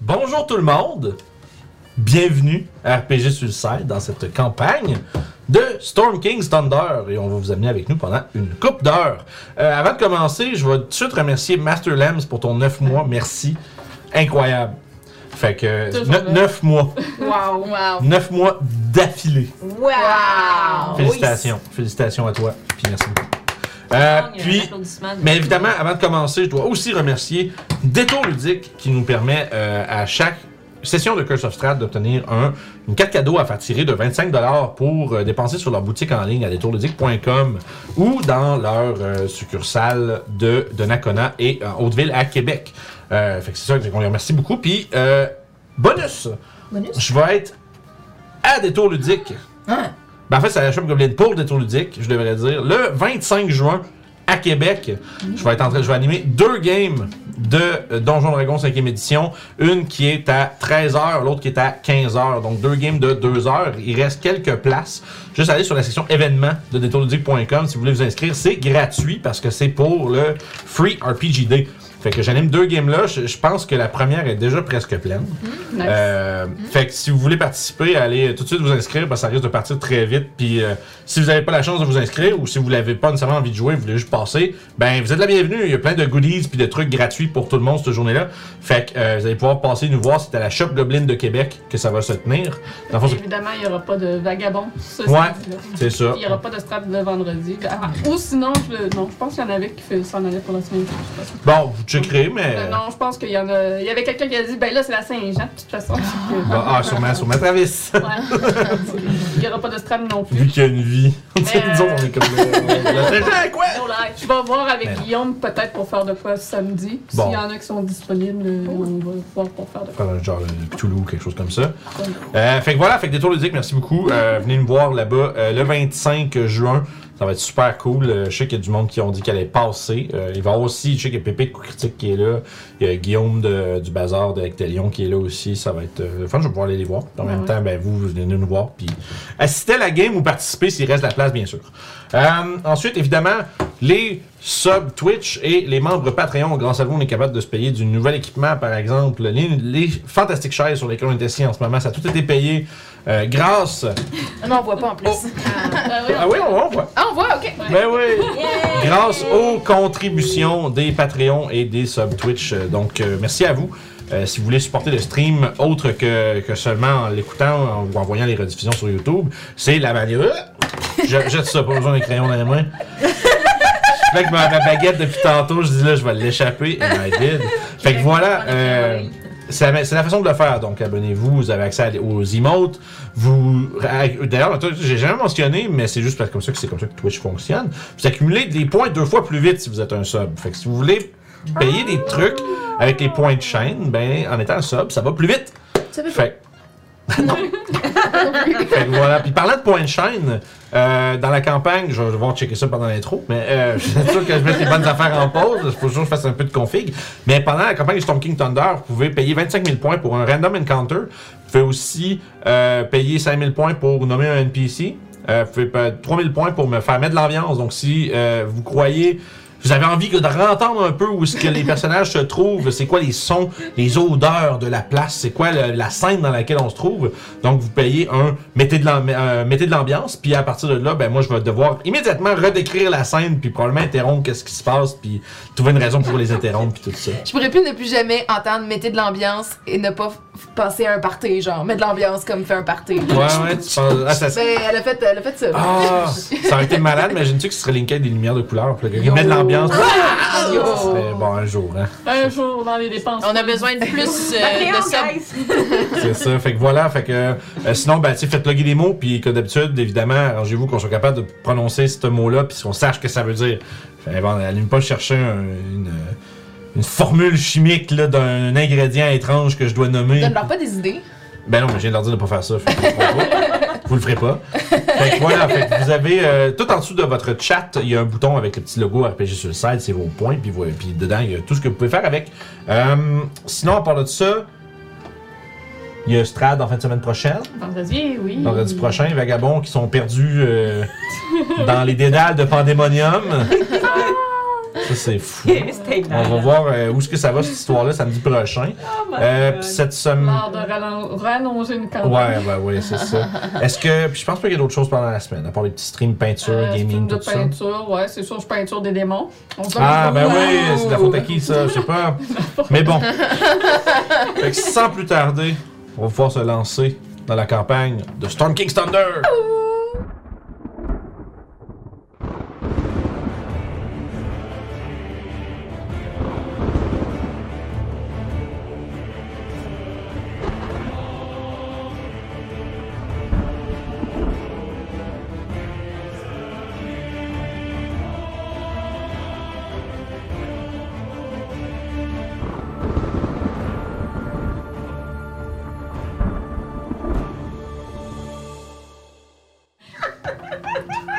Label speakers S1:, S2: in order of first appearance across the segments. S1: Bonjour tout le monde! Bienvenue à RPG Suicide dans cette campagne de Storm King's Thunder et on va vous amener avec nous pendant une coupe d'heures. Euh, avant de commencer, je vais tout de suite remercier Master Lems pour ton 9 mois. Merci. Incroyable. Fait que
S2: Toujours là.
S1: 9 mois.
S2: Wow!
S3: Wow!
S1: 9 mois d'affilée.
S3: Wow!
S1: Félicitations. Félicitations à toi. Puis merci beaucoup. Euh, puis, Mais évidemment, avant de commencer, je dois aussi remercier Détour Ludique qui nous permet euh, à chaque session de Curse of Strahd d'obtenir un, une carte cadeau à faire tirer de 25$ pour euh, dépenser sur leur boutique en ligne à détourludique.com ou dans leur euh, succursale de Donnacona et en Hauteville à Québec. Euh, fait que c'est ça qu'on les remercie beaucoup. Puis, euh, bonus,
S3: Bonus?
S1: je vais être à Détour Ludique.
S3: Ah.
S1: Ben en fait, c'est à la Shop Goblin pour Détour Ludique, je devrais dire. Le 25 juin, à Québec, je vais, être en train, je vais animer deux games de euh, Donjon Dragon 5e édition. Une qui est à 13h, l'autre qui est à 15h. Donc deux games de 2h. Il reste quelques places. Juste aller sur la section événements de détourludique.com si vous voulez vous inscrire. C'est gratuit parce que c'est pour le Free RPG Day. Fait que j'anime deux games là. Je, je pense que la première est déjà presque pleine.
S2: Mm-hmm. Nice.
S1: Euh, Fait que si vous voulez participer, allez tout de suite vous inscrire parce que ça risque de partir très vite. Puis euh, si vous n'avez pas la chance de vous inscrire ou si vous n'avez pas nécessairement envie de jouer, vous voulez juste passer, ben vous êtes la bienvenue. Il y a plein de goodies puis de trucs gratuits pour tout le monde cette journée-là. Fait que euh, vous allez pouvoir passer nous voir. C'est à la Shop Goblin de Québec que ça va se tenir. Dans le fond, c'est-
S2: Évidemment, il n'y aura pas de vagabond. Ça, c'est
S1: Ouais.
S2: dit, là.
S1: c'est ça.
S2: Il n'y aura pas de strap le vendredi. Ah, Ou sinon, je, non, je pense qu'il y en avait qui fait- s'en allaient pour la semaine. Je sais
S1: Bon, vous checkerez, mais.
S2: pas. Euh, Non, je pense qu'il y en a. Il y avait quelqu'un qui a dit, ben là, c'est la Saint-Jean, de toute façon.
S1: Bon, ah, sûrement, sûrement Travis.
S2: Ouais. Il n'y aura pas de strap non
S1: Vu
S2: plus.
S1: qu'il y a une vie.
S2: Euh,
S1: Tu sais, nous autres, on est comme. euh, la- quoi?
S2: No lie. Je vais voir avec
S1: Mais Ben non.
S2: Guillaume peut-être pour faire de quoi ce samedi.
S1: Bon.
S2: S'il y en a qui sont disponibles,
S4: Oh.
S2: euh, on va voir pour faire de quoi.
S1: Prendre un genre de Cthulhu ou quelque chose comme ça. Euh, fait que voilà, fait que Détour Ludique, merci beaucoup. Euh, venez me voir là-bas euh, le 25 juin. Ça va être super cool. Euh, je sais qu'il y a du monde qui ont dit qu'elle allait passer. Euh, il va y avoir aussi, je sais qu'il y a Pépé de Coup Critique qui est là. Il y a Guillaume de- du Bazar de Actelion qui est là aussi. Ça va être euh, le fun, je vais pouvoir aller les voir. En même
S2: Ouais.
S1: temps, ben, vous, vous venez nous voir. Puis assistez à la game ou participez s'il reste la place, bien sûr. Euh, ensuite, évidemment, les sub Twitch et les membres Patreon, grâce à vous, on est capable de se payer du nouvel équipement, par exemple. Les, les fantastiques chaises sur lesquelles on est assis en ce moment, ça a tout été payé euh, grâce.
S3: Ah Non, on voit pas en plus.
S1: Oh.
S2: Ben
S1: Ah oui, on, on voit.
S3: Ah, on voit, ok.
S1: Ben oui.
S3: Yeah.
S1: Grâce aux contributions des Patreons et des sub Twitch. Euh, Donc, euh, merci à vous. Euh, si vous voulez supporter le stream autre que, que seulement en l'écoutant ou en voyant les rediffusions sur YouTube, c'est la manière. Je jette ça, pas besoin d'un crayon dans la main. Avec ma, ma baguette depuis tantôt, je dis là, je vais l'échapper. And I did. Fait que voilà. euh, c'est la, c'est la façon de le faire, donc abonnez-vous, vous avez accès à- aux emotes. Vous, d'ailleurs, j'ai jamais mentionné, mais c'est juste parce que comme ça que c'est comme ça que Twitch fonctionne. Vous accumulez des points deux fois plus vite si vous êtes un sub. Fait que si vous voulez payer des trucs avec les points de chaîne, ben en étant un sub, ça va plus vite.
S3: Ça fait
S1: Fait que- non. fait que voilà. Puis parlant de points de chaîne, euh, dans la campagne, je vais devoir checker ça pendant l'intro, mais euh, je suis sûr que je mette les bonnes affaires en pause. Il faut toujours que je fasse un peu de config. Mais pendant la campagne de Storm King Thunder, vous pouvez payer 25 000 points pour un random encounter. Vous pouvez aussi euh, payer 5 000 points pour nommer un NPC. Euh, vous pouvez pa- 3 000 points pour me faire mettre de l'ambiance. Donc si euh, vous croyez vous avez envie que de rentendre un peu où ce que les personnages se trouvent, c'est quoi les sons, les odeurs de la place, c'est quoi le- la scène dans laquelle on se trouve. Donc vous payez un mettez de l'ambi- euh, mettez de l'ambiance, puis à partir de là, ben moi je vais devoir immédiatement redécrire la scène, puis probablement interrompre qu'est-ce qui se passe, puis trouver une raison pour les interrompre, puis tout ça.
S5: Je pourrais plus ne plus jamais entendre mettez de l'ambiance et ne pas f- penser à un party, genre mettre de l'ambiance comme fait un party.
S1: Ouais ouais, tu penses ah ça
S5: Ben, elle a fait, elle a fait ça.
S1: ah, ça aurait été malade, imagine-tu que ce serait linké à des lumières de couleur, puis là, quelqu'un met de l'ambiance.
S5: Yo.
S1: Ça serait bon un jour, hein.
S2: Un jour dans les dépenses.
S4: On a besoin de plus euh, de sub.
S1: C'est ça. Fait que voilà. Fait que euh, sinon, ben, tu sais, faites loguer des mots. Puis comme d'habitude, évidemment, arrangez-vous qu'on soit capable de prononcer ce mot-là. Puis qu'on sache ce que ça veut dire. Fait, bon, allez pas chercher un- une, une formule chimique là, d'un ingrédient étrange que je dois nommer.
S5: Donne-leur pas des idées.
S1: Ben non, mais je viens de leur dire de pas faire ça. fait que vous le ferez pas. vous le ferez pas. Fait que voilà, fait que vous avez euh, tout en dessous de votre chat, il y a un bouton avec le petit logo RPG sur le site, c'est vos points, puis, vous- puis dedans, il y a tout ce que vous pouvez faire avec. Euh, sinon, à part de ça, il y a Strad en fin de semaine prochaine,
S2: Vendredi, oui.
S6: Mm.
S1: vendredi prochain, Vagabond qui sont perdus euh, dans les dédales de Pandémonium. Ça, c'est fou.
S6: C'était
S1: On va
S6: énorme.
S1: voir euh, où est-ce que ça va, cette histoire-là, samedi prochain.
S6: Oh my
S1: Euh,
S6: God.
S1: puis cette semaine...
S2: Marre de rallon- rallonger une campagne.
S1: Ouais, ben oui, c'est ça. Est-ce que... Puis je pense pas qu'il y a d'autres choses pendant la semaine, à part les petits streams, peinture,
S2: Euh, c'est
S1: gaming,
S2: une de
S1: tout ça.
S2: peinture, ouais, c'est sûr, je peinture des démons. On se
S1: Ah, ben
S2: demande pas.
S1: oui, c'est de la faute à qui ça, je sais pas. Mais bon. Fait que sans plus tarder, on va pouvoir se lancer dans la campagne de Storm King's Thunder.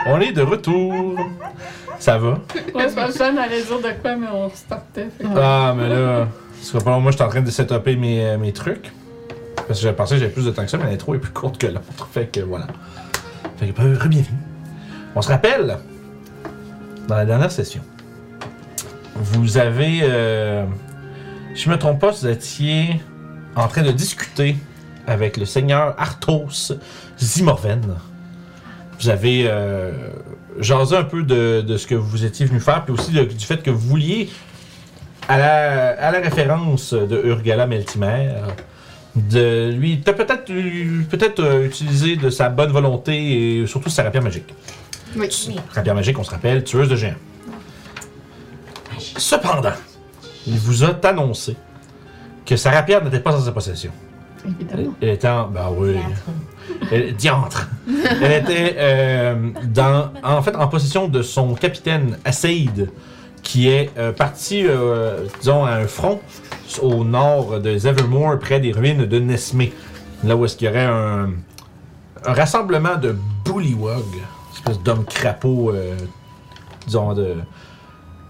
S1: On est de retour. Ça va?
S2: Ouais, c'est pas Jeanne allait dire de quoi, mais on restartait. fait que-
S1: Ah, mais là, ce sera pas long. Moi, je suis en train de setuper mes, euh, mes trucs. Parce que je pensais que j'avais plus de temps que ça, mais l'intro est plus courte que l'autre. Fait que voilà. Fait que, euh, re-bienvenue. On se rappelle, dans la dernière session, vous avez. euh, si je me trompe pas, vous étiez en train de discuter avec le seigneur Arthos Zimorven. Vous avez euh, jasé un peu de, de ce que vous étiez venu faire, puis aussi de- du fait que vous vouliez à la, à la référence de Urgala Meltimer, de lui, t'as peut-être peut-être euh, utilisé de sa bonne volonté et surtout sa rapière magique.
S5: Oui.
S1: Rapière magique, on se rappelle, tueuse de géants. Cependant, il vous a annoncé que sa rapière n'était pas en sa possession.
S2: Évidemment.
S1: Elle était en... Ben oui. Elle- Diantre. Elle était euh, dans, en fait en possession de son capitaine Asseid, qui est euh, parti, euh, disons, à un front au nord de Evermore, près des ruines de Nesmé. Là où est-ce qu'il y aurait un, un rassemblement de bullywog, espèce d'hommes crapauds, euh, disons, de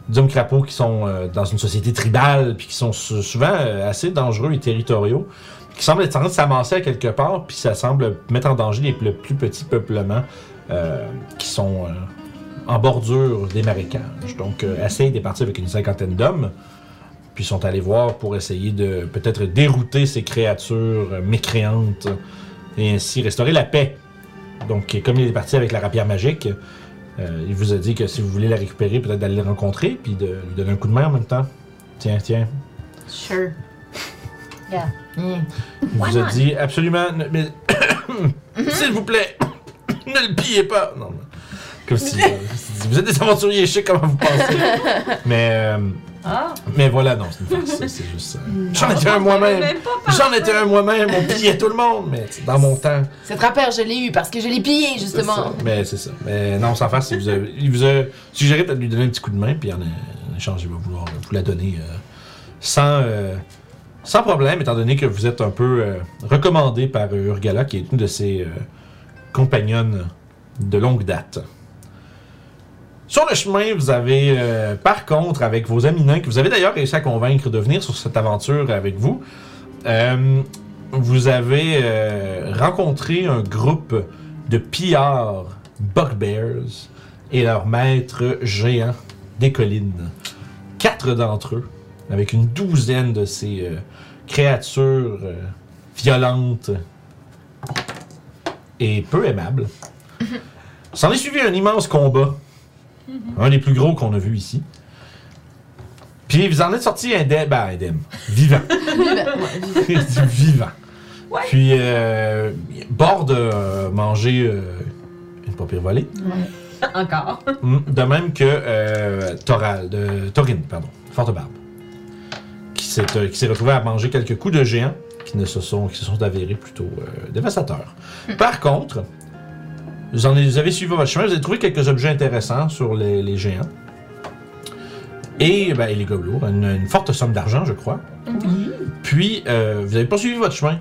S1: d'hommes crapauds qui sont euh, dans une société tribale, puis qui sont sou- souvent euh, assez dangereux et territoriaux qui semble être en train de s'amasser à quelque part, puis ça semble mettre en danger les, le plus petits peuplements euh, qui sont euh, en bordure des marécages. Donc, euh, Asseid est parti avec une cinquantaine d'hommes, puis ils sont allés voir pour essayer de peut-être dérouter ces créatures euh, mécréantes et ainsi restaurer la paix. Donc, et comme il est parti avec la rapière magique, euh, il vous a dit que si vous voulez la récupérer, peut-être d'aller le rencontrer, puis de lui donner un coup de main en même temps. Tiens, tiens.
S3: Sure.
S1: Il vous a dit absolument, ne- mais s'il vous plaît, ne le pillez pas. Non, non. Comme si, euh, si vous êtes des aventuriers, je sais comment vous pensez. mais, euh,
S6: Ah.
S1: mais voilà, non, c'est une farce, ça, c'est juste. euh, J'en étais un moi-même. J'en étais un moi-même. On pillait tout le monde, mais tu sais, dans mon temps.
S5: Cette rappeur, je l'ai eu parce que je l'ai pillé,
S1: c'est
S5: justement.
S1: ça. Mais c'est ça. Mais non, sans farce, il vous a, il vous a suggéré peut-être de lui donner un petit coup de main, puis en, euh, en échange, il va vouloir vous la donner euh, sans. euh, sans problème, étant donné que vous êtes un peu euh, recommandé par euh, Urgala, qui est une de ses euh, compagnonnes de longue date. Sur le chemin, vous avez, euh, par contre, avec vos amis nains, que vous avez d'ailleurs réussi à convaincre de venir sur cette aventure avec vous, euh, vous avez euh, rencontré un groupe de pillards bugbears et leur maître géant des collines. Quatre d'entre eux, avec une douzaine de ces euh, créatures euh, violentes et peu aimables. S'en est suivi un immense combat, un des plus gros qu'on a vu ici. Puis vous en êtes sorti indemne, ben indemne, vivant. vivant. vivant. Puis euh, Borde a mangé euh, une pas pire volée.
S6: Encore.
S1: Mm, De même que euh, Toral, de, Torin, pardon, Forte Barbe, qui s'est, euh, qui s'est retrouvé à manger quelques coups de géant qui, ne se, sont, qui se sont avérés plutôt euh, dévastateurs. Par contre, vous, en avez, vous avez suivi votre chemin, vous avez trouvé quelques objets intéressants sur les, les géants. Et, ben, et les gobelots, une, une forte somme d'argent, je crois. Puis, euh, vous avez poursuivi votre chemin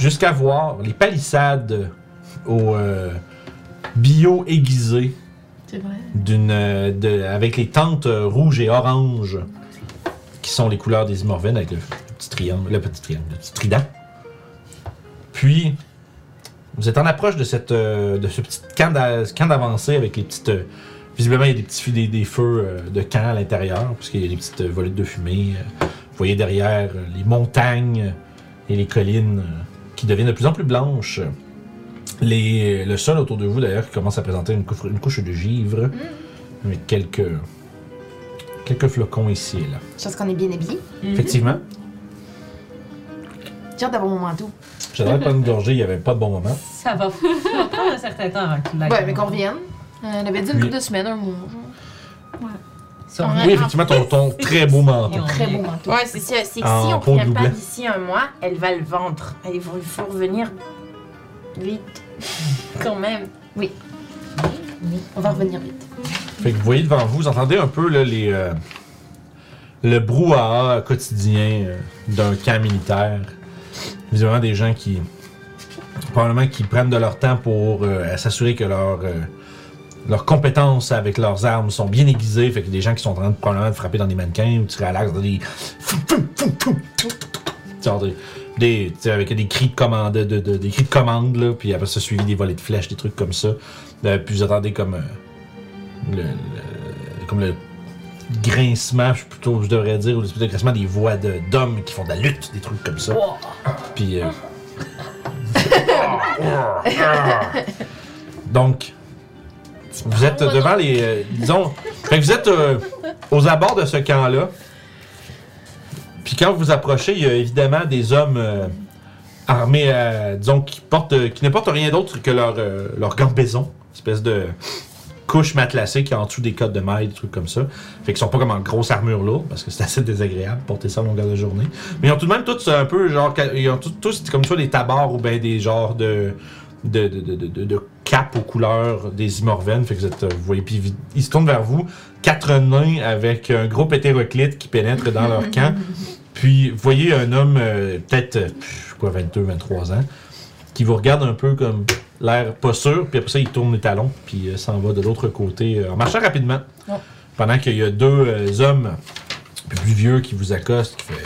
S1: jusqu'à voir les palissades au euh, bio aiguisé
S2: C'est vrai.
S1: d'une euh, de- avec les tentes euh, rouges et oranges qui sont les couleurs des Imorven avec le, le petit triangle, le petit triangle, le petit trident. Puis vous êtes en approche de cette euh, de ce petit camp d'a- camp d'avancée avec les petites euh, Visiblement, il y a des petits des, des feux euh, de camp à l'intérieur, parce qu'il y a des petites euh, volutes de fumée. euh. Vous voyez derrière euh, les montagnes et les collines euh, qui deviennent de plus en plus blanches. Les, euh, le sol autour de vous, d'ailleurs, qui commence à présenter une, couche- une couche de givre, avec quelques, quelques flocons ici et là.
S5: Je pense qu'on est bien habillés.
S1: Effectivement,
S5: J'ai hâte d'avoir mon manteau.
S1: j'adorais pas une gorgée, il n'y avait pas de bon moment.
S6: Ça va, ça va prendre un certain temps avant que tu l'ailles.
S5: Ouais, mais qu'on revienne. Euh, on avait dit une
S1: Oui.
S5: couple de semaines, un mois.
S6: Sur-
S5: Ouais.
S1: Oui, effectivement, ton, ton très beau
S6: Et
S1: menton.
S6: on
S5: Très
S6: est-
S5: beau manteau.
S3: Ouais, c'est ça. C'est que
S1: Ah,
S3: si on
S1: pour
S3: revient
S1: doubler.
S3: pas d'ici un mois, elle va le vendre. Il faut, il faut revenir vite. Quand même.
S5: Oui, on va revenir vite.
S1: Fait que vous voyez devant vous, vous entendez un peu là, les, euh, le brouhaha quotidien euh, d'un camp militaire. Visiblement des gens qui, probablement, qui prennent de leur temps pour euh, s'assurer que leur, euh, leurs compétences avec leurs armes sont bien aiguisées. Fait que des gens qui sont en train de, probablement de frapper dans des mannequins ou tirer à l'axe dans des... fou, fou, fou, fou, fou, genre des- des, tu sais, avec des cris de commande, de, de- de- des cris de commande, là, puis après ça suivi des volets de flèches, des trucs comme ça. Euh, puis vous attendez comme euh, le, le- comme le grincement, je, plutôt, je devrais dire, ou l'espèce de grincement des voix de- d'hommes qui font de la lutte, des trucs comme ça. Puis. euh, Donc, vous êtes devant les. euh, disons. Fait que vous êtes euh, aux abords de ce camp-là. Puis quand vous approchez, il y a évidemment des hommes euh, armés, à- disons, qui, portent, euh, qui ne portent rien d'autre que leur, euh, leur gambaison, espèce de couche matelassée qui est en dessous des cotes de mailles, des trucs comme ça. Fait qu'ils sont pas comme en grosse armure lourde, parce que c'est assez désagréable de porter ça à longueur de journée. Mais ils ont tout de même tous un peu, genre, ca- ils ont tous, tous comme ça des tabards ou ben des genres de. De, de, de, de- de- de capes aux couleurs des Imorvennes. Fait que vous êtes, euh, vous voyez, puis vi- ils se tournent vers vous. Quatre nains avec un groupe hétéroclite qui pénètre dans leur camp. Puis, vous voyez un homme, euh, peut-être, euh, je sais pas, 22, 23 ans, qui vous regarde un peu comme l'air pas sûr, puis après ça, il tourne les talons, puis euh, s'en va de l'autre côté euh, en marchant rapidement.
S5: Ouais.
S1: Pendant qu'il y a deux euh, hommes plus vieux qui vous accostent, qui fait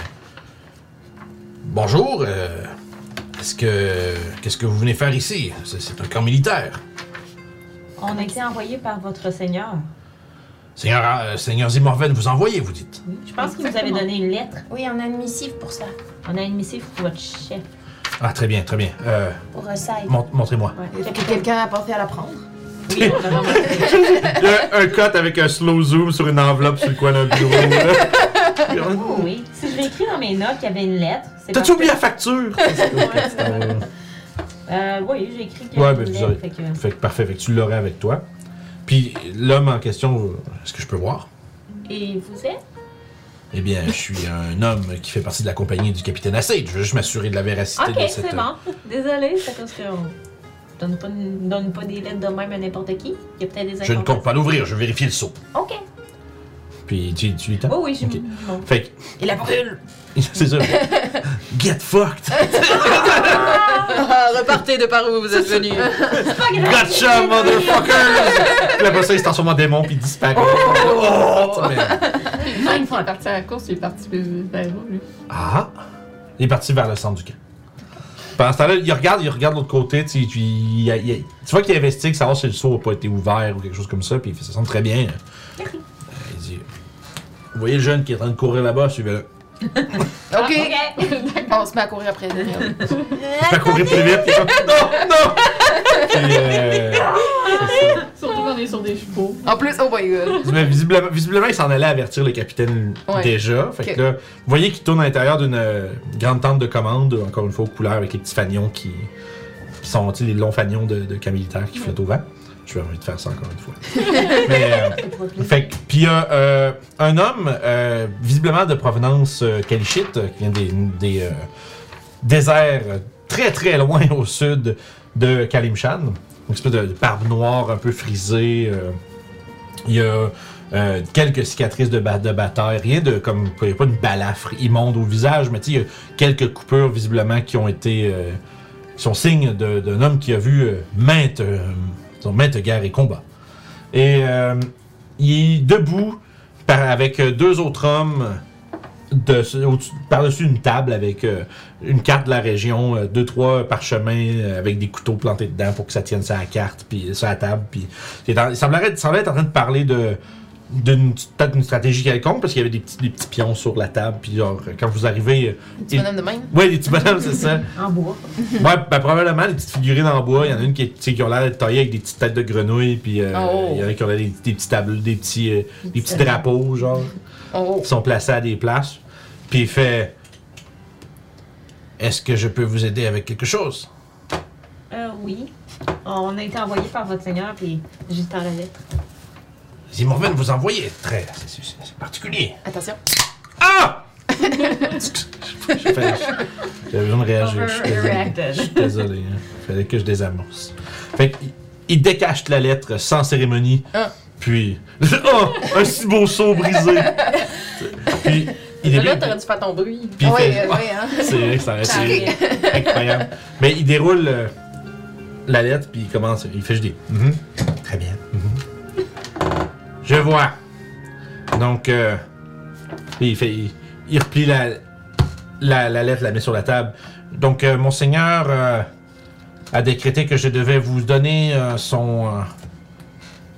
S1: Bonjour, euh, est-ce que. Qu'est-ce que vous venez faire ici C'est c'est un camp militaire.
S6: On a été envoyé par votre seigneur.
S1: Seigneur, euh, Seigneur Zimorven, vous envoyez, vous dites.
S6: Je pense qu'il vous avait donné une lettre.
S3: Oui, on a une missive pour ça.
S6: On a une missive pour votre chef.
S1: Ah, très bien, très bien. Euh,
S3: Pour euh, ça.
S1: mont- Montrez-moi.
S5: Est-ce que quelqu'un a pensé à la prendre?
S1: Il y a un cote avec un slow zoom sur une enveloppe sur le coin d'un bureau.
S6: Oh, Oui. Si je l'ai écrit dans mes notes qu'il y avait une lettre, c'est parce
S1: T'as-tu oublié la facture?
S6: que- Euh, oui, j'ai écrit qu'il y
S1: Ouais,
S6: avait
S1: ben,
S6: une
S1: vous
S6: lettre.
S1: aurez-
S6: Fait que...
S1: Fait que parfait, fait que tu l'aurais avec toi. Puis l'homme en question, euh, est-ce que je peux voir?
S6: Et vous êtes?
S1: Eh bien, je suis un homme qui fait partie de la compagnie du capitaine Assad. Je veux juste m'assurer de la véracité
S6: Ok,
S1: de cette. euh,
S6: c'est bon. Désolée, c'est parce qu'on donne pas, donne pas des lettres de même à n'importe qui. Il y a peut-être des
S1: Je ne compte pas l'ouvrir, je vais vérifier le sceau.
S6: Ok.
S1: Puis tu, tu lui tends?
S6: Oui, Oh oui, j'ai
S1: Ok.
S6: bon.
S1: Fait que
S5: Et la brûle!
S1: C'est ça. Get fucked!
S4: Ah, repartez de par où vous êtes venu.
S1: Gotcha, motherfuckers! Puis après ça, il se transforme en démon puis il disparaît. Oh, mais-
S2: Non, une fois parti à la course, il est parti vers où, lui?
S1: Ah! Il est parti vers le centre du camp. Pendant ce temps-là, il regarde, il regarde de l'autre côté, tu, sais, puis il- il- il- tu vois qu'il investigue, savoir si le saut n'a pas été ouvert ou quelque chose comme ça, puis il fait ça semble très bien. Euh, il dit Vous voyez le jeune qui est en train de courir là-bas, suivez-le.
S5: Ok!
S6: Ok.
S5: On se met à courir après Daniel.
S1: Il fait courir plus vite, puis il fait, Non, non! Puis, euh,
S2: Surtout quand on est sur des chevaux.
S5: En plus, oh my god!
S1: Mais visiblement, visiblement, il s'en allait avertir le capitaine
S5: Ouais.
S1: déjà. Fait
S5: Ok.
S1: que là, vous voyez qu'il tourne à l'intérieur d'une euh, grande tente de commande, encore une fois aux couleurs, avec les petits fanions qui, qui sont tu sais, les longs fanions de, de camp militaire qui flottent au vent. Je vais envie de faire ça encore une fois. Mais, euh, fait que, puis il y a, euh, un homme, euh, visiblement de provenance euh, kalichite, euh, qui vient des, des euh, déserts euh, très très loin au sud de Kalimshan. Une espèce de barbe noire un peu frisée. euh. Il y a euh, quelques cicatrices de, ba- de bataille. Rien de comme. Il n'y a pas une balafre immonde au visage, mais tu sais, il y a quelques coupures visiblement qui ont été. euh, qui sont signes de- d'un homme qui a vu euh, maintes, euh, disons, maintes guerres et combats. Et euh, il est debout par- avec euh, deux autres hommes de- au-dessus- par-dessus une table avec euh, une carte de la région, euh, deux, trois parchemins euh, avec des couteaux plantés dedans pour que ça tienne sa carte, puis sur la table. Puis, il, est en- il semblerait, il semblerait être en train de parler de d'une peut-être une stratégie quelconque parce qu'il y avait des petits, des petits pions sur la table puis genre quand vous arrivez euh,
S5: Petit
S1: il-
S5: bonhomme de même.
S1: ouais des petits bonhommes c'est ça
S6: En bois.
S1: Ouais, ben, probablement les petites figurines en bois. Il y en a une qui, est- tu sais, qui ont l'air d'être taillée avec des petites têtes de grenouilles, puis euh, il
S5: Oh.
S1: y en a qui ont l'air des, des petits tableaux, des petits, euh, des petits
S6: petits
S1: drapeaux, genre,
S5: Oh.
S1: qui sont placés à des places. Puis il fait Est-ce que je peux vous aider avec quelque chose
S6: Euh, oui. Oh, On a été envoyé par votre seigneur, puis juste dans la lettre.
S1: Zimorven vous envoyez. Très, c'est- c'est c'est particulier.
S5: Attention.
S1: Ah Je- je fais- J'avais besoin de réagir. Je suis désolé. Je suis désolé. hein. Fallait que je désamorce. Fait qu'il il décache la lettre sans cérémonie.
S5: Ah.
S1: Puis. Oh! Un si beau seau brisé! puis. Il
S4: Là,
S1: déroule.
S4: t'aurais dû faire ton bruit.
S1: puis il
S5: oui,
S1: fait-
S5: euh, oui, hein.
S1: C'est vrai que ça aurait
S6: Ah,
S1: été
S6: oui.
S1: incroyable. Mais il déroule euh, la lettre, puis il commence. Il fait juste des. Mhm. Très bien. mhm. Je vois. Donc. euh, puis il fait. Il, il replie la, la, la lettre, la met sur la table. Donc, euh, Monseigneur euh, a décrété que je devais vous donner euh, son euh,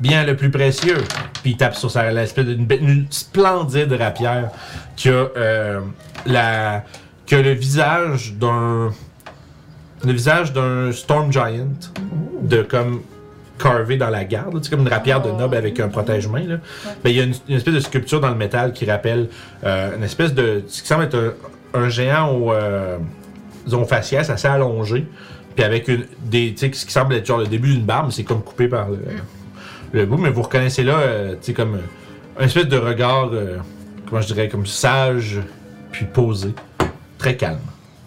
S1: bien le plus précieux. Puis il tape sur sa, la, une, be- une splendide rapière qui a euh, la, qui a le visage d'un. Le visage d'un Storm Giant, de comme carvé dans la garde, là, tu sais, comme une rapière de noble avec un protège-main. là. Ben, il y a une, une espèce de sculpture dans le métal qui rappelle euh, une espèce de. ce qui semble être un, un géant au. euh, disons, faciès assez allongé, puis avec une, des, tu sais, ce qui semble être genre le début d'une barbe, mais c'est comme coupé par le, le bout, mais Euh, vous reconnaissez là, euh, tu sais, comme euh, un espèce de regard, euh, comment je dirais, comme sage, puis posé, très calme.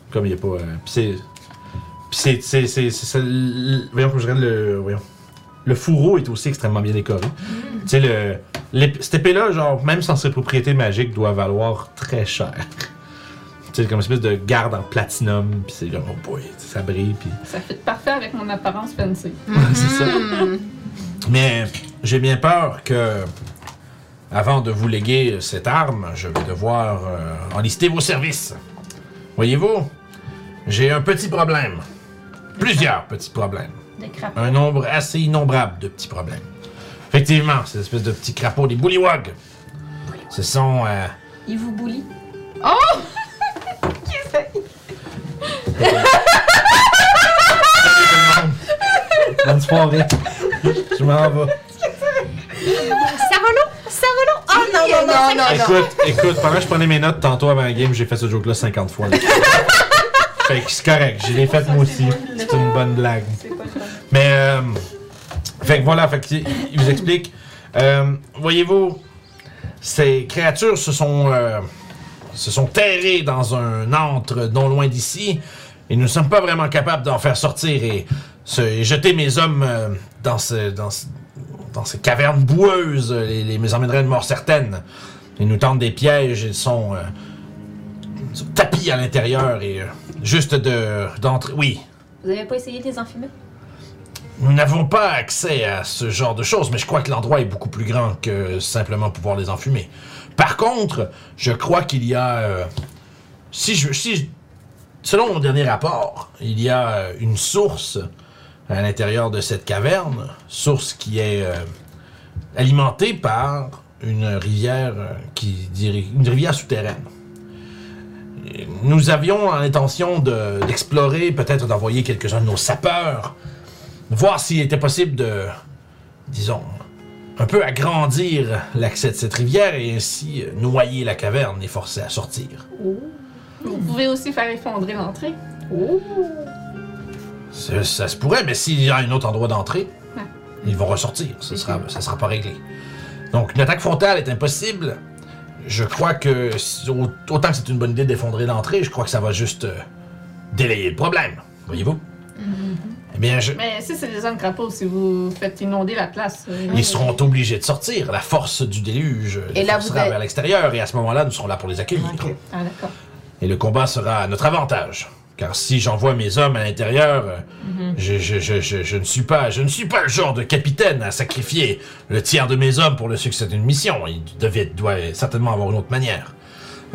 S1: Comme il n'y a pas. euh, puis c'est. Puis c'est. c'est- c'est- c'est- c'est- l- Voyons que je dirais le. Voyons. Le fourreau est aussi extrêmement bien décoré. Tu sais, le, l'ép- cette épée-là, genre, même sans ses propriétés magiques, doit valoir très cher. Tu sais, comme une espèce de garde en platinum, puis c'est comme, oh boy, ça brille, puis
S2: Ça fait parfait avec mon apparence fancy.
S1: c'est ça. Mais j'ai bien peur que, avant de vous léguer cette arme, je vais devoir euh, enlister vos services. Voyez-vous, j'ai un petit problème. Plusieurs petits problèmes.
S6: De crapaud.
S1: Un nombre assez innombrable de petits problèmes. Effectivement, ces espèces de petits crapauds, des bullywogs. Ce sont. euh,
S6: Il vous boulie.
S1: Bonne soirée. Je m'en vais.
S5: Oh non, non, non, non, non.
S1: Écoute, écoute, pendant que je prenais mes notes tantôt avant la game, j'ai fait ce joke-là 50 fois. fait que c'est correct, je l'ai fait moi aussi. C'est une bonne blague. Mais, euh, fait que voilà, fait que il il vous explique. Euh, Voyez-vous, ces créatures se sont, euh, se sont terrées dans un antre non loin d'ici, et nous ne sommes pas vraiment capables d'en faire sortir et, se- et jeter mes hommes euh, dans, ce, dans, ce- dans ces cavernes boueuses, euh, les, les, mes emmènerait de mort certaine. Ils nous tendent des pièges, ils sont, euh, ils sont tapis à l'intérieur et euh, juste de d'entrer. Oui,
S6: Vous avez pas essayé de les enfumer?
S1: nous n'avons pas accès à ce genre de choses, mais je crois que l'endroit est beaucoup plus grand que simplement pouvoir les enfumer. Par contre, je crois qu'il y a. euh, si je. Si je- selon mon dernier rapport, il y a euh, une source à l'intérieur de cette caverne, source qui est euh, alimentée par une rivière euh, qui diri- une rivière souterraine. Et Nous avions l'intention de- d'explorer, peut-être d'envoyer quelques-uns de nos sapeurs voir s'il était possible de, disons, un peu agrandir l'accès de cette rivière et ainsi euh, noyer la caverne et forcer à sortir.
S2: Vous pouvez aussi faire effondrer l'entrée.
S1: Ça, ça se pourrait, mais s'il y a un autre endroit d'entrée,
S2: Ouais.
S1: ils vont ressortir. Ça sera, ça sera pas réglé. Donc, une attaque frontale est impossible. Je crois que, si- au- autant que c'est une bonne idée d'effondrer l'entrée, je crois que ça va juste euh, délayer le problème. Voyez-vous? Eh bien, je,
S2: Mais si c'est des hommes crapauds, si vous faites inonder la place. euh,
S1: Ils seront obligés de sortir. La force du déluge les
S5: Et là, vous
S1: forcera
S5: êtes-
S1: vers l'extérieur et à ce moment-là, nous serons là pour les accueillir.
S2: Ah, d'accord.
S1: Et le combat sera à notre avantage. Car si j'envoie mes hommes à l'intérieur, euh, je, je- je- je- je ne suis pas, je ne suis pas le genre de capitaine à sacrifier le tiers de mes hommes pour le succès d'une mission. Il devait, doit certainement avoir une autre manière.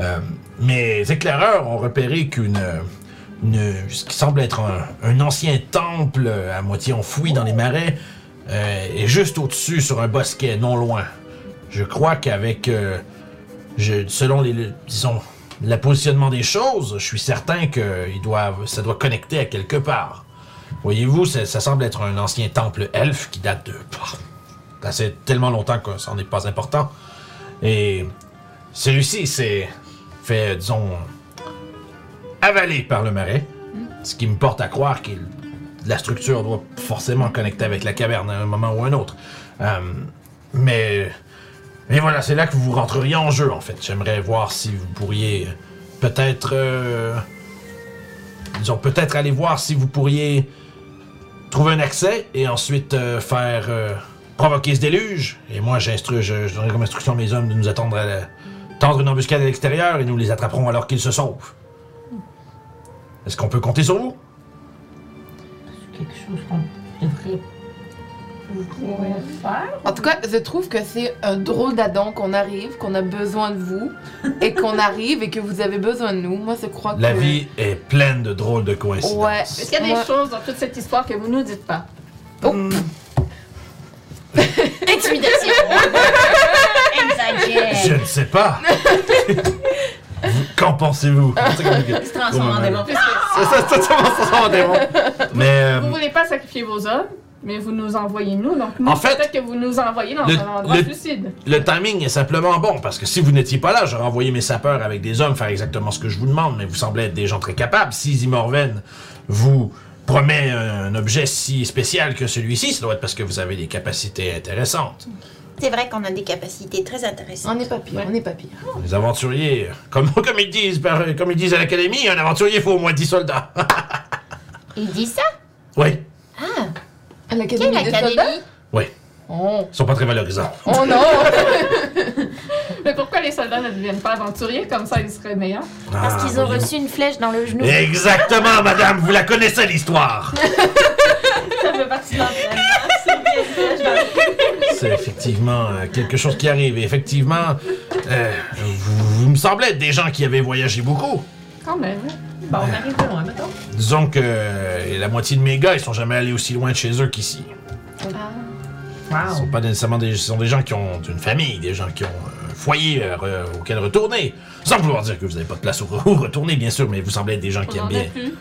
S1: Euh, mes éclaireurs ont repéré qu'une. une- ce qui semble être un, un ancien temple euh, à moitié enfoui dans les marais euh, est juste au-dessus sur un bosquet, non loin. Je crois qu'avec. euh, je- selon les. le- disons. Le positionnement des choses, je suis certain que ils doivent, ça doit connecter à quelque part. Voyez-vous, ça, ça semble être un ancien temple elfe qui date de. Pah, ça fait tellement longtemps que ça n'est pas important. Et celui-ci s'est fait, disons, avaler par le marais. Ce qui me porte à croire que la structure doit forcément connecter avec la caverne à un moment ou un autre. Euh, mais. Mais voilà, c'est là que vous rentreriez en jeu, en fait. J'aimerais voir si vous pourriez euh, peut-être. euh, disons, peut-être aller voir si vous pourriez trouver un accès et ensuite euh, faire euh, provoquer ce déluge. Et moi, j'instru- je, je donnerai comme instruction à mes hommes de nous attendre à la- tendre une embuscade à l'extérieur et nous les attraperons alors qu'ils se sauvent. Est-ce qu'on peut compter sur vous?
S6: C'est quelque chose qu'on devrait pouvoir faire.
S5: En tout cas, je trouve que c'est un drôle d'adon qu'on arrive, qu'on a besoin de vous, et qu'on arrive et que vous avez besoin de nous. Moi, je crois que.
S1: La vie est pleine de drôles de coïncidences.
S5: Ouais.
S2: Est-ce qu'il y a des
S5: Ouais.
S2: choses dans toute cette histoire que vous nous dites pas?
S3: Intimidation!
S1: Je
S3: Exagère!
S1: ne sais pas. Vous- Qu'en pensez-vous? C'est compliqué.
S6: Il se transforme en
S1: Ouais.
S6: démon.
S2: Puisque
S1: Ça, ça, ça, ça, ça, ça, on est bon. Mais euh,
S2: vous voulez pas sacrifier vos hommes, mais vous nous envoyez nous, donc nous,
S1: En fait,
S2: peut-être que vous nous envoyez dans
S1: le-
S2: un endroit
S1: le-
S2: suicide.
S1: le timing est simplement bon parce que si vous n'étiez pas là, j'aurais envoyé mes sapeurs avec des hommes faire exactement ce que je vous demande. Mais vous semblez être des gens très capables. Si Zimorven vous promet un objet si spécial que celui-ci, ça doit être parce que vous avez des capacités intéressantes.
S3: C'est vrai qu'on a des capacités très intéressantes.
S5: On n'est pas pire, on n'est pas pire.
S1: Les aventuriers, comme, comme ils disent, par- comme ils disent à l'académie, un aventurier faut au moins 10 soldats.
S3: Il dit ça?
S1: oui,
S5: À
S3: Quelle
S5: L'Académie des soldats?
S3: académie?
S1: oui,
S5: Oh.
S1: ils sont pas très valorisants.
S5: oh non!
S2: Mais pourquoi les soldats ne deviennent pas aventuriers comme ça, ils seraient meilleurs?
S3: Parce
S1: Ah, Eh.
S3: qu'ils ont
S1: voyez-vous.
S3: reçu une flèche dans le genou.
S1: Exactement, madame, vous la connaissez l'histoire.
S6: Ça fait partie de l'entraînement.
S1: C'est effectivement euh, quelque chose qui arrive. Et effectivement, euh, vous, vous me semblez être des gens qui avaient voyagé beaucoup.
S2: Quand même.
S6: Bon, on arrive de loin, mettons.
S1: Disons que euh, la moitié de mes gars, ils sont jamais allés aussi loin de chez eux qu'ici.
S3: Ah
S1: Ils sont pas nécessairement des, ce sont des gens qui ont une famille, des gens qui ont un foyer euh, re- auquel retourner. Sans vouloir dire que vous n'avez pas de place où re- où retourner, bien sûr, mais vous semblez être des gens qui
S2: On
S1: aiment
S2: en
S1: bien.
S2: a plus.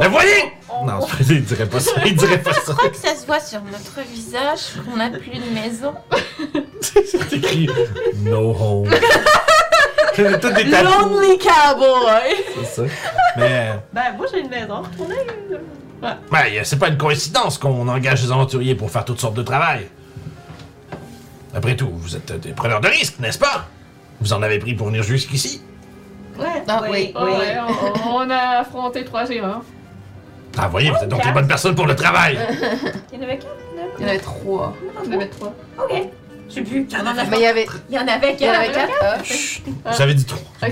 S1: Mais voyez! Non, il dirait pas ça. Il dirait pas ça.
S3: Je crois que ça se voit sur notre visage qu'on n'a plus de maison.
S1: C'est écrit No Home. C'est tout des tatous,
S4: Lonely Cowboy!
S1: c'est ça. Mais.
S6: Ben, moi, j'ai une maison. On est.
S1: Ben, y a- c'est pas une coïncidence qu'on engage des aventuriers pour faire toutes sortes de travail. Après tout, vous êtes des preneurs de risques, n'est-ce pas? Vous en avez pris pour venir jusqu'ici.
S6: Ouais.
S5: Ah, oui.
S2: Oh, ouais, on, on a affronté trois géants.
S1: Ah, voyez, vous êtes donc les bonnes personnes pour le travail.
S6: Il y en avait quatre, là.
S5: Il y en avait trois.
S2: On avait trois.
S6: Ok. Je sais plus. Il y en avait
S5: Mais il y avait,
S6: Il y en avait
S5: il y en avait quatre. Ah.
S1: Chut, vous avez dit trop.
S2: Ok.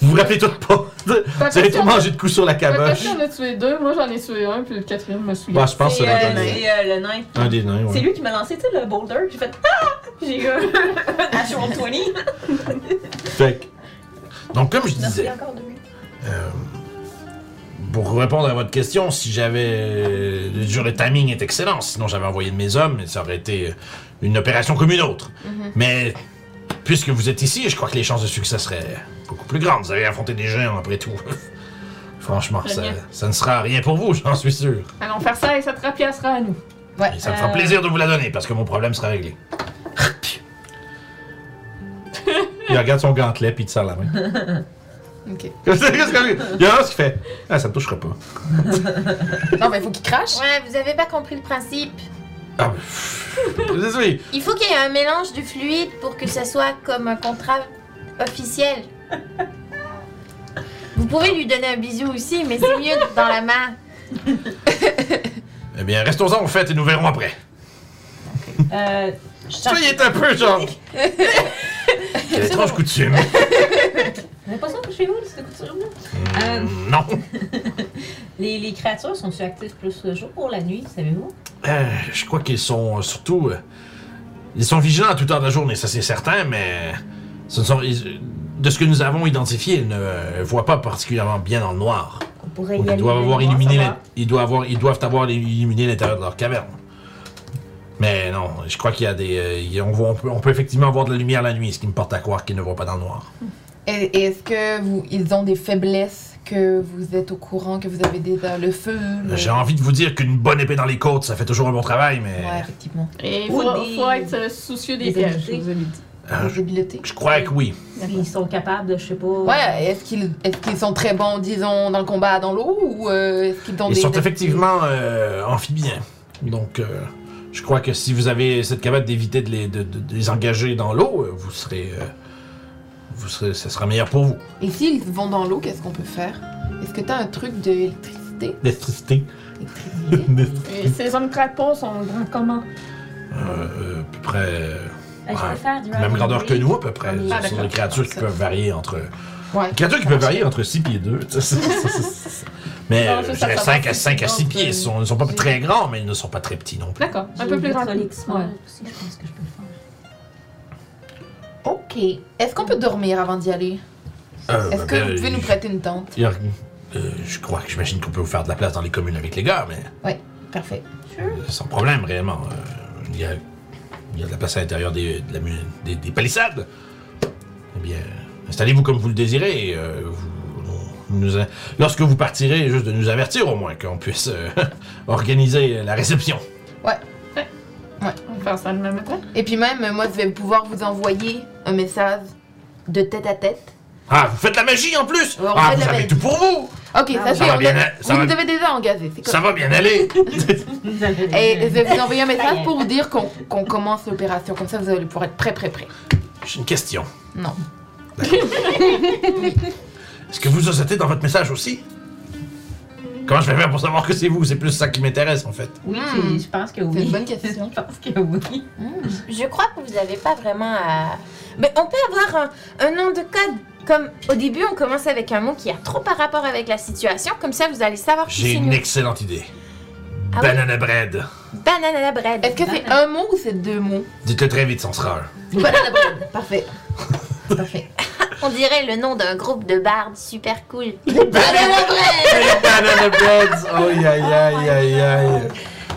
S1: Vous vous rappelez toutes pas. Vous avez tout mangé de coups sur la
S2: Après
S1: caboche.
S2: ça, on a tué deux. Moi, j'en ai tué un, puis le quatrième m'a saoulé.
S1: Bah, je pense que
S6: C'est
S1: c'est
S6: euh,
S1: le dernier.
S6: c'est, euh, le nain.
S1: Un des nains,
S6: C'est
S1: ouais.
S6: lui qui m'a lancé, tu sais, le boulder. J'ai fait Ah! J'ai eu un natural 20.
S1: Fait que- Donc, comme je disais,
S6: Merci encore de lui.
S1: Euh, pour répondre à votre question, si j'avais. Le jour, le timing est excellent. Sinon, j'avais envoyé de mes hommes et ça aurait été euh, une opération comme une autre. Mais puisque vous êtes ici, je crois que les chances de succès seraient beaucoup plus grandes. Vous avez affronté des géants après tout. Franchement, ça,
S2: Génial.
S1: ça ne sera rien pour vous, j'en suis sûr.
S2: Allons faire ça et cette rapière sera à nous.
S1: Et ça me fera
S6: Euh.
S1: plaisir de vous la donner parce que mon problème sera réglé. Il regarde son gantelet puis il te serre la main.
S5: Ok.
S1: Il y a un qui fait Ah, ça me touchera pas.
S5: Non, mais il faut qu'il crache.
S3: Ouais, vous avez pas compris le principe.
S1: Ah, pff, désolé.
S3: Il faut qu'il y ait un mélange du fluide pour que ça soit comme un contrat officiel. Vous pouvez lui donner un bisou aussi, mais c'est mieux dans la main.
S1: Eh bien, restons-en au fait et nous verrons après.
S6: Euh, je
S1: Ça, il est un peu genre. Quelle étrange coutume.
S6: Vous n'avez pas ça chez vous, cette couture-là? Euh.
S1: Hum, Non.
S6: Les, les créatures sont-tu actives plus le jour ou la nuit, savez-vous?
S1: Euh, je crois qu'ils sont euh, surtout. euh, ils sont vigilants à toute heure de la journée, ça c'est certain, mais. Ce ne sont. ils- euh, de ce que nous avons identifié, ils ne euh, voient pas particulièrement bien dans le noir.
S6: On pourrait
S1: Donc,
S6: y aller.
S1: ils doivent avoir
S6: voir,
S1: illuminé,
S6: ça
S1: l'in-
S6: va.
S1: ils doivent avoir, ils doivent avoir illuminé l'intérieur de leur caverne. Mais non, je crois qu'il y a des, euh, il y a- on, voit- on peut, on peut effectivement voir de la lumière la nuit, ce qui me porte à croire qu'ils ne voient pas dans le noir.
S5: Et- et Est-ce que vous, ils ont des faiblesses que vous êtes au courant, que vous avez déjà le feu le-
S1: J'ai envie de vous dire qu'une bonne épée dans les côtes, ça fait toujours un bon travail, mais
S5: Ouais, effectivement.
S2: Et il
S6: Ou
S2: faut,
S6: des-
S2: faut être euh, soucieux des,
S6: des
S2: pièges, je
S6: habiletés.
S2: vous avais dit.
S1: euh,
S5: Des habiletés.
S1: je crois que oui.
S6: S'ils sont capables de, je sais pas. euh,
S5: Ouais, est-ce qu'ils est qu'ils sont très bons, disons, dans le combat dans l'eau ou euh, est-ce qu'ils ont
S1: Ils
S5: des.
S1: sont
S5: des-
S1: effectivement euh, amphibiens. Donc, euh, je crois que si vous avez cette capacité d'éviter de les, de- de- de les engager dans l'eau, euh, vous serez, euh, vous serez, ça sera meilleur pour vous.
S5: Et s'ils vont dans l'eau, qu'est-ce qu'on peut faire Est-ce que t'as un truc d'électricité
S1: D'électricité.
S5: Électricité
S2: Et ces hommes crapauds sont grands comment?
S1: Euh, à peu près, euh,
S6: Ah, je
S1: Ouais.
S6: peux faire du
S1: même
S6: Iron
S1: grandeur que
S6: Man.
S1: nous, à peu près.
S6: Ah,
S1: Ce sont
S2: d'accord.
S1: des créatures qui peuvent varier entre.
S5: Ouais.
S1: Des créatures qui peuvent varier entre 6 pieds 2. mais
S2: Non, ça, ça va,
S1: 5 à,
S2: c'est
S1: 5 à 6
S2: donc,
S1: pieds, ils
S2: euh,
S1: sont- ils ne sont, pas très grands, mais ils ne sont pas très petits non plus.
S2: D'accord, un
S6: J'ai
S2: peu plus
S6: le
S2: grand.
S6: Catholic Small
S2: Ouais.
S6: aussi, je pense que je peux le faire.
S5: Ok. Est-ce qu'on peut dormir avant d'y aller
S1: Euh,
S5: Est-ce que
S1: ben,
S5: vous pouvez nous prêter une tente
S1: il y a- euh, je crois que j'imagine qu'on peut vous faire de la place dans les communes avec les gars, mais.
S5: Parfait.
S1: Euh, Sans problème, réellement. Euh, Il y, a, il y a de la place à l'intérieur des, de la mu- des- des palissades. Eh bien, installez-vous comme vous le désirez. et, euh, vous- nous- nous a- lorsque vous partirez, juste de nous avertir au moins qu'on puisse euh, organiser la réception.
S2: On va faire ça demain matin.
S5: Et puis même, moi, je vais pouvoir vous envoyer un message de tête à tête.
S1: Ah, vous faites la magie en plus
S5: Ouais, on
S1: Ah,
S5: fait de
S1: vous
S5: la
S1: avez
S5: magie.
S1: tout pour vous
S5: Ok, ça,
S1: Ça
S5: c'est.
S1: va
S5: on
S1: bien,
S5: a-
S1: hein, ça
S5: vous
S1: va-
S5: nous avez déjà engagé. c'est
S1: Ça va bien aller
S5: Et je vais vous envoyer un message pour vous dire qu'on qu'on commence l'opération. Comme ça, vous allez pouvoir être prêt, prêt, prêt.
S1: J'ai une question.
S5: Non.
S1: Est-ce que vous ossetez dans votre message aussi Comment je vais faire pour savoir que c'est vous C'est plus ça qui m'intéresse en fait.
S6: Oui,
S5: Hmm.
S6: euh, c'est- je pense que
S5: C'est une
S6: oui.
S5: bonne question.
S6: Je pense que oui.
S3: Je crois que vous n'avez pas vraiment à. Mais on peut avoir un, un nom de code. Comme au début, on commence avec un mot qui a trop par rapport avec la situation. Comme ça, vous allez savoir qui
S1: J'ai
S3: Ah, c'est
S1: une
S3: nous.
S1: excellente idée.
S3: Ah oui?
S1: Banana bread.
S3: Banana bread.
S5: Est-ce que c'est un mot ou c'est deux mots
S1: Dites-le très vite, sans sera un.
S5: Banana bread. Parfait. Parfait.
S3: On dirait le nom d'un groupe de bardes super cool. Banana bread.
S1: Les banana Oh, breads! Aïe, aïe, aïe, aïe, aïe.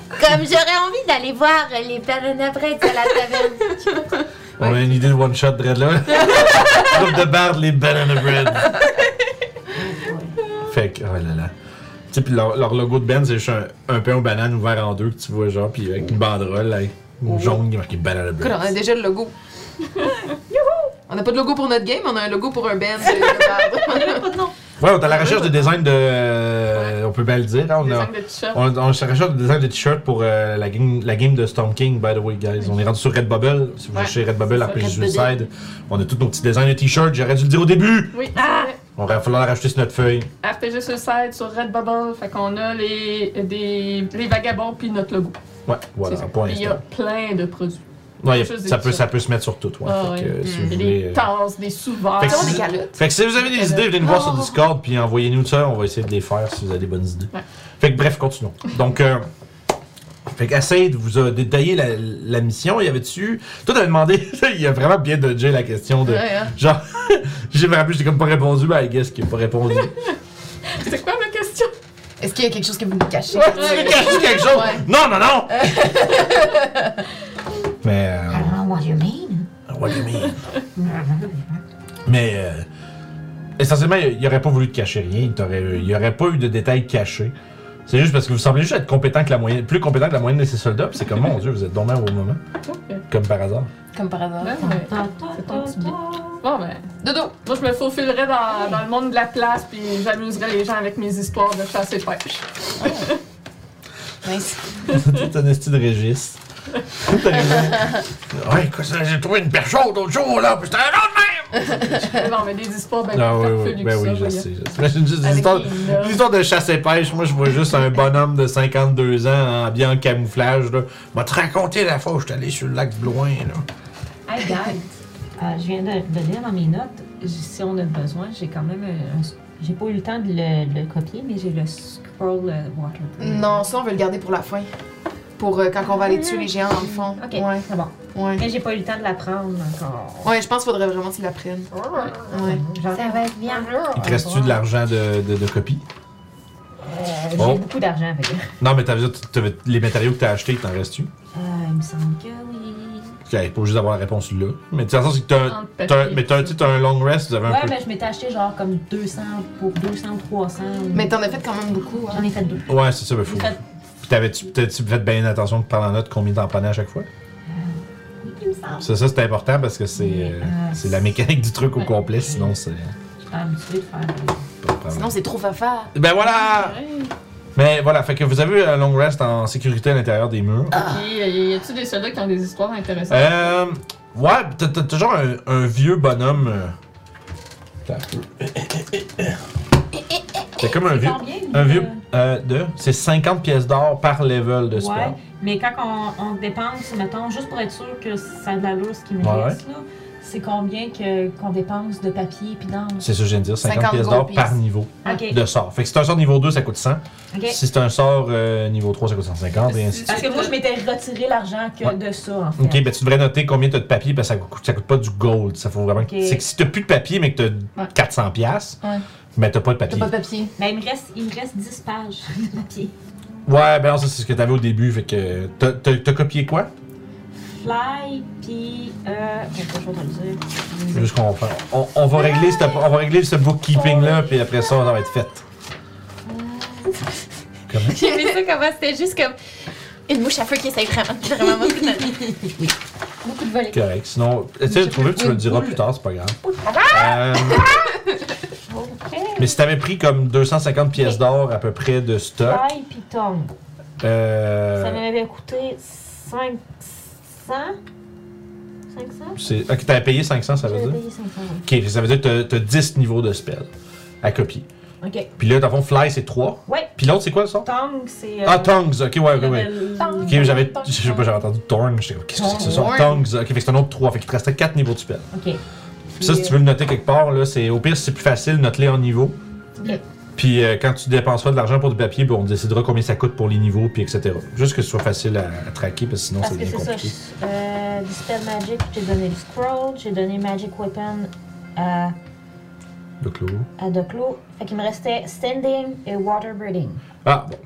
S3: Comme j'aurais envie d'aller voir les banana bread à la taverne.
S1: On a une idée de one-shot, bread là. Groupe de barde, les banana breads. Fait que, oh là là. Tu sais, puis leur, leur logo de band, c'est juste un, un pain aux bananes ouvert en deux que tu vois, genre, puis avec une banderole, là, jaune qui est marqué banana
S5: Écoute, on a
S1: breads.
S5: déjà le logo. On n'a pas de logo pour notre game, on a un logo pour un band. de- de barbe.
S1: Ouais, on est à la recherche de design de. euh, on peut bien le dire, hein, on
S2: Des
S1: a.
S2: hommes de t-shirt.
S1: On, on se recherche des design de t-shirt pour euh, la, game, la game de Storm King, by the way, guys. On est rendu sur Redbubble. Si vous
S2: Ouais,
S1: cherchez Redbubble,
S2: ça,
S1: RPG
S5: Redbubble.
S1: Suicide, on a tous nos petits designs de t-shirt. J'aurais dû le dire au début.
S2: Oui, ah!
S1: On va falloir rajouter sur notre feuille.
S2: RPG sur le site, sur Redbubble, fait qu'on a les, des, les vagabonds puis notre logo.
S1: Ouais,
S2: C'est
S1: voilà,
S2: ça.
S1: pour
S2: Puis Il y a
S1: l'instant.
S2: plein de produits.
S1: Ouais, y a-
S2: quelque chose de
S1: ça, peut,
S2: différent.
S1: ça peut se mettre sur tout. Ouais.
S2: Ah
S1: fait, que,
S2: ouais.
S1: euh, si vous
S2: Il y a
S1: voulez,
S2: des
S1: euh,
S2: tasses, des sous-verres.
S1: Fait que
S5: Ils ont
S1: c'est-
S5: des calottes.
S1: fait que si vous avez des idées, venez nous voir sur
S5: Oh.
S1: Discord, puis envoyez-nous ça. On va essayer de les faire si vous avez des bonnes idées.
S2: Ouais.
S1: Fait que bref, continuons. Donc, euh, fait que Assaid vous a détaillé la, la mission. Il y avait dessus. Toi, t'avais demandé. il a vraiment bien dodgé la question de.
S5: Ouais, hein.
S1: Genre, j'ai me rappelé, j'ai comme pas répondu, mais I guess qu'il a pas répondu.
S2: C'est quoi ma question?
S5: Est-ce qu'il y a quelque chose que vous me cachez
S1: Ouais, tu veux cacher quelque chose?
S5: Ouais.
S1: Non, non, non! mais. euh,
S7: I don't know what you mean.
S1: Ah, What do you mean? Mais euh, essentiellement, il il aurait pas voulu te cacher rien. Il t'aurait- euh, il y aurait pas eu de détails cachés. C'est juste parce que vous semblez juste être compétent que la moyenne, plus compétent que la moyenne de ces soldats. puis c'est comme mon Dieu, vous êtes dormant au moment, comme par hasard.
S5: Comme par hasard.
S2: Ouais, ouais.
S6: Ta, ta,
S2: C'est ton
S6: ta,
S2: petit
S6: ta.
S2: bien. Bon, ben,
S5: Dodo,
S2: moi, je me faufilerais dans, dans le monde de la place, puis j'amuserais les gens avec mes histoires de chasse et pêche.
S5: nice.
S1: Tout un esti de Régis. Tout un Ouais, quoi, ça, j'ai trouvé une perche chaude l'autre jour, là, puis c'était un autre même!
S2: Mais non, mais des histoires, ben,
S1: Ah oui,
S2: farfelues
S1: oui,
S2: que
S1: ben
S2: ça,
S1: oui, je
S2: voyons.
S1: sais. je sais. Imagine juste des
S2: Avec
S1: histoires,
S2: les noms.
S1: des histoires de chasse et pêche. Moi, je vois juste un bonhomme de 52 ans, habillé en camouflage, là. M'a te raconté la fois où j'étais allé sur le lac Bloin, là.
S6: Hey guys, euh, je viens de, de lire dans mes notes, j- si on a besoin, j'ai quand même un- un s- J'ai pas eu le temps de le, le copier, mais j'ai le scroll euh, waterproof.
S5: Non, ça, on veut le garder pour la fin. Pour euh, quand on va aller tuer les géants, dans le fond.
S6: Ok,
S5: Ouais.
S6: c'est bon.
S5: Ouais.
S6: Mais j'ai pas eu le temps de la prendre encore.
S5: Ouais, je pense qu'il faudrait vraiment qu'ils la prennent. Ouais.
S6: J'en-
S3: Ça va être bien.
S1: Il te reste-tu de l'argent de, de, de copie?
S6: Euh, J'ai
S1: Bon.
S6: beaucoup d'argent avec.
S1: Non, mais t'avais, dit- t'avais- les matériaux que t'as achetés, t'en restes-tu?
S6: Euh, il me semble que oui.
S1: Ok, pas juste d'avoir la réponse là. Mais de toute façon, c'est que t'as, un-
S2: Entre papier
S1: t'as, un-
S2: et
S1: mais t'as, un-
S2: tout.
S1: tu sais, t'as un long rest, vous avez un
S6: Ouais,
S1: peu.
S6: mais je m'étais acheté genre comme 200 pour 200 ou 300.
S5: Mais t'en as fait quand même beaucoup.
S6: J'en
S5: Hein.
S6: ai fait deux.
S1: Ouais, c'est ça, mais
S6: J'ai
S1: fou.
S6: fait-
S1: Puis t'avais-tu, t'as-tu fait bien attention de prendre en note combien t'en prenais à chaque fois?
S6: Il me semble.
S1: Ça, ça c'est important parce que c'est, euh,
S6: Ah,
S1: c'est la mécanique du truc au complet, sinon c'est
S6: J'étais habituée de faire.
S1: pas de problème.
S5: Sinon, c'est trop fafa.
S1: Ben voilà! Mais voilà, fait que vous avez eu un long rest en sécurité à l'intérieur des murs.
S2: Puis, euh, y a-tu des soldats qui ont des histoires intéressantes?
S1: Euh, ouais, t'as t'as toujours un, un vieux bonhomme. euh, t'as un peu. T'as comme un
S6: C'est
S1: vieux.
S6: combien,
S1: Un
S6: euh,
S1: vieux. euh, de. C'est 50 pièces d'or par level de spell.
S6: Ouais, mais quand on, on dépense, mettons, juste pour être sûr que ça a de l'allure ce qui me
S1: Ouais,
S6: reste, là, c'est combien que- qu'on dépense de papier puis d'armes?
S1: C'est ça que je viens de dire, 50,
S5: 50
S1: pièces d'or
S5: gold
S1: par
S5: piece.
S1: niveau
S6: Ok,
S1: de sort. Fait que si c'est un sort niveau 2, ça coûte 100.
S6: ok.
S1: Si c'est un sort euh, niveau 3, ça coûte 150 et ainsi de suite.
S6: Parce que moi, je m'étais retiré l'argent que
S1: Ouais.
S6: de ça, en fait.
S1: Ok, ben tu devrais noter combien t'as de papier parce que ça coûte, ça coûte pas du gold. Ça faut vraiment. que-
S6: Ok.
S1: C'est que si t'as plus de papier mais que t'as
S2: Ouais.
S1: 400 pièces,
S5: Ouais.
S1: ben t'as pas de
S5: T'as
S1: papier.
S5: pas de papier.
S6: Mais Ben, il me reste, il me reste 10 pages de papier.
S1: Ouais, ben non, ça c'est ce que t'avais au début. Fait que t'as- t'as t'as copié quoi?
S6: Fly, puis... Euh, je vais toujours te le dire.
S1: Juste qu'on va faire- on, on va régler ce, on va régler ce bookkeeping là, puis après ça, ça va être fait. Comment?
S3: J'ai aimé ça comment c'était juste comme une bouche à feu qui essaye vraiment de vraiment beaucoup de-
S6: Beaucoup de volets.
S1: Correct. Sinon, essaye de trouver, puis tu me le diras plus tard, c'est pas grave. Euh,
S6: OK.
S1: mais si t'avais pris comme 250 pièces d'or à peu près de stock,
S6: Fly, puis tombe. Ça
S1: euh,
S6: m'avait coûté 500... 500?
S1: c'est, ok, t'avais payé 500, ça veut
S6: J'avais
S1: dire?
S6: payé 500. oui.
S1: Ok, ça veut dire que t'as- t'as 10 niveaux de spell à copier.
S6: OK.
S1: Puis là, dans le fond, fly, c'est 3.
S6: Ouais.
S1: Puis l'autre, c'est quoi le son?
S6: Tongue, c'est... euh,
S1: Ah, tongues, ok, ouais, ouais, ouais.
S6: level-
S1: Ok, j'avais. Je sais pas, j'avais entendu Thorn, j'étais comme, qu'est-ce que c'est que ce son?
S5: Thorn.
S1: Tongues, ok, fait que c'est un autre 3, fait qu'il te restait 4 niveaux de spell.
S6: OK.
S1: Puis ça, si tu veux le noter quelque part, là, c'est, au pire, c'est plus facile, note-les en niveau.
S6: Ok.
S1: Puis euh, quand tu dépenseras de l'argent pour du papier, ben, on décidera combien ça coûte pour les niveaux, puis etc. Juste que ce soit facile à, à traquer, parce que sinon,
S6: Parce
S1: ça
S6: que
S1: devient
S6: c'est ça,
S1: compliqué.
S6: je- euh, Dispel Magic, j'ai donné le scroll, j'ai donné Magic Weapon à,
S1: Le clos.
S6: à Doclo. Fait qu'il me restait Standing et Water Breathing.
S1: Ah, bon.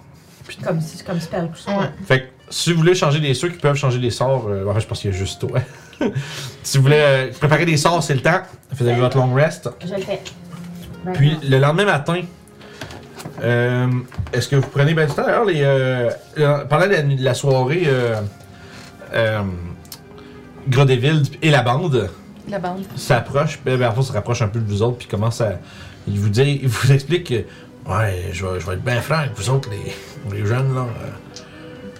S6: Comme, si- comme spell, tout ça.
S5: Ouais.
S1: Fait que si vous voulez changer des ceux qui peuvent changer des sorts, euh, en fait, je pense qu'il y a juste toi. si vous voulez euh, préparer des sorts, c'est le temps. Vous avez votre long rest.
S6: Je le fais.
S1: Puis le lendemain matin, euh, est-ce que vous prenez bien du temps d'ailleurs les, euh, euh, pendant la, la soirée euh, euh, Grodeville et la bande
S5: La bande.
S1: s'approchent, ben, ben, en fait, se rapprochent un peu de vous autres puis commence à ils vous disent, ils vous expliquent que ouais, je vais, je vais être bien franc avec vous autres les, les jeunes là. euh,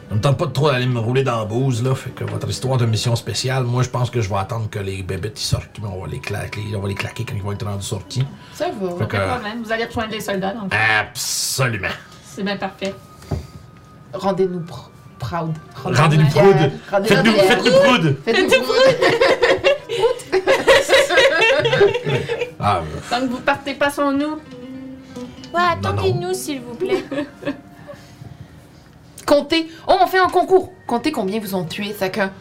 S1: ça me tente pas de trop d'aller me rouler dans la bouse, là. Fait que votre histoire de mission spéciale, moi, je pense que je vais attendre que les bébêtes ils sortent. puis On va les claquer, on va les claquer quand ils vont être rendus sortis.
S5: Ça va.
S1: Fait que,
S2: Pas de problème, vous allez rejoindre les soldats, donc
S1: Absolument.
S2: c'est bien parfait.
S5: Rendez-nous pr- proud.
S1: Rendez-nous
S5: fiers.
S1: proude. Faites-nous
S5: fiers.
S1: faites-nous proude.
S5: Faites-nous
S1: Ah,
S2: Tant que vous partez pas sans nous,
S3: Ouais, attendez-nous s'il vous plaît.
S5: Comptez. Oh, on fait un concours. Comptez combien vous ont tué chacun.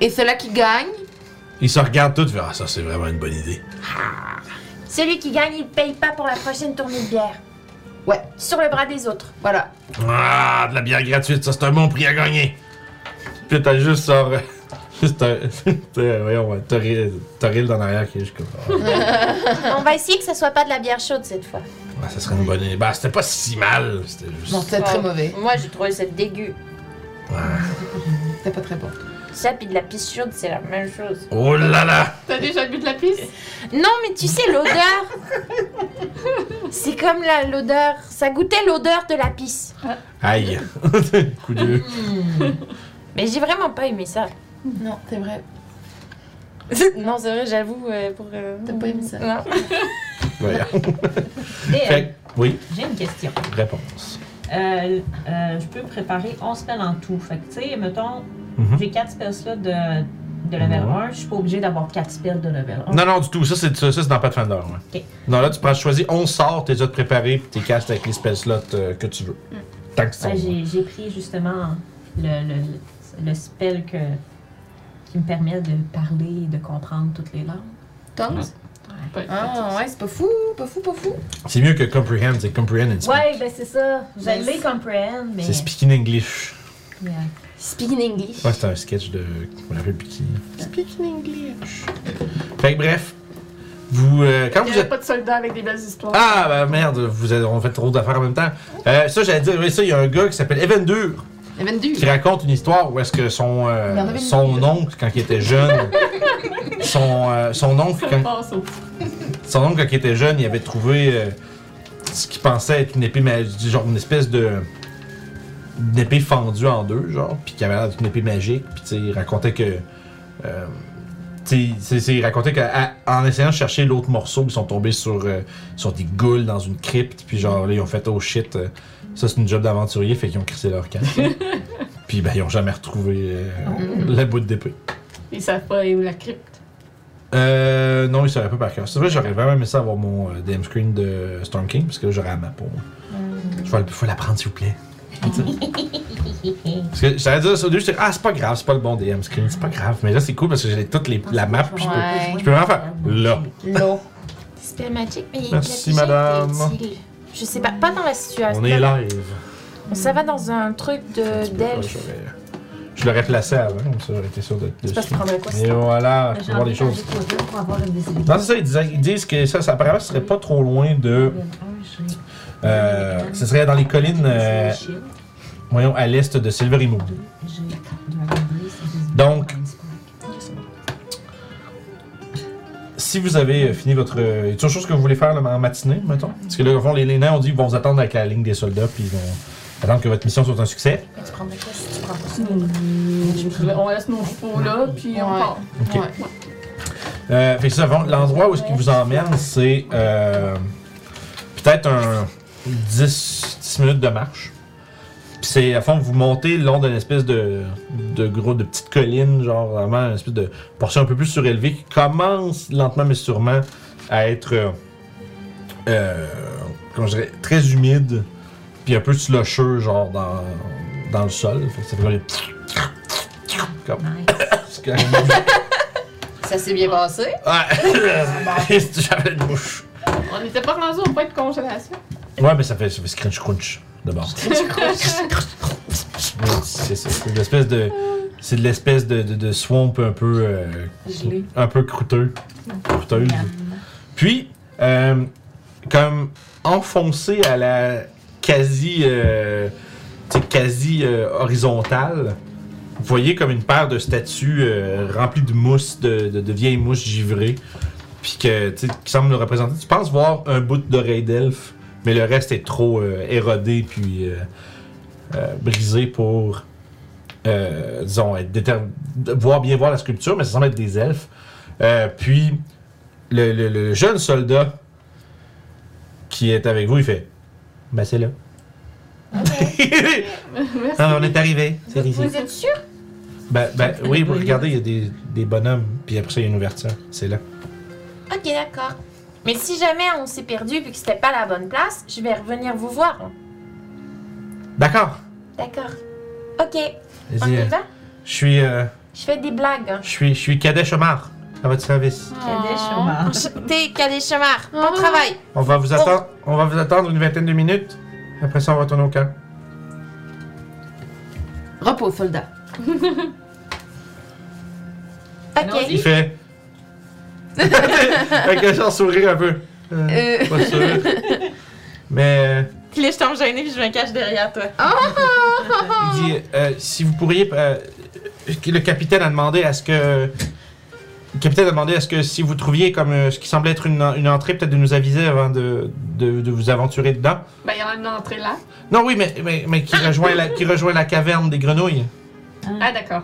S5: Et ceux-là qui gagnent,
S1: ils se regardent tous, ils font, ah, ça c'est vraiment une bonne idée.
S3: Celui qui gagne, il paye pas pour la prochaine tournée de bière.
S5: Ouais.
S3: Sur le bras des autres.
S5: voilà.
S1: Ah, de la bière gratuite, ça c'est un bon prix à gagner. Puis t'as juste sort. Juste un. t'as- Voyons, Toril Toril dans l'arrière qui est juste comme. ah,
S3: On va essayer que ça soit pas de la bière chaude cette fois.
S1: ouais, ça serait une bonne idée. Bah, c'était pas si mal. C'était
S5: Non,
S1: juste.
S5: c'était très
S3: Oh.
S5: mauvais.
S3: Moi, j'ai trouvé cette dégueu.
S5: C'était pas très bon.
S3: Ça puis de la pisse chaude, c'est la même chose.
S1: Oh là là!
S2: t'as déjà bu de la pisse?
S3: Non, mais tu sais l'odeur. c'est comme la- l'odeur. Ça goûtait l'odeur de la pisse.
S1: Aïe! Coup de.
S6: Hmm.
S3: Mais j'ai vraiment pas aimé ça.
S5: Non, c'est vrai.
S3: non, c'est vrai, j'avoue euh, pour. euh,
S5: T'as pas aimé ça.
S3: Non.
S1: Voyons.
S6: Et, euh,
S1: Fait que, oui,
S6: j'ai une question.
S1: réponse.
S6: Euh, euh, je peux préparer 11 spells en tout. Fait que, tu sais, mettons,
S1: Mhm.
S6: j'ai 4 spells là de, de level
S1: Ouais.
S6: 1. Je suis pas obligée d'avoir 4 spells de level 1.
S1: Non, non, du tout. Ça, c'est ça, ça, c'est dans Pathfinder. Ouais.
S6: Ok.
S1: Non, là, tu prends, choisis 11 sorts, t'es déjà préparé, puis t'es castes avec les spell slots euh, que tu veux.
S6: Mm.
S1: Tant que tu
S6: Ouais, j'ai- j'ai pris justement le, le, le spell que, qui qui me permet de parler et de comprendre toutes les langues.
S5: Tongues?
S2: Ouais.
S5: Ah, ouais, c'est pas fou, pas fou, pas fou.
S1: C'est mieux que comprehend, c'est comprehend and speak.
S6: Ouais, ben c'est ça.
S5: Mais
S6: J'allais comprendre, mais.
S1: C'est speaking English.
S6: Yeah.
S3: Speaking English.
S1: Ouais, c'est un sketch de. qu'on appelle Bikini. Speaking English. Fait que bref, vous. euh, quand
S2: Il
S1: vous
S2: n'y a
S1: êtes.
S2: pas de soldats avec des belles histoires.
S1: Ah, bah merde, vous avez, on fait trop d'affaires en même temps. Euh, ça, j'allais dire, oui, ça, il y a un gars qui s'appelle Evan Dur.
S5: Vendu.
S1: qui raconte une histoire où est-ce que son, euh,
S5: Il y en avait une
S1: son
S5: autre.
S1: oncle, quand il était jeune, son, euh, son, oncle,
S2: Ça
S1: quand,
S2: passe au
S1: son oncle, quand il était jeune, il avait trouvé euh, ce qu'il pensait être une épée, ma- genre une espèce de. une épée fendue en deux, genre, puis qui avait l'air d'une épée magique, puis tu sais, il racontait que. euh, tu sais, c'est- c'est- il racontait qu'en essayant de chercher l'autre morceau, ils sont tombés sur, euh, sur des ghouls dans une crypte, puis genre là, ils ont fait oh shit, euh, ça c'est une job d'aventurier, fait qu'ils ont crissé leur carte. puis ben, ils ont jamais retrouvé euh, la bout d'épée.
S2: Ils savent pas où la crypte.
S1: Euh, non, il saurait pas par cœur. C'est vrai, j'aurais vraiment aimé ça avoir mon euh, DM screen de Storm King, parce que là, j'aurais la map pour moi. Je vais, le- faut la prendre, s'il vous plaît. Parce que j'allais dire ça au début, j'étais ah, c'est pas grave, c'est pas le bon DM screen, c'est pas grave. Mais là, c'est cool parce que j'ai toute les, la map, puis je peux.
S5: Ouais.
S1: Je peux vraiment faire là.
S5: L'eau.
S3: Spell magic, mais
S1: Merci,
S3: la
S1: madame.
S3: pigeonne est utile. Je sais pas, pas dans la situation.
S1: On est live.
S3: Ça va dans un truc
S1: Un
S3: de
S1: petit peu,
S3: d'elfe.
S1: j'aurais- euh, Je l'aurais placé avant, comme ça, j'aurais été sûr d'être
S3: Je sais pas, je
S1: dessus.
S3: prendrais quoi
S1: Et
S3: ça?
S1: voilà, je peux
S6: J'ai
S1: voir
S6: envie
S1: des
S6: d'aller
S1: choses.
S6: poser pour avoir une visibilité.
S1: Non, c'est ça, ils, disaient- ils disent que ça, ça apparemment, ce serait pas trop loin de. Euh, ce serait dans les collines, euh, voyons, à l'est de Silvery Moon. Donc, Si vous avez euh, fini votre. euh, y a-t-il autre chose que vous voulez faire là, en matinée, mettons Parce que là, au fond, les, les nains ont dit qu'ils vont vous attendre avec la ligne des soldats, puis ils vont attendre que votre mission soit un succès.
S3: Tu prendrais quoi si tu prends pas ça?
S2: On laisse nos chevaux là, puis on
S5: Ouais.
S2: part.
S1: Ok.
S5: Ouais.
S1: Euh, fait que ça, bon, l'endroit où est-ce qu'ils vous emmènent, c'est euh, peut-être un 10, 10 minutes de marche. Puis c'est, à fond, vous montez le long d'une espèce de, de gros, de petite colline, genre vraiment une espèce de portion un peu plus surélevée qui commence lentement mais sûrement à être, euh, euh, comment je dirais, très humide, puis un peu slusheux, genre dans, dans le sol. Fait que ça fait comme les- comme- comme-
S4: Ça s'est bien passé.
S1: Ouais, j'avais une bouche.
S2: On n'était pas rendu au point de congélation.
S1: Ouais, mais ça fait, ça fait scrunch crunch de base. Ouais, c'est ça. C'est de l'espèce de. C'est de l'espèce de, de, de swamp un peu. euh,
S6: Gelé.
S1: un peu croûteux. Croûteuse. Puis, euh, comme enfoncé à la quasi. euh, tu sais, quasi euh, horizontale, vous voyez comme une paire de statues euh, remplies de mousse, de, de, de vieilles mousses givrées. Puis que, tu sais, qui semblent nous représenter. Tu penses voir un bout d'oreille d'elfe, mais le reste est trop euh, érodé puis euh, euh, brisé pour euh, disons, être déter- de- voir bien voir la sculpture, mais ça semble être des elfes. Euh, puis, le, le- le jeune soldat qui est avec vous, il fait Ben, c'est là.
S2: Merci.
S1: Ah, on est arrivé. C'est ici.
S3: Vous êtes sûr?
S1: Ben, ben, oui, vous regardez, il y a des, des bonhommes, puis après ça, il y a une ouverture. C'est là.
S3: Ok, d'accord. Mais si jamais on s'est perdu puis que c'était pas la bonne place, je vais revenir vous voir.
S1: D'accord.
S3: D'accord. Ok,
S1: Il
S3: on
S1: dit,
S3: y
S1: euh,
S3: va?
S1: Je suis, euh,
S3: Je fais des blagues. hein.
S1: je suis, je suis cadet chômeur à votre service.
S3: Ah.
S6: Cadéchemar.
S3: Enchanté, cadet chômeur. Bon travail.
S1: On va vous attendre, on va vous attendre une vingtaine de minutes. Après ça, on retourne au camp.
S5: Repos, soldat.
S3: Ok.
S1: Il fait. Avec un genre sourire un peu. Euh,
S5: Euh.
S1: Pas sûr. Mais
S3: Puis là, je tombe gênée puis je me cache derrière toi.
S5: Ah!
S2: Oh.
S1: euh, il dit euh, si vous pourriez. euh, le capitaine a demandé à ce que. Le capitaine a demandé à ce que si vous trouviez comme euh, ce qui semblait être une, une entrée, peut-être de nous aviser avant de, de, de vous aventurer dedans.
S2: Ben, il y en a une entrée là.
S1: Non, oui, mais, mais, mais qui, rejoint la, qui rejoint la caverne des grenouilles.
S2: Ah, d'accord.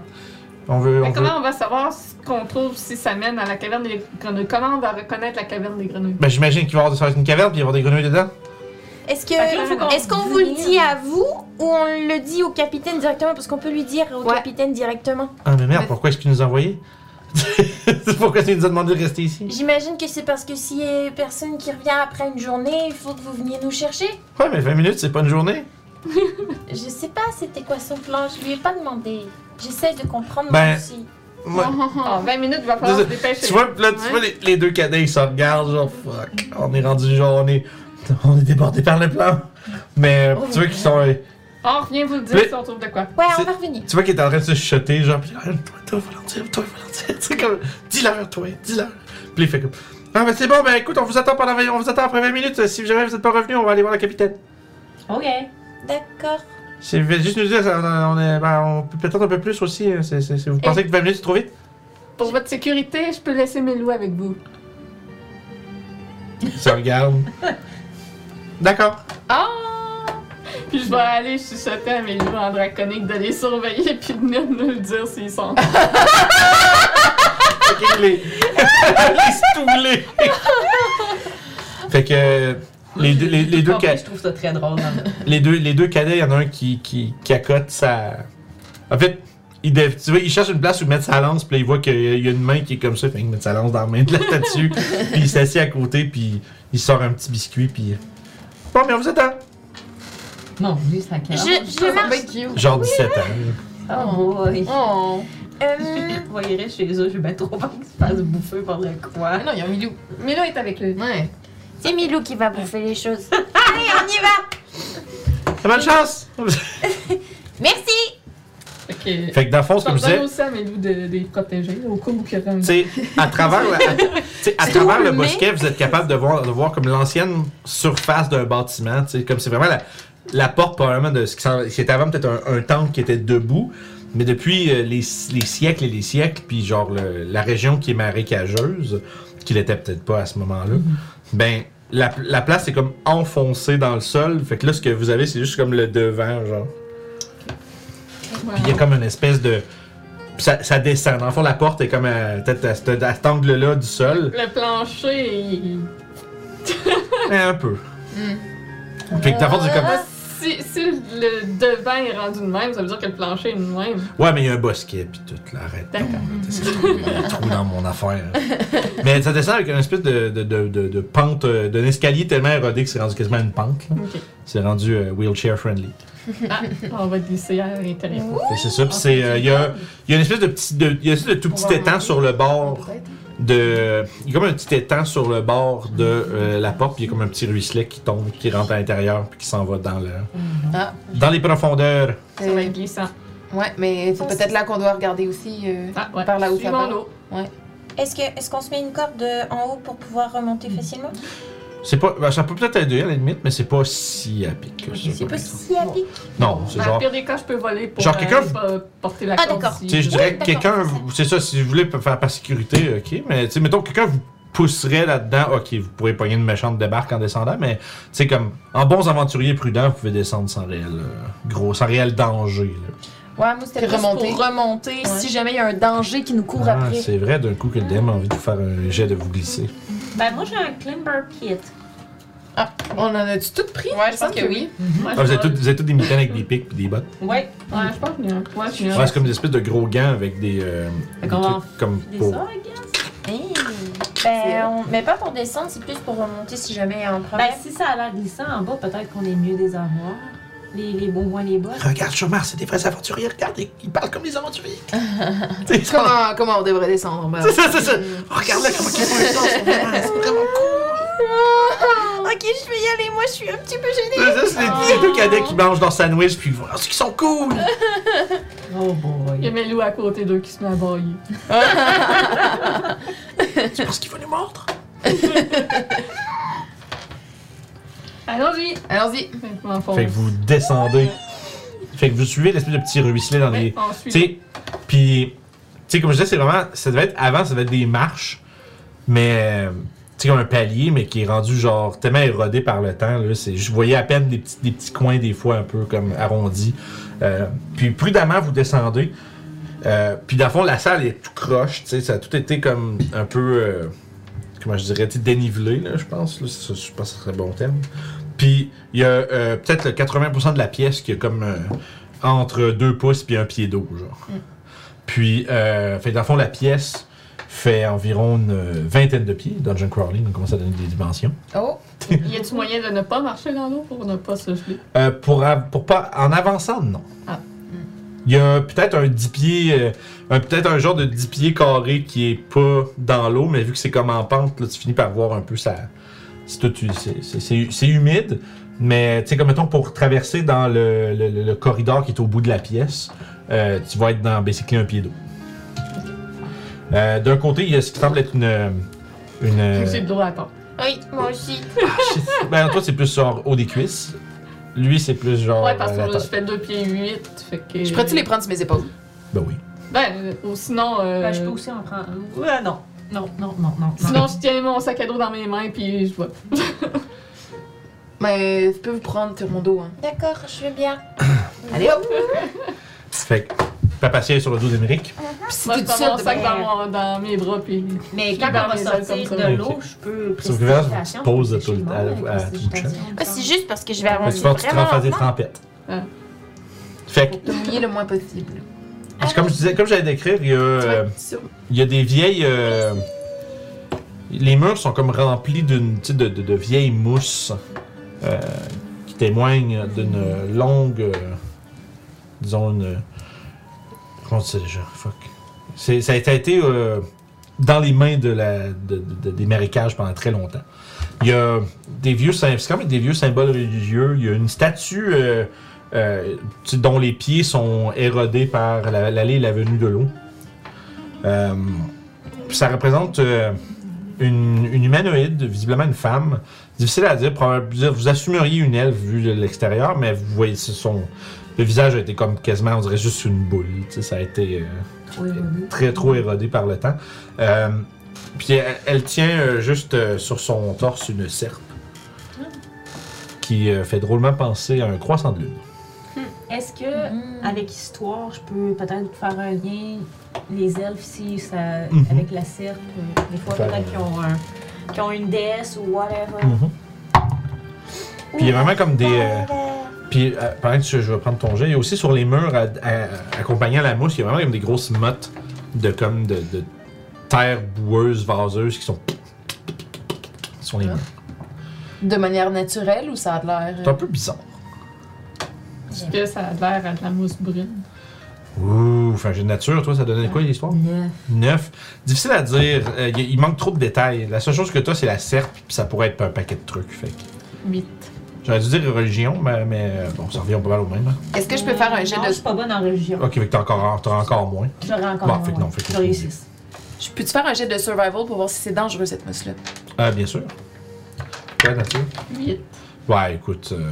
S1: On veut. On
S2: Mais
S1: veut...
S2: comment on va savoir ce qu'on trouve si ça mène à la caverne des grenouilles? Comment on va reconnaître la caverne des grenouilles?
S1: Ben, j'imagine qu'il va y avoir ça va être une caverne puis il va y avoir des grenouilles dedans.
S3: Est-ce
S2: Fait que là, faut qu'on
S3: que est-ce qu'on vous le dit à vous ou on le dit au capitaine directement parce qu'on peut lui dire au
S5: Ouais.
S3: capitaine directement.
S1: Ah, mais merde,
S5: Mais-
S1: pourquoi est-ce qu'il nous a envoyés Pourquoi est-ce qu'il nous a demandé de rester ici
S3: J'imagine que c'est parce que s'il y a personne qui revient après une journée, il faut que vous veniez nous chercher.
S1: Ouais, mais 20 minutes, c'est pas une journée.
S3: Je sais pas c'était quoi son plan, je lui ai pas demandé. J'essaie de comprendre
S1: Ben,
S3: moi aussi.
S1: Ouais.
S5: Ah,
S2: En 20 minutes, il va falloir se dépêcher.
S1: Tu vois, pis là, tu vois les, les deux cadets, ils se regardent, genre, fuck, on est rendu, genre, on est, on est débordé par le plan. Mais tu vois qu'ils sont. euh,
S2: On revient vous le dire
S1: Mais-
S2: si on trouve de quoi.
S3: Ouais,
S1: C'est-
S3: on va revenir.
S1: Tu vois qu'il est en train de se chuchoter, genre, pis toi, toi, Valentine, toi, Valentine. Tu sais, comme, dis-leur, toi, dis-leur. Pis il fait comme, ah, ben c'est bon, ben écoute, on vous attend pendant 20 on vous attend après 20 minutes. Si jamais vous êtes pas revenu, on va aller voir le capitaine.
S6: OK.
S3: D'accord.
S1: C'est c'est juste nous dire, ça, on, on est- ben, on peut peut-être un peu plus aussi. hein, c'est- c'est- c'est- vous pensez que 20 minutes c'est trop vite?
S2: Pour votre sécurité, je peux laisser mes loups avec vous.
S1: Ça regarde. D'accord.
S2: Ah! Puis je vais aller chuchoter à mes loups en draconique de les surveiller puis de venir nous le dire s'ils sont.
S5: Ah
S1: Fait qu'il est. Il est stoulé. fait que. Les deux, les, les deux,
S6: Ok,
S1: ca-
S6: Ah, Je trouve ça très drôle. hein.
S1: les, deux, les deux cadets, il y en a un qui, qui, qui accote sa. En fait, il, dev- tu vois, il cherche une place où mettre sa lance, puis là, il voit qu'il y a- il y a une main qui est comme ça, fait qu'il met sa lance dans la main de la statue, puis il s'assied à côté, puis il sort un petit biscuit, puis. Bon, mais on vous attend!
S6: Mon Dieu, ça
S3: Je,
S6: calme.
S3: je marche.
S1: Genre 17 ans.
S6: Oh boy.
S5: Oh.
S3: Euh,
S6: Je voyerais chez eux, j'ai bien trop peur qu'ils se fassent bouffer par le quoi.
S5: Ah non, il y a Milou.
S2: Milo est avec eux.
S5: Ouais.
S3: c'est Milou qui va bouffer les choses. Allez, on y va.
S1: T'as bonne chance!
S3: Merci.
S2: Fait que.
S1: fait que dans le fond, c'est
S2: J'en
S1: comme je
S2: donne
S1: disais,
S2: aussi à mes loups de, de les protéger là, au cas où il y aurait un.
S1: tu sais, à travers, la- tu sais, à
S5: C'est
S1: travers le
S5: tout,
S1: bosquet, vous êtes capable de voir, de voir comme l'ancienne surface d'un bâtiment, tu sais, comme c'est vraiment la, la porte probablement de ce qui s'en- c'était avant peut-être un, un temple qui était debout, mais depuis euh, les, si- les siècles et les siècles, puis genre le- la région qui est marécageuse, qui l'était peut-être pas à ce moment-là, ben la, la place est comme enfoncée dans le sol, fait que là ce que vous avez c'est juste comme le devant, genre.
S2: Wow.
S1: Puis il y a comme une espèce de. puis ça, ça descend. Dans le fond, la porte est comme euh, à, peut-être à, cet- à cet angle-là du sol.
S2: Le plancher, il-
S1: Mais un peu.
S2: Mm.
S1: Fait que dans le fond, c'est
S2: Euh.
S1: comme.
S2: si, si le devant est rendu de même, ça veut dire que le plancher est de même.
S1: Ouais, mais il y a un bosquet, puis tout. Là, arrête.
S2: D'accord.
S1: donc, là, t'essaies de trouver un trou dans mon affaire. mais ça descend avec une espèce de, de, de, de, de pente, euh, d'un escalier tellement érodé que c'est rendu quasiment une pente. là.
S2: Ok.
S1: C'est rendu euh, wheelchair friendly.
S2: Ah, on va glisser à l'intérieur.
S1: Fait que c'est ça, puis c'est. euh, Il y, a, il y a une espèce de petit. de- il y a une espèce de tout petit étang sur le bord de. Il y a comme un petit étang sur le bord de euh, la porte, puis il y a comme un petit ruisselet qui tombe, qui rentre à l'intérieur, puis qui s'en va dans le.
S5: Ah.
S1: Dans les profondeurs.
S2: Ça va être glissant.
S5: Ouais, mais c'est peut-être là qu'on doit regarder aussi. euh.
S2: Ah, ouais.
S5: Par là où ça
S2: Suivons
S5: va.
S2: l'eau.
S3: Est-ce que est-ce qu'on se met une corde euh, en haut pour pouvoir remonter facilement
S1: Mm. C'est pas. ben, ça peut peut-être aider à la limite, mais c'est pas si à pic que ça.
S3: C'est
S1: par
S3: pas
S1: exemple.
S3: si à pic.
S1: Non, c'est
S2: Dans le
S1: genre.
S2: pire des cas, je peux voler pour euh,
S1: Genre quelqu'un-
S2: pas porter la
S3: Ah,
S2: corde
S3: d'accord.
S2: si-
S1: Tu sais, je dirais que quelqu'un.
S3: d'accord, ça.
S1: C'est ça, si vous voulez faire par sécurité, ok. Mais tu sais, mettons, quelqu'un vous pousserait là-dedans. Ok, vous pourrez pogner une méchante débarque en descendant, mais tu sais, comme. En bons aventuriers prudents, vous pouvez descendre sans réel. euh, gros, sans réel danger, là.
S3: Ouais, moi c'était
S5: Puis
S3: plus
S5: remonter.
S3: pour remonter si jamais il y a un danger qui nous court
S1: Ah,
S3: après.
S1: c'est vrai, d'un coup que le DM a envie de vous faire un jet de vous glisser.
S6: Ben, moi, j'ai un climber kit.
S5: On en a-tu toutes pris?
S4: Ouais, je pense que oui.
S2: Moi,
S1: Ah, vous,
S2: je
S1: êtes tous,
S2: vole.
S1: vous êtes tous des mitaines avec des pics et des bottes.
S6: Ouais.
S2: Ouais, je pense que j'ai un. Ouais, je suis un.
S1: Ouais, c'est comme des espèces de gros gants avec des. euh,
S6: Fait
S1: des
S6: qu'on va
S1: trucs comme
S6: Des
S1: pour.
S6: ça, I guess.
S3: Hey. Ben, on- mais pas pour descendre, c'est plus pour remonter si jamais il y a un problème.
S6: Ben, si ça a l'air glissant en bas, peut-être qu'on est mieux des armoires. Les, les beaux moins les bottes.
S1: Regarde, Chomar, c'est des vrais aventuriers, regarde, ils- ils parlent comme des aventuriers. c'est ça,
S5: Comment, comment on devrait descendre? ben?
S1: c'est ça, c'est ça. Oh, regarde-le comment ils font les choses, c'est vraiment- c'est vraiment cool.
S3: Ben, ok, je vais y aller, moi je suis un petit peu gênée.
S1: C'est ça, c'est les- les deux cadets qui mangent leur sandwich puis ils font, Ah, c'est qu'ils sont cool.
S6: Oh
S2: Il y a
S6: boy.
S2: mes loups à côté d'eux qui se met à bailler.
S1: Tu penses qu'ils vont nous mordre?
S2: Allons-y!
S5: Allons-y.
S2: Fait que je m'enfonce.
S1: Fait que vous descendez. Fait que vous suivez l'espèce de petit ruisselet dans les.
S2: Ouais, on suit.
S1: Tu sais, puis, tu sais, comme je disais, c'est vraiment, ça devait être, avant, ça devait être des marches, mais, euh, tu sais, comme un palier, mais qui est rendu, genre, tellement érodé par le temps, là, c'est, je voyais à peine des petits, des petits coins, des fois, un peu, comme, arrondis. Euh, puis, prudemment, vous descendez, euh, puis, dans le fond, la salle est tout croche, tu sais, ça a tout été, comme, un peu, euh, comment je dirais, tu sais, dénivelé, là, je pense, là, c'est- je pense que ce serait le bon terme. Puis, il y a euh, peut-être le 80% de la pièce qui est comme euh, entre deux pouces puis un pied d'eau, genre. Puis, euh, fait, que dans le fond, la pièce fait environ une euh, vingtaine de pieds. Dungeon crawling, on commence à donner des dimensions.
S5: Oh.
S2: Y a-tu moyen de ne pas marcher dans l'eau pour ne pas se geler?
S1: Euh, pour, av- pour pas, en avançant, non.
S2: Ah.
S1: Il Il y a peut-être un 10 pieds, euh, un- peut-être un genre de 10 pieds carré qui est pas dans l'eau, mais vu que c'est comme en pente, là, tu finis par voir un peu ça. C'est tout- tu- c'est- c'est- c'est- c'est humide, mais tu sais, comme mettons, pour traverser dans le, le- le- le corridor qui est au bout de la pièce, euh, tu vas être dans basically un pied d'eau. Euh, D'un côté, il y a ce qui semble être une. une euh,
S2: J'ai de l'eau à temps.
S3: Oui, moi aussi.
S1: ben, toi, c'est plus genre haut des cuisses. Lui, c'est plus genre.
S2: Ouais, parce
S1: euh,
S2: que
S1: la
S2: je
S1: tête.
S2: fais 2 pieds 8. Fait que.
S5: Je pourrais-tu les prendre sur mes épaules?
S1: Ben oui.
S2: Ben, ou sinon. euh,
S6: Ben, je peux aussi en prendre. Ouais, non. Non, non, non, non.
S2: Sinon, je tiens mon sac à dos dans mes mains, puis je vois.
S5: Mais je ben, peux vous prendre sur mon dos, hein.
S3: D'accord, je veux bien.
S5: Allez hop!
S1: Fait que Papacia est sur le dos d'Émeric.
S5: Pis si
S2: Moi,
S5: tu
S2: je
S5: te
S2: prends mon
S5: sautes,
S2: sac
S5: ben,
S2: dans, mon- dans mes bras, puis.
S6: Mais
S2: quand
S6: quand
S2: on
S6: on
S2: va
S6: va sortir
S2: sortir
S6: de
S1: de
S6: l'eau, je peux.
S1: Sauf que là, je me pose à tout le- à- à- à tout le champ.
S3: Ah, c'est juste parce que je vais
S1: Fait que tu
S3: arrondir
S1: vas tu te
S3: vraiment.
S1: rends faire des
S3: lentement.
S1: trempettes.
S2: Ah.
S1: Fait que,
S5: te mouiller le moins possible.
S1: c'est comme je disais, comme j'allais décrire, il y a, euh, il y a des vieilles. euh, les murs sont comme remplis d'une, tu sais, de, de, de vieilles mousses euh, qui témoignent d'une longue, euh, disons une. Comment tu sais déjà? Fuck. C'est, ça a été, été, euh, dans les mains de la, de- de- de- des marécages pendant très longtemps. Il y a des vieux, sym- c'est quand même des vieux symboles religieux. Il y a une statue euh, euh, tu- dont les pieds sont érodés par la- l'allée et l'avenue de l'eau. Euh, puis ça représente euh, une, une humanoïde, visiblement une femme. Difficile à dire, probablement, vous assumeriez une elfe vu de l'extérieur, mais vous voyez, c'est son, le visage a été comme quasiment, on dirait juste une boule. tu sais, Ça a été euh, très trop érodé par le temps. Euh, puis elle, elle tient euh, juste euh, sur son torse une serpe qui euh, fait drôlement penser à un croissant de lune.
S6: Est-ce que,
S5: Mm-hmm.
S3: Mm.
S6: avec histoire, je peux peut-être faire un lien, les elfes ici, ça,
S1: Mhm.
S6: avec la serpe, euh, des fois
S1: Faire Mm.
S6: peut-être qu'ils ont, un- qu'ils ont une déesse ou whatever.
S1: Puis il y a vraiment comme des. euh, puis euh, pendant que tu- je vais prendre ton jet, il y a aussi sur les murs à- à- accompagnant la mousse, il y a vraiment comme des grosses mottes de comme de, de terre boueuse, vaseuse qui sont sur les murs.
S5: De manière naturelle ou ça a l'air. euh?
S1: C'est un peu bizarre.
S2: Parce que ça a l'air à de la mousse brune.
S1: Ouh, enfin j'ai de nature, toi, ça donnait quoi l'histoire?
S6: Neuf.
S1: Neuf. Difficile à dire. euh, il- il manque trop de détails. La seule chose que t'as, c'est la serpe, puis ça pourrait être un paquet de trucs. Fait que-
S2: 8.
S1: J'aurais dû dire religion, mais, mais, euh, bon, ça revient pas mal au même. hein.
S5: Est-ce que je peux faire un jet
S6: non,
S5: de.
S6: je suis pas bonne en religion.
S1: Ok, fait que t'as encore, t'as encore moins.
S6: J'aurais encore.
S1: Bon, fait que non,
S6: ouais.
S1: fait que-
S6: J'aurais six.
S5: Je peux-tu faire un jet de survival pour voir si c'est dangereux cette mousse-là?
S1: Ah, bien sûr. Quoi, nature?
S2: 8.
S1: Ouais, écoute, euh,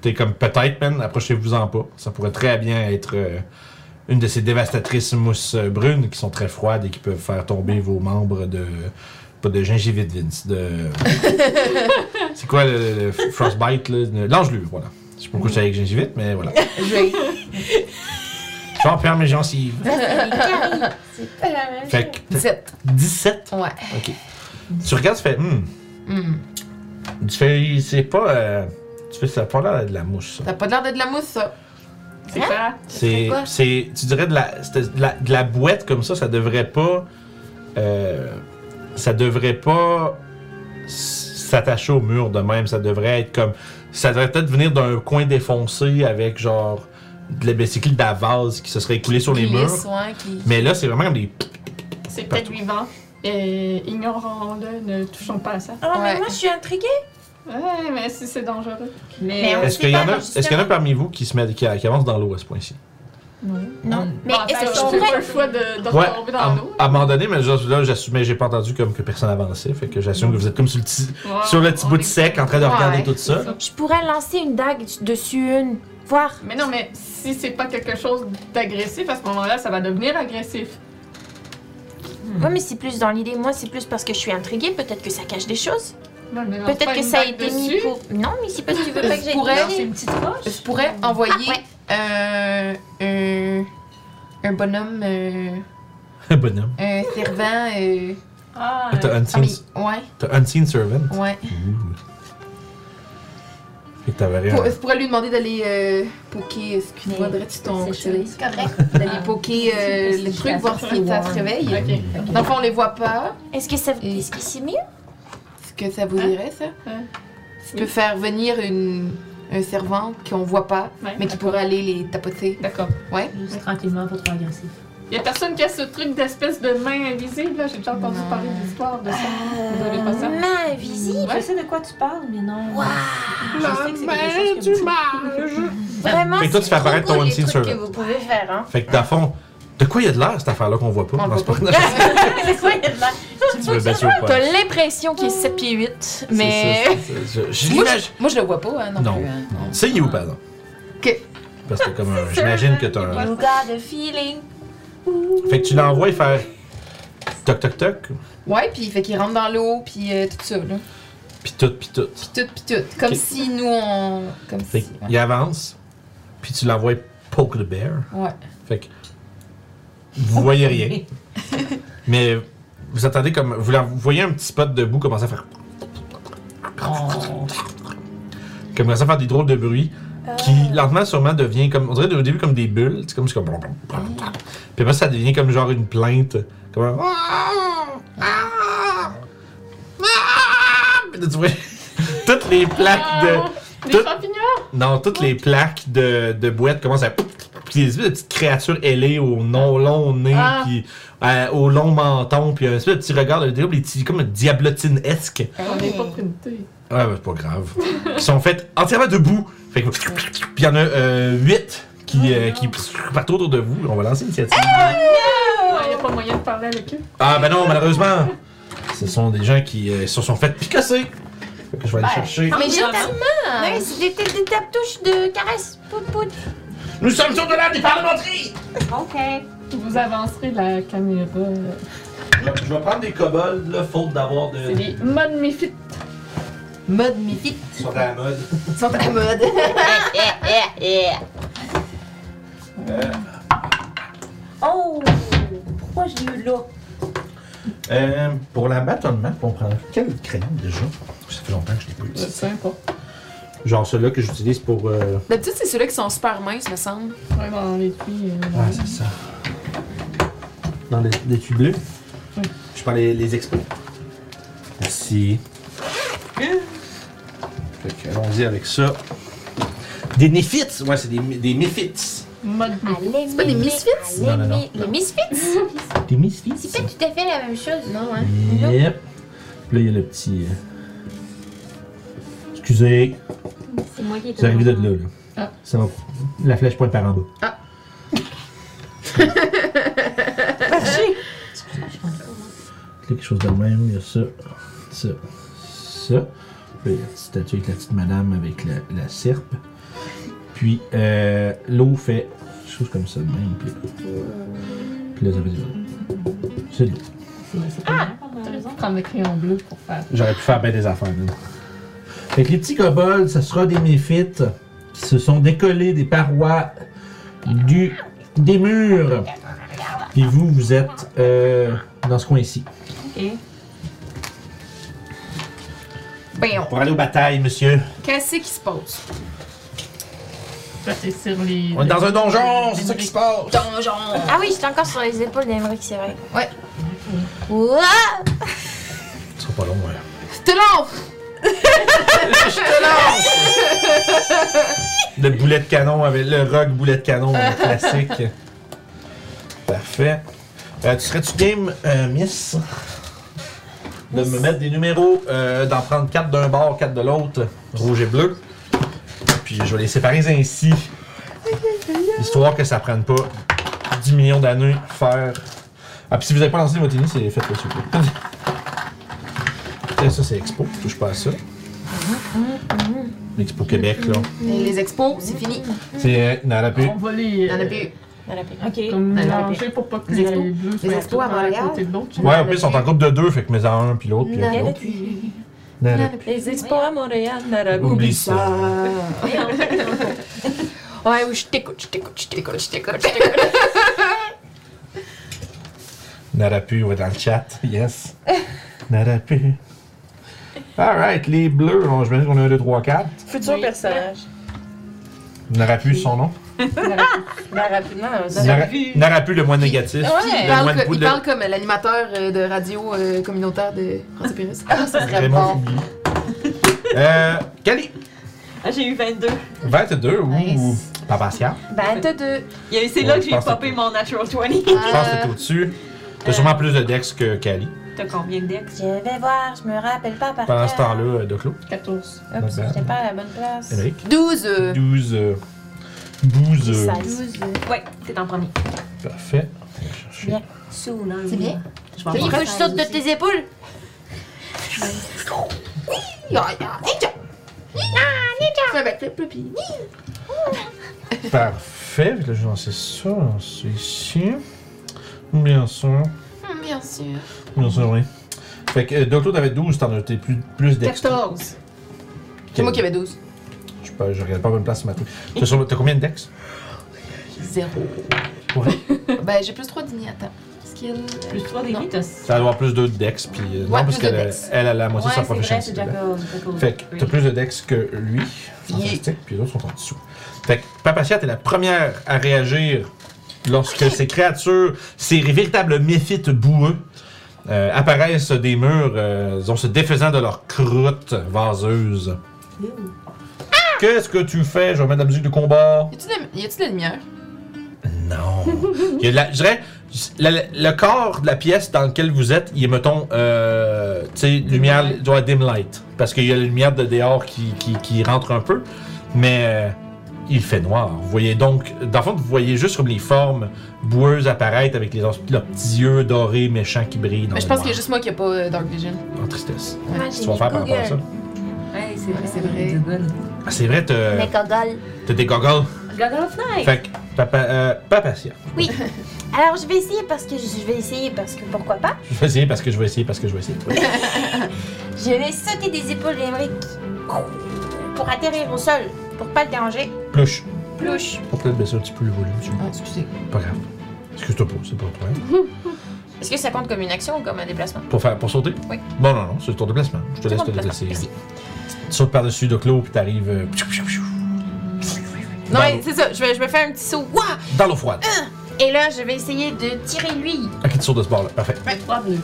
S1: t'es comme peut-être, man, approchez-vous-en pas. Ça pourrait très bien être euh, une de ces dévastatrices mousses euh, brunes qui sont très froides et qui peuvent faire tomber vos membres de. Pas de gingivite, Vince, de. C'est quoi le, le frostbite, là le- L'engelure, voilà. Je sais pas pourquoi je suis avec gingivite, mais voilà. J'en perds mes gencives. Fait que
S5: 17.
S1: 17.
S5: Ouais.
S1: Ok. Tu regardes, tu fais. Hmm.
S5: Hmm.
S1: Tu fais. C'est pas. euh, tu fais. Ça a pas l'air de la mousse, ça.
S5: T'as pas l'air d'être de la mousse, ça?
S3: Hein?
S2: C'est quoi?
S1: C'est,
S3: quoi?
S1: c'est, tu dirais de la, c'était de la, de la boîte comme ça, ça devrait pas, euh, ça devrait pas s- s'attacher au mur de même. Ça devrait être comme, ça devrait peut-être venir d'un coin défoncé avec genre de la bicycle de la vase qui se serait écoulée sur les
S5: Qui
S1: murs.
S5: lisse, ouais, qui-
S1: Mais là, c'est vraiment comme des.
S2: C'est peut-être vivant. Et ignorons-le, ne touchons pas à ça.
S3: Oh, mais
S5: Ouais.
S3: moi, je suis intriguée.
S2: Ouais, mais si c'est dangereux.
S3: Mais
S6: Mais euh,
S3: on-
S1: Est-ce
S3: sait
S1: qu'il y
S3: Ah, pas,
S1: en a,
S3: non,
S1: est-ce qu'il y en a parmi vous qui se met, qui, qui avance dans l'eau à ce point-ci?
S2: Non.
S3: Non. Mais
S2: Bon,
S3: est-ce que
S2: enfin,
S3: je
S2: j'ai pas le
S3: pourrais.
S2: choix de, de
S1: Ouais, à,
S2: retomber dans l'eau.
S1: à un moment donné, mais genre, là, j'assumais, j'ai pas entendu comme que personne avançait, fait que j'assume que vous êtes comme sur le petit,
S2: Ouais,
S1: sur le petit
S2: on
S1: bout de
S2: est-
S1: sec en train de
S5: Ouais,
S1: regarder tout ça.
S3: Je pourrais lancer une dague dessus une. Voir.
S2: Mais non, mais si c'est pas quelque chose d'agressif, à ce moment-là, ça va devenir agressif.
S3: Ouais, mais c'est plus dans l'idée. Moi, c'est plus parce que je suis intriguée. Peut-être que ça cache des choses.
S2: Non, mais lance
S3: Peut-être
S2: pas
S3: que
S2: une
S3: ça a
S2: bague
S3: été mis
S2: dessus.
S3: pour. Non, mais c'est parce que tu veux pas que
S5: Je
S3: j'aille.
S5: pourrais-
S3: Non,
S6: c'est une petite
S5: Je
S6: roche.
S5: pourrais envoyer
S3: ouais.
S5: euh, un, un bonhomme, euh,
S1: Un bonhomme.
S5: un servant. euh,
S6: Ah,
S1: T'as
S6: euh,
S1: Unseen,
S5: ami- ouais,
S1: t'as unseen Servant.
S5: ouais.
S1: Fait que t'avais rien.
S5: Pour- je pourrais lui demander d'aller euh, poker. Excuse-moi,
S6: Mais
S5: Adrette, tu ton
S6: c'est
S5: chéri.
S6: ça. Ah.
S5: D'aller poker euh,
S6: C'est
S5: le
S6: ça,
S5: truc,
S6: c'est
S5: voir
S6: ça.
S5: si ça se
S6: Ouais.
S5: réveille.
S2: Ok.
S5: Dans le fond, on les voit pas.
S3: Est-ce que ça.
S5: Et-
S3: Est-ce que c'est mieux?
S5: Est-ce que ça vous
S2: Hein?
S5: irait, ça?
S2: Hein?
S5: Tu
S2: Oui.
S5: peux faire venir une, un servant qu'on voit pas,
S2: Ouais,
S5: mais qui
S2: d'accord.
S5: pourrait aller les tapoter.
S2: D'accord.
S5: Ouais.
S6: Juste tranquillement, pas trop agressif.
S2: Y a personne qui a ce truc d'espèce de main invisible, là? J'ai déjà entendu
S5: Non.
S2: parler d'histoire de ça.
S5: Euh,
S2: Vous avez pas ça?
S3: Main invisible.
S6: Je sais de quoi tu parles, mais non.
S3: Waouh.
S6: Je sais que c'est quelque chose que moi,
S3: Vraiment,
S1: Fait que toi, tu
S3: c'est
S1: fais apparaître
S3: trop
S1: ton
S3: cool, les
S1: unseen
S3: trucs
S1: servant.
S3: que vous pouvez faire, hein.
S1: Fait que, dans le fond, de quoi il y a de l'air, cette affaire-là qu'on voit pas?
S5: On le
S1: Non, c'est
S5: voit
S1: pas-
S3: C'est quoi, il y a de l'air?
S1: Tu veux battre ou pas?
S3: T'as l'impression qu'il est 7 pieds 8,
S1: C'est ça,
S3: mais...
S1: c'est ça. Je- Je
S5: Moi,
S1: l'imagine.
S5: je, moi, je le vois pas, hein, non,
S1: Non.
S5: plus. hein.
S1: C'est You, pardon.
S5: Ok.
S1: Parce que t'as comme un- J'imagine que t'as un.
S3: You got a feeling.
S1: Fait que tu l'envoies faire. Toc toc toc.
S5: Ouais, puis fait qu'il rentre dans l'eau, puis euh, tout ça, là.
S1: Pis tout, pis tout.
S5: Puis tout, puis tout. Comme
S1: Ok.
S5: si nous, on. Comme
S1: Fait
S5: si.
S1: qu'il avance. Puis tu l'envoies poke the bear.
S5: Ouais.
S1: Fait que. Vous voyez rien. Mais vous attendez comme. Vous, la- vous voyez un petit spot debout commencer à faire. Commencer à faire des drôles de bruits. Qui lentement, sûrement devient comme. On dirait au début comme des bulles. C'est comme. c'est comme... Puis après, ça devient comme genre une plainte. Comme un. ah, Puis là, tu vois. Toutes les plaques de.
S2: Des
S1: Tout-
S2: champignons?
S1: Non, toutes les plaques de, de boîtes commencent à. Puis des espèces de petites créatures ailées au non long nez,
S2: Ah.
S1: puis euh, au long menton, puis un espèce de petit regard de diable, des petits- comme diablotine-esque.
S5: Ah
S2: On n'est pas printé.
S1: Ouais, bah, c'est pas grave. qui sont faites entièrement debout. Fait que. Puis il y en a euh, 8
S2: Oh
S1: qui, euh, qui partent autour de vous. On va lancer l'initiative.
S2: Ah, y a pas moyen de parler avec eux.
S1: Ah, ben non, malheureusement. Ce sont des gens qui euh, se sont fait picasser. Fait que je vais aller chercher.
S3: Mais
S4: Bravo.
S3: gentiment! Ouais, c'est des, des, des tapetouches de caresse. Pout, pout.
S1: Nous sommes sur de l'âme des parlementeries!
S6: OK.
S2: Vous avancerez la caméra.
S1: Je vais- Je vais prendre des kobolds, là, faute d'avoir de.
S2: C'est des mode méfit.
S5: Mode Mifit.
S1: Ils sont à la mode.
S5: Ils sont à la mode.
S3: Eh, eh, eh, eh.
S6: Oh! Pourquoi je l'ai eu là?
S1: Euh, pour la bâtonnement, on prend quel crayon déjà Ça fait longtemps que je l'ai pas utilisé.
S2: C'est sympa.
S1: Genre celui-là que j'utilise pour. euh,
S5: D'habitude, c'est ceux-là qui sont super minces, me semble.
S2: Ouais, dans les puits. euh,
S1: Ah, c'est ça. Dans les, les tubes bleus
S2: Oui.
S1: Je prends les, les expos. Merci. Fait que, allons-y avec ça. Des néfites Ouais, c'est des, des méfites.
S2: mode
S5: Ah,
S3: Allez,
S5: pas des
S3: mi-
S5: misfits?
S3: allez,
S1: Non, non, non.
S3: mi- Les misfits?
S1: Des misfits
S3: C'est pas tout à fait la même chose. Non, hein.
S1: Yep. Puis là, il y a le petit. euh, Excusez,
S6: C'est moi qui ai
S1: c'est arrivé de là. là.
S2: Ah.
S1: Ça va- La flèche pointe par en bas.
S6: Ah.
S1: quelque chose de même, il y a ça, ça, ça. Puis, il y a la petite statue avec la petite madame avec la, la serpe. Puis euh, l'eau fait quelque chose comme ça de même. Puis, puis là, ça fait ça. C'est de l'eau.
S6: Ah!
S2: Prendre le crayon bleu pour faire.
S1: J'aurais pu faire bien des affaires. là. Fait que les petits kobolds, ce sera des méfites qui se sont décollés des parois du, des murs. Puis vous, vous êtes euh, dans ce coin-ci.
S6: OK.
S5: Bam!
S1: Pour aller aux batailles, monsieur.
S5: Qu'est-ce qui se passe?
S2: Toi, t'es sur les.
S1: On est dans un donjon, c'est ça qui se passe.
S5: Donjon!
S3: Ah oui, j'étais encore sur les épaules d'Emeric, c'est vrai.
S5: Ouais.
S3: Ouah!
S1: Ce sera pas long, ouais.
S5: C'était long!
S1: Le boulet de canon avec le rock boulet de canon euh, classique. Parfait. Euh, tu serais-tu game, euh, Miss, de me mettre des numéros, euh, d'en prendre 4 d'un bord, 4 de l'autre, rouge et bleu. Puis je vais les séparer ainsi, histoire que ça prenne pas 10 millions d'années faire. Ah, puis si vous n'avez pas lancé votre tennis, c'est fait, s'il vous plaît. Et Ça, c'est Expo, je touche pas à ça. Expo Québec, là.
S5: Et les expos, c'est fini.
S1: C'est euh, dans la pu.
S2: On va les.
S5: Mm.
S2: euh,
S5: Il y en a plus.
S6: OK. Ben,
S2: Comme
S5: Dans la
S2: mélanger pour pas que
S5: Les expos.
S2: les bleus soient
S5: Les expos à
S2: tout le temps
S5: Montréal. Ah.
S2: côté de l'autre.
S1: Ouais, en plus, ils sont en groupe de deux, fait que mets-en un, puis l'autre, puis
S3: Non,
S1: l'autre. Non, non.
S3: Les expos à Montréal, Narabu.
S1: Oublie ça.
S3: Ouais, oui, je t'écoute, je t'écoute, je t'écoute, je t'écoute, je t'écoute.
S1: Narapu, ouais, dans le chat. Yes. Narapu. Alright, les bleus. On, je me dis qu'on a un, deux, trois, quatre.
S4: Futur
S5: Oui.
S4: personnage.
S1: Narapu, son nom.
S3: Ben, rapidement, euh, ça-
S1: Nara- Narapu, le moins négatif.
S5: Puis il,
S1: Le
S5: parle
S1: moine
S5: co- il
S1: poudre.
S5: parle comme l'animateur euh, de radio euh, communautaire de France Pérus. Ah, ça serait
S1: Raymond
S5: bon.
S1: Fouilly. Euh, Cali.
S6: Ah, j'ai eu 22.
S1: 22, ouh.
S5: Nice.
S1: Pas patient.
S3: Ben, t'as deux.
S6: Il y a- C'est
S1: Ouais,
S6: là que
S1: je
S6: j'ai
S1: pense que
S6: popé
S1: t'es-
S6: mon natural 20.
S1: Je
S5: Euh,
S1: pense que t'es au-dessus. T'as
S6: Euh,
S1: sûrement plus de dex que Kali.
S6: T'as combien de decks?
S3: Je vais voir, je me rappelle pas par
S1: Pendant ce
S3: cœur.
S1: temps-là, euh, Doclo,
S2: 14.
S3: Oups,
S1: Not bad.
S3: j'étais pas à la bonne place.
S1: Eric.
S5: 12. euh,
S1: 12. euh, 12. euh,
S3: 16.
S6: Ouais, t'es en premier.
S1: Parfait. On va chercher.
S3: Bien.
S6: Soon, hein,
S5: C'est bien.
S6: Je vais en
S3: Il faut
S6: prendre
S3: que je saute de
S6: seize aussi.
S3: tes épaules.
S2: Fais un backflip, là, puis.
S1: Parfait. Fait que Là, je vais lancer ça. Lancer ici. Bien sûr.
S5: Ah, Bien sûr.
S1: Bien sûr, oui. Fait que euh, Doclo, t'avais 12, t'en as t'es plus, plus dex.
S2: 14.
S5: C'est moi qui avais 12.
S1: Je, sais pas, je regarde pas la bonne place ce matin. T'as sur- T'as combien de dex?
S5: Zéro.
S1: Ouais.
S5: ben, j'ai plus 3 d'ignis. Attends. Skill.
S6: Plus 3
S5: Non.
S6: des t'as.
S1: Ça doit avoir plus de dex, puis. euh, non,
S5: Ouais,
S1: parce
S5: plus de
S1: qu'elle a-
S5: dex.
S1: elle a la moitié de sa
S6: Ouais, c'est vrai,
S1: proficiency.
S6: c'est
S1: là.
S6: Jackal. Jackal.
S1: Fait que t'as
S6: Oui.
S1: plus de dex que lui. Fantastique. Puis les autres sont en dessous. Fait que Papacia, t'es la première à réagir lorsque ces créatures, ces véritables méphites boueux, euh, apparaissent des murs, euh, disons, se défaisant de leur croûte vaseuse. Qu'est-ce que tu fais? Je vais mettre de la musique de combat.
S5: Y a-tu de, la- y a-tu de la lumière?
S1: Non. Il y a de la- je dirais, la- la- le corps de la pièce dans laquelle vous êtes, il est, mettons, euh, tu sais, lumière, doit dim light. Parce qu'il y a la lumière de dehors qui, qui, qui rentre un peu. Mais euh, il fait noir. Vous voyez donc, dans le fond, vous voyez juste comme les formes boueuses apparaître avec les, leurs petits yeux dorés méchants qui brillent. Dans
S5: Mais je
S1: le
S5: pense
S1: noir.
S5: qu'il y a juste moi qui a pas euh, Dark Vision.
S1: En tristesse.
S3: Moi, j'ai
S1: Tu vas
S3: mis
S1: faire par rapport à ça.
S3: Google.
S6: Ouais, c'est vrai,
S5: Ouais,
S6: c'est
S5: c'est
S6: vrai.
S5: vrai.
S6: Google.
S1: Ah, c'est vrai,
S3: Mais
S1: t'as
S3: Google.
S1: t'as des goggles.
S6: Google of Night!
S1: Fait que, papa, euh, papatia.
S3: Alors, je vais essayer parce que je vais essayer parce que pourquoi pas.
S1: Je vais essayer parce que je vais essayer parce que je vais essayer.
S3: Je vais sauter des épaules d'Emeric pour atterrir au sol, pour pas le déranger.
S1: Pluche.
S3: Plouche.
S1: Faut peut-être baisser un petit peu le volume, tu
S5: Ah, excusez.
S1: Pas grave. Excuse-toi pas, c'est pas un problème.
S3: Est-ce que ça compte comme une action ou comme un déplacement
S1: Pour, faire, pour sauter?
S3: Oui.
S1: Non, non, non, c'est ton déplacement. Je te
S3: C'est
S1: laisse
S3: mon
S1: te
S3: déplacement,
S1: déplacer.
S3: merci.
S1: Tu sautes par-dessus de clos, puis t'arrives euh,
S5: Non,
S1: Dans
S5: mais
S1: l'eau.
S5: c'est ça. Je vais, je vais faire un petit saut. Wouah!
S1: dans l'eau froide.
S3: Et là, je vais essayer de tirer lui.
S1: Ok, tu sautes de ce bord-là. Parfait.
S2: Fait 3 bleus.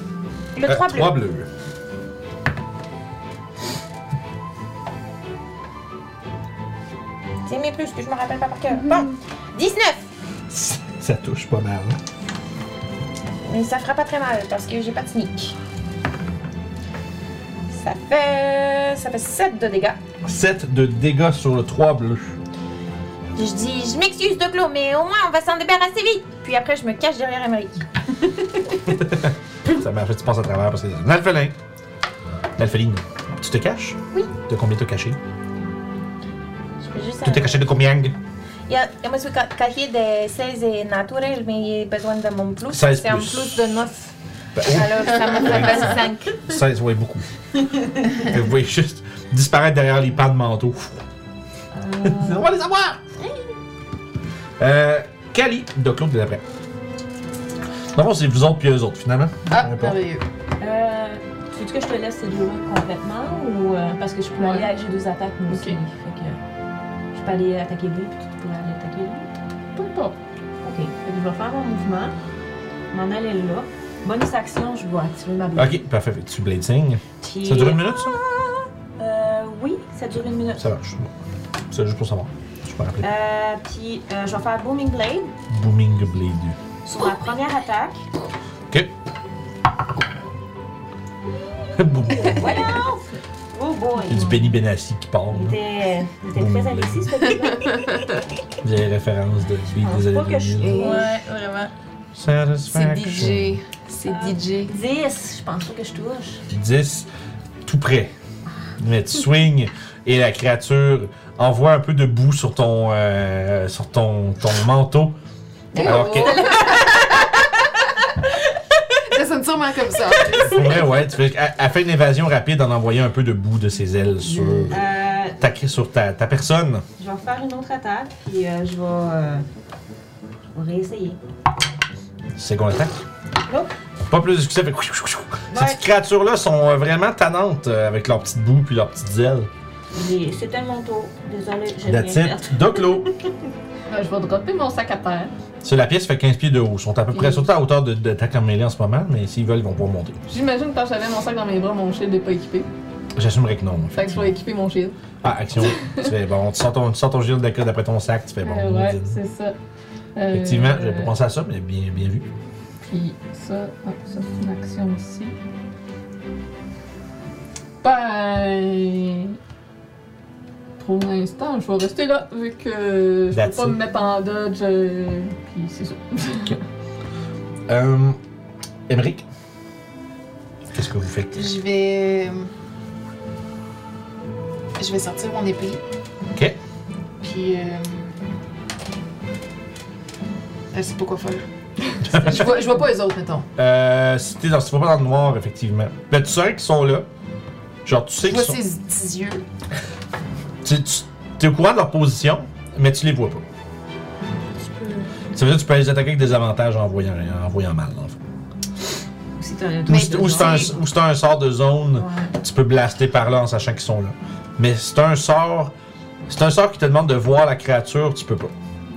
S3: Le 3 bleu.
S1: 3 bleus.
S3: C'est mes plus que je me rappelle pas par cœur. Bon, 19.
S1: Ça touche pas mal. hein.
S3: Mais ça fera pas très mal parce que j'ai pas de sneak. Ça fait. Ça fait 7 de dégâts.
S1: 7 de dégâts sur le 3 bleu.
S3: Je dis, je m'excuse, Doclo, mais au moins on va s'en débarrasser vite. Puis après, je me cache derrière Emmerich.
S1: Ça m'a fait tu passes à travers parce que c'est un alphelin. L'alpheline, tu te caches?
S3: Oui.
S1: De combien t'as caché?
S3: Je fais juste.
S1: Tu t'es caché de combien? Ben,
S3: Yeah, eu me suis ca- caché de 16 et naturel, mais j'ai besoin de mon plus.
S1: 16
S3: C'est un
S1: plus.
S3: plus de 9.
S1: Ben, oh,
S3: Alors, ça me fait 25.
S1: 16, ouais, beaucoup. Fait que vous voyez juste disparaître derrière les pans de manteau. On va les avoir! Euh, Cali, de Claude, t'es après. Dans le fond, c'est vous autres puis eux autres, finalement.
S5: Ah,
S1: Peu importe.
S5: merveilleux.
S6: Euh, tu veux que je te laisse ces deux-là complètement ou. euh, parce que je pourrais
S5: Ouais.
S6: aller avec. J'ai deux attaques, moi
S2: Ok.
S6: aussi. Fait que. Je peux aller attaquer lui, puis tu pourrais aller attaquer lui.
S2: Peu importe.
S6: Ok. Fait que je vais faire mon mouvement. M'en aller là. Bonus action, je vais activer ma blade.
S1: Ok, parfait. Fait que Tu blading.
S6: Puis-
S1: Ça dure une minute, ça?
S6: Euh, oui, ça dure une minute.
S1: Ça marche. C'est juste pour savoir. Je peux rappeler.
S6: Euh, puis euh, je vais faire Booming Blade
S1: Booming Blade.
S6: sur ma première attaque.
S1: Ok. Boom.
S6: Voyons! Oh boy!
S1: Il y a du Benny Benassi qui parle.
S6: Il
S1: là.
S6: était, il était
S1: Boom
S6: très
S1: blade.
S6: indécis, ce gars-là.
S1: Vieille référence de
S6: Je
S1: Suite
S6: pense
S1: des
S6: pas
S1: années
S6: que je-
S1: 2000.
S5: Ouais,
S2: vraiment.
S5: C'est
S1: Satisfaction.
S5: DJ. C'est DJ.
S6: 10, je pense pas que je touche.
S1: puis 10, tout près. Mais tu swings et la créature envoie un peu de boue sur ton, euh, sur ton, ton manteau.
S6: Ben
S1: Alors que,
S5: Ça sonne sûrement comme ça.
S1: pour vrai, ouais, tu fais, elle, elle fait une évasion rapide en envoyant un peu de boue de ses ailes sur
S6: Euh,
S1: ta, sur ta, ta personne.
S6: je vais refaire une autre attaque, puis euh, je vais. euh, je vais réessayer.
S1: Seconde attaque.
S6: Oh.
S1: Pas plus de succès. fait que-
S6: Ouais.
S1: Ces créatures-là sont euh, vraiment tannantes euh, avec leurs petites boues puis leurs petites ailes.
S6: J'ai- C'était mon tour. Désolée, j'ai rien
S1: That's
S6: fait.
S1: it. Doclo.
S2: Ben, je vais dropper mon sac à terre.
S1: C'est la pièce fait 15 pieds de haut. Ils sont à peu près
S2: Mm.
S1: surtout à hauteur de, de ta mêlée en ce moment, mais s'ils veulent, ils vont pouvoir monter.
S2: J'imagine quand j'avais mon sac dans mes bras, mon shield n'est pas équipé.
S1: J'assumerais que non. en fait.
S2: Fait que je vais équiper mon shield.
S1: Ah, action. tu fais bon, tu sors ton, tu sors ton gilet d'accord d'après ton sac, tu fais bon.
S2: Euh, ouais,
S1: Odin.
S2: c'est ça. Euh,
S1: Effectivement, j'avais pas
S2: euh,
S1: pensé à ça, mais bien, bien vu.
S2: Puis ça, hop, ça c'est une action ici. Ben. Pour l'instant, je vais rester là, vu que je
S1: That's
S2: peux pas
S1: it.
S2: me mettre en dodge. euh, Puis c'est ça.
S1: Euh, Emmerich, qu'est-ce que vous faites?
S5: Je vais. euh, Je vais sortir mon épée.
S1: Ok.
S5: Puis. Euh... Je sais euh, pas quoi faire. je, vois, je vois pas les autres, mettons.
S1: Euh, si t'es dans, si tu vas pas dans le noir, effectivement. Ben, tu sais qu'ils sont là. Genre, tu sais
S5: Je
S1: qu'ils
S5: vois
S1: sont.
S5: ses petits yeux.
S1: Tu, tu- t'es au courant de leur position, mais tu les vois pas. Ça veut dire que tu peux les attaquer avec des avantages en voyant, en voyant mal, en fait.
S6: Ou si t'as-
S1: Ou
S5: Mais
S1: si, ou si t'as un, ou si t'as un sort de zone, tu peux blaster par là en sachant qu'ils sont là. Mais c'est un sort. C'est un sort qui te demande de voir la créature, tu peux pas.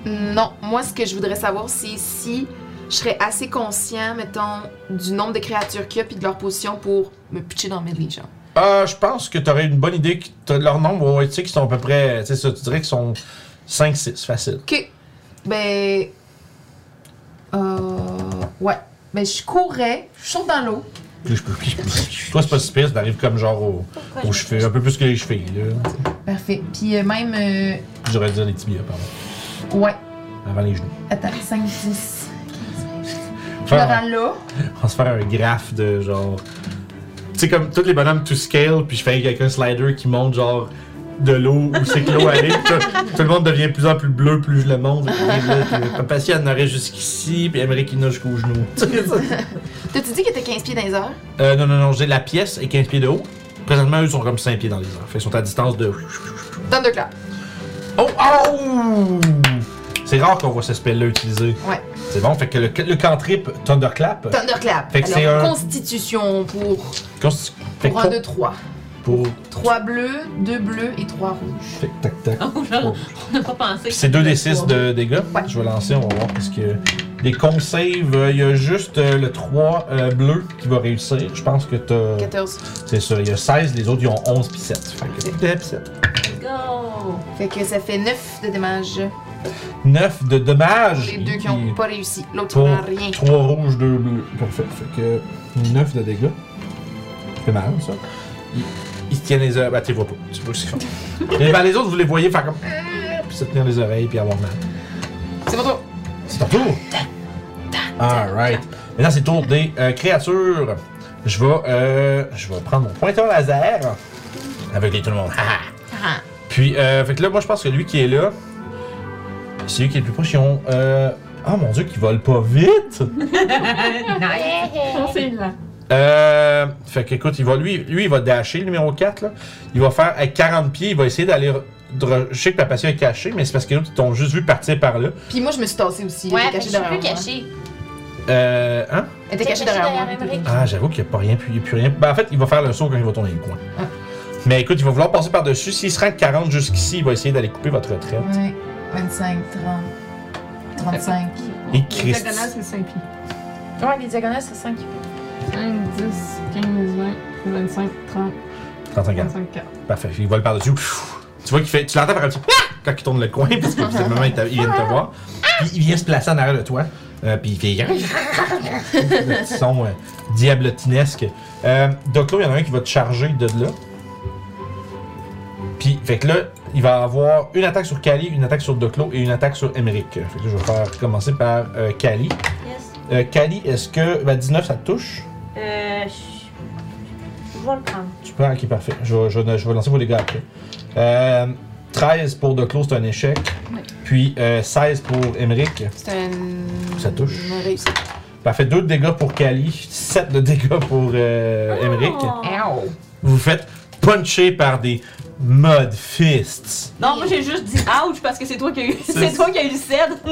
S5: Non, moi, ce que je voudrais savoir, c'est si je serais assez conscient, mettons, du nombre de créatures qu'il y a puis de leur position pour me pitcher dans le milieu, genre.
S1: Euh, je pense que t'aurais une bonne idée que t'as- leur nombre, ouais, tu sais, qu'ils sont à peu près. Tu sais, ça, tu dirais qu'ils sont 5-6, facile.
S5: Ok. Ben. Euh. Ouais. Ben, je courais, je saute dans l'eau.
S1: Puis je peux- puis je- Toi, c'est pas si pire, t'arrives comme genre au, aux chevilles, un peu plus que les chevilles, là.
S5: Parfait. Puis euh, même. euh,
S1: J'aurais dire les tibias, pardon.
S5: Ouais.
S1: Avant les genoux.
S5: Attends, 5, 10. Je me
S1: Faire,
S5: rends là.
S1: on va se faire un graphe de genre. Tu sais, comme tous les bonhommes to scale, puis je fais avec un slider qui monte genre de l'eau où c'est que l'eau allait. puis Tout, tout le monde devient de plus en plus bleu, plus je le monte. Puis là, puis Papa, si, elle en aurait jusqu'ici, puis Amérique, il en a jusqu'aux genoux.
S5: T'as-tu dit que t'as 15 pieds dans les heures?
S1: Euh, non, non, non, j'ai la pièce et 15 pieds de haut. Présentement, eux sont comme 5 pieds dans les airs. Fait qu'ils sont à distance de.
S5: Thunderclap.
S1: Oh! Oh! C'est rare qu'on voit ce spell-là utilisé.
S5: Ouais.
S1: C'est bon, fait que le, le cantrip Thunderclap.
S5: Thunderclap.
S1: Fait que c'est
S5: Alors,
S1: un-
S5: constitution pour,
S1: consti- fait
S5: pour
S1: que-
S5: 1, 2, 3.
S1: pour-
S5: 3 bleus, 2 bleus et 3 rouges.
S1: fait que tac, tac.
S6: Oh, genre, on n'a pas pensé.
S1: Puis c'est 2d6 de dégâts. Je vais lancer, on va voir. Parce que des cons saves, euh, il y a juste euh, le 3 euh, bleu qui va réussir. Je pense que t'as.
S5: 14.
S1: C'est ça, il y a 16, les autres ils ont 11 puis 7. Fait que t'as pis 7.
S6: Go!
S5: Fait que ça fait 9 de dommages.
S1: 9 de dommages.
S5: Les deux qui
S1: Puis-
S5: ont pas réussi. L'autre qui
S1: Pour
S5: n'a rien.
S1: 3 rouges, 2 bleus. Parfait. Fait que 9 de dégâts. Ça fait mal, ça. Ils, ils se tiennent les oreilles. Bah, tu les vois pas. Tu vois ce qu'ils font. Mais ben, les autres, vous les voyez faire comme. euh, Puis se tenir les oreilles, puis avoir mal.
S5: C'est bon, toi.
S1: C'est ton tour! Alright. Maintenant, c'est le tour des euh, créatures. Je vais, euh, je vais prendre mon pointeur laser. Avec les tout le monde. Puis, euh, fait que là, moi, je pense que lui qui est là, c'est lui qui est le plus proche. Ils ont. Euh... Oh mon dieu, qui vole pas vite!
S6: nice!
S2: Non, c'est là.
S1: Euh, fait qu'écoute, il va lui, lui, il va dasher le numéro 4. Là. Il va faire à 40 pieds, il va essayer d'aller. re- de re- Je sais que Papatia est cachée, mais c'est parce que les autres, ils t'ont juste vu partir par là.
S5: Puis moi, je me suis tassée aussi.
S3: Ouais,
S5: J'étais
S3: fait que je
S5: cachée
S3: suis plus
S5: derrière moi.
S3: cachée.
S1: Euh, hein?
S5: Elle était cachée derrière moi.
S3: Emmerich.
S1: Ah, j'avoue qu'il n'y a pas rien, puis il n'y a plus rien. Ben, en fait, il va faire le saut quand il va tourner le coin. Mais écoute, il va vouloir passer par-dessus. S'il se rend à 40 jusqu'ici, il va essayer d'aller couper votre retraite.
S5: Ouais. 25, 30, 35.
S1: Et
S2: Les
S1: Christ.
S2: diagonales, c'est 5 pieds.
S3: Ouais, les diagonales, c'est 5.
S2: 5, 10, 15, 20, 25, 30,
S1: 35 40.
S2: 45, 40.
S1: Parfait. Il vole par-dessus. Pfff. Tu vois qu'il fait. Tu l'entends faire un petit. Ah! Quand il tourne le coin, parce que visiblement, il, t'a- il vient de te voir. Puis il vient se placer en arrière de toi. Euh, puis il fait. Le petit son euh, diablotinesque. Euh, donc là, il y en a un qui va te charger de là. Puis, fait que là, il va avoir une attaque sur Kali, une attaque sur Doclo et une attaque sur Emmerich. Fait que là, je vais faire commencer par euh, Kali.
S6: Yes.
S1: Euh, Kali, est-ce que. Ben, 19, ça te touche
S6: Euh, je je vais le prendre.
S1: Tu prends, ok, parfait. Je vais, je vais- je vais lancer vos dégâts après. Euh, 13 pour De Clos, c'est un échec.
S2: Oui.
S1: Puis euh, 16 pour Emmerich.
S5: C'est un.
S1: Ça touche.
S5: Une réussite.
S1: Parfait, 2 de dégâts pour Kali, 7 de dégâts pour euh, Emmerich.
S6: Oh.
S1: Vous faites puncher par des Mud Fists.
S4: Non, moi j'ai juste dit ouch parce que c'est toi qui a eu, c'est toi qui a eu le cèdre.
S1: Oh,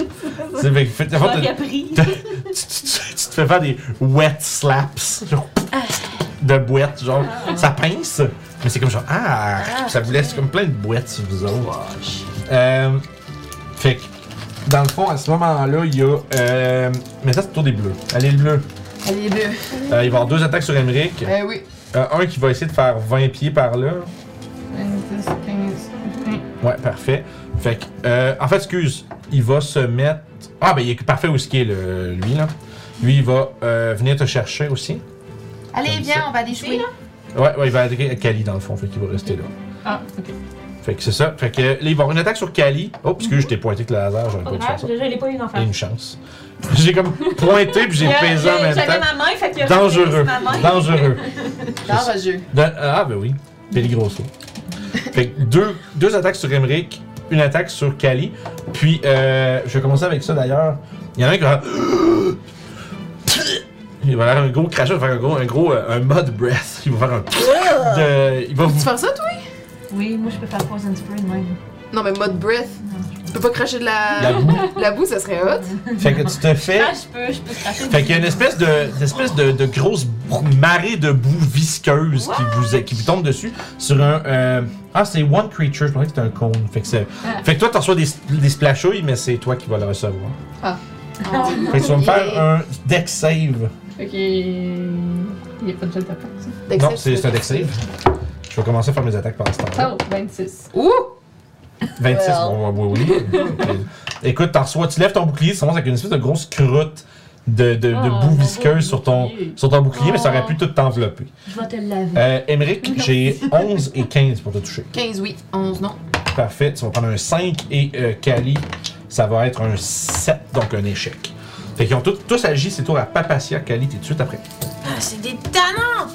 S1: C'est fait que faites- en fait,
S4: J'aurais pris.
S1: tu, tu- tu- tu te fais faire des wet slaps. Genre, de boîtes, genre, ça pince. Mais c'est comme genre, ah, ça vous laisse comme plein de boîtes sur vous autres. Euh, fait que, dans le fond, à ce moment-là, il y a. Euh, mais ça, c'est autour des bleus. Allez, le bleu.
S5: Allez, les bleus.
S1: Euh, il va y avoir deux attaques sur Emmerich.
S5: Ben oui.
S1: Euh, un qui va essayer de faire 20 pieds par là.
S2: 10, 15, 20.
S1: Ouais, parfait. Fait que, euh, en fait, excuse, il va se mettre. Ah, ben, il est parfait où ce qu'il est, le- lui, là. Lui, il va euh, venir te chercher aussi.
S7: Allez, viens, on va déchouer.
S1: Ouais, ouais, il va attaquer à Kali, dans le fond. Fait qu'il va rester là.
S2: Ah, ok.
S1: Fait que c'est ça. Fait que, là, il va avoir une attaque sur Kali. Oh, excuse, je t'ai pointé avec le laser, j'aurais
S6: Pas
S1: pas dû faire
S6: grave,
S1: ça.
S6: déjà, il est pas eu d'en
S1: Et
S6: faire.
S1: une chance. j'ai comme pointé, puis j'ai
S6: Il a-
S1: pesé en
S6: j'ai-
S1: même
S6: Euh, J'avais
S1: temps.
S6: ma main, fait qu'il a
S1: Dangereux.
S6: repris ma main.
S1: Dangereux.
S4: Dangereux.
S1: De- ah, ben oui. Peligroso. fait que deux, deux attaques sur Emmerich, une attaque sur Kali. Puis, euh, je vais commencer avec ça d'ailleurs. Il y en a un qui va. Il va faire un gros crachat, il va faire un gros, un gros euh, un mud breath. Il va faire un. de- il va
S5: Tu
S1: vous.
S5: fais ça, toi?
S6: Oui, moi, je peux faire poison spray de même.
S5: Non, mais mode breath. Tu peux pas cracher de
S1: La
S5: la...
S1: boue.
S5: la boue, ça serait hot.
S1: Fait que tu te fais.
S6: Ah, je peux, je peux cracher.
S1: Fait qu'il y a une espèce de, d'espèce de, de grosse brou- marée de boue visqueuse qui vous, qui vous tombe dessus sur un. euh, ah, c'est One Creature, je pensais que c'était un cône. Fait que, c'est- fait que toi, tu reçois des, des splashouilles, mais c'est toi qui vas le recevoir. Fait que tu vas me faire un deck save.
S2: Fait qu'il n'y a pas de jet d'attaque, ça.
S1: non, c'est, c'est un deck save. Je vais commencer à faire mes attaques par ce temps-là.
S2: Oh, 26.
S5: Ouh!
S1: 26, bon, oui, oui. Écoute, t'en reçois, tu lèves ton bouclier, ça commence avec une espèce de grosse croûte de, de, de
S2: Ah,
S1: boue
S2: mon beau
S1: visqueuse sur ton,
S2: bouclier.
S1: sur ton bouclier, mais ça aurait
S6: Oh.
S1: pu tout t'envelopper.
S6: Je vais te laver.
S1: Euh, Emmerich, j'ai 11 et 15 pour te toucher.
S5: 15, oui. 11, non.
S1: Parfait, tu vas prendre un 5 et euh, Kali, ça va être un 7, donc un échec. Fait qu'ils ont tous, tous agi, c'est tour à Papacia, Kali, t'es tout de suite après.
S3: Ah, c'est des tannants!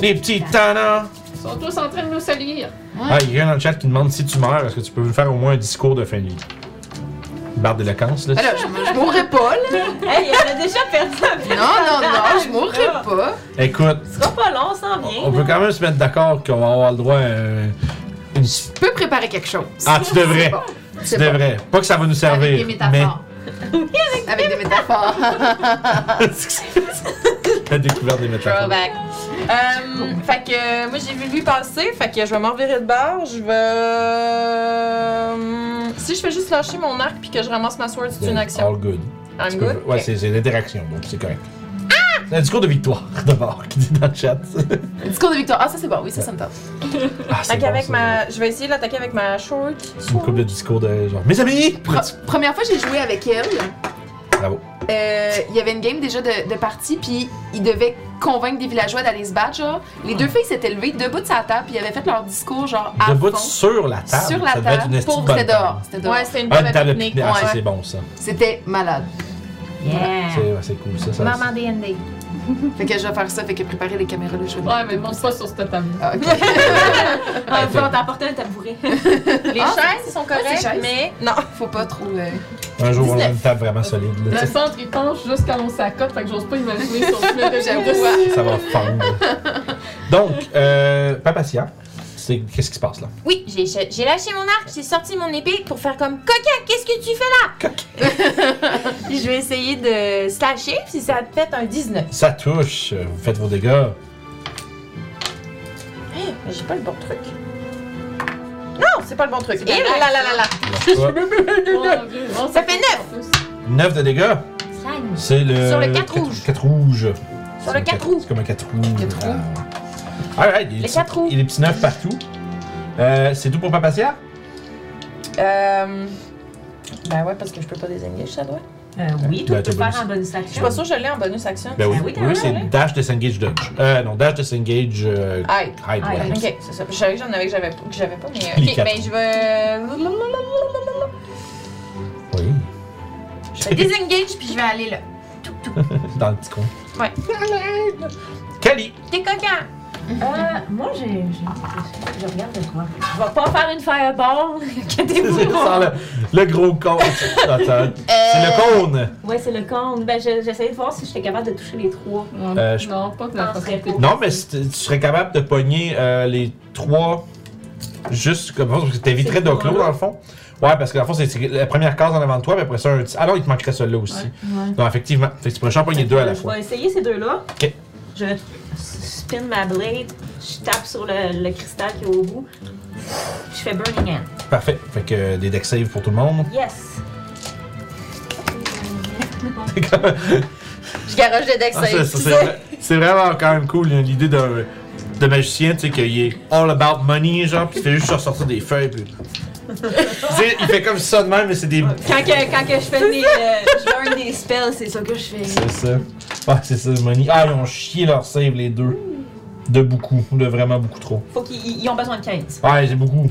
S1: Les petits
S6: Hein?
S1: tannants!
S2: Ils sont tous en train de nous salir.
S1: Ah, il y a quelqu'un dans le chat qui demande si tu meurs, est-ce que tu peux lui faire au moins un discours de fin de vie? Une Barre d'éloquence, là.
S5: Alors, je, je mourrais pas, là.
S6: Hey, elle a déjà perdu un peu.
S5: Non, non, non, je mourrais pas.
S1: Écoute,
S6: Ce sera pas long, ça en vient.
S1: on peut quand même se mettre d'accord qu'on va avoir le droit à un- une...
S5: Je peux préparer quelque chose.
S1: Ah, tu
S5: C'est
S1: devrais!
S5: bon.
S1: Tu
S5: C'est bon.
S1: devrais. Pas que ça va nous
S7: Avec
S1: servir,
S7: des
S1: mais...
S7: métaphores.
S5: Avec des métaphores.
S1: La découverte des métaphores.
S3: ben,
S4: Throwback. Euh, fait que euh, moi j'ai vu lui passer, fait que je vais m'en virer de bord, je vais. euh, si je fais juste lâcher mon arc puis que je ramasse ma sword, c'est une action.
S1: All good.
S4: I'm
S1: Tu peux-
S4: good.
S1: Ouais,
S4: Ok.
S1: c'est c'est l'interaction, donc c'est correct. C'est un discours de victoire, d'abord, qui dit dans le chat.
S5: Discours de victoire. Ah, ça, c'est bon. Oui, ça, ça me tente.
S1: Ah, c'est
S4: Fait
S1: bon,
S4: qu'avec
S1: ça.
S4: ma. Je vais essayer de l'attaquer avec ma short.
S1: C'est une couple de discours de genre. Mes amis!
S5: Pre- première fois, j'ai joué avec elle.
S1: Bravo.
S5: Euh, Il y avait une game déjà de, de partie, puis ils devaient convaincre des villageois d'aller se battre. Genre, les deux filles s'étaient levées debout de sa table, puis ils avaient fait leur discours genre à
S1: Debout
S5: fond,
S1: sur la table.
S5: sur la
S1: ça devait être une
S5: table.
S1: esti de
S5: Pour
S1: bonne
S5: c'était dehors.
S1: table.
S5: C'était dehors.
S4: Ouais, c'est une
S1: Ah,
S4: table
S1: une
S4: à
S1: table de
S4: pique-nique.
S1: pique-nique. Ah, ça,
S4: ouais.
S1: c'est bon, ça.
S5: C'était malade.
S6: Yeah.
S1: C'est ouais, c'est cool, ça. ça
S7: Maman D&D.
S5: Fait que je vais faire ça, fait que préparer les caméras le jeu.
S2: Ouais, mais monte pas sur cette table.
S5: Ah, ok.
S6: Ah, on t'a apporté un tabouret.
S4: Les
S5: Ah,
S4: chaises sont
S5: c'est
S4: correctes,
S5: chaise.
S4: mais. Non.
S5: Faut pas trop. euh,
S1: un jour, on a une table vraiment solide. là,
S2: Le
S1: tu sais.
S2: centre, il penche juste quand on s'accote, fait que j'ose pas imaginer si on se met de
S5: J'avoue,
S2: dessus.
S1: ça va fondre. Donc, euh, Papacia, c'est qu'est-ce qui se passe là?
S3: Oui, j'ai j'ai lâché mon arc, j'ai sorti mon épée pour faire comme Coquin, qu'est-ce que tu fais là Je vais essayer de slasher, puis ça te fait un 19.
S1: Ça touche, euh, vous faites vos dégâts.
S3: Eh, mais J'ai pas le bon truc.
S4: Non, c'est pas le bon truc.
S3: Et là là là là là.
S2: Mon Dieu, bon,
S3: Ça fait neuf.
S2: en plus.
S1: 9 de dégâts.
S7: Slime.
S1: C'est le.
S3: Sur le quatre
S1: quatre-
S3: rouges.
S1: quatre rouges.
S3: Sur
S1: C'est
S3: le
S1: un
S3: quatre
S1: quatre-
S3: roues.
S1: C'est comme un 4 roues.
S5: Quatre roues.
S1: Ah. Alright, il y a des
S3: Les
S1: petits-
S3: quatre roues.
S1: Il y a des petits neufs partout. Euh, c'est tout pour Papacia?
S4: Euh. Ben ouais, parce que je peux pas désengager, ça doit.
S6: Euh, oui, toi,
S1: Ben,
S6: tu peux
S1: t'as
S6: faire en bonus
S4: Je suis
S6: action.
S4: pas sûre que je l'ai en bonus action.
S1: Ben oui,
S6: Ah oui, t'as
S1: oui,
S6: raison,
S1: c'est
S6: oui.
S1: Dash Disengage Dodge. Euh, non, Dash Disengage euh,
S4: Aïe.
S1: Hide.
S6: Hide.
S1: ouais.
S4: Ok, c'est ça. Je savais que j'en avais que j'avais que j'avais pas, mais.
S1: Les
S4: Ok,
S1: quatre.
S4: ben je vais.
S1: Oui,
S3: Je vais désengage, puis je vais aller là.
S1: dans le petit coin.
S3: Ouais.
S1: Kali!
S3: T'es coquin.
S6: Euh, moi, j'ai. j'ai- Je regarde le droit. Je vais pas faire une fireball.
S1: C'est
S6: Inquiétez-vous.
S1: ça, le, le gros cône. Attends, c'est le
S6: Euh,
S1: cône!
S6: Ouais, c'est le compte. Ben, je- j'essayais de voir si j'étais capable de toucher les trois.
S2: Non,
S1: Euh, je-
S2: non, pas que
S6: Non,
S2: la
S6: c'est
S2: faculté.
S6: pas.
S1: Non, mais c'est- tu serais capable de pogner euh, les trois juste comme ça, parce que t'éviterais
S6: C'est
S1: de clos
S6: trois.
S1: dans le fond. Ouais, parce que dans le fond, c'est c'est la première case en avant de toi, puis après ça, un petit. Alors, il te manquerait celui-là aussi.
S6: Ouais.
S1: Non, effectivement. Fait que tu pourrais en pogner deux à la
S6: je
S1: fois.
S6: vais essayer ces deux-là.
S1: Ok.
S6: Je spin ma blade, je tape sur le, le cristal qui est au bout. Je fais Burning Hand.
S1: Parfait. Fait que euh, des deck save pour tout le monde.
S6: Yes!
S4: Je garoche le deck
S1: Ah,
S4: save.
S1: c'est- c'est- c'est vrai- c'est vraiment quand même cool hein, l'idée d'un de magicien, tu sais, qu'il est all about money, genre, puis il fait juste ressortir des feuilles, puis. Tu sais, il fait comme ça de même, mais c'est des.
S8: Quand, que, quand que je fais des. euh, je learn des spells, c'est ça que je fais.
S1: C'est ça. Ah, c'est ça, money. Ah, ils ont chié leur save, les deux. De beaucoup, de vraiment beaucoup trop.
S8: Faut qu'ils ils- ils ont besoin de 15.
S1: Ouais, c'est beaucoup.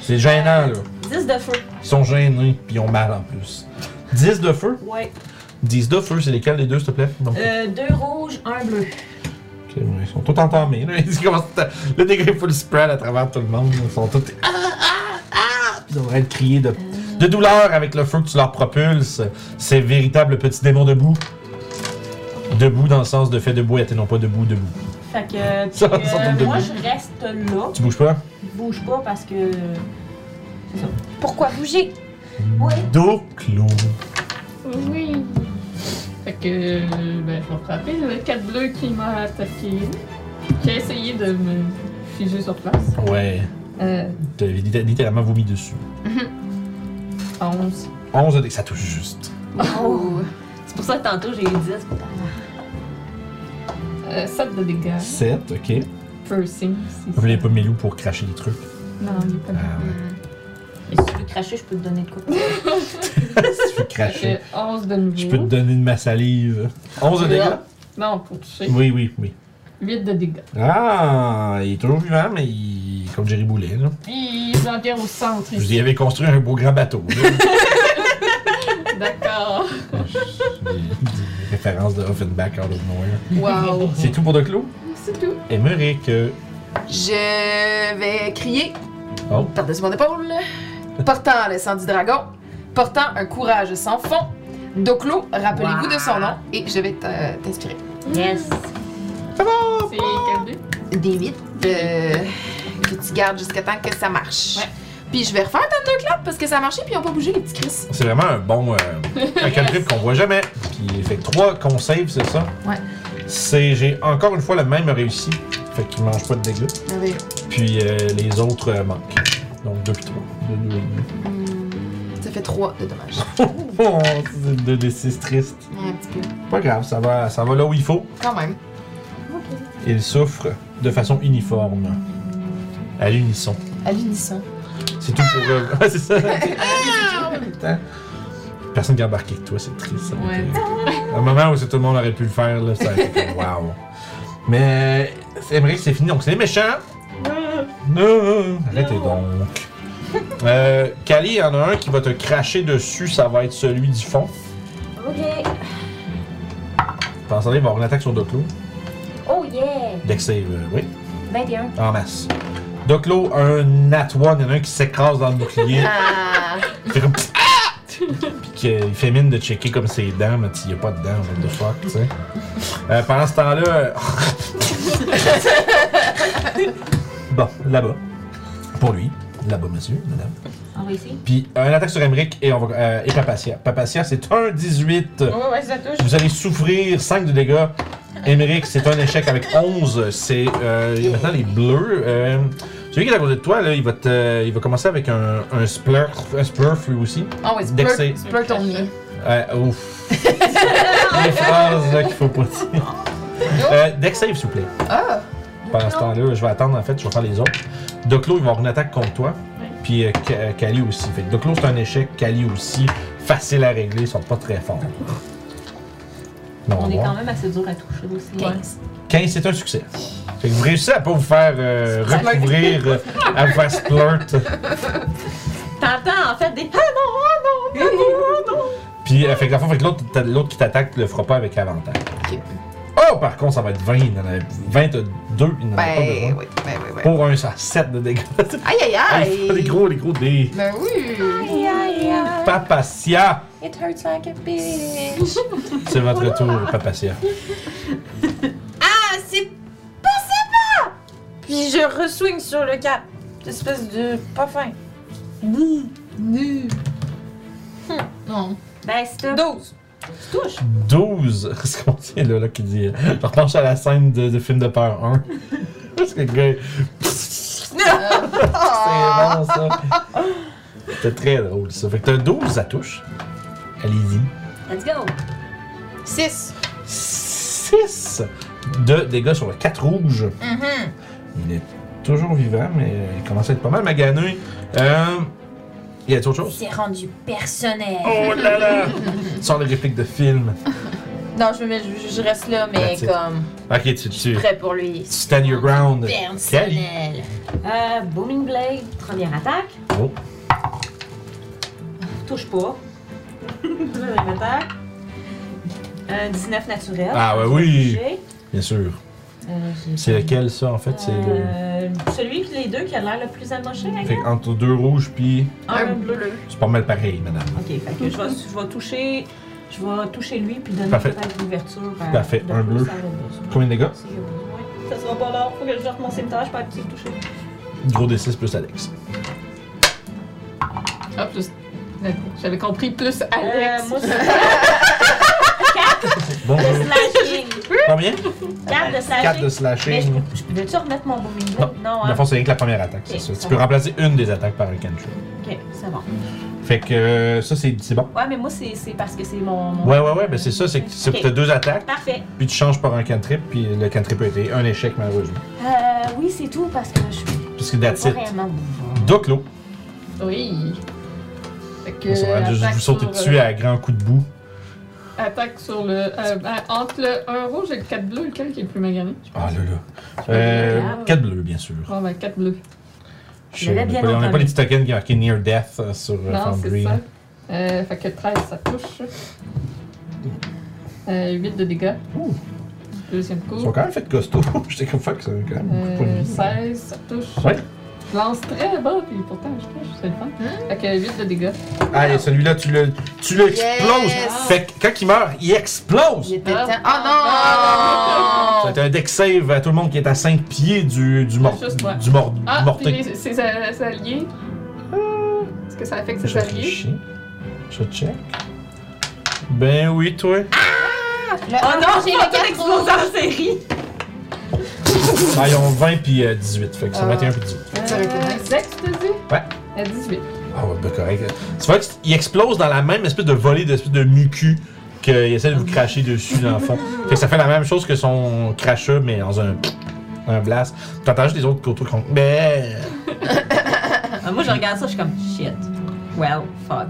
S1: C'est gênant, là.
S8: 10 de feu.
S1: Ils sont gênés, puis ils ont mal en plus. 10 de feu.
S6: Ouais.
S1: 10 de feu, c'est lesquels les deux, s'il te plaît? Non.
S6: Euh, deux rouges, un bleu.
S1: Ok, ouais, Ils sont tous entamés. Là, ils commencent à- là, dès qu'ils font le spread à travers tout le monde, ils sont tous. Ah, ah, ah! Puis Ils devraient être criés de, de douleur avec le feu que tu leur propulses. Ces véritables petits démons debout. Debout dans le sens de fait debout et non pas debout, debout.
S6: Fait que.
S1: Ça,
S6: puis,
S1: ça
S6: euh,
S1: tombe
S6: moi,
S1: debout.
S6: je reste là.
S1: Tu bouges pas?
S6: Je bouge pas parce que. C'est ça.
S3: Pourquoi bouger?
S6: Ouais.
S1: Dos clos.
S2: Oui. Fait que, euh, ben, je vais frapper le 4 bleu qui m'a attaqué. Qui a essayé de me figer sur place.
S1: Ouais.
S2: Euh,
S1: T'as litté- littéralement vomi dessus.
S2: 11.
S1: 11 de ça touche juste.
S8: Oh. C'est pour ça que tantôt j'ai eu 10.
S2: Euh, 7 de dégâts.
S1: 7, ok.
S2: Piercing. si
S1: Vous voulez
S2: ça-
S1: pas mes loups pour cracher les trucs.
S2: Non, il est pas
S1: Ah
S2: là.
S1: ouais,
S6: Mais si tu veux cracher, je peux te donner de quoi.
S1: si tu veux cracher.
S2: Fait que 11 de nouveau.
S1: Ah, Je peux te donner de ma salive. 11 de dégâts?
S2: Non, pour toucher.
S1: Oui, oui, oui.
S2: 8 de dégâts.
S1: Ah, il est toujours vivant, mais il est comme Jerry Boulet. Là.
S2: Puis, ils enterrent au centre
S1: Je vous
S2: ici.
S1: y avais construit un beau grand bateau. là.
S2: D'accord.
S1: Des- des références de Offenbach out of nowhere.
S5: Wow.
S1: C'est tout pour de clos?
S2: C'est tout.
S1: Émeric. euh,
S5: Je vais crier
S1: Oh,
S5: par-dessus mon épaule, portant le sang du dragon, portant un courage sans fond. Doclo, rappelez-vous de son nom et je vais t'- t'inspirer.
S6: Yes.
S2: C'est quel dé?
S5: Des vitres Euh, que tu gardes jusqu'à temps que ça marche.
S2: Ouais.
S5: Puis je vais refaire un Thunderclap parce que ça a marché puis ils ont pas bougé les petits Chris.
S1: c'est vraiment un bon. euh, un cantrip qu'on voit jamais. Puis, fait que 3 qu'on save, c'est ça?
S5: Ouais.
S1: C'est, j'ai encore une fois la même réussi. Fait qu'il mange pas de dégâts.
S5: Ah
S1: Puis, euh, les autres euh, manquent. Donc, 2 puis 3. 2, 2
S5: Hmm. Ça fait 3 de dommages.
S1: Oh, c'est 2 des 6 tristes.
S5: Un petit peu.
S1: Pas grave, ça va, ça va là où il faut.
S5: Quand même.
S1: Ils souffrent de façon uniforme. À l'unisson.
S5: À l'unisson.
S1: C'est tout pour eux. Ouais, c'est ça. En même temps. Personne qui a embarqué que toi, c'est triste. ça aurait
S5: Ouais.
S1: été- Un moment où c'est- tout le monde aurait pu le faire, là, ça aurait été comme, wow. Mais c'est vrai que c'est fini, donc c'est les méchants. Non, arrêtez donc. Euh, Kali, il y en a un qui va te cracher dessus, ça va être celui du fond.
S6: Ok.
S1: Pensez, il va avoir une attaque sur Doclo.
S6: Oh yeah.
S1: Deck save, euh, oui. Ah,
S6: 21.
S1: En masse. Doclo, un nat one, il y en a un qui s'écrase dans le bouclier.
S3: Ah,
S1: Il fait comme Pfff, Ah! Puis qu'il fait mine de checker comme ses dents, mais il n'y a pas de dents, what the fuck, tu sais. Euh, pendant ce temps-là. euh, bon, là-bas. Pour lui. Là-bas, monsieur, madame.
S6: On va ici.
S1: Puis un attaque sur Emmerich et, on va, euh, et Papacia. Papacia, c'est un 18.
S4: Ouais, ouais, ça touche.
S1: Vous allez souffrir 5 de dégâts. Emmerich, c'est un échec avec 11. C'est euh, maintenant les bleus. Euh, celui qui est à côté de toi, là, il, va te- il va commencer avec un, un splurf, un splurf lui aussi.
S5: Ah oui,
S1: Dex save.
S5: Splurt Splurt on me.
S1: Euh, ouf. Les phrases là, qu'il faut pas dire.
S6: Oh.
S1: Euh, deck save, s'il vous plaît.
S5: Ah!
S1: Pendant ce temps-là, je vais attendre en fait, je vais faire les autres. Doclo, il va avoir une attaque contre toi.
S2: Ouais.
S1: Puis euh, Ka- euh, Kali aussi. Fait que Doclo, c'est un échec. Kali aussi. Facile à régler, ils sont pas très forts. Non,
S6: On est
S1: voir.
S6: quand même assez dur à toucher aussi. hein.
S2: Ouais.
S1: 15, c'est un succès. Fait que vous réussissez à pas vous faire euh, recouvrir, euh, à vous faire splurt.
S8: T'entends en fait des. Ah non, ah non, non, non, non, non.
S1: Puis, euh, fait que dans le fond, fait que l'autre, t'as- l'autre qui t'attaque le fera pas avec avantage.
S5: Ok.
S1: Oh, par contre, ça va être 20. Il en avait 22, il n'en avait pas besoin.
S5: Ben oui, ben oui, ben.
S1: Pour un, ça a 7 de dégâts.
S5: Aïe aïe
S1: Ah, il fait des
S5: aïe!
S1: gros, des gros dés.
S5: Ben oui!
S1: Papacia!
S4: ah, It hurts like a bitch.
S1: C'est votre tour, Papacia.
S3: Ah, c'est pas ça! Puis je re-swing sur le cap. Cette espèce de. pas fin.
S5: Non.
S6: Ben, c'est un
S3: 12.
S1: 12. C'est ce qu'on dit là, là, qui dit. euh, Je repense à la scène de, de film de peur 1. Parce que le gars. C'est bon, ça. C'était très drôle, ça. Fait que t'as 12 à touche. Allez-y.
S6: Let's go.
S4: 6.
S1: 6. de dégâts sur le 4 rouge.
S3: Mhm.
S1: Il est toujours vivant, mais il commence à être pas mal magané. Euh, il y a autre chose?
S3: C'est rendu personnel.
S1: Oh là là! Sors les répliques de film.
S3: Non, je, me- je, je reste là, mais
S1: That's it.
S3: comme
S1: Ok, tu, tu,
S3: prêt pour lui.
S1: tu stand your ground. Cali.
S3: Personnel.
S6: Euh, Booming Blade, première attaque.
S1: Oh.
S6: Touche pas. Deuxième attaque. Un 19 naturel.
S1: Ah, ouais,
S6: J'ai
S1: oui.
S6: touché.
S1: Bien sûr.
S6: Euh, j'ai-
S1: C'est lequel ça en fait? C'est le.
S6: Euh, Celui que les deux qui a l'air le plus amoché, hein?
S1: Fait entre deux rouges puis
S6: Un bleu.
S1: c'est pas mal pareil, madame.
S6: Ah, Ok, fait que je vais, je vais toucher. Je vais toucher lui puis donner
S1: Parfait.
S6: peut-être l'ouverture. euh,
S1: Parfait, un bleu. Combien de dégâts?
S6: Ça sera pas long, faut que je sorte mon cimetière, je peux activer le toucher.
S1: Gros D6 plus Alex.
S2: Ah, plus. D'accord. J'avais compris plus
S6: Euh,
S2: Alex.
S6: moi, c'est
S1: Bon, euh,
S6: de slashing.
S1: combien?
S6: 4 de
S1: 4 de
S6: slashing. Ah, Mais je
S1: slashing.
S6: peux- je peux-tu remettre mon booming
S1: Non,
S6: blade? Non,
S1: Dans le
S6: hein?
S1: fond, c'est rien que la première attaque, c'est
S6: Ok,
S1: ça. Tu
S6: ça
S1: peux
S6: va.
S1: remplacer une des attaques par un cantrip.
S6: Ok, c'est bon.
S1: Fait que euh, ça, c'est c'est bon.
S6: Ouais, mais moi, c'est c'est parce que c'est mon. mon-
S1: Ouais, ouais, ouais, ben c'est ça, c'est que c'est-
S6: Ok.
S1: t'as deux attaques,
S6: Parfait.
S1: puis tu changes par un cantrip, puis le cantrip a été un échec, malheureusement.
S6: Euh, oui, c'est tout parce que je suis
S1: Parce que that's
S6: pas
S1: it.
S6: réellement.
S1: Doclo,
S2: Oui. Fait que.
S1: ça va juste
S2: attaque
S1: vous sauter
S2: sur,
S1: dessus hein. à grands coups de boue.
S2: euh, Attaque sur le. euh, à- entre le 1 rouge et le 4 bleu, lequel qui est le plus magané? Je
S1: Ah
S2: pense.
S1: là là. Euh,
S6: regarde.
S1: 4 bleus, bien sûr.
S2: Bon, ben 4 bleus.
S1: Je-
S6: Je
S1: on
S6: l'avais
S1: n'a
S6: bien
S1: pas, on a pas
S6: entendu.
S1: les petits tokens qui ont marqué Near Death euh, sur euh,
S2: Non, c'est
S1: Foundry.
S2: ça. Euh, fait que 13, ça touche. Euh, 8 de dégâts.
S1: Ouh.
S2: Deuxième
S1: Ils
S2: coup.
S1: sont quand même fait costaud. J'étais comme fuck, ça a quand même beaucoup de points de
S2: Euh,
S1: vie.
S2: 16, ça touche.
S1: Ouais.
S2: Je lance très bas, puis pourtant je touche, c'est le fun. Fait que 8 de dégâts.
S1: Allez, Ah, celui-là, tu le, tu le exploses.
S4: Yes.
S1: Fait que quand il meurt, il explose.
S4: Il était temps.
S1: Ça va
S2: Ah,
S4: Oh Ah, non!
S1: être un deck save à tout le monde qui est à 5 pieds du, du, mort,
S2: Juste moi.
S1: du mort,
S2: Ah,
S1: morté.
S2: puis les- ses, euh, ses alliés.
S1: Euh.
S2: Est-ce que ça affecte ses
S1: Je
S2: alliés?
S1: réfléchis. Je check. Ben oui, toi.
S2: Ah.
S7: Oh non, j'ai le quatre rouges.
S8: en série.
S1: Ah, ils ont 20 puis euh, 18. Fait que ça
S2: Ah.
S1: va être 21 puis 18.
S2: Euh, Zex, tu dis? Euh,
S1: Ouais.
S2: À 18.
S1: Ah ouais, ben correct. Tu vois qu'il explose dans la même espèce de volée d'espèce de mucu qu'il essaie de vous cracher dessus dans le fond. Fait que ça fait la même chose que son crachat, mais dans un, un blast. T'entends juste les autres côtés qui font Ben!
S6: Ah, moi, je regarde ça, je suis comme shit. Well, fuck.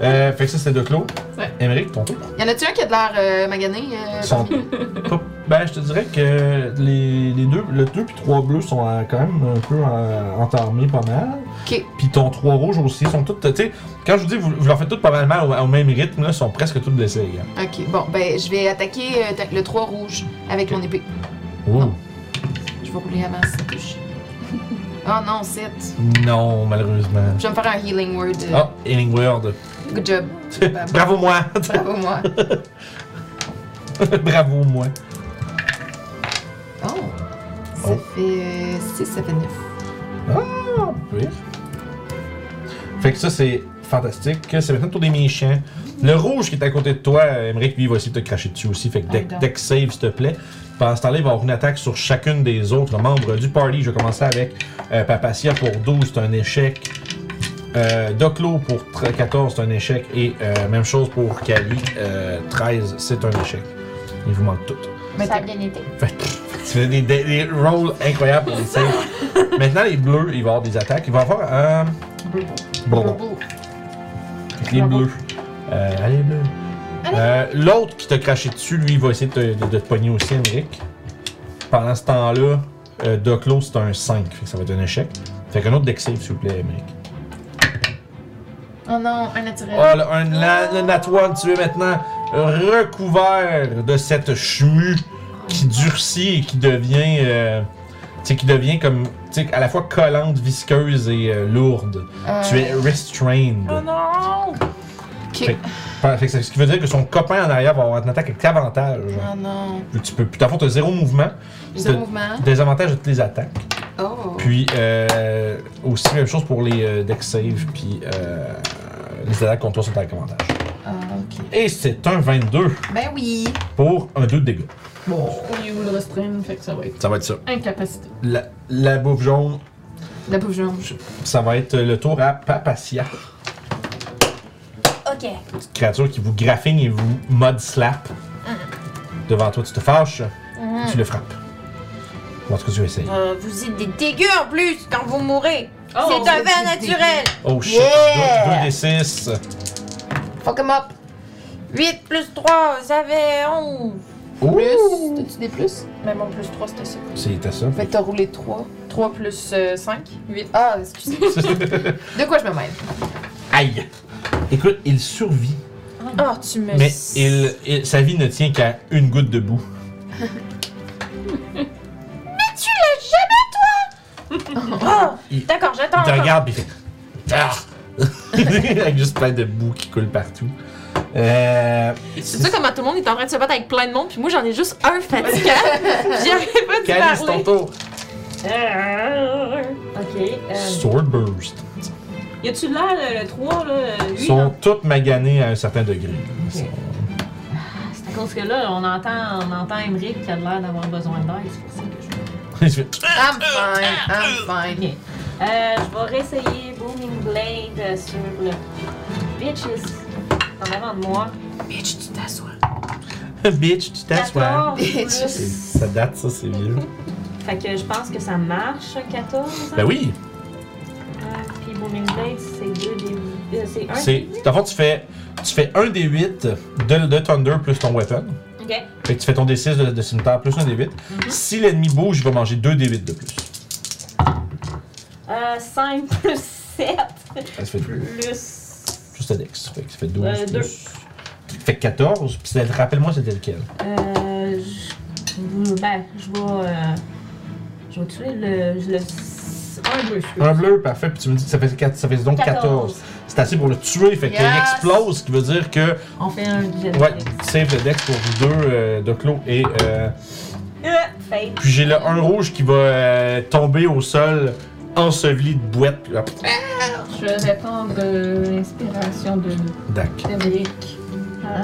S1: Euh, fait que ça, c'était de clos.
S2: Ouais.
S1: Émeric, ton tour.
S4: Y en a-tu un qui a de l'air euh, magané? euh,
S1: Ils sont pas- Ben, je te dirais que les, les deux, le 2 puis 3 bleus sont euh, quand même un peu euh, entamés pas mal.
S4: Ok.
S1: Puis ton 3 rouge aussi, ils sont tous, tu sais, quand je vous dis, vous, vous leur faites tous pas mal mal au, au même rythme, là, ils sont presque tous blessés. hein.
S4: Ok, bon, ben je vais attaquer euh, ta- le 3 rouge avec
S1: Ok.
S4: mon épée.
S1: Ouh.
S4: Je vais rouler avant si ça touche. Oh non, 7.
S1: Non, malheureusement.
S4: Je vais me faire un healing word. euh,
S1: Ah, Healing Word.
S4: Good job.
S1: Bravo moi!
S4: Bravo, moi.
S1: Oh. Bravo moi!
S4: Oh! Ça
S1: Oh.
S4: fait 6, ça fait 9.
S1: Oui. Fait que ça, c'est fantastique. C'est maintenant le tour des méchants. Le rouge qui est à côté de toi, Emmerich, lui, il va essayer de te cracher dessus aussi. Fait que deck, deck save, s'il te plaît. Pendant ce temps-là, il va avoir une attaque sur chacune des autres membres du party. Je vais commencer avec euh, Papacia pour 12, c'est un échec. Euh, Doclo pour tre- 14, c'est un échec. Et euh, même chose pour Kali, euh, 13, c'est un échec. Il vous manque tout.
S4: Mais
S7: Ça a
S4: t'es-
S7: bien été.
S1: Fait que, tu fais des, des- des rolls incroyables pour les saves. Maintenant, les bleus, ils vont avoir des attaques. Ils vont avoir euh, un. Bon. Fait que les bleus. Euh, allez, bleus. Euh, L'autre qui t'a craché dessus, lui, il va essayer de te, de- de te pogner aussi, Emmerich. Pendant ce temps-là, euh, Doclo, c'est un 5. Fait que ça va être un échec. Fait qu'un autre deck save, s'il vous plaît, Emmerich.
S4: Oh non, un naturel.
S1: Oh, le, un, la- le Nat One, tu es maintenant recouvert de cette chmue qui durcit et qui devient, euh, tu sais, qui devient comme, tu sais, à la fois collante, visqueuse et euh, lourde.
S4: Euh,
S1: Tu es restrained.
S4: Oh non! Ok.
S1: Fait que c'est- ce qui veut dire que son copain en arrière va avoir une attaque avec avantage.
S4: Oh non.
S1: Puis Tu peux, puis dans le fond, t'as zéro mouvement,
S4: Zéro
S1: De-
S4: mouvement.
S1: des avantages de toutes les attaques.
S4: Oh.
S1: Puis euh, aussi même chose pour les euh, deck save, puis euh, les attaques contre toi sont avec avantage.
S4: Ah, ok.
S1: Et c'est un 22
S4: Ben oui.
S1: pour un 2 de dégâts.
S2: Il vous le restreint, fait que ça va être
S1: Ça va être ça.
S2: incapacité.
S1: La, la bouffe jaune,
S4: La bouffe jaune.
S1: ça va être euh, le tour à Papacia.
S3: Ok.
S4: Ah.
S1: Petite créature qui vous graffigne et vous mod slap. devant toi, tu te fâches,
S3: Mhm.
S4: Mm-hmm.
S1: tu le frappes. Ou en tout cas, tu essayes.
S3: Euh, vous êtes des dégueux en plus quand vous mourrez.
S8: Oh,
S3: C'est un vin naturel.
S1: Oh shit!
S3: Yeah!
S1: 2 des 6.
S5: Fuck 'em up.
S3: 8 plus 3, ça fait 11.
S1: Ouh!
S5: Plus. T'as-tu des plus?
S4: Mais mon plus 3, c'était ça.
S1: C'était ça.
S5: Fait que t'as roulé 3.
S4: 3 plus euh, 5, 8.
S5: Ah, excusez. De quoi je me mêle?
S1: Aïe! Écoute, il survit,
S3: Oh, tu me.
S1: mais il, il- sa vie ne tient qu'à une goutte de boue.
S4: Oh,
S3: D'accord, j'attends.
S1: Il te
S3: encore.
S1: regarde pis il fait. Ah! Avec juste plein de boue qui coule partout. Euh,
S4: C'est ça comment tout le monde est en train de se battre avec plein de monde, puis moi j'en ai juste un fatigant, puis j'arrive pas d'y
S1: Calice, ton
S4: parler.
S1: tour.
S6: Ok. Euh,
S1: Swordburst.
S6: y a-tu l'air, euh, le, le 3, là? Lui,
S1: sont
S6: non?
S1: toutes maganées à un certain degré. Ils sont-
S6: Ah, C'est à cause que là, on entend, on entend Emmerich qui a l'air d'avoir besoin d'aide. C'est pour ça que je...
S1: ils se font-
S5: I'm fine, I'm fine.
S6: Euh, je vais réessayer Booming Blade euh, sur le Bitches en avant de moi.
S5: Bitch, tu t'assois.
S1: Bitch, tu t'assois.
S6: 14 plus.
S1: C'est- Ça date, ça, c'est vieux.
S6: Fait que je pense que ça marche, 14.
S1: Ben oui,
S6: Euh, puis Booming Blade, c'est 2 des. euh, c'est 1.
S1: c'est. Dans le fond, tu fais, tu fais un des 8 de, de Thunder plus ton weapon.
S6: Ok.
S1: Fait que tu fais ton D6 de, de cimetière plus un D8.
S6: Mhm.
S1: Si l'ennemi bouge, il va manger deux D8 de plus.
S6: Euh, 5 plus 7
S1: Ça fait plus.
S6: plus.
S1: Juste un Dex. Fait que ça fait 12
S6: Euh, deux.
S1: plus. Fait que 14. Puis c'est- rappelle-moi c'était lequel.
S6: Euh. Je, ben, je vais. euh, je vais tuer le. le 1 bleu, je
S1: Un bleu, parfait. Puis tu me dis que ça fait, quatre- ça fait donc 14. C'est assez pour le tuer. Fait qu'il
S5: Yes.
S1: explose, ce qui veut dire que.
S6: On fait un jet de
S1: Ouais,
S6: dés.
S1: save le dex pour vous deux, euh, de clos et. euh,
S6: Euh, Fait.
S1: Puis j'ai le 1 rouge qui va euh, tomber au sol, enseveli de boîte. puis là, pff,
S2: Je vais répandre euh, l'inspiration de
S1: Dac.
S2: Emmerich. Ah.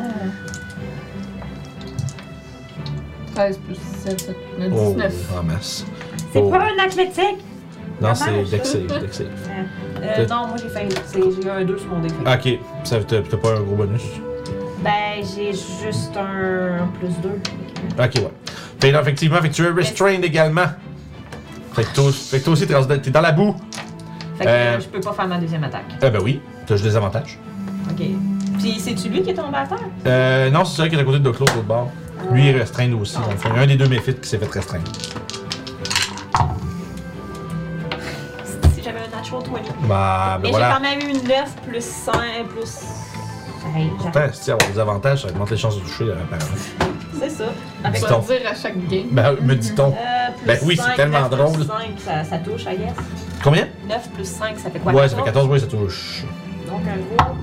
S2: 13 plus 7, ça fait
S1: Oh,
S2: 19.
S1: en masse.
S6: C'est
S1: Oh.
S6: pas un athlétique!
S1: Non, c'est
S6: dommage.
S1: dex save, dex save.
S6: Euh, non, moi j'ai failli. C'est- J'ai eu un 2 sur mon défi.
S1: Ah, Ok, ça t'as t'as pas un gros bonus.
S6: Ben, j'ai juste un plus 2.
S1: Ok, ouais. Fait que là, effectivement, fait que tu es restrained également. Fait que toi, fait que toi aussi, t'es dans- t'es dans la boue.
S6: Fait que
S1: Euh.
S6: euh, je peux pas faire ma deuxième attaque.
S1: Eh ben oui, t'as juste des avantages.
S6: Ok. Puis c'est-tu lui qui est tombé à terre?
S1: Euh, non, c'est celui qui est à côté de Doclo, de l'autre bord. Lui, il est restreint aussi. dans le fond. Il y a un des deux méfites qui s'est fait restreindre.
S6: Si j'avais un natural 20.
S1: Bah, ben
S6: Mais
S1: voilà.
S6: j'ai quand même eu une 9 plus 100 plus. Hey, j'arrive.
S1: Pourtant, si avoir des avantages, ça augmente les chances de toucher, euh, apparemment.
S6: c'est ça.
S2: On
S1: Avec
S2: va
S1: ton-
S2: le dire à chaque game.
S1: Ben, me dit-on.
S6: Euh, plus
S1: Ben oui, c'est
S6: cinq,
S1: tellement
S6: 9 plus
S1: drôle.
S6: 5, ça, ça touche, I guess.
S1: Combien?
S6: 9 plus 5, ça fait quoi?
S1: Ouais, ça fait 14, oui, ça touche.
S6: Donc un gros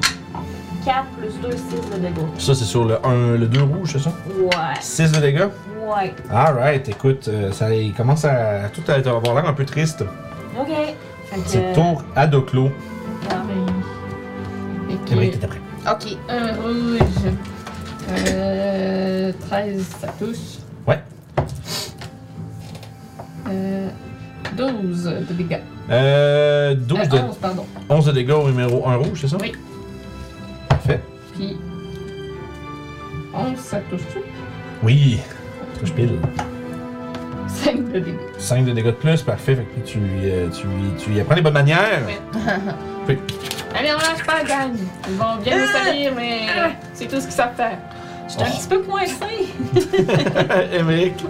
S6: 4 plus 2, 6 de dégâts.
S1: Ça, c'est sur le 1, le 2 rouge, c'est ça?
S6: Ouais.
S1: 6 de dégâts.
S6: Ouais.
S1: Alright, écoute, euh, ça il commence à tout à avoir l'air un peu triste.
S6: Ok. Fait que.
S2: Euh.
S1: C'est tour à Doclo. J'aimerais que
S2: Ok.
S1: t'étais prêt.
S5: Ok.
S2: Un rouge. Euh, 13, ça touche.
S1: Ouais.
S2: Euh, 12 de dégâts.
S1: Euh, 12
S2: Euh,
S1: de,
S2: 11, pardon.
S1: 11 de dégâts au numéro 1 rouge, c'est ça?
S2: Oui.
S1: Parfait.
S2: Puis 11, ça touche-tu?
S1: Oui. Touche pile.
S2: 5 de dégâts.
S1: 5 de dégâts de plus, parfait. Fait que tu, euh, tu, tu y apprends les bonnes manières.
S2: Allez, on lâche pas, gagne. Ils vont bien nous salir, mais c'est tout ce qu'ils savent faire.
S6: Je suis un petit peu coincée.
S1: Émeric, Euh,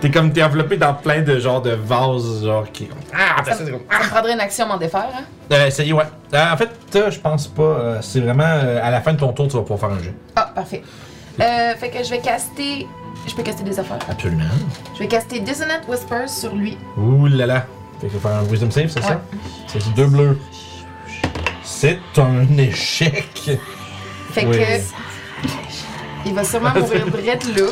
S1: t'es comme t'es enveloppé dans plein de genre de vases, genre qui. Ah, t'as ça, c'est comme-
S5: Ça me prendrait une action à m'en défaire, hein?
S1: Euh, essayez, ouais. Euh, en fait, euh, je pense pas. euh, c'est vraiment euh, à la fin de ton tour, tu vas pouvoir faire un jeu.
S5: Ah, parfait. Euh, fait que je vais caster. Je peux caster des affaires.
S1: Absolument.
S5: Je vais caster Dissonant Whispers sur lui.
S1: Ouh là là. Fait que faire un wisdom save, c'est ça? C'est du deux bleus. C'est un échec.
S5: Fait
S1: Oui.
S5: que. Il va sûrement mourir drette là.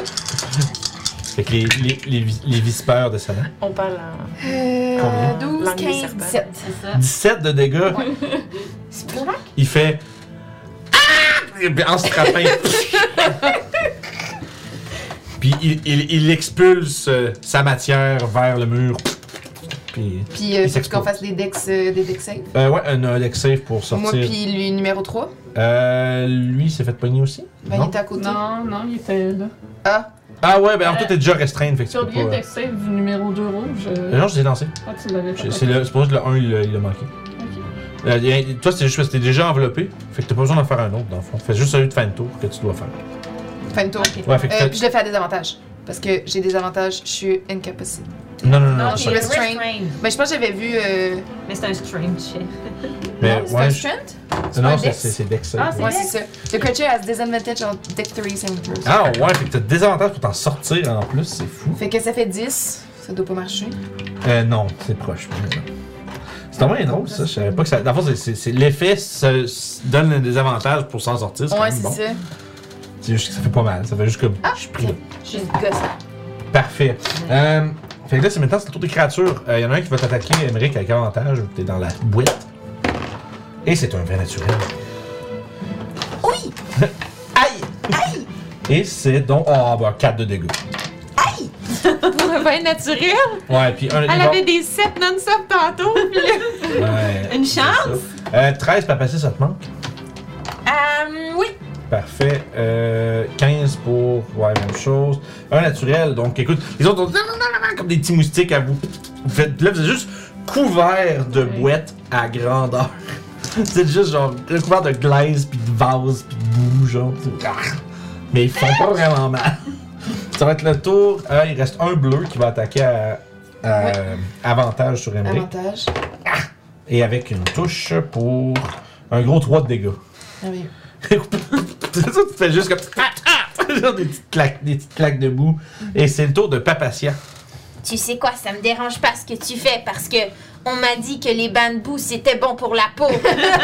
S1: Fait que les, les, les, vis- les vispeurs de Sana.
S3: On parle en.
S1: Combien?
S5: Euh, 12,
S3: Langue des
S5: 15,
S3: serpents.
S5: 17.
S6: C'est ça.
S1: 17 de dégâts. Il fait. Ah! Et puis, En se frappant. Puis il, il, il expulse euh, sa matière vers le mur. Puis.
S5: Puis, euh,
S1: Il
S5: faut qu'on
S1: s'explose.
S5: fasse des decks, euh, des decks save.
S1: Euh, ouais, un, un deck save pour sortir.
S5: Moi, puis lui, numéro 3.
S1: Euh, lui, il s'est fait pogner aussi?
S5: Ben, il
S1: non?
S5: était à côté.
S2: Non, non, il était là.
S5: Ah,
S1: Ah ouais, ben en tout, t'es déjà restreinte, fait que
S2: J'ai
S1: tu peux
S2: oublié le
S1: pas.
S2: text save du numéro 2 rouge.
S1: Euh,
S2: euh,
S1: Non, je l'ai lancé.
S2: Ah, tu l'avais
S1: C'est
S2: fait.
S1: c'est le, c'est pour ça que le 1, il l'a- il l'a manqué. Euh, y a- toi, c'est juste parce que t'es déjà enveloppé, fait que t'as pas besoin d'en faire un autre, dans le fond. Fais juste celui de fin de tour que tu dois faire.
S5: Fin de tour.
S1: Ouais, fait que
S5: Euh,
S1: t'as-
S5: puis je le fais à désavantage. Parce que j'ai des avantages, je suis incapacité.
S1: Non, non, non, non.
S5: non,
S1: c'est-
S5: je reste- restrain.
S6: restrain.
S5: Mais je pense que j'avais vu. Euh...
S6: Mais c'est un strange chef.
S1: Mais
S5: non, c'est
S1: Ben, ouais,
S5: un
S1: je-
S5: strength?
S1: non,
S5: un
S1: c'est
S5: dex?
S1: c'est- c'est Dex.
S6: Ah,
S1: ça.
S6: c'est
S5: Ouais,
S1: Ouais.
S5: c'est ça. Le creature has disadvantage on deck 3 saving throws.
S1: Ah ouais, fait que t'as des avantages pour t'en sortir en plus, c'est fou.
S5: Fait que ça fait 10. Ça doit pas marcher.
S1: Euh, non, c'est proche. mais non. C'est vraiment drôle ça, je savais pas que ça. Dans le fond, c'est- c'est- c'est- l'effet se- se donne des avantages pour s'en sortir, c'est quand
S5: Ouais,
S1: même
S5: c'est
S1: bon.
S5: ça. Ah,
S1: C'est juste que ça fait pas mal, ça fait juste que je suis pris là.
S5: Je suis gosse.
S1: Parfait. Euh, fait que là, c'est maintenant c'est le tour des créatures. Il y en a un qui va t'attaquer, Emmerich, avec avantage, ou t'es dans la boîte. Et c'est un vrai naturel. Oui! Aïe! Aïe! Et c'est donc. Ah, bah, 4 de dégâts.
S4: Pour un vin naturel,
S1: Ouais, puis un.
S4: elle avait des 7 non-stop tantôt. puis là-
S1: Une chance! Euh, 13 pas passer, ça te manque.
S4: Euh, oui.
S1: Parfait. Euh, 15 pour. Ouais, même chose. Un naturel. Donc, écoute, les autres ont dit, Non, non, non, non, non, comme des petits moustiques à vous. Vous faites, là, vous êtes juste couvert de boîtes à grandeur. Vous êtes juste genre couvert de glaise, puis de vase, puis de boue, genre. C'est- Ah! Mais ils font pas vraiment mal. Ça va être le tour. Euh, il reste un bleu qui va attaquer à, à-
S5: Ouais.
S1: avantage sur Emmerich.
S5: Avantage.
S1: Et avec une touche pour un gros 3 de dégâts.
S5: Merveilleux.
S1: C'est ça, tu fais juste comme. Ah, ah! Genre des petites claques, des petites claques debout. Et c'est le tour de Papatia.
S3: Tu sais quoi, ça me dérange pas ce que tu fais parce que on m'a dit que les bambous c'était bon pour la peau.
S6: Yeah.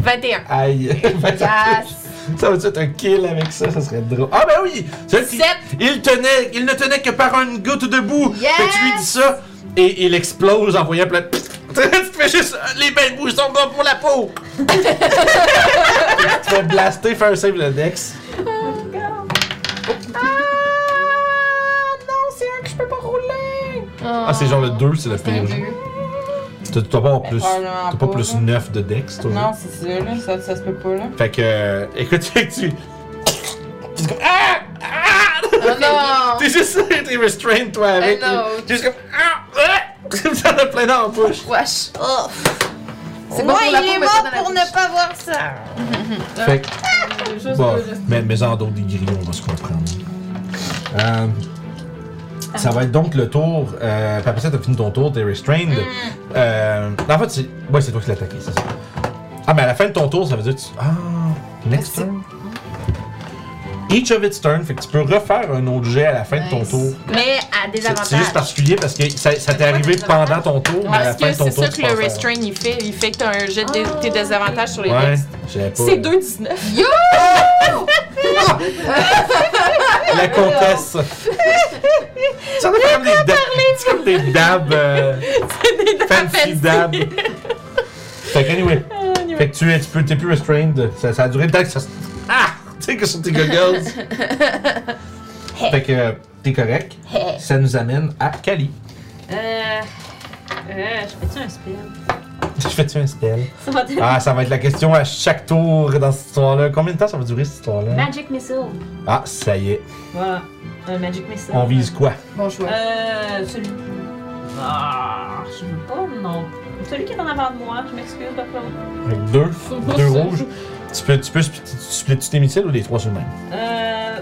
S3: 21.
S1: Aïe.
S5: Yes!
S1: ça va être un kill avec ça, ça serait drôle. Ah ben oui! C'est le-
S3: Sept.
S1: il tenait, il ne tenait que par une goutte debout.
S3: Yes!
S1: Fait que tu lui dis ça et il explose en voyant plein. de- tu fais juste les belles bouches sont bons pour la peau. tu fais blaster, faire un save le Dex.
S3: Oh
S1: Ah, c'est genre le 2, c'est le pire. genre. T'as t'as pas, plus,
S4: Euh, probablement
S1: t'as pas
S4: pas,
S1: plus
S4: là.
S1: 9 de Dex, toi.
S4: Non, c'est ça, là. Ça, ça se peut pas, là.
S1: Fait que, euh, écoute, fait que tu. tu es comme, Ah! Ah!
S5: Oh non!
S1: T'es juste. T'es restrained, toi, avec.
S5: non.
S1: T'es juste comme. Ah! Ah! T'en as plein dans la bouche.
S5: Wesh!
S3: Oh.
S5: C'est bon
S3: Moi,
S5: pour la
S3: il
S5: peau,
S3: est
S5: mais ça
S3: mort
S5: donne la
S3: pour
S5: bouche. Ah.
S3: ne pas voir ça.
S4: Ah.
S1: Fait que,
S2: C'est juste
S1: bon,
S2: le reste.
S1: Bah, mais, mais en dos des gris, on va se comprendre. Euh, ça va être donc le tour. Euh, puis après ça, t'as fini ton tour, t'es restrained.
S4: Mm.
S1: Euh, en fait, c'est. Ouais, c'est toi qui l'as attaqué, c'est ça. Ah, mais à la fin de ton tour, ça veut dire que tu. Ah, next
S5: Merci.
S1: turn. Each of its turn, fait que tu peux refaire un autre jet à la fin de ton
S5: Nice.
S1: tour.
S3: Mais à des
S1: C'est- C'est juste
S3: avantages.
S1: particulier parce que ça, ça t'est
S3: quoi
S1: arrivé
S3: des
S1: pendant
S3: avantages?
S1: ton tour, mais à la
S4: Parce
S1: fin
S4: que
S1: de ton
S4: c'est
S1: tour,
S4: ça
S1: tu
S4: que le
S1: passes à- Ah.
S4: restrain, il fait. Il fait que t'as un jet de tes désavantages sur les
S1: Ouais,
S4: textes.
S1: j'avais pas.
S4: C'est 2,19.
S1: La comtesse. Ça fait comme des dabs. C'est comme des dabs. euh, fancy dabs. Fait que, anyway. Fait que tu es, tu peux, t'es plus restrained. Ça, ça a duré le temps que ça. se- Ah! Tu sais que sur tes goggles. fait que euh, t'es correct. Ça nous amène à Kali.
S6: Euh. Euh, je fais-tu un spell?
S1: Je fais-tu un spell?
S6: Ça va être-
S1: Ah, ça va être la question à chaque tour dans cette histoire-là. Combien de temps ça va durer cette histoire-là?
S6: Magic Missile.
S1: Ah, ça y est.
S6: Voilà. Un Magic Missile.
S1: On vise quoi?
S5: Bon choix.
S6: Euh. Celui. Ah, je veux pas, non. Celui qui est en avant de moi, je m'excuse, pas Claude.
S1: Avec deux.
S2: Faut
S1: Deux
S2: pas se-
S1: rouges. Tu peux, tu peux, split- tu splits-tu tes missiles ou les trois sur le même?
S6: Euh.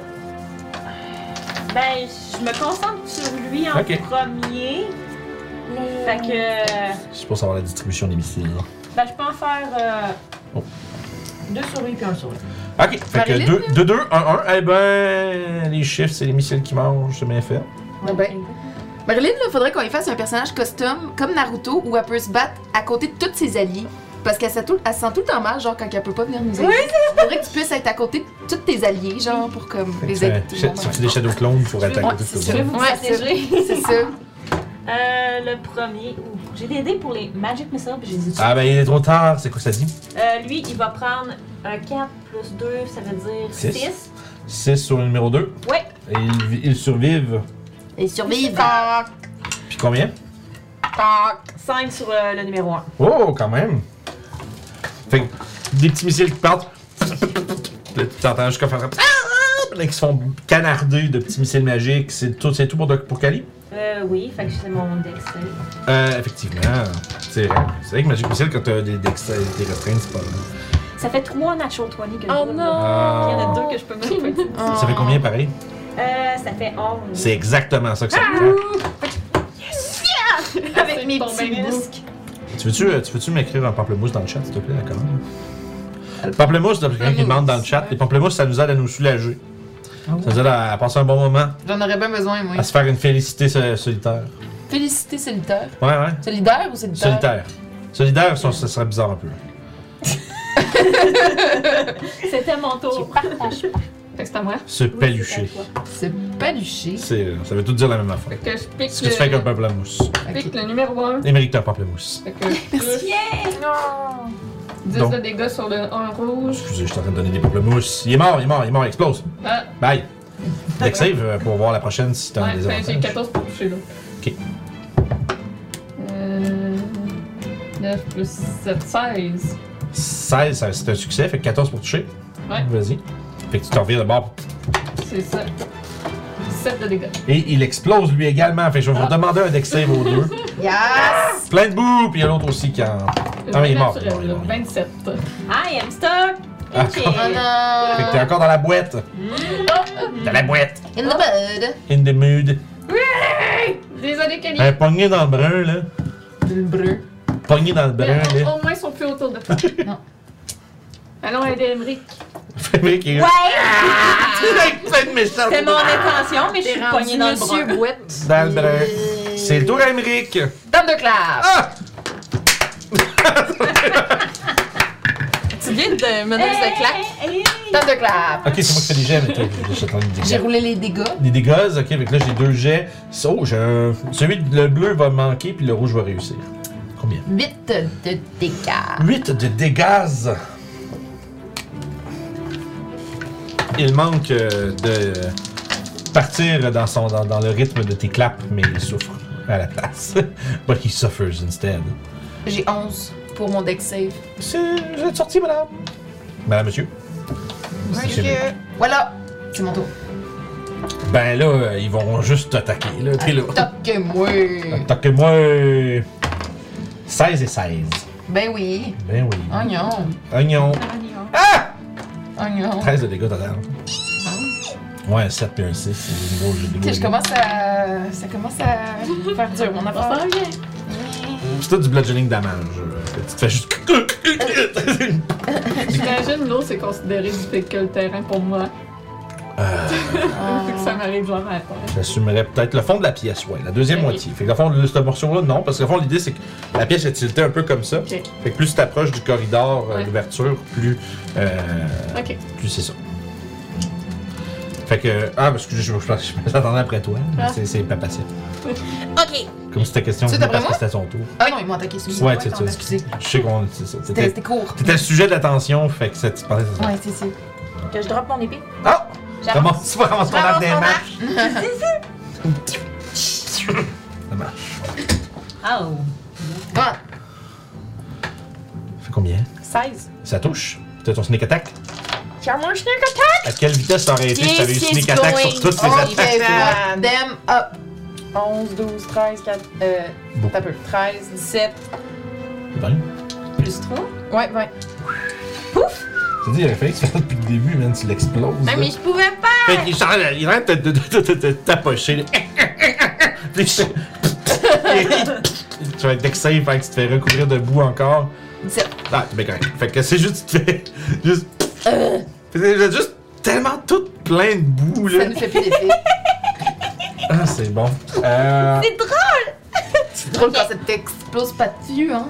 S6: Ben, je me concentre sur lui en
S1: Ok.
S6: premier. Fait que.
S1: Je pense avoir la distribution des missiles. là.
S6: Ben, je peux en faire. euh,
S1: Oh.
S6: Deux sur lui puis un sur lui.
S1: Ok, fait que 2-2, 1-1. Deux, deux, deux, un, un. Eh ben, les chiffres, c'est les missiles qui mangent, c'est bien fait.
S5: Ah ben. Marilyn, il faudrait qu'on lui fasse un personnage custom comme Naruto où elle peut se battre à côté de toutes ses alliés. Parce qu'elle se, tout- elle se sent tout le temps mal, genre quand elle peut pas venir nous aider. Il faudrait que tu puisses être à côté de tous tes alliés, genre pour comme
S1: Fait que
S5: les
S1: ça-
S5: aider. tout le
S1: ça-
S5: monde.
S1: C'est des Shadow Clones pour attaquer
S5: Ouais,
S1: tout
S5: c'est
S1: le
S5: ça.
S1: monde.
S6: vous
S5: Ouais,
S6: protéger.
S5: C'est ça.
S6: Euh, le premier. Ouh, J'ai des dés pour les Magic Missiles puis j'ai dit.
S1: Ah ben, il est trop tard, c'est quoi ça dit?
S6: Euh, lui, il va prendre un 4 plus 2, ça veut dire
S1: Six.
S6: 6.
S1: 6 sur le numéro 2.
S6: Ouais.
S1: Et ils, vi- ils survivent.
S3: Et survivre.
S1: Puis combien?
S6: 5 sur euh, le numéro 1.
S1: Oh, quand même! Fait que des petits missiles qui partent. Là, tu t'entends jusqu'à faire. Ah! là, qui se font canarder de petits missiles magiques. C'est tout, c'est tout pour, Doc- pour Cali?
S6: Euh, oui, fait que c'est mon dex. save.
S1: Euh, effectivement. C'est vrai. C'est vrai que Magic Missile, quand t'as des dextra- des restreintes, c'est pas bon.
S6: Ça fait trois natural 20 que je
S8: Oh
S6: roule, là.
S8: non! Il y en a
S1: Ah.
S8: deux que je peux même pas dire.
S1: Ça fait
S5: Oh.
S1: combien pareil?
S6: Euh, ça fait 11.
S1: C'est exactement ça que ça te prend.
S2: Avec mes petits muscles.
S1: Tu veux-tu, euh, tu veux-tu m'écrire un pamplemousse dans le chat, s'il te plaît, d'accord? Le pamplemousse, c'est quelqu'un qui demande dans le chat. Les pamplemousses, ça nous aide à nous soulager. Ça nous aide à, à passer un bon moment,
S5: Ah J'en aurais bien besoin, moi.
S1: à se faire une félicité sol- solitaire.
S5: Félicité solitaire.
S1: Ouais, ouais.
S5: Solidaire ou solitaire?
S1: Solitaire. Solidaire, ça, ça serait bizarre un peu.
S8: C'était mon tour.
S2: Fait que c'est à moi.
S1: Se palucher.
S5: C'est paluché.
S1: C'est, euh, ça veut tout dire la même
S2: Fait
S1: affaire.
S2: que je pique,
S1: Ce que tu fais avec un
S2: le,
S1: pamplemousse.
S2: je pique le numéro 1.
S1: Émeric, t'as un pamplemousse.
S2: Fait que je touche 10
S1: Donc.
S2: de dégâts sur le 1 rouge.
S1: Excusez, je suis en train de donner des pamplemousses. Il est mort, il est mort, il est mort, il explose.
S2: Ah,
S1: Bye. Dex save euh, pour voir la prochaine si t'as
S2: ouais,
S1: des
S2: fait, j'ai
S1: avantages.
S2: 14 pour toucher là.
S1: Ok.
S2: Euh, 9 plus 7, 16.
S1: 16, ça- c'est un succès, fait que 14 pour toucher.
S2: Ouais.
S1: Vas-y. Fait que tu te revires de bord.
S2: C'est ça. 7 de dégâts.
S1: Et il explose lui également. Fait que je vais vous demander un dex save aux deux.
S5: Yes!
S1: Plein de boue, puis il y a l'autre aussi qui en. Ah, mais il est mort.
S2: Naturel,
S1: Il est mort, il est
S2: 27.
S8: I am stuck!
S1: Ah,
S8: Ok.
S5: Oh
S1: Fait que
S5: non!
S1: t'es encore dans la boîte. Dans la boîte.
S5: In the bud!
S1: In the mood.
S2: Désolé, Kelly.
S1: Un pogné dans le brun, là.
S5: Le breu.
S1: Pogné dans le brun,
S2: Mais
S1: là.
S2: au, au moins, ils sont plus autour de toi.
S5: Non.
S2: Allons aider Emmerich.
S1: Fabrique est. Ah! Ouais! Plein de méchants.
S8: C'était mon intention, mais je suis poignée dans le bras.
S4: Monsieur Bouette.
S1: Dans le brun. C'est le tour à Émeric.
S4: Thunderclap!
S1: Ah!
S4: Tu viens de me donner cette claque?
S8: Hey, hey.
S4: Thunderclap!
S1: Ok, c'est moi qui fais des jets, mais t'as- j'ai entendu des
S5: J'ai
S1: jets.
S5: roulé les dégâts.
S1: Des dégâts, ok, avec là j'ai deux jets. Oh, j'ai un. Celui de le bleu va manquer, puis le rouge va réussir. Combien
S5: 8 de dégâts.
S1: 8 de dégâts. Il manque euh, de partir dans, son, dans, dans le rythme de tes claps, mais il souffre à la place. But he suffers instead.
S5: J'ai 11 pour mon deck save.
S1: C'est. Je vais te sortir, madame. Madame, monsieur. Monsieur.
S5: Voilà! C'est mon tour.
S1: Ben là, euh, ils vont juste t'attaquer, là. T'es là.
S5: Top que moi!
S1: Attaquez-moi. 16 et 16.
S5: Ben oui.
S1: Ben oui.
S5: Oignon.
S1: Oignon.
S5: Oignon.
S1: 13 de dégâts total. Ouais, un 7 puis un 6. C'est gros jeu de
S5: Ok, je commence à. Ça commence à faire dur mon affaire.
S1: C'est tout du bludgeoning damage. euh, Tu te fais juste.
S5: Euh.
S2: J'imagine l'eau, c'est considéré du fait que le terrain pour moi.
S1: Euh,
S2: Fait que ça m'arrive genre à la terre.
S1: J'assumerais peut-être le fond de la pièce, ouais, la deuxième
S2: Ok.
S1: moitié. Fait que le fond de ce morceau-là, non, parce que le fond, l'idée, c'est que la pièce est tiltée un peu comme ça.
S2: Ok.
S1: Fait que plus tu t'approches du corridor, euh,
S2: Ouais.
S1: l'ouverture, plus. euh,
S2: Ok.
S1: plus c'est ça. Fait que. Ah, parce que je, je, je, je m'attendais après toi, mais
S2: Ah.
S1: c'est- c'est pas passé.
S3: Ok.
S1: Comme si ta question
S5: C'est
S1: venait
S5: après
S1: parce que
S5: moi?
S1: c'était ton tour.
S5: Ah non, ils m'ont attaqué celui-ci.
S1: Ouais, tu
S5: attends,
S1: sais,
S5: Ah, excusez.
S1: je sais qu'on. c'est ça.
S5: C'était
S1: T'étais
S5: c'était court.
S1: t'étais le sujet de l'attention, fait que ça tu parlais de ça.
S5: Ouais, c'est ça.
S7: Que je drop mon épée.
S1: Ah! Comment tu vas commencer ton arc des
S7: J'avance mon
S1: mains?
S7: arc.
S1: Ça marche.
S6: Oh!
S5: Ah,
S1: Fait combien?
S4: 16.
S1: Ça touche. T'as ton sneak attack.
S4: Tiens, moi, je suis
S1: À quelle vitesse ça aurait été si t'avais eu
S3: This is
S1: sneak attack sur
S3: going
S1: toutes ces
S5: on
S1: attaques?
S5: fait what
S4: attaques.
S5: them up.
S4: 11, 12, 13, 4. Euh.
S1: Beaucoup.
S4: T'as peu. 13, 17.
S1: Ben,
S8: Plus 3.
S4: Ouais, ouais.
S1: Tu dis, il fallait que tu fasses ça depuis le début, man, tu l'exploses.
S8: Ah,
S3: Non,
S1: là.
S3: mais je pouvais pas.
S1: Fait qu'il s'en- il arrête de de- de- de- de t'approcher. là. Puis il- Tu vas être dexé, fait que tu te fais recouvrir de boue encore.
S5: 17.
S1: Ah, ben correct. Fait que c'est juste, tu te fais juste.
S5: Euh.
S1: Fait que c'est juste tellement tout plein de boue, là.
S5: Ça nous fait plus d'effet.
S1: Ah, c'est bon. Euh.
S5: C'est drôle quand ça t'explose pas dessus, hein.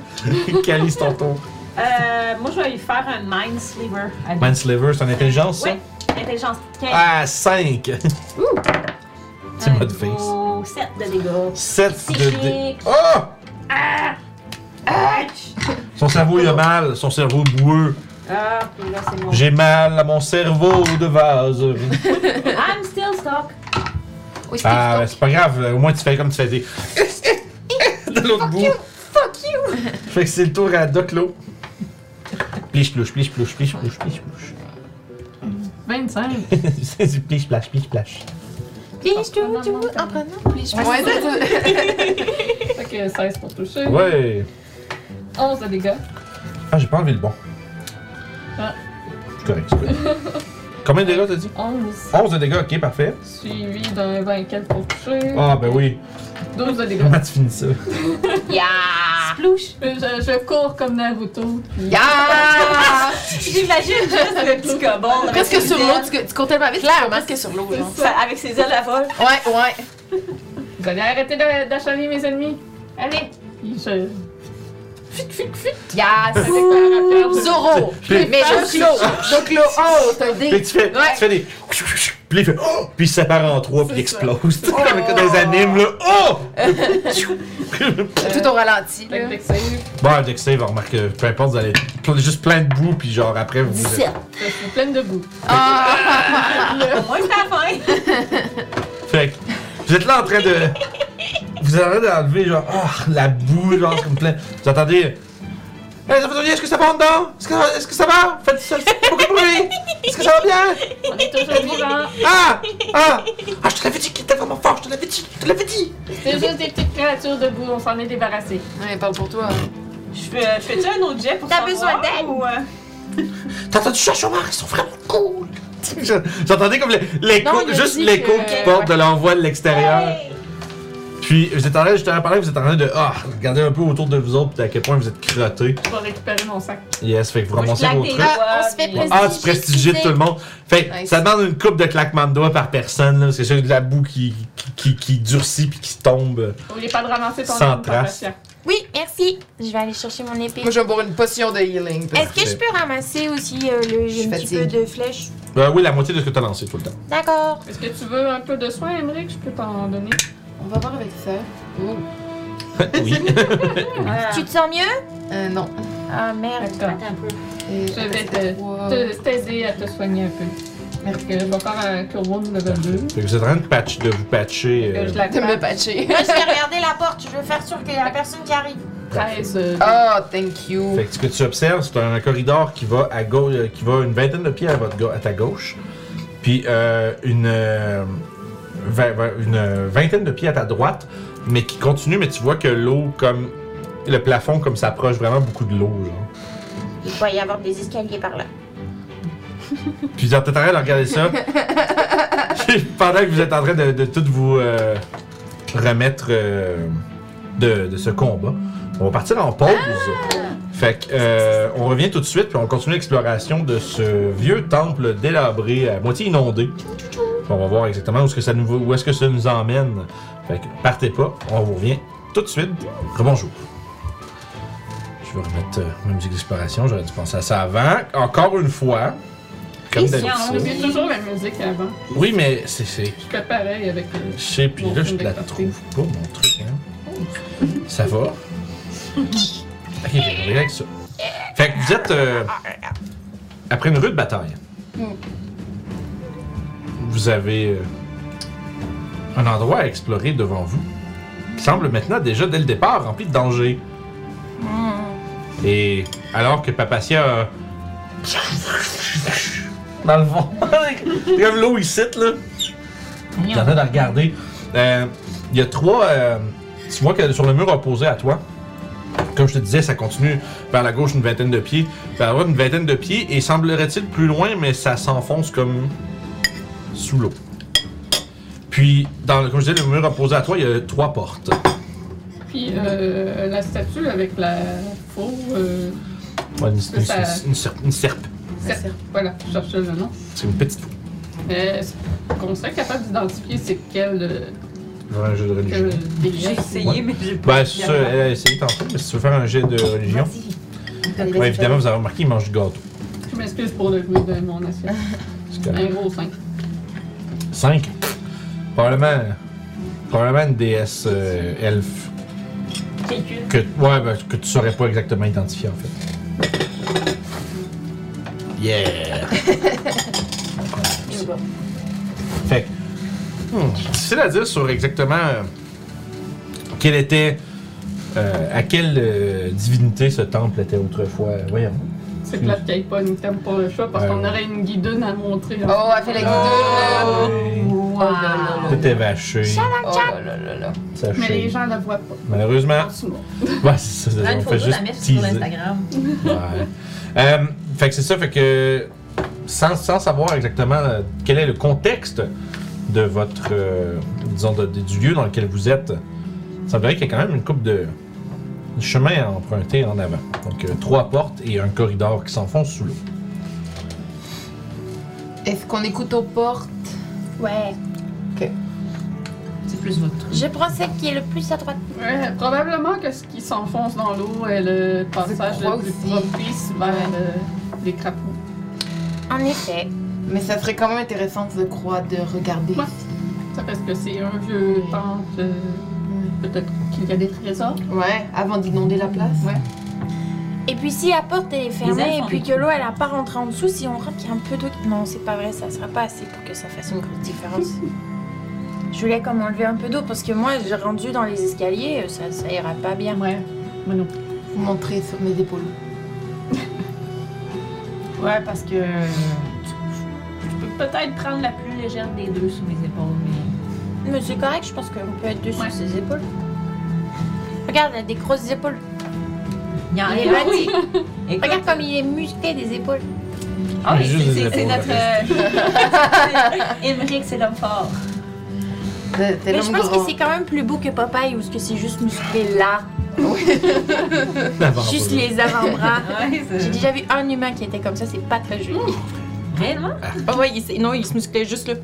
S1: Cali, c'est ton tour.
S8: Euh, moi, je vais lui faire un Minesleeper.
S1: Manslaver, c'est en intelligence, ça?
S8: Oui, intelligence 15.
S1: Ah, 5! C'est mode face.
S8: Oh, 7 de dégâts.
S1: 7 de dé.
S8: Psychique.
S1: Oh!
S5: Ah!
S1: Son cerveau, il a mal. Son cerveau boueux.
S8: Ah, puis là, c'est mon.
S1: J'ai mal à mon cerveau de vase.
S8: I'm still stuck.
S5: Oui, c'est
S1: Ah, ben, c'est pas grave. Au moins, tu fais comme tu faisais. de l'autre bout.
S5: Fuck you!
S1: Fait que c'est le tour à Doclo. Pliche, plouche, pliche, plouche, pliche, plouche, pliche, plouche.
S2: 20 25.
S1: C'est du pliche, splash, pliche, splash.
S3: Please do, do, en prenant.
S5: Ouais, c'est ça.
S2: fait que 16 pour
S5: Mm.
S2: toucher.
S1: Ouais.
S2: 11 de dégâts.
S1: Ah, j'ai pas enlevé le bon.
S2: Ah.
S1: C'est correct, c'est correct. Combien de dégâts t'as dit
S2: 11.
S1: 11 de dégâts, ok, parfait.
S2: Suivi d'un 24 pour toucher.
S1: Ah, ben oui.
S2: 12 de dégâts.
S1: Comment tu finis ça?
S2: Je, je- je cours comme Naruto.
S4: J'imagine juste le petit cobalt.
S5: Presque sur l'eau, tu, tu cours tellement vite, clairement. Presque sur l'eau, genre.
S4: Avec ses ailes à vol.
S5: Ouais, ouais.
S2: Vous allez arrêter de- d'acharner mes ennemis. Allez. Puis je... Fuit, fuit, fuit.
S5: Yes!
S2: Avec ma rapière, je-
S5: Zoro!
S1: Puis-
S5: Mais Doclo! Doclo! Oh, t'as un
S1: Puis
S5: dé!
S1: tu fais, tu fais des. Puis il fait. Oh! Puis il se sépare en trois, puis il explose. Comme dans les animes, là. Oh!
S5: Tout au ralenti.
S2: Fait que deck save.
S1: bon, Dex Save, on remarque que peu importe, vous allez pl- juste plein de boue, puis genre après, vous. vous êtes-
S2: Je suis pleine de boue.
S5: Ah.
S4: Au moins, c'est la fin.
S1: Fait que vous êtes là en train de. Vous êtes en train d'enlever, genre, oh, la boue, genre, c'est comme plein. Vous entendez. Hey, ça va bien? Est-ce que ça va en dedans? Est-ce que, est-ce que ça va? Faites ça, faites beaucoup de bruit! Est-ce que ça va bien?
S2: On est toujours vivants.
S1: Ah! Ah! Ah, je te l'avais dit qu'il était vraiment fort, je te l'avais dit, je te l'avais dit!
S2: C'est juste des petites créatures de boue. On s'en est débarrassé.
S5: Ouais, parle pour toi.
S4: Je fais- je fais-tu un autre jet pour
S3: T'as
S4: savoir?
S3: besoin d'aide?
S4: ou, euh,
S1: T'as entendu ça, Chomar? Ils sont vraiment cool! J'entendais comme le- l'écho,
S2: Non, il a
S1: juste
S2: dit
S1: l'écho
S2: que-
S1: qui porte de l'envoi de l'extérieur. Puis vous êtes en train, justement, parler, vous êtes en train de ah, regarder un peu autour de vous autres, puis à quel point vous êtes crottés.
S2: Je vais récupérer mon sac.
S1: Yes, fait que vous
S4: Moi, je
S1: ramassez
S4: claque
S1: vos
S4: des
S1: trucs.
S4: doigts,
S3: Ah, on se fait
S4: mais-
S3: plaisir.
S1: Ah, tu prestigies tout le monde. Fait que
S5: Nice.
S1: ça demande une coupe de claquement de doigts par personne, là, parce que c'est de la boue qui, qui, qui, qui durcit puis qui tombe.
S2: N'oubliez pas de ramasser ton
S1: Sans
S2: arme,
S1: trace.
S2: Patricia.
S3: Oui, merci. Je vais aller chercher mon épée.
S5: Moi, je vais boire une potion de healing. parce
S3: Est-ce que je peux ramasser aussi euh, le,
S5: Je suis
S3: j'ai un petit peu
S5: fatiguée.
S3: de flèches?
S1: Euh, oui, la moitié de ce que t'as lancé tout le temps.
S3: D'accord.
S2: Est-ce que tu veux un peu de soin, Emmerich? Je peux t'en donner.
S5: que- On va voir avec ça. Ouh.
S1: oui.
S8: ah,
S3: Tu te sens mieux?
S5: Euh, non. Euh,
S3: Ah merde.
S2: D'accord.
S6: Attends un peu.
S5: Et-
S2: Je vais te-
S5: Wow.
S2: te- t'aider à te soigner un peu. Parce que je vais faire un cure wound level 2.
S1: Fait que vous êtes en train de, patch, de vous patcher.
S2: Que
S1: euh,
S2: je la
S5: De me
S2: claque.
S5: patcher.
S3: Moi, je vais regarder la porte. Je veux faire sûr qu'il y a personne qui arrive.
S2: 13. euh,
S5: Oh, thank you.
S1: Fait que ce que tu observes, c'est un corridor qui va à gauche, euh, qui va une vingtaine de pieds à, votre ga- à ta gauche, puis euh, une, euh, vingt- vingt- une euh, vingtaine de pieds à ta droite, mais qui continue, mais tu vois que l'eau, comme le plafond, comme s'approche vraiment beaucoup de l'eau. genre.
S3: Il doit y avoir des escaliers par là.
S1: Puis vous êtes en train de regarder ça. Puis pendant que vous êtes en train de, de tout vous euh, remettre euh, de, de ce combat, on va partir en pause. Fait que, euh, on revient tout de suite, puis on continue l'exploration de ce vieux temple délabré, à moitié inondé. On va voir exactement où est-ce que ça nous, où est-ce que ça nous emmène. Fait que, partez pas, on vous revient tout de suite. Rebonjour. Je vais remettre euh, ma musique d'exploration, j'aurais dû penser à ça avant. Encore une fois, comme
S2: On
S1: d'habitude.
S2: oublie toujours la musique avant.
S1: Oui, mais c'est- c'est...
S2: Je fais pareil avec. euh,
S1: Je sais, puis là, je la trouve pas, mon truc. Hein. Ça va? Ok, je vais revenir avec ça. Fait que vous êtes. euh, après une rude bataille. Vous avez. euh, un endroit à explorer devant vous. Qui semble maintenant déjà, dès le départ, rempli de dangers. Et alors que euh, Papacia a. Dans le fond. Comme l'eau ici, là. Il y en a de regarder. Euh, Il y a trois. euh, tu vois que sur le mur opposé à toi, comme je te disais, ça continue vers la gauche une vingtaine de pieds, vers la droite une vingtaine de pieds, et semblerait-il plus loin, mais ça s'enfonce comme sous l'eau. Puis, dans le, comme je disais, le mur opposé à toi, il y a trois portes.
S2: Puis euh, la statue avec la faux. Euh,
S1: Ouais, une,
S2: Ça, ça-
S1: une- une serpe. une serpe.
S2: cercle. Voilà, je cherchais le nom.
S1: C'est une petite fou.
S2: Mais est-ce qu'on serait capable d'identifier c'est quel, euh,
S1: Un jeu de religion.
S2: quel
S4: J'ai
S2: délire.
S4: essayé,
S1: Ouais.
S4: mais j'ai pas.
S1: Ben, c'est ça, elle a essayé tantôt, mais si tu veux faire un jet de religion. Ouais, évidemment, vous avez remarqué, il mange du gâteau.
S2: Je m'excuse pour le bruit de mon assiette.
S1: C'est correct.
S2: Un gros 5.
S1: 5. Probablement, probablement une déesse euh, elfe. Que, ouais, ben, que tu saurais pas exactement identifier en fait. Yeah! fait que, hmm, difficile à dire sur exactement euh, quel était, euh, à quelle euh, divinité ce temple était autrefois. Voyons.
S2: C'est plate qu'il n'y ait pas une thème pour le chat parce
S1: Ouais.
S2: qu'on aurait une guidoune à montrer.
S5: Oh, elle fait la guidoune!
S1: Ouais.
S5: Oh là là là.
S1: Tout est vaché.
S5: Oh là là là là.
S1: saché.
S2: Mais les gens ne la voient pas.
S1: Malheureusement,
S2: En ce moment.
S1: ouais, c'est ça,
S6: Prends une
S1: on fait
S6: photo, la
S1: juste
S6: mets sur
S1: teaser.
S6: Instagram.
S1: Ouais. Euh, fait que c'est ça, fait que sans, sans savoir exactement euh, quel est le contexte de votre, euh, disons, de- de- du lieu dans lequel vous êtes, il semblerait qu'il y a quand même une coupe de de chemin à emprunter en avant. Donc euh, trois portes et un corridor qui s'enfonce sous l'eau.
S5: Est-ce qu'on écoute aux portes?
S3: Ouais.
S6: C'est plus votre truc.
S3: Je prends celle qui est le plus à droite.
S2: Ouais, probablement que ce qui s'enfonce dans l'eau est le passage
S5: crois
S2: le plus
S5: aussi.
S2: propice vers
S5: Ouais.
S2: euh, les crapauds.
S3: En effet.
S5: Mais ça serait quand même intéressant, je crois, de regarder.
S2: Ouais. Ça parce que c'est un vieux
S5: Ouais.
S2: temple. euh,
S5: Ouais.
S2: Peut-être qu'il y a des trésors.
S5: Ouais, avant d'inonder la place.
S2: Ouais.
S3: Et puis si la porte elle est fermée
S6: ailes
S3: et
S6: sont
S3: puis
S6: des
S3: que l'eau elle a pas rentré en dessous, si on rentre il y a un peu d'eau. qui- Non, c'est pas vrai, ça sera pas assez pour que ça fasse une grosse différence. Je voulais comme enlever un peu d'eau parce que moi j'ai rendu dans les escaliers, euh, ça, ça ira pas bien.
S2: Ouais. Moi non.
S5: Vous montrez sur mes épaules.
S8: Ouais, parce que je peux peut-être prendre la plus légère des deux sur mes épaules, mais.
S3: Mais c'est correct, je pense qu'on peut être dessus.
S8: Sur ses épaules.
S3: Regarde, il a des grosses épaules.
S6: Il y en
S3: Il est
S6: il y en a
S3: bâti.
S6: Écoute,
S3: Regarde comme il est musclé des épaules.
S8: Ah
S1: Mais
S8: oui,
S1: juste
S8: c'est-
S1: des
S8: c'est c'est
S1: épaules,
S8: notre. euh, Émeric, c'est l'homme fort.
S5: T'es t'es
S3: Mais je
S5: l'homme
S3: pense que
S5: grand.
S3: c'est quand même plus beau que Popeye ou est-ce que c'est juste musclé là Juste les avant-bras.
S8: Ouais,
S3: J'ai déjà vu un humain qui était comme ça, c'est pas très joli. Oh,
S8: Réellement?
S4: Ah ouais, il s'est- non, il se musclait juste là.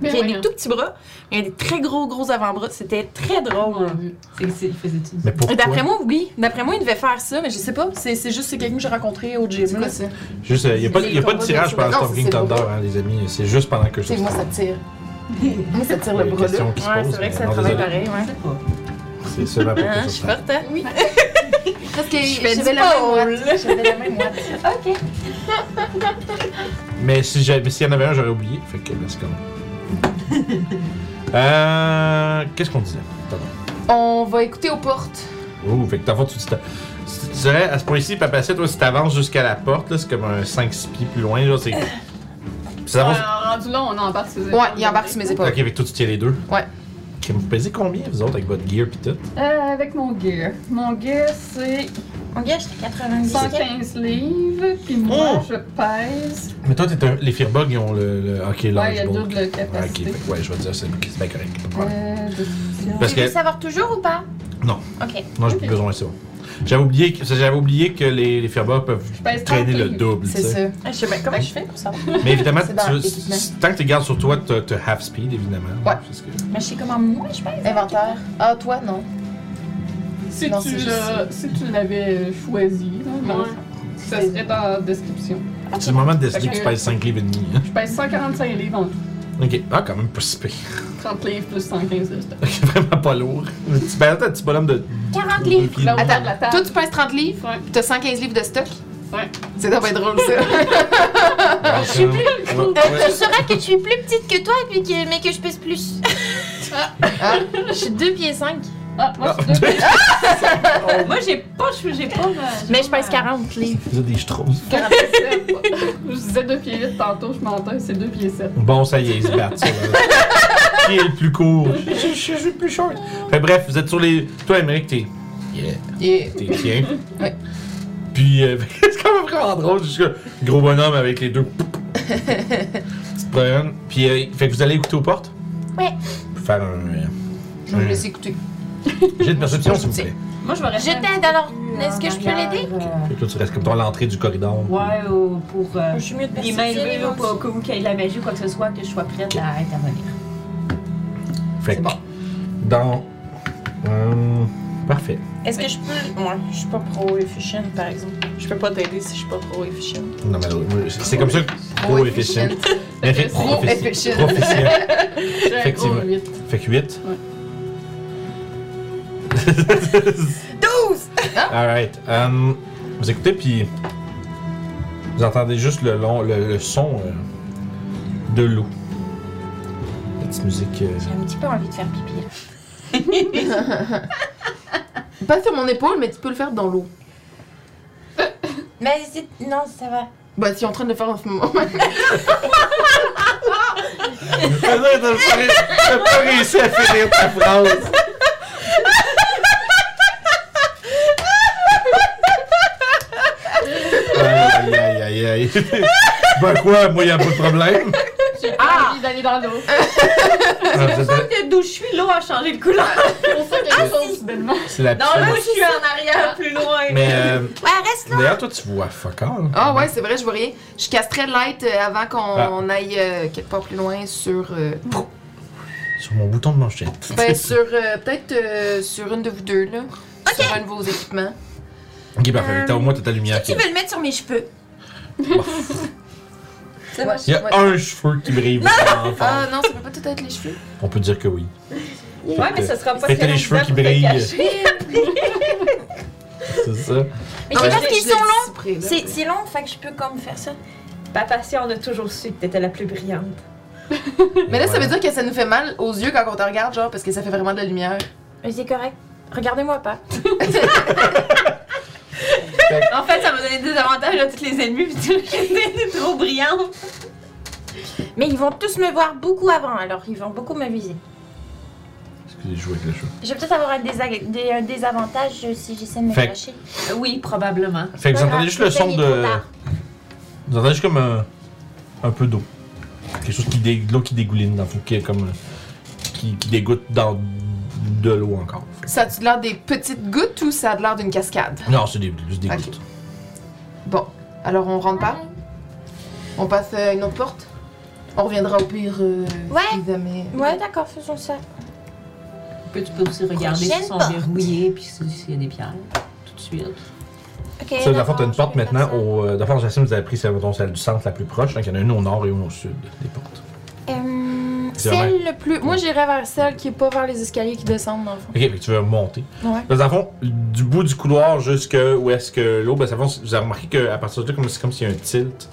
S2: Mais
S4: il y a
S2: voyons.
S4: des tout petits bras, il y a des très gros gros avant-bras. C'était très drôle.
S8: C'est c'est- il faisait tout.
S1: Mais pourquoi?
S4: Et D'après moi, oui. D'après moi, il devait faire ça, mais je sais pas. C'est c'est juste c'est quelqu'un que j'ai rencontré au gym.
S5: C'est quoi ça?
S1: Juste, il n'y a pas, y a pas de
S5: combats
S1: tirage
S5: de-
S1: par
S5: Non,
S1: Stormking
S5: c'est le
S1: Thunder,
S5: robot.
S1: hein, les amis. C'est juste pendant que je
S5: C'est moi, ça tire. moi, ça tire le bras là.
S1: question qui se pose. mais non, désolé.
S8: Je sais pas.
S1: C'est seulement
S3: Ah,
S1: pour
S4: Hein,
S1: que
S4: je
S1: ça
S4: suis
S1: se fasse.
S4: forte, hein?
S5: Parce que
S4: fais
S5: j'avais
S4: du
S5: la
S4: pôle.
S5: même moite. J'avais la même moite.
S1: Mais si j'avais- mais s'il y en avait un, j'aurais oublié. Fait que là, c'est quand même. Euh, Qu'est-ce qu'on disait? Pardon.
S5: On va écouter aux portes.
S1: Ouh, fait que t'en fais, tu t'a- si Tu dirais, à ce point-ci, Papacet, toi, si t'avances jusqu'à la porte, là, c'est comme un 5-6 pieds plus loin. Genre, c'est. Si t'avances-
S2: Alors, rendu là, on embarque sur les
S5: Ouais, il embarque sur mes
S1: Ok,
S5: épaules.
S1: avec toi, tu tiens les deux.
S5: Ouais.
S1: Ok, Vous pesez combien, vous autres, avec votre gear pis tout?
S2: Euh, avec mon gear. Mon gear, c'est
S3: On gage à 90.
S2: 115 livres, puis moi,
S1: Oh!
S2: je pèse.
S1: Mais toi, t'es un... les Firbugs, ils ont le. le... Ok, là,
S2: ouais, il y a double
S1: Ouais, ok,
S2: capacité.
S1: fait que ouais, je vais te dire, c'est c'est bien correct. Pas de problème.
S2: Euh, de-
S1: Parce
S3: Tu veux
S1: que.
S3: savoir toujours ou pas
S1: Non.
S3: Ok.
S1: Non, j'ai plus besoin de ça. J'avais oublié, que- j'avais oublié que les, les Firbugs peuvent
S2: pèse
S1: traîner
S2: 30
S1: le
S2: livres.
S1: double. tu
S5: C'est
S1: sais.
S5: ça.
S4: Ah, Je sais pas
S3: Ben,
S4: comment je fais pour savoir.
S1: Mais évidemment,
S5: C'est dans
S1: tu-
S5: l'équipement.
S1: s- tant que tu gardes sur toi, t'as t'as half speed, évidemment.
S5: Ouais.
S1: Parce que-
S3: Mais ben, je sais comment moi je pèse.
S5: Inventaire. Ah, toi, non.
S2: Si,
S5: Non,
S2: tu
S5: c'est
S2: l'as- si tu l'avais choisi, là, dans- ça serait dans la description.
S1: C'est le moment de décider
S2: Ok.
S1: que tu pèses 5 livres et demi. hein.
S2: Je pèse 145 livres en tout.
S1: Ok. Ah, quand même pas si pire.
S2: 30 livres plus 115 livres.
S1: Ok, vraiment pas lourd. Tu pèses un petit bonhomme de.
S3: 40
S1: de
S3: livres.
S1: deux pieds.
S2: Là,
S5: Attends,
S2: de la table.
S5: Ah. Toi, tu pèses 30 livres,
S2: Ouais.
S5: t'as 115 livres de stock.
S2: Ouais.
S5: C'est donc bien drôle, ça.
S1: Je suis plus
S3: Euh, tu sauras que je suis plus petite que toi, puis que- mais que je pèse plus.
S5: Ah.
S3: Je suis 2 pieds 5.
S2: Ah, moi, je suis deux.
S8: Euh, Moi, j'ai pas. J'ai pas. euh, ma-
S3: Mais je
S8: ma-
S3: pèse 40 livres.
S1: Vous êtes des schtroumpfs.
S2: Je disais 2 pieds 8 tantôt, je m'entends, c'est 2 pieds 7.
S1: Bon, ça y est, ils se battent. ça, là. Qui est le plus court Je je- je suis le plus short. Fait bref, vous êtes sur les. Toi, Amérique, t'es. Yeah.
S5: Yeah.
S1: T'es tiens.
S5: Ouais.
S1: Puis, euh, c'est quand même vraiment drôle. Jusqu'à gros bonhomme avec les deux. Petite promenade. Puis, euh, fait que vous allez écouter aux portes
S3: Ouais.
S1: Pour faire un. euh,
S5: Je vais me laisser écouter.
S1: J'ai de perception,
S5: Je
S1: s'il vous
S5: sais.
S1: plaît.
S8: Moi, je vais
S3: Je
S8: rester. euh,
S3: t'aide alors. Est-ce que je peux l'aider
S1: Et toi, tu restes comme toi à l'entrée du corridor.
S8: Ouais, ou pour. euh,
S3: Je suis mieux de
S8: Il m'a élevé au cas où qu'il y ait de la magie ou quoi que ce soit, que je sois prête à intervenir.
S1: Fait
S5: C'est
S1: que
S5: bon.
S1: dans. Hum, parfait.
S4: Est-ce que je peux. Moi, je suis pas pro efficient, par exemple. Je peux pas t'aider si je suis pas pro efficient.
S1: Non, mais oui, c'est c'est comme ça que. Pro efficient. Mais fait-
S2: Pro
S1: pro efficient.
S5: efficient.
S1: Pro efficient.
S2: J'ai un gros
S1: Effectivement.
S2: 8.
S1: Fait que 8.
S2: Ouais.
S1: 12! Alright. hum, vous écoutez, puis. Vous entendez juste le, long, le, le son euh, de l'eau. Petite musique. euh,
S3: J'ai un petit peu envie de faire pipi. là.
S5: Pas sur mon épaule, mais tu peux le faire dans l'eau.
S3: Mais c'est... Non, ça va.
S5: Bah, si on est en train de le faire en ce moment.
S1: T'as pas réussi à finir ta phrase. Aïe, aïe, aïe, aïe. Ben quoi, moi, y'a pas de problème.
S2: J'ai pas envie d'aller dans l'eau.
S1: Ah, vous êtes-
S8: Que Ah, D'où je suis, l'eau a changé de couleur.
S2: C'est pour ça qu'il y a une chose bellement.
S1: C'est la
S4: Non, là,
S1: petite-
S4: je suis en arrière, plus loin.
S1: Mais euh,
S3: Ouais, reste
S1: d'ailleurs, toi, tu vois fuck all. hein,
S5: Ah ouais, c'est vrai, je vois rien. Je casterai le light euh, avant
S1: Ah.
S5: qu'on aille euh, quelque part plus loin sur... euh,
S1: Sur mon bouton de manchette.
S5: ben, sur... euh, Peut-être euh, sur une de vous deux, là. Sur un de vos équipements.
S1: Ok, parfait.
S3: Euh,
S1: T'as au moins t'as ta lumière qui
S3: Tu veux le mettre sur mes cheveux
S5: C'est
S1: Il y a un cheveu qui brille. vraiment fort.
S5: Ah non, ça peut pas tout être les cheveux.
S1: On peut dire que oui.
S4: Ouais, mais ça sera pas
S1: Fait que t'as les
S4: si
S1: cheveux
S4: longtemps
S1: qui
S4: pour te
S1: brillent.
S4: cacher.
S1: C'est ça.
S3: Mais c'est parce qu'ils sont longs.
S5: longs.
S3: C'est c'est long, fait que je peux comme faire ça.
S6: Papa, si on a toujours su que t'étais la plus brillante.
S5: Mais là, ça
S1: Voilà.
S5: veut dire que ça nous fait mal aux yeux quand on te regarde, genre, parce que ça fait vraiment de la lumière.
S3: Mais c'est correct. Regardez-moi pas.
S8: En fait, ça m'a donné des avantages à tous les ennemis, puis tu j'étais trop brillante.
S3: Mais ils vont tous me voir beaucoup avant, alors ils vont beaucoup me viser.
S1: Excusez, je joue avec le cheveu.
S3: Je vais peut-être avoir un, désag- des, un désavantage euh, si j'essaie de me
S1: Fait que-
S3: cacher.
S6: Euh, Oui, probablement.
S1: Fait que vous
S3: Pas
S1: entendez
S3: grave,
S1: juste le
S3: c'est
S1: son
S3: fini,
S1: de.
S3: trop tard.
S1: Vous entendez juste comme un, un peu d'eau. Quelque chose qui dé... de l'eau qui dégouline dans le fond, qui est comme. euh, qui, qui dégoûte dans de l'eau encore. Fait
S5: Ça a-tu l'air des petites gouttes ou ça a l'air d'une cascade?
S1: que- Non, c'est des... juste des
S5: Ok.
S1: gouttes.
S5: Bon, alors on rentre pas? On passe à une autre porte? On reviendra au pire euh,
S3: Ouais.
S5: si jamais.
S3: Ouais, d'accord, faisons ça.
S6: Peux- Tu peux aussi regarder
S3: Prochaine
S6: si sont
S3: porte.
S6: verrouillés puis si- s'il y a des pierres. Tout de suite.
S3: Ok.
S1: Ça, dans le fond,
S3: d'accord,
S1: t'as une
S3: je vais
S1: porte
S3: faire
S1: maintenant
S3: ça.
S1: au. euh, Dans le fond, j'assume que vous avez pris celle, mettons, celle du centre la plus proche. Donc, il y en a une au nord et une au sud des portes.
S3: Euh,
S1: C'est vrai.
S3: celle le plus. Moi, j'irais vers celle qui est pas vers les escaliers qui descendent, dans le fond.
S1: Ok, fait que tu veux monter.
S3: Ouais.
S1: Parce que dans le fond, du bout du couloir jusqu'à où est-ce que l'eau, ben, dans le fond, vous avez remarqué qu'à partir de là, comme- c'est comme s'il y a un tilt,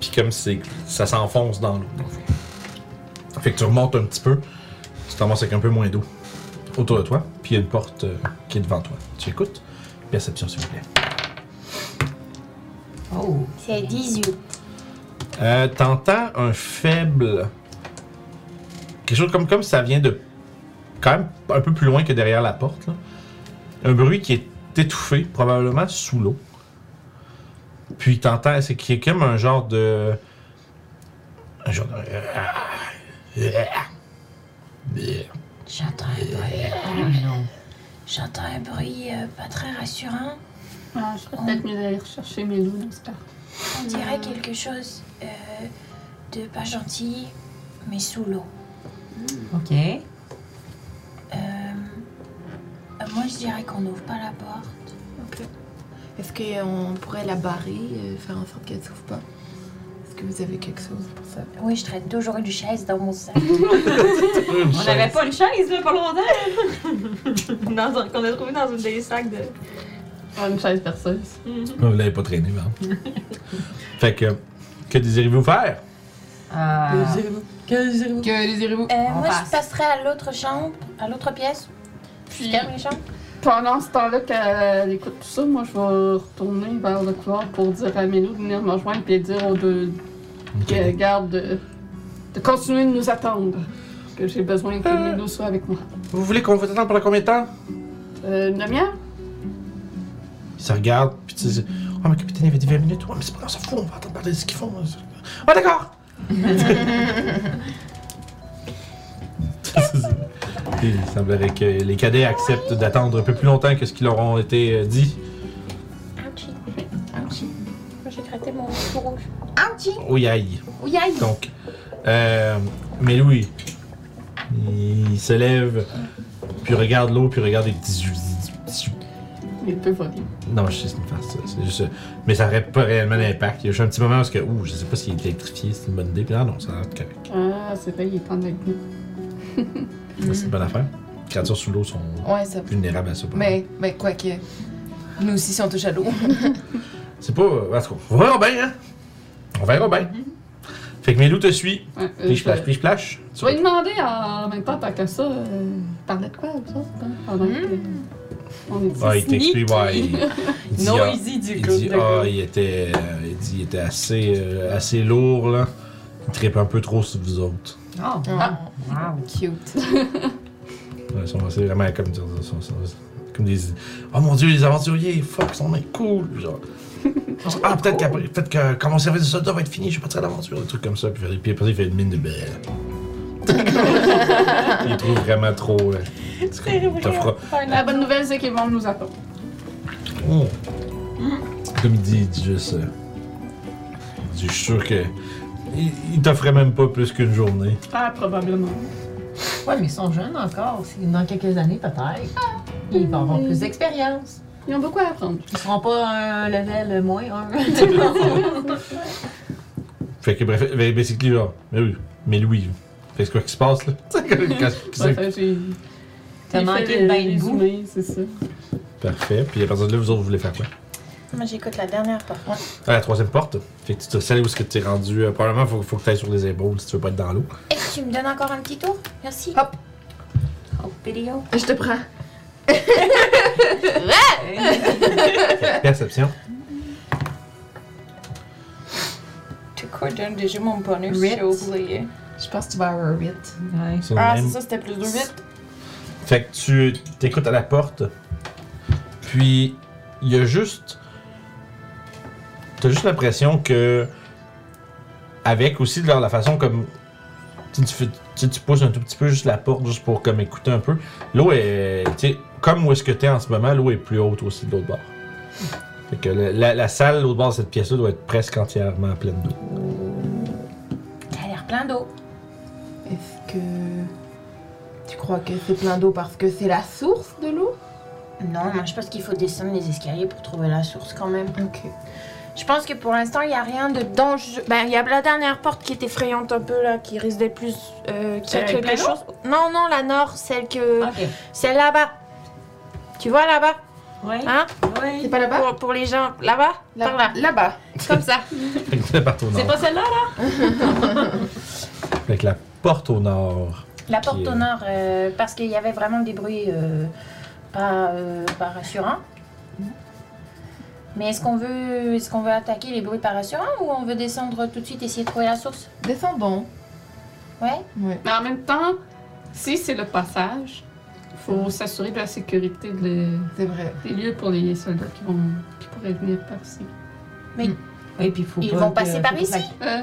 S1: puis comme c'est, ça s'enfonce dans l'eau. dans le fond. Fait que tu remontes un petit peu, tu t'amasses avec un peu moins d'eau autour de toi, puis il y a une porte euh, qui est devant toi. Tu écoutes. Perception, s'il vous plaît.
S6: Oh!
S3: C'est 18.
S1: Euh, T'entends un faible. Quelque chose comme, comme ça vient de. Quand même un peu plus loin que derrière la porte. là. Un bruit qui est étouffé, probablement sous l'eau. Puis t'entends. C'est qui est comme un genre de. Un genre de.
S3: J'entends un bruit. J'entends un bruit euh, pas très rassurant.
S2: Ah, je serais peut-être mieux d'aller rechercher mes loups, n'est-ce pas?
S3: On dirait quelque chose euh, de pas gentil, mais sous l'eau.
S6: OK.
S3: Euh, euh, moi, je dirais qu'on n'ouvre pas la porte.
S5: Est-ce qu'on pourrait la barrer, euh, faire en sorte qu'elle ne s'ouvre pas? Est-ce que vous avez quelque chose pour ça?
S3: Oui, je traîne toujours une chaise dans mon sac.
S8: On n'avait pas une chaise, là, pas longtemps. Dans un- Qu'on a trouvé dans une des sacs de.
S2: Ah, une chaise perceuse.
S8: Hmm.
S1: Vous l'avez pas traîné, non? fait que. Que désirez-vous faire?
S6: Euh,
S5: Que désirez-vous?
S3: Euh,
S6: On
S3: moi,
S6: passe.
S3: je passerai à l'autre chambre, à l'autre pièce. Tu
S2: Puis,
S3: calmes les chambres?
S2: pendant ce temps-là qu'elle écoute tout ça, moi, je vais retourner vers le couloir pour dire à mes loups de venir me rejoindre et dire aux deux
S1: Ok.
S2: que, garde de, de continuer de nous attendre. Que j'ai besoin que mes loups soient avec moi.
S1: Euh, Vous voulez qu'on vous attende pendant combien de temps?
S2: Euh, une demi-heure?
S1: Ils se regardent, puis tu dis Oh, mais capitaine, il avait dit 20 minutes. Ouais, mais c'est pas grave, ça fout, on va attendre parler de ce qu'ils font. Ah, d'accord Il semblerait que les cadets acceptent d'attendre un peu plus longtemps que ce qui leur ont été euh, dit.
S3: Ouchie. Ouchie. Moi, j'ai gratté mon pouce rouge. Ouchie.
S1: Oui, aïe.
S3: Oui, aïe.
S1: Donc, euh, mais Louis, il se lève, puis regarde l'eau, puis regarde les petits.
S2: Il peut voler.
S1: Non, je sais ce qu'il me fasse ça. C'est juste. ça. Mais ça aurait pas réellement d'impact. Il y a juste un petit moment parce que, ouh, je sais pas s'il est électrifié, c'est une bonne idée. Puis non, non, ça a l'air de correct.
S2: Ah, c'est vrai, il est en nous.
S1: Ça, C'est une bonne affaire. Les créatures sous l'eau sont
S5: Ouais, ça peut.
S1: vulnérables à ça. par exemple.
S5: Mais, mais quoi que. Nous aussi, si on touche à l'eau.
S1: C'est pas. euh, En tout cas, on verra bien, hein. On verra bien. Fait que Mélou te suit.
S2: Ouais, euh,
S1: Puis je
S2: je-
S1: plache, puis je plache.
S2: Je Hmm. vais lui demander en même temps, tant que ça, euh, parlait de quoi, vous autres, hein, pendant que- On est
S1: Ah, il t'explique, ouais. Il, il dit, ah,
S4: easy du
S1: il dit, ah, il était, euh, il dit, il était assez, euh, assez lourd, là. Il trippe un peu trop sur vous autres.
S6: Oh, wow.
S5: Ah. Cute.
S1: Ouais, ils sont assez vraiment comme, dire- ils sont- sont- comme des. Oh mon dieu, les aventuriers, fuck, ils sont bien cool. puis genre. Ah, peut-être qu'après, peut-être que quand mon service de soldat va être fini, je passerai à l'aventure, des trucs comme ça. Puis, puis après, il fait une mine de belle. il trouve vraiment trop. euh, tu- t'offres-
S2: La bonne nouvelle, c'est qu'ils vont nous attendre.
S1: Oh. Comme il dit, il dit juste. euh, il dit, je suis sûr que. Il, il t'offrait même pas plus qu'une journée.
S2: Ah, probablement.
S6: Ouais, mais ils sont jeunes encore. C'est Dans quelques années, peut-être, ils vont avoir plus d'expérience.
S2: Ils ont beaucoup à apprendre.
S6: Ils seront pas un level moins un.
S1: Fait que bref, ben, basically, genre, mais oui, mais Louis, fait c'est quoi qui se passe là? C'est quand- quand-
S2: Ouais,
S1: c'est-
S2: fait, j'ai-
S6: T'as
S2: j'ai
S6: manqué
S2: fait
S6: de
S2: le
S6: bain de boue.
S2: résumé, C'est ça.
S1: Parfait, puis à partir de là, vous autres, vous voulez faire quoi?
S3: Moi, j'écoute la dernière porte.
S1: À la troisième porte, fait que tu te sais où est-ce que t'es rendu. euh, probablement, faut, faut que t'ailles sur les épaules si tu veux pas être dans l'eau.
S3: Est-ce que tu me donnes encore un petit tour? Merci.
S5: Hop.
S3: Hop, vidéo.
S5: Je te prends.
S1: Perception.
S4: Tu quoi, donne déjà mon bonus,
S6: Rit.
S4: j'ai oublié.
S5: Je pense que tu vas avoir un 8.
S6: Ouais.
S1: C'est le
S4: Ah,
S1: même.
S4: c'est ça, c'était plus de 8.
S1: Fait que tu t'écoutes à la porte, puis il y a juste. T'as juste l'impression que. Avec aussi de leur- la façon comme. Tu, sais, tu fais- tu sais, tu pousses un tout petit peu juste la porte, juste pour comme écouter un peu. L'eau est. Tu sais, comme où est-ce que t'es en ce moment, l'eau est plus haute aussi de l'autre bord. Fait que la, la- la salle, l'autre bord de cette pièce-là, doit être presque entièrement pleine d'eau.
S3: T'as l'air plein d'eau.
S7: Est-ce que tu crois que c'est plein d'eau parce que c'est la source de l'eau
S3: Non, moi, je pense qu'il faut descendre les escaliers pour trouver la source quand même.
S7: Ok.
S3: Je pense que pour l'instant, il n'y a rien de dangereux. Ben, il y a la dernière porte qui est effrayante un peu, là, qui risque d'être plus. euh, qui a
S8: Avec
S3: quelque
S8: la
S3: chose. Non, non, la nord, celle que.
S6: Ok.
S3: Celle là-bas. Tu vois là-bas
S6: Ouais.
S3: Hein
S5: C'est pas là-bas?
S3: pour, pour les gens. Là-bas
S5: Là-
S3: Par là.
S5: Là-bas.
S3: Comme ça.
S1: Fait que c'est partout au
S8: C'est
S1: nord.
S8: pas celle-là, là?
S1: Fait que la porte au nord.
S3: La
S1: Qui
S3: porte
S1: est-
S3: au nord, euh, parce qu'il y avait vraiment des bruits euh, pas, euh, pas rassurants. Mais est-ce qu'on veut, est-ce qu'on veut attaquer les bruits pas rassurants ou on veut descendre tout de suite essayer de trouver la source
S5: Descendons.
S3: Ouais.
S5: Ouais.
S2: Mais en même temps, si c'est le passage, faut s'assurer de la sécurité de le-
S5: C'est vrai.
S2: des lieux pour les soldats qui, vont, qui pourraient venir par ici.
S6: Et puis faut
S3: Ils
S6: pas
S3: vont
S6: que-
S3: passer par
S6: faut
S3: ici?
S6: pas-
S2: Euh,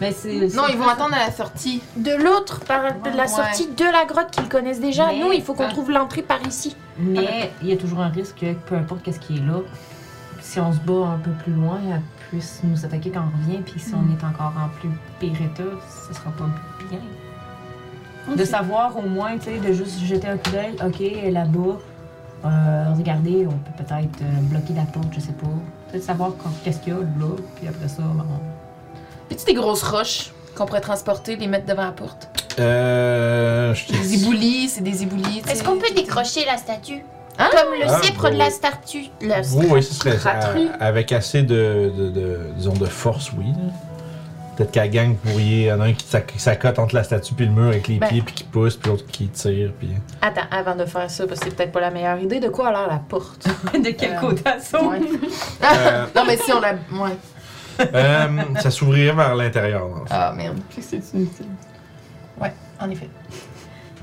S6: Mais c'est.
S5: Non,
S6: c'est-
S5: ils vont attendre à la sortie.
S3: De l'autre, par de la
S5: Ouais.
S3: sortie de la grotte qu'ils connaissent déjà.
S6: Mais-
S3: Nous, il faut qu'on
S2: Ah.
S3: trouve l'entrée par ici.
S6: Mais il y a toujours un risque que peu importe qu'est-ce qui est là, si on se bat un peu plus loin, elle puisse nous attaquer quand on revient, puis si on est encore en plus pire état, ce sera pas bien. De savoir au moins, tu sais, de juste jeter un coup d'œil, ok, elle est là-bas, euh, regardez, on peut peut-être euh, bloquer la porte, je sais pas. Peut-être savoir quand- qu'est-ce qu'il y a là, puis après ça, ben, on-
S5: As-tu des grosses roches qu'on pourrait transporter, les mettre devant la porte?
S1: Euh. Je te
S5: Des éboulis, c'est des éboulis. tu
S3: Est-ce
S5: sais.
S3: qu'on peut décrocher la statue
S5: Ah.
S3: Comme le
S1: Ah,
S3: sceptre
S1: bon.
S3: de la statue. La-
S1: Oui, oui, ce serait
S3: Ratru.
S1: à- avec assez de, de, de- disons, de force, oui. là. Peut-être qu'à la gang, vous pourriez, il y en a un qui s'ac- qui s'accote entre la statue puis le mur avec les
S3: Ben.
S1: pieds, puis qui pousse, puis l'autre qui tire, puis...
S7: Attends, avant de faire ça, parce que c'est peut-être pas la meilleure idée, de quoi a l'air la porte
S6: de quel côté elle saute.
S7: Ouais.
S1: Euh,
S5: Non, mais si on la. Ouais.
S1: euh, ça s'ouvrirait vers l'intérieur, dans le fond.
S5: Ah, merde.
S2: Puis c'est inutile.
S5: En effet.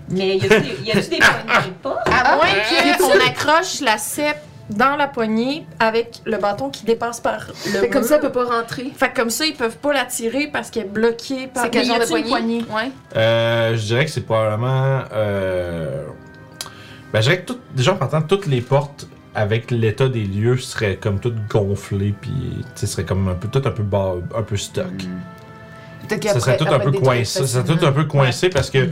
S6: Mais y a-tu- y a-tu des poignées de porte?
S5: Ah,
S7: À moins
S1: Euh.
S7: qu'il- qu'on accroche la cèpe dans la poignée avec le bâton qui dépasse par le.
S5: Fait comme
S7: mur.
S5: ça, elle peut pas rentrer.
S7: Fait que comme ça, ils peuvent pas la tirer parce qu'elle est bloquée par.
S5: C'est quel
S7: Mais
S5: genre
S7: y
S5: de
S7: a-t-il
S5: poignée?
S7: une
S5: Ouais.
S1: Euh, je dirais que c'est probablement... euh, Ben, je dirais que tout, déjà, en partant, toutes les portes, avec l'état des lieux, seraient comme toutes gonflées, puis, tu sais, seraient comme un peu, tout un peu, bas- un peu stock.
S5: Peut-être
S1: Hmm. ça serait tout un peu coincé. Ça serait tout un peu coincé parce que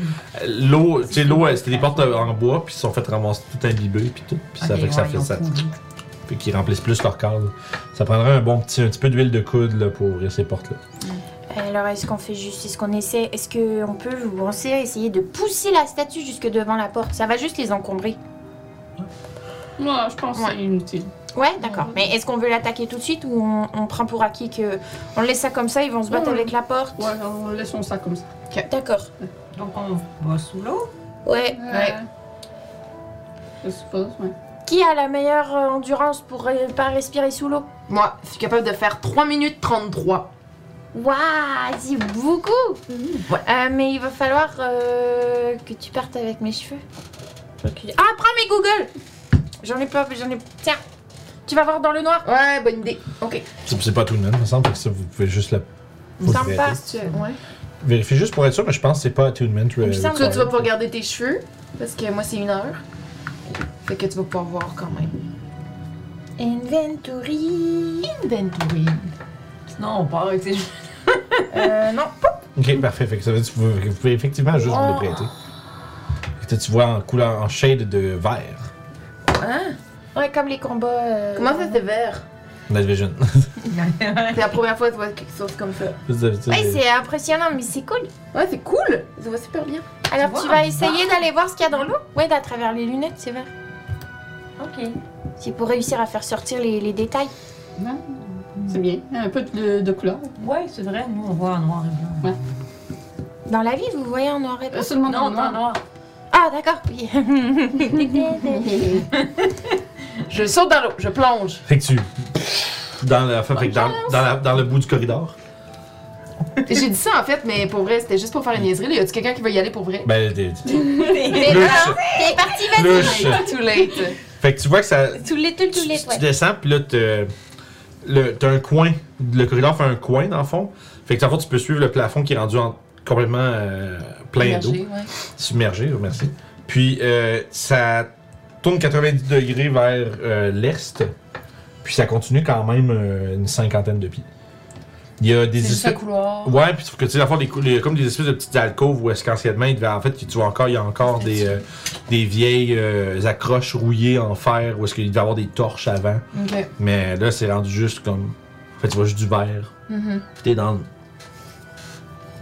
S1: l'eau, tu sais, l'eau, c'était des portes en bois, puis ils se sont fait ramasser tout imbibé, puis tout. Puis ça
S6: Ok,
S1: fait que ça
S6: ouais, ils
S1: fait
S6: ont
S1: ça.
S6: pourri.
S1: Fait qu'ils remplissent plus leur cadre. Ça prendrait un bon petit, un petit peu d'huile de coude là, pour ouvrir ces portes-là.
S3: Euh, Alors, est-ce qu'on fait juste, est-ce qu'on essaie, est-ce qu'on peut, vous pensez, essayer de pousser la statue jusque devant la porte Ça va juste les encombrer.
S2: Moi, je pense que c'est inutile.
S3: Ouais, d'accord. Mais est-ce qu'on veut l'attaquer tout de suite ou on, on prend pour acquis que on laisse ça comme ça, ils vont se battre
S2: Ouais.
S3: avec la porte
S2: Ouais, on laissons ça comme ça.
S3: D'accord.
S6: Donc on va sous l'eau.
S3: Ouais.
S2: Ouais. Euh, Je suppose, ouais.
S3: Qui a la meilleure euh, endurance pour euh, pas respirer sous l'eau
S5: Moi, je suis capable de faire 3 minutes 33.
S3: Waouh, c'est beaucoup Euh, Mais il va falloir euh, que tu partes avec mes cheveux. Ok. Ah, prends mes Google J'en ai pas, j'en ai... Tiens, tu vas voir dans le noir.
S5: Ouais, bonne idée. Ok.
S1: C'est c'est pas tout de même, il me semble, parce que ça, vous pouvez juste la.
S3: Il me semble pas.
S1: vérifier. Vérifiez juste pour être sûr, mais je pense que c'est pas attunement. euh,
S5: Il me semble que tu vas pouvoir garder tes cheveux, parce que moi, c'est une heure. Fait que tu vas pouvoir voir quand même.
S3: Inventory...
S6: Inventory. Sinon, on part avec ses jeux.
S3: Euh, non.
S1: Ok, parfait. Fait que ça veut dire que vous vous pouvez effectivement juste vous les prêter. Et toi, tu vois en couleur, en shade de vert.
S3: Ouais, comme les combats... euh,
S5: Comment ça, c'est vert?
S1: Night Vision.
S5: C'est la première fois que je vois quelque chose comme ça.
S3: Ouais, c'est impressionnant, mais c'est cool.
S5: Ouais, c'est cool! Ça va super bien.
S3: Alors
S6: vois
S3: tu
S6: un
S3: vas essayer d'aller voir ce qu'il y a dans l'eau Ouais, à travers les lunettes, c'est vrai.
S8: Ok.
S3: C'est pour réussir à faire sortir les, les détails.
S2: C'est bien. Un peu de, de couleur.
S6: Ouais, c'est vrai, nous, on voit en noir et blanc.
S3: Dans la vie, vous voyez en noir et blanc.
S2: Euh, seulement dans
S6: Non,
S2: le noir.
S6: non, noir.
S3: Ah, d'accord, oui.
S5: Je saute dans l'eau, je plonge.
S1: Fait que tu. Dans, la, fait que dans, dans, la- dans le bout du corridor.
S5: J'ai dit ça en fait, mais pour vrai, c'était juste pour faire une niaiserie. là. Y a-tu quelqu'un qui veut y aller pour vrai?
S1: Ben, t'es-
S3: T'es
S1: Louche.
S3: t'es parti, vas-y.
S1: louche.
S5: Too late.
S1: Fait que tu vois que ça.
S3: Tous les tous les- tous
S1: tu,
S3: les
S1: tu-
S3: ouais.
S1: tu descends, puis là, t'as le- t'as un coin. Le corridor fait un coin, dans le fond. Fait que, dans le fond, tu peux suivre le plafond qui est rendu en- complètement euh, plein d'eau.
S5: Immergé, ouais.
S1: Submergé, je vous remercie. Puis, euh, ça tourne 90 degrés vers euh, l'est. Puis, ça continue quand même euh, une cinquantaine de pieds. Il y a des
S5: C'est juste un
S1: espèces-
S5: couloir.
S1: Ouais, puis sauf que tu sais, dans le fond, les cou- les- comme des espèces de petites alcôves où est-ce qu'anciennement, il devait- en fait, tu vois encore, il y a encore des, euh, des vieilles euh, accroches rouillées en fer où est-ce qu'il devait avoir des torches avant.
S5: Ok.
S1: Mais là, c'est rendu juste comme. En fait, tu vois juste du verre.
S5: Mhm.
S1: Puis t'es dans. le-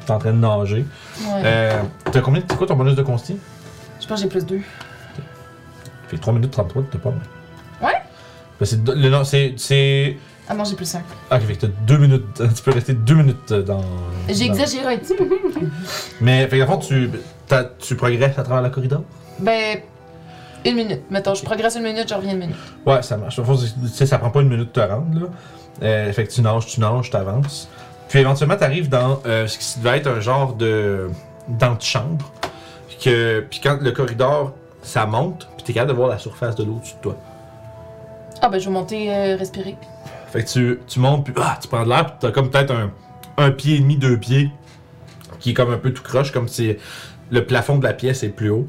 S1: T'es en train de nager.
S5: Ouais.
S1: Euh, t'as combien de. C'est quoi ton bonus de consti
S5: Je pense que j'ai plus deux.
S1: Fait 3 minutes 33, t'es pas mal.
S5: Ouais.
S1: Ben, c'est. le- non, c'est. c'est-
S5: Ah non, j'ai plus cinq.
S1: Ah, ok, fait que t'as 2 minutes. Tu peux rester 2 minutes euh, dans. dans-
S5: J'exagère un petit peu.
S1: Mais, fait que, dans le fond, tu, t'as- tu progresses à travers le corridor
S5: Ben, une minute. Mettons, je progresse une minute, je reviens une minute.
S1: Ouais, ça marche. Au fond, c'est- Tu sais, ça prend pas une minute de te rendre, là. Euh, fait que tu nages, tu nages, t'avances. Puis éventuellement, t'arrives dans euh, ce qui devait être un genre de d'antichambre. Que, puis quand le corridor, ça monte, puis t'es capable de voir la surface de l'eau au-dessus de toi.
S5: Ah ben, je vais monter euh, respirer.
S1: Fait que tu, tu montes, puis ah, tu prends de l'air, puis t'as comme peut-être un, un pied et demi, deux pieds, qui est comme un peu tout croche, comme si le plafond de la pièce est plus haut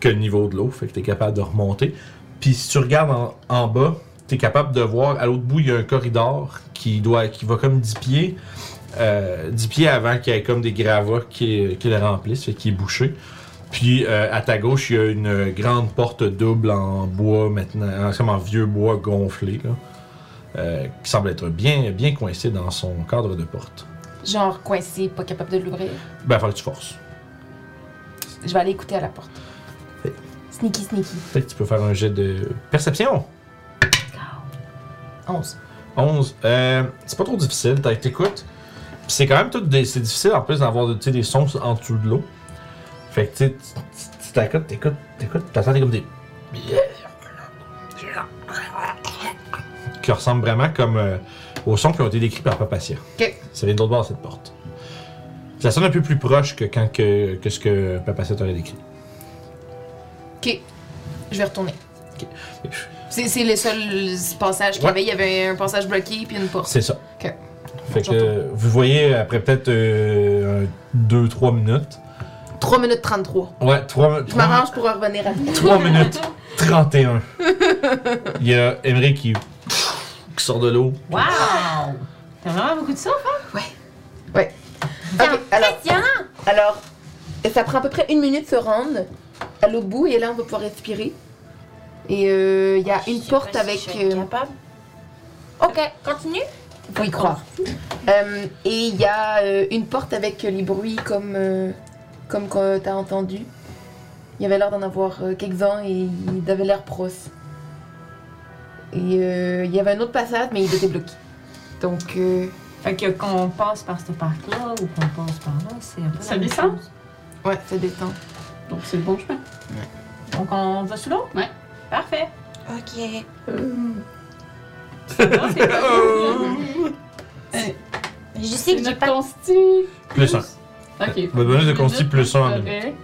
S1: que le niveau de l'eau. Fait que t'es capable de remonter. Puis si tu regardes en, en bas, t'es capable de voir, à l'autre bout, il y a un corridor qui, doit, qui va comme 10 pieds. euh, 10 pieds avant qu'il y ait comme des gravats qui, qui le remplissent, fait qu'il est bouché. Puis euh, à ta gauche, il y a une grande porte double en bois maintenant, comme en vieux bois gonflé. Là euh, qui semble être bien, bien coincé dans son cadre de porte.
S5: Genre coincé, pas capable de l'ouvrir.
S1: Ben, faut que tu forces.
S5: Je vais aller écouter à la porte.
S1: Fait.
S5: Sneaky, sneaky.
S1: Peut-être que tu peux faire un jet de perception.
S5: 11.
S1: 11. Euh, c'est pas trop difficile, t'as- t'écoutes. Puis c'est quand même tout des- c'est difficile en plus d'avoir tu sais, des sons en dessous de l'eau. Fait que tu sais, tu- tu t'écoutes, t'écoutes, t'écoutes, t'entends des- comme des. qui ressemblent vraiment comme euh, aux sons qui ont été décrits par Papatia.
S5: Ok.
S1: Ça vient d'autre bord cette porte. Ça sonne un peu plus proche que, quand, que, que ce que Papatia t'aurait décrit.
S5: Ok. Je vais retourner.
S1: Ok.
S5: C'est c'est le seul passage qu'il y
S1: Ouais.
S5: avait. Il y avait un passage bloqué puis une porte.
S1: C'est ça.
S5: Ok.
S1: Fait que euh, vous voyez après peut-être 2-3 minutes.
S5: 3 minutes 33.
S1: Ouais, 3
S5: Je m'arrange pour en revenir à
S1: 3 minutes 31. Il y a Emery qui, qui sort de l'eau.
S6: Wow! T'as vraiment beaucoup de ça?
S5: Ok, alors, alors, ça prend à peu près une minute de se rendre à l'autre bout et là on va pouvoir respirer. Et euh, il y a une porte avec.
S3: Je
S5: euh,
S3: capable. Ok, continue.
S5: faut y croire. Euh, et il y a euh, une porte avec les bruits comme euh, comme que t'as entendu. Il y avait l'air d'en avoir euh, quelques-uns et ils avaient l'air pros. Et euh, il y avait un autre passage mais il était bloqué. Donc euh,
S6: Fait que qu'on passe par ce parc-là ou qu'on passe par là, c'est un peu. la
S2: Ça
S6: même
S2: descend?
S6: chose.
S5: ouais, ça détend.
S2: Donc c'est le bon chemin.
S6: Donc on va sous l'eau?
S2: Ouais.
S6: Parfait.
S9: Ok.
S2: Non, c'est pas nous, hein.
S3: Je sais
S2: C'est
S3: que j'ai
S2: notre
S3: pas.
S2: consti.
S1: Plus un.
S2: Ok.
S1: Le bonus de consti plus un en
S2: Correct.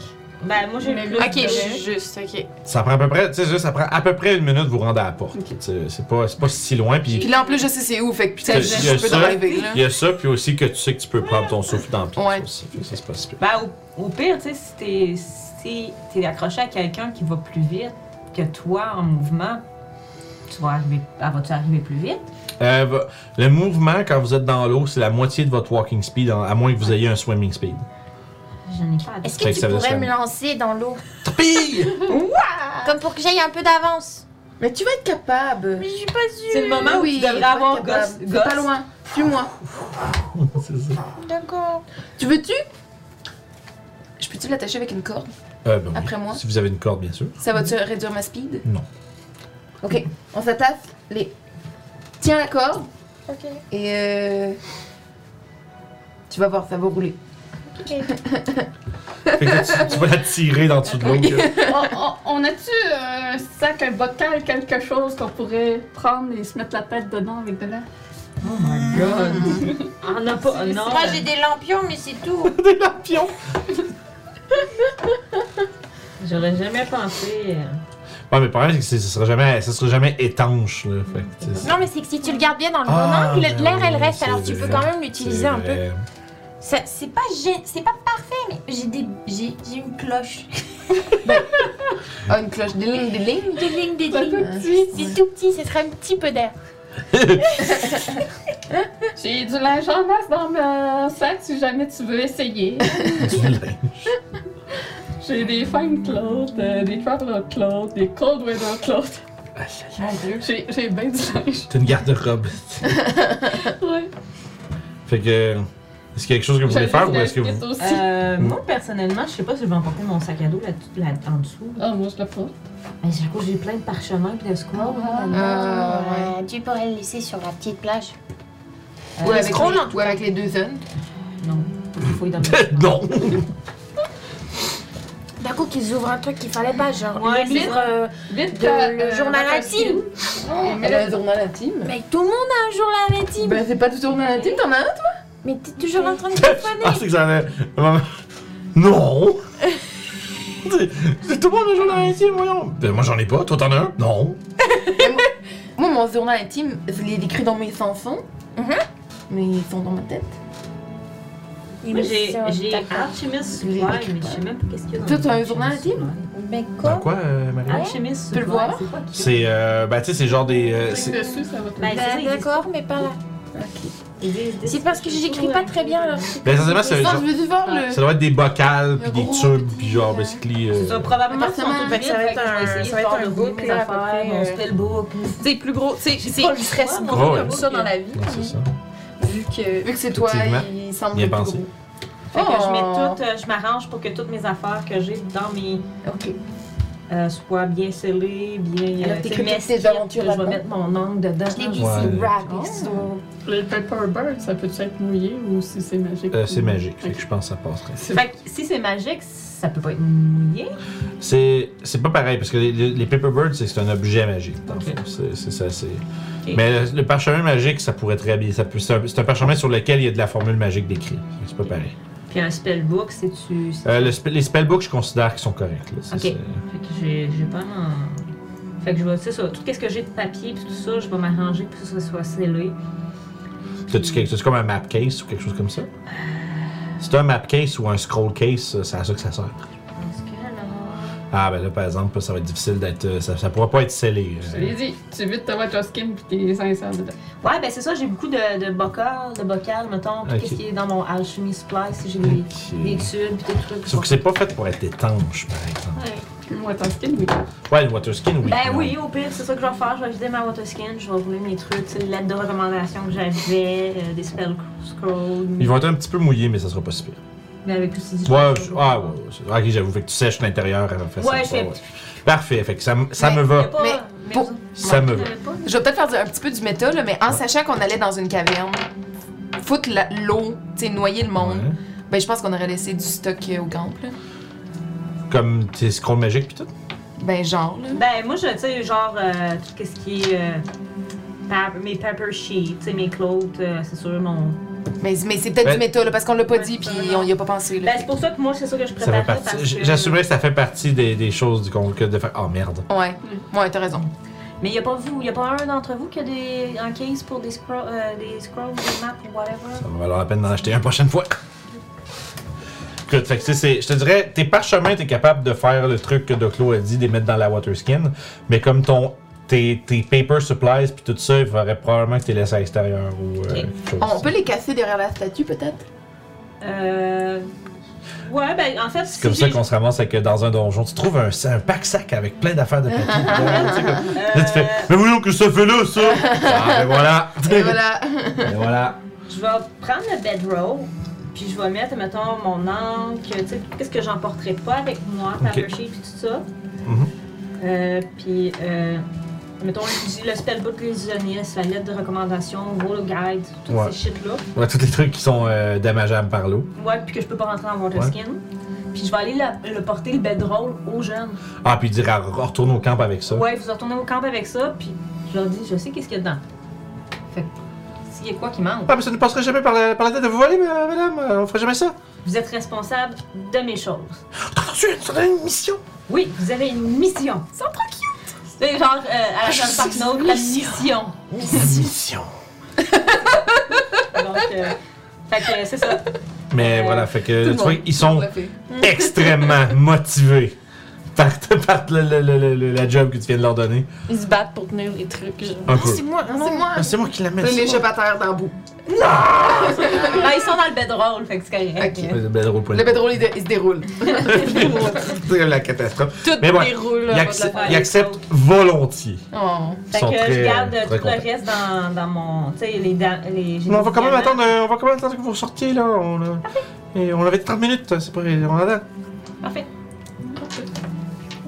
S6: Ben, moi, j'ai
S2: Mais
S6: plus.
S2: là,
S9: Ok, ju- juste, ok.
S1: Ça prend à peu près, tu sais, juste, ça prend à peu près une minute de vous rendre à la porte. Tu sais, C'est pas, c'est pas si loin.
S5: Puis
S1: Puis
S5: là, en plus, je sais c'est où, fait que putain,
S1: Il y a
S5: je peux
S1: ça.
S5: driver, là.
S1: il y a ça, puis aussi que tu sais que tu peux prendre ton souffle dans le pied.
S5: Ouais.
S1: aussi. Fait que Ça, c'est pas si pire.
S6: Ben, au, au pire, tu sais, si t'es si t'es accroché à quelqu'un qui va plus vite que toi en mouvement, tu vas arriver, elle va-tu arriver plus vite?
S1: Euh, va- le mouvement, quand vous êtes dans l'eau, c'est la moitié de votre walking speed, en- à moins que vous ayez un swimming speed.
S6: J'en ai pas à dire.
S3: Est-ce
S1: Fait
S3: que
S1: que
S3: tu
S1: ça veut
S3: pourrais
S1: dire
S3: me
S1: ça.
S3: lancer dans l'eau
S1: Tripille!
S3: Comme pour que j'aille un peu d'avance.
S10: Mais tu vas être capable.
S3: Mais je suis pas sûre.
S6: C'est le moment où
S10: oui,
S6: tu devrais
S10: pas
S6: avoir gosse.
S10: capable. C'est pas loin. Suis-moi.
S1: C'est ça.
S3: D'accord.
S5: Tu veux-tu? Je peux-tu l'attacher avec une corde?
S1: Euh, ben oui.
S5: Après moi?
S1: Si vous avez une corde, bien sûr.
S5: Ça va-tu réduire ma speed?
S1: Non.
S5: Ok, on s'attache les. Tiens la corde
S3: Ok.
S5: et euh...
S10: Tu vas voir, ça va rouler.
S1: Fait que là, tu, tu vas la tirer dans dessous de l'eau. que-
S2: on, on- Oh, on a-tu euh, un sac, un bocal, quelque chose qu'on pourrait prendre et se mettre la tête dedans avec de l'air?
S6: Oh my god! On a pas. Non!
S3: Moi j'ai des lampions, mais c'est tout.
S1: Des lampions!
S6: J'aurais jamais pensé. euh,
S1: Ouais, mais le problème, c'est que c'est- ce sera jamais, ce sera jamais étanche, là. Fait que, tu sais,
S3: Non, mais c'est que si tu le gardes bien dans le
S1: Ah,
S3: bon angle,
S1: ben
S3: l'air
S1: oui,
S3: elle reste,
S1: c'est
S3: alors tu peux
S1: vrai.
S3: quand même
S1: c'est
S3: l'utiliser un peu.
S1: vrai.
S3: Ça- C'est pas, gê- c'est pas parfait, mais j'ai des, j'ai, j'ai une cloche.
S5: Ah, une cloche. Des lignes, des lignes.
S3: Des lignes, des
S2: C'est
S3: lignes.
S2: tout petit.
S3: C'est tout petit, ce serait un petit peu d'air.
S2: J'ai du linge en masse dans mon sac si jamais tu veux essayer.
S1: Du linge.
S2: J'ai des fine clothes, euh, des traveler clothes, des cold weather clothes. Mon dieu, j'ai j'ai bien du linge.
S1: T'as une garde-robe.
S2: Ouais.
S1: fait que. Est-ce qu'il y a quelque chose que vous voulez faire ou est-ce que vous.
S2: aussi.
S6: Euh, moi, personnellement, je sais pas si je vais emporter mon sac à dos là, là- en dessous.
S2: Ah, moi je l'ai
S1: Euh,
S2: pas.
S11: Mais du coup, j'ai plein de parchemins puis de squats.
S2: Ah,
S11: là.
S5: Ah,
S3: Tu pourrais le laisser sur la petite plage.
S5: Ou
S11: Euh,
S5: avec,
S3: scroll, en
S5: les, ou avec les deux zones.
S11: Non, il faut y donner.
S1: non!
S3: D'un coup, qu'ils ouvrent un truc qu'il fallait pas, genre
S6: Ouais,
S3: le
S6: vite.
S3: livre, euh,
S2: Vite,
S3: de-
S2: euh,
S3: le journal
S2: euh,
S3: intime.
S5: Elle a un journal intime.
S3: Mais tout le monde a un journal intime.
S5: Ben, c'est pas du journal intime, t'en as un?
S3: Mais t'es toujours en train de téléphoner.
S1: Ah, c'est que ça en est- Non! C'est tout le monde a un journal intime, voyons! Ben, moi, j'en ai pas. Toi, t'en as un? Non!
S5: Moi, mon journal intime, je l'ai écrit dans mes chansons.
S3: Mhm.
S5: Mais ils sont dans ma tête.
S3: Il
S6: Moi,
S3: est
S6: j'ai
S3: sur
S6: j'ai
S3: ta-
S6: Alchemist
S5: Je l'ai
S6: Supply,
S5: récupéré.
S6: mais je sais même pas qu'est-ce qu'il y a dans
S5: Toi, t'as un
S6: Alchemist
S5: journal
S6: Supply.
S3: Mais
S1: Dans
S3: quoi
S1: quoi, euh, Marie?
S6: Alchemist
S5: Tu peux le
S6: Supply,
S5: voir?
S6: c'est quoi qui-
S1: C'est, euh, ben, tu sais, c'est genre des. euh,
S2: Truc
S1: c'est-
S2: dessus, ça va te
S6: Ben,
S3: Ben,
S6: Ah. c'est ça, il existe
S3: D'accord, mais pas là.
S6: Ils disent des-
S3: C'est parce que j'écris pas très bien alors. c'est
S1: ben, essentiellement, c'est
S3: compliqué.
S5: Attends,
S1: genre-
S5: je veux juste voir le.
S1: ça doit être des bocales,
S5: Le
S1: puis des
S5: gros
S1: tubes,
S5: petit,
S1: puis genre,
S5: euh,
S1: basically. euh,
S6: C'est ça, probablement
S5: appartement,
S6: qu'ils sont
S3: fait que ça va
S6: vides, fait
S3: être
S6: que je vais
S3: un-
S6: essayer
S3: ça va
S6: de
S3: être
S6: faire
S3: un
S6: de
S3: book,
S6: mes
S3: là, à peu
S6: affaires,
S3: près,
S6: mon
S3: euh,
S6: spellbook.
S9: C'est plus gros, c'est c'est
S6: pas le
S9: stressant
S6: choix,
S9: gros
S1: ouais.
S9: comme ça dans la vie.
S1: non, c'est ça.
S9: Vu que.
S5: Vu que c'est toi,
S1: Effectivement.
S5: il semble
S1: Bien
S5: le plus
S1: pensé.
S5: gros.
S6: Fait que je mets
S5: Oh.
S6: tout, euh, je m'arrange pour que toutes mes affaires que j'ai dans mes
S5: Ok.
S6: euh, soient bien scellées, bien.
S5: Alors,
S6: euh,
S5: t'écris
S6: mes
S5: toutes tes
S6: strips,
S5: aventures
S6: que Je vais
S5: là-dedans.
S6: mettre mon ongle dedans.
S3: Je l'ai
S6: genre.
S3: dit,
S1: Ouais.
S3: c'est rap.
S6: Oh.
S2: Le paper bird, ça peut être mouillé ou si c'est magique.
S1: Euh, c'est magique, fait que je pense que ça passerait.
S6: Fait que si c'est magique, ça peut pas être mouillé.
S1: C'est, c'est pas pareil, parce que les, les les paper birds, c'est, c'est un objet magique, dans le
S6: Ok.
S1: fond. C'est, c'est ça, c'est... Mais le, le parchemin magique, ça pourrait très bien... Ça peut, c'est, un, c'est un parchemin sur lequel il y a de la formule magique décrite. C'est pas pareil.
S6: Puis un spellbook, c'est-tu. c'est-
S1: Euh, le spe- les spellbooks, je considère qu'ils sont corrects. Là. C'est-
S6: Ok.
S1: c'est-
S6: Fait que j'ai j'ai pas mon- Fait que je vais, c'est ça, tout ce que j'ai de papier puis tout ça, je vais m'arranger pour que ça soit scellé.
S1: T'as-tu, quelque- t'as-tu comme un map case ou quelque chose comme ça? C'est un map case ou un scroll case, c'est à ça que ça sert.
S6: Parce que là...
S1: Ah, ben là, par exemple, ça va être difficile d'être. euh, Ça, ça pourra pas être scellé.
S2: Je te
S1: euh.
S2: l'ai dit, tu vides ta watch skin pis t'es sincère dedans.
S6: Ouais, ben c'est ça, j'ai beaucoup de, de bocal, de bocal, mettons, puis
S1: Ok.
S6: qu'est-ce qui est dans mon alchimie supply, si j'ai des,
S1: Ok.
S6: des tubes puis des trucs.
S1: Sauf que c'est pas fait pour être étanche, par exemple.
S2: Une watch skin, oui.
S1: Ouais, une water skin, oui.
S6: Ben
S1: non.
S6: oui, au pire, c'est ça que je vais faire. Je vais vider ma water skin, je vais rouler mes trucs, tu sais, lettres de recommandation que j'avais, euh, des spell scrolls.
S1: Ils vont être un petit peu mouillés, mais ça sera pas si pire.
S6: Mais avec aussi du
S1: Ouais, je- ah, ouais, ouais, c'est- ok, j'avoue, fait que tu sèches l'intérieur avant de faire
S6: Ouais,
S1: ça.
S6: je fais-
S1: Parfait, fait que ça, m- ça
S5: Mais
S1: me
S6: Il y a
S1: va.
S6: pas-
S5: Mais
S6: mais
S5: pour-
S6: vous-
S1: Ça me va.
S6: vous avez pas-
S5: Je vais peut-être faire du- un petit peu du méta, là, mais en
S1: Ouais.
S5: sachant qu'on allait dans une caverne, foutre la- l'eau, tu sais, noyer le monde,
S1: Ouais.
S5: ben je pense qu'on aurait laissé du stock euh, au camp, là.
S1: Comme tes scrolls magiques pis tout.
S5: Ben, genre, là.
S6: Ben, moi, je, tu sais, genre, euh, tout ce qui est. euh, pap- mes paper sheets, tu sais, mes clothes, euh, c'est sûr, mon.
S5: Mais, mais c'est peut-être
S1: Ben-
S5: du méta, là, parce qu'on l'a pas
S6: Ouais,
S5: dit, puis
S6: c'est ça,
S5: on y a pas pensé, là.
S6: Ben, c'est pour ça que moi, c'est sûr que je
S1: Ça fait
S6: prépare
S1: partie. j- J'assumerais que ça fait partie des, des choses du con que de faire. Oh merde.
S5: Ouais, ouais, t'as raison.
S6: Mais il n'y a pas vous, il a pas un d'entre vous qui a des, un case pour des, scro- euh, des scrolls, des maps ou whatever.
S1: Ça va valoir la peine d'en acheter un prochaine fois. Écoute, fait que tu sais, c'est- je te dirais, tes parchemins, t'es capable de faire le truc que Doclo a dit, de les mettre dans la water skin, mais comme ton tes, tes paper supplies puis tout ça, il faudrait probablement que tu les laisses à l'extérieur ou euh,
S6: Ok.
S1: quelque chose.
S12: On peut les casser derrière la statue, peut-être?
S6: Euh. Ouais, ben, en fait, si
S1: C'est comme ça
S6: j'ai-
S1: qu'on se ramasse avec, euh, dans un donjon. Tu trouves un, un pack-sac avec plein d'affaires de papier. dedans, tu sais, comme- Là, tu fais,
S6: Euh,
S1: mais voyons que ça fait là, ça! ah, ben voilà!
S5: Et voilà.
S1: Et voilà.
S6: Je vais prendre le bedroll, puis je vais mettre, mettons, mon encre, tu sais, qu'est-ce que j'emporterai pas avec moi,
S1: Ok.
S6: paper sheet, puis tout ça.
S1: Mhm.
S6: Euh, puis, euh, mettons, j'ai le spellbook illusionniste, la lettre de recommandation, roll guide, toutes
S1: Ouais.
S6: ces shit-là.
S1: Ouais, tous les trucs qui sont euh, damageables par l'eau.
S6: Ouais, puis que je peux pas rentrer en water
S1: Ouais.
S6: skin. Puis je vais aller la- le porter, le bedroll, aux jeunes.
S1: Ah, puis dire, ah, retourne au camp avec ça.
S6: Ouais, vous retournez au camp avec ça, puis je leur dis, je sais qu'est-ce qu'il y a dedans. Fait que, s'il y a quoi qui manque,
S1: Ah, mais ça ne passerait jamais par la, par la tête de vous voler, ma- madame. euh, On ferait jamais ça.
S6: vous êtes responsable de mes choses.
S1: T'as reçu une, t'as une mission.
S6: Oui, vous avez une mission. Ils sont trop cute. C'est genre euh, à la John Parknow, la mission.
S1: Mission.
S6: Donc, euh, fait que euh, c'est ça.
S1: Mais
S6: Euh,
S1: voilà, fait
S5: Tout
S1: que
S5: le
S1: tu vois,
S5: monde.
S1: ils sont extrêmement motivés par, par le- le- le- le- la job que tu viens de leur donner.
S3: Ils se battent pour tenir les trucs. genre.
S1: Un
S3: Ah,
S1: peu.
S3: c'est moi, ah, c'est moi.
S1: Ah, c'est moi qui la mets.
S5: Là,
S1: c'est
S5: les
S1: moi.
S5: jeux à terre dans le bout.
S6: ben, ils sont dans le bedroll, fait que c'est correct.
S5: Ok.
S1: Ouais, c'est bien drôle pour
S5: Le bedroll, il, dé- il se déroule.
S1: C'est comme la catastrophe.
S3: Tout
S1: Mais bon,
S3: déroule.
S1: Ils
S3: en bas de
S1: acceptent,
S3: la
S6: faire
S1: ils
S6: les
S1: acceptent
S6: autres.
S1: volontiers.
S5: Oh.
S6: Fait
S1: Ils sont
S6: que euh,
S1: très-
S6: je garde euh,
S1: très
S6: tout le
S1: contents.
S6: reste dans, dans mon. Tu sais, les. da- les j'ai
S1: Mais on
S6: des
S1: va quand même
S6: diamants.
S1: attendre, euh, on va quand même attendre que vous sortiez là. On, a- et on avait 30 minutes, c'est pas on attend.
S6: Parfait.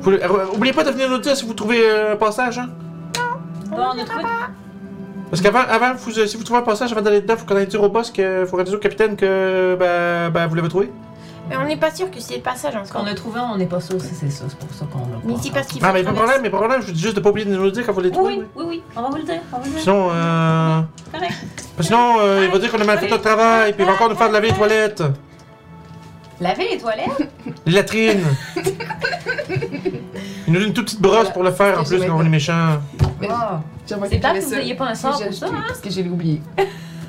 S1: Vous- euh, oubliez pas de venir nous dire si vous trouvez euh, un passage, hein.
S6: Bon, on a trouvé.
S1: Parce qu'avant, avant, vous, euh, si vous trouvez un passage avant d'aller dedans, faut qu'on aille dire au boss que faut qu'on dise au capitaine que bah, bah, vous l'avez trouvé.
S3: Mais on n'est pas sûr que c'est le passage
S13: Ce qu'on
S3: encore.
S13: a trouvé, on n'est pas sûr si c'est ça. C'est pour ça qu'on l'a pas.
S3: Mais c'est parce qu'il faut.
S1: Ah mais pas de
S3: traverser.
S1: problème, mais pas de problème, je vous dis juste de pas oublier de nous le dire quand vous l'avez trouvé.
S6: Oui,
S1: oui.
S6: oui, oui, on va vous le dire. On va vous le dire.
S1: Sinon, euh...
S6: Correct.
S1: parce que Sinon, euh, il va dire qu'on a mal fait notre travail, puis il va encore nous faire de laver les toilettes.
S6: Laver les toilettes.
S1: Les latrines. Il nous donne une toute petite brosse pour le faire en
S5: Parce que
S1: plus
S5: j'ai
S1: quand on est
S5: même-
S1: méchant.
S6: Wow.
S5: J'ai remarqué qu'il
S6: C'est
S5: y
S6: pas
S5: avait
S6: que vous
S5: ça.
S6: n'ayez pas un
S5: J'ai
S6: sort pour
S5: ajouté,
S6: ça, hein?
S5: Parce que j'ai oublié.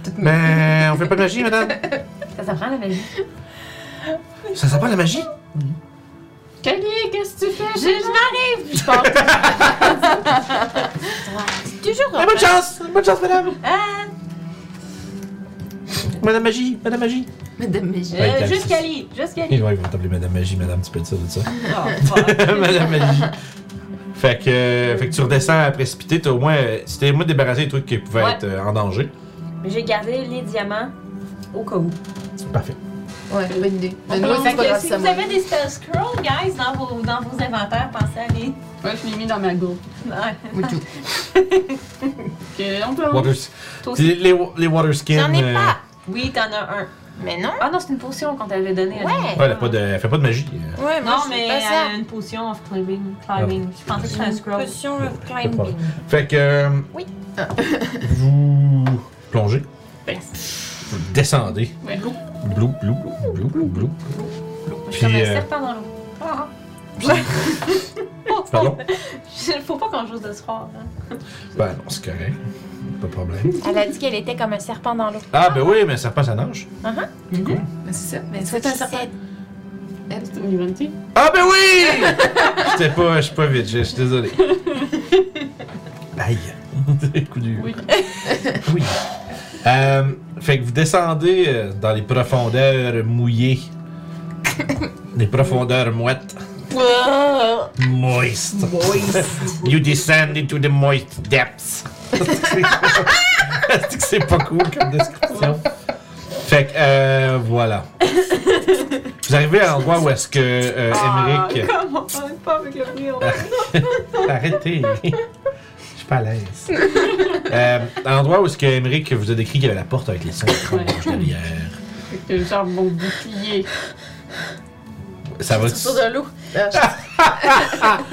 S5: Toutes mes-
S1: Mais Ben, on fait pas de magie, madame.
S6: Ça s'apprend la magie.
S1: Ça s'appelle la magie?
S2: Kali, qu'est-ce que tu fais?
S3: Je, je m'arrive! Je pars. C'est toujours.
S1: Eh, bonne chance! Bonne chance, madame!
S6: Ah.
S1: Madame Magie, Madame Magie.
S5: Madame Magie.
S1: Ouais, t'as-
S6: Euh, Juste Cali, juste Cali.
S1: Ils vont t'appeler Madame Magie, Madame, tu peux dire ça, de ça.
S6: Oh, fuck.
S1: Madame Magie. Fait que, euh, fait que tu redescends à précipiter, t'as au moins, euh, c'était moi débarrassé des trucs qui pouvaient
S6: Ouais.
S1: être euh, en danger.
S6: J'ai gardé les diamants au cas où.
S1: Parfait.
S5: Ouais, bonne idée. Mais nous,
S6: Fait
S5: c'est pas
S6: que
S5: grave
S6: si
S5: ça,
S6: vous
S5: moi.
S6: avez des spell scrolls, guys, dans vos, dans vos inventaires, pensez à les.
S2: Ouais, je l'ai mis dans ma gourde.
S6: Ouais.
S5: Oui, tout.
S2: Ok, on peut.
S1: Waters-
S6: Toi aussi.
S1: les, les, les water euh, skins.
S3: Mmh. J'en ai pas.
S6: Oui, t'en as un.
S3: Mais non.
S6: Ah non, c'est une potion qu'on t'avait donnée. à
S3: Ouais.
S1: Ouais, elle, a pas de, elle fait pas de magie.
S3: Ouais, moi,
S6: Non,
S3: je
S6: mais
S3: fais pas ça.
S6: euh, une potion of climbing. climbing.
S1: Ah.
S6: Je pensais que c'était un scroll.
S3: Potion of
S1: Pas de
S3: climbing.
S1: problème. Fait que. euh,
S3: Oui.
S1: Vous plongez.
S2: Ben.
S1: Vous descendez.
S2: Ouais.
S1: Blou, blou, blou, blou, blou, blou.
S6: Je suis comme
S1: Puis,
S6: un
S1: euh,
S6: serpent dans l'eau. Ah.
S1: Pardon?
S6: Faut pas qu'on joue de soir. hein.
S1: Ben non, c'est correct. Pas de problème.
S3: Elle a dit qu'elle était comme un serpent dans l'eau.
S1: Ah, ben oui, mais ça passe à nage.
S5: Mais c'est ça. Mais
S3: C'est
S5: c'est un serpent.
S2: C'est une humanité.
S1: Ah, ben oui! J'étais pas, je suis pas vite, je je suis désolé. Aïe! Coup dur.
S2: Oui.
S1: Oui. Euh, fait que vous descendez euh, dans les profondeurs mouillées. les profondeurs moites. Moist. you descend into the moist depths. Est-ce que c'est pas cool comme description? Fait que, euh, voilà. Vous arrivez à l'endroit où est-ce que euh,
S6: Ah,
S1: Emmerich-
S6: Comment on parle pas avec le bruit? on-
S1: Arrêtez. Je suis pas à l'aise. euh, à l'endroit où ce que Emmerich vous a décrit qu'il y avait la porte avec les sons étranges derrière.
S2: Fait que, genre, mon bouclier.
S1: Ça va
S3: Sur de l'eau. Euh,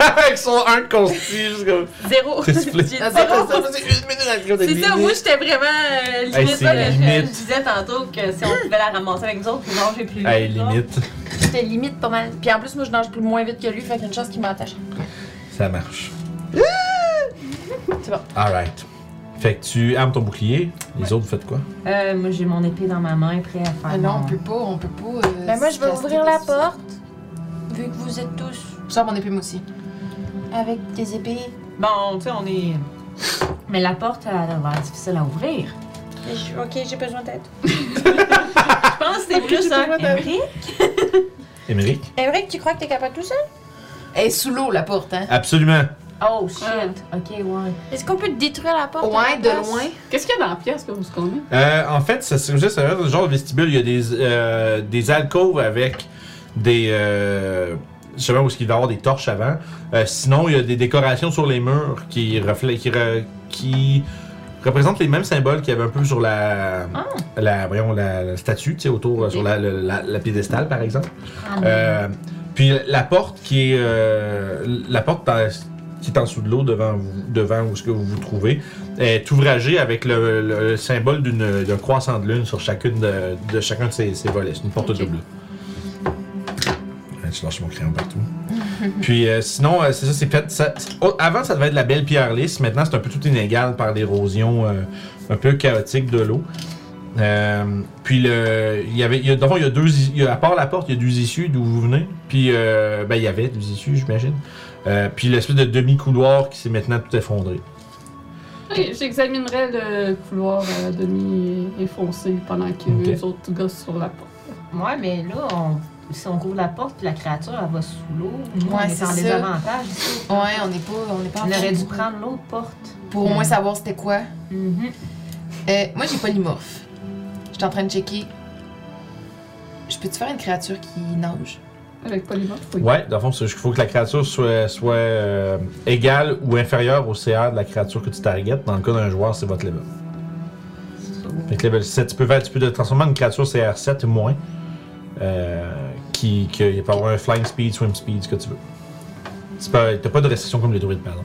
S1: Avec son 1 de consti, juste comme.
S14: Zéro.
S1: C'est split.
S14: J'ai dit
S1: Ah,
S14: zéro.
S1: c'est une minute,
S14: C'est ça, moi j'étais vraiment euh,
S1: Hey,
S14: limite.
S1: c'est
S14: là, le-
S6: Je
S1: limite.
S6: disais tantôt que si on pouvait la ramasser avec nous autres, puis manger plus
S1: Hey,
S6: vite, là.
S1: limite.
S3: J'étais limite pas mal. Puis en plus, moi, je nage plus moins vite que lui, fait qu'il y a une chance qu'il m'attache.
S1: Ça marche.
S3: C'est bon.
S1: Alright. Fait que tu armes ton bouclier. Les autres, vous faites quoi?
S6: Euh, moi, j'ai mon épée dans ma main, prêt à faire.
S5: Ah non,
S6: mon-
S5: on peut pas, on peut pas. euh,
S3: Ben, moi, je vais
S5: se
S3: ouvrir la
S5: caster
S3: porte. Vu que vous êtes tous
S5: dessus. Je sors mon épée, moi aussi.
S3: avec des épées.
S6: Bon, tu sais, on est.
S15: Mais la porte, elle a l'air difficile à ouvrir.
S14: Ok, j'ai besoin d'aide.
S6: Je pense que c'est plus un. Emery?
S1: Émeric?
S3: Émeric, tu crois que t'es capable tout seul?
S5: Elle est sous l'eau, la porte, hein.
S1: Absolument.
S15: Oh shit!
S6: Ah.
S15: Ok, ouais.
S3: Est-ce qu'on peut détruire la porte? à
S5: Ouais,
S3: la
S5: de
S3: place?
S5: loin.
S2: Qu'est-ce qu'il y a dans la pièce que vous ce qu'on met?
S1: Euh, en fait, ça c'est juste un genre de vestibule. Il y a des, euh, des alcôves avec des. Euh, je sais pas où il doit y avoir des torches avant. Euh, sinon, il y a des décorations sur les murs qui, reflè- qui, re- qui représentent les mêmes symboles qu'il y avait un peu sur la, la, voyons, la, la statue, tu sais, autour, euh, sur la, le- la- la piédestale, par exemple. Euh, puis la porte qui est euh, la porte dans- qui est en dessous de l'eau devant vous, devant où ce que vous vous trouvez est ouvragée avec le, le symbole d'une- d'un croissant de lune sur chacune de, de chacun de ses, ses volets. C'est une porte double. Ouais, Je lâche mon crayon partout. Puis euh, sinon, euh, c'est ça, c'est fait. ça- c'est- oh, avant, ça devait être la belle pierre lisse. Maintenant, c'est un peu tout inégal par l'érosion euh, un peu chaotique de l'eau. Euh, puis le, il y avait, il y a, dans le fond, il y a deux, is- il y a- à part la porte, il y a deux issues d'où vous venez. Puis euh, ben, il y avait deux issues, j'imagine. Euh, puis l'espèce de demi-couloir qui s'est maintenant tout effondré.
S2: Ok, J'examinerai le couloir à demi enfoncé pendant que
S1: Ok.
S2: les autres gossent sur la porte.
S6: Ouais, mais là, on- si on rouvre la porte, puis la créature, elle va sous l'eau. Nous,
S5: Ouais,
S6: on est
S5: c'est
S6: en
S5: ça.
S6: désavantage. ici.
S5: Ouais, on n'est pas, on est pas. en
S6: On aurait dû
S5: train de-
S6: prendre l'autre porte.
S5: Pour au moins savoir c'était quoi.
S6: Mhm.
S5: Euh, moi, j'ai polymorphe. J'étais en train de checker. Je peux-tu faire une créature qui nage?
S2: Avec polymorphe, oui.
S1: Ouais, dans le fond, il faut que la créature soit, soit euh, égale ou inférieure au CR de la créature que tu targetes. Dans le cas d'un joueur, c'est votre level. Fait que level 7, tu peux faire, tu peux transformer en une créature CR7 moins. Euh, qui, qui il peut avoir un flying speed, swim speed, ce que tu veux. C'est pas- T'as pas de restriction comme les druides, pardon.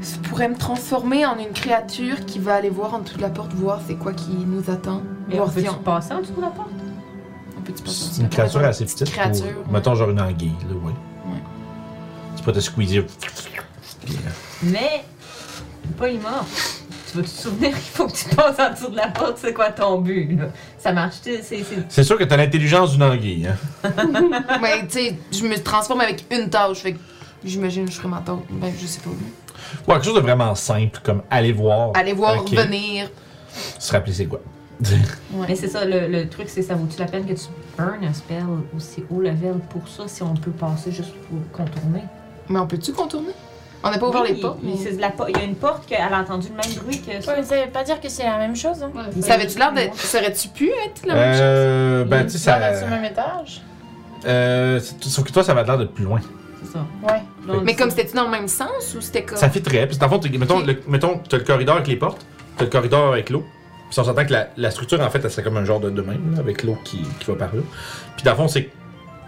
S5: Je pourrais me transformer en une créature qui va aller voir en dessous de la porte, voir c'est quoi qui nous attend.
S6: Mais on
S5: voir
S6: peut-tu
S5: si on,
S6: passer en dessous de la porte?
S5: on peut-tu passer en dessous
S1: C'est une
S5: de la porte?
S1: créature assez
S5: Petite
S1: petite.
S5: créature,
S1: pour-
S5: ouais.
S1: Mettons genre une anguille, là, ouais.
S5: Ouais.
S1: Tu peux te squeezer.
S6: Mais, pas mort. Tu vas te souvenir qu'il faut que tu passes en dessous de la porte, c'est quoi ton but, là? Ça marche, tu sais, c'est. c'est-
S1: C'est sûr que t'as l'intelligence d'une anguille, hein.
S5: Mais tu sais, je me transforme avec une tâche. Fait que j'imagine que je serais ma tâche. Ben, je sais pas.
S1: Ouais, quelque chose de vraiment simple, comme aller voir.
S5: Aller voir,
S1: Ok.
S5: venir.
S1: Se rappeler c'est quoi.
S6: Mais c'est ça, le, le truc, c'est ça vaut-tu la peine que tu burn un spell aussi haut level pour ça si on peut passer juste pour contourner?
S5: Mais on peut-tu contourner? On n'a pas ouvert les
S6: Oui,
S5: portes, mais.
S6: c'est de la po- Il y a une porte qu'elle a entendu le même bruit que ça.
S3: Ouais, mais ça veut pas dire que c'est la même chose, hein?
S2: Ouais,
S5: Ça avait-tu l'air de. Serais-tu hein? pu être la même chose?
S1: Euh. Ben, tu sais,
S3: On est sur le
S1: ça.
S3: même étage.
S1: Euh. c'est- Sauf que toi, ça va de l'air de plus loin.
S6: C'est ça.
S3: Ouais.
S6: Donc,
S5: Mais comme c'était-tu dans le même sens ou c'était comme.
S1: Ça fait très. Puis, dans le fond, t'es- mettons,
S5: Ok.
S1: le, mettons, t'as le corridor avec les portes, t'as le corridor avec l'eau. Puis, on s'entend que la, la structure, en fait, elle serait comme un genre de de même, là, avec l'eau qui, qui va par là. Puis, dans le fond, c'est que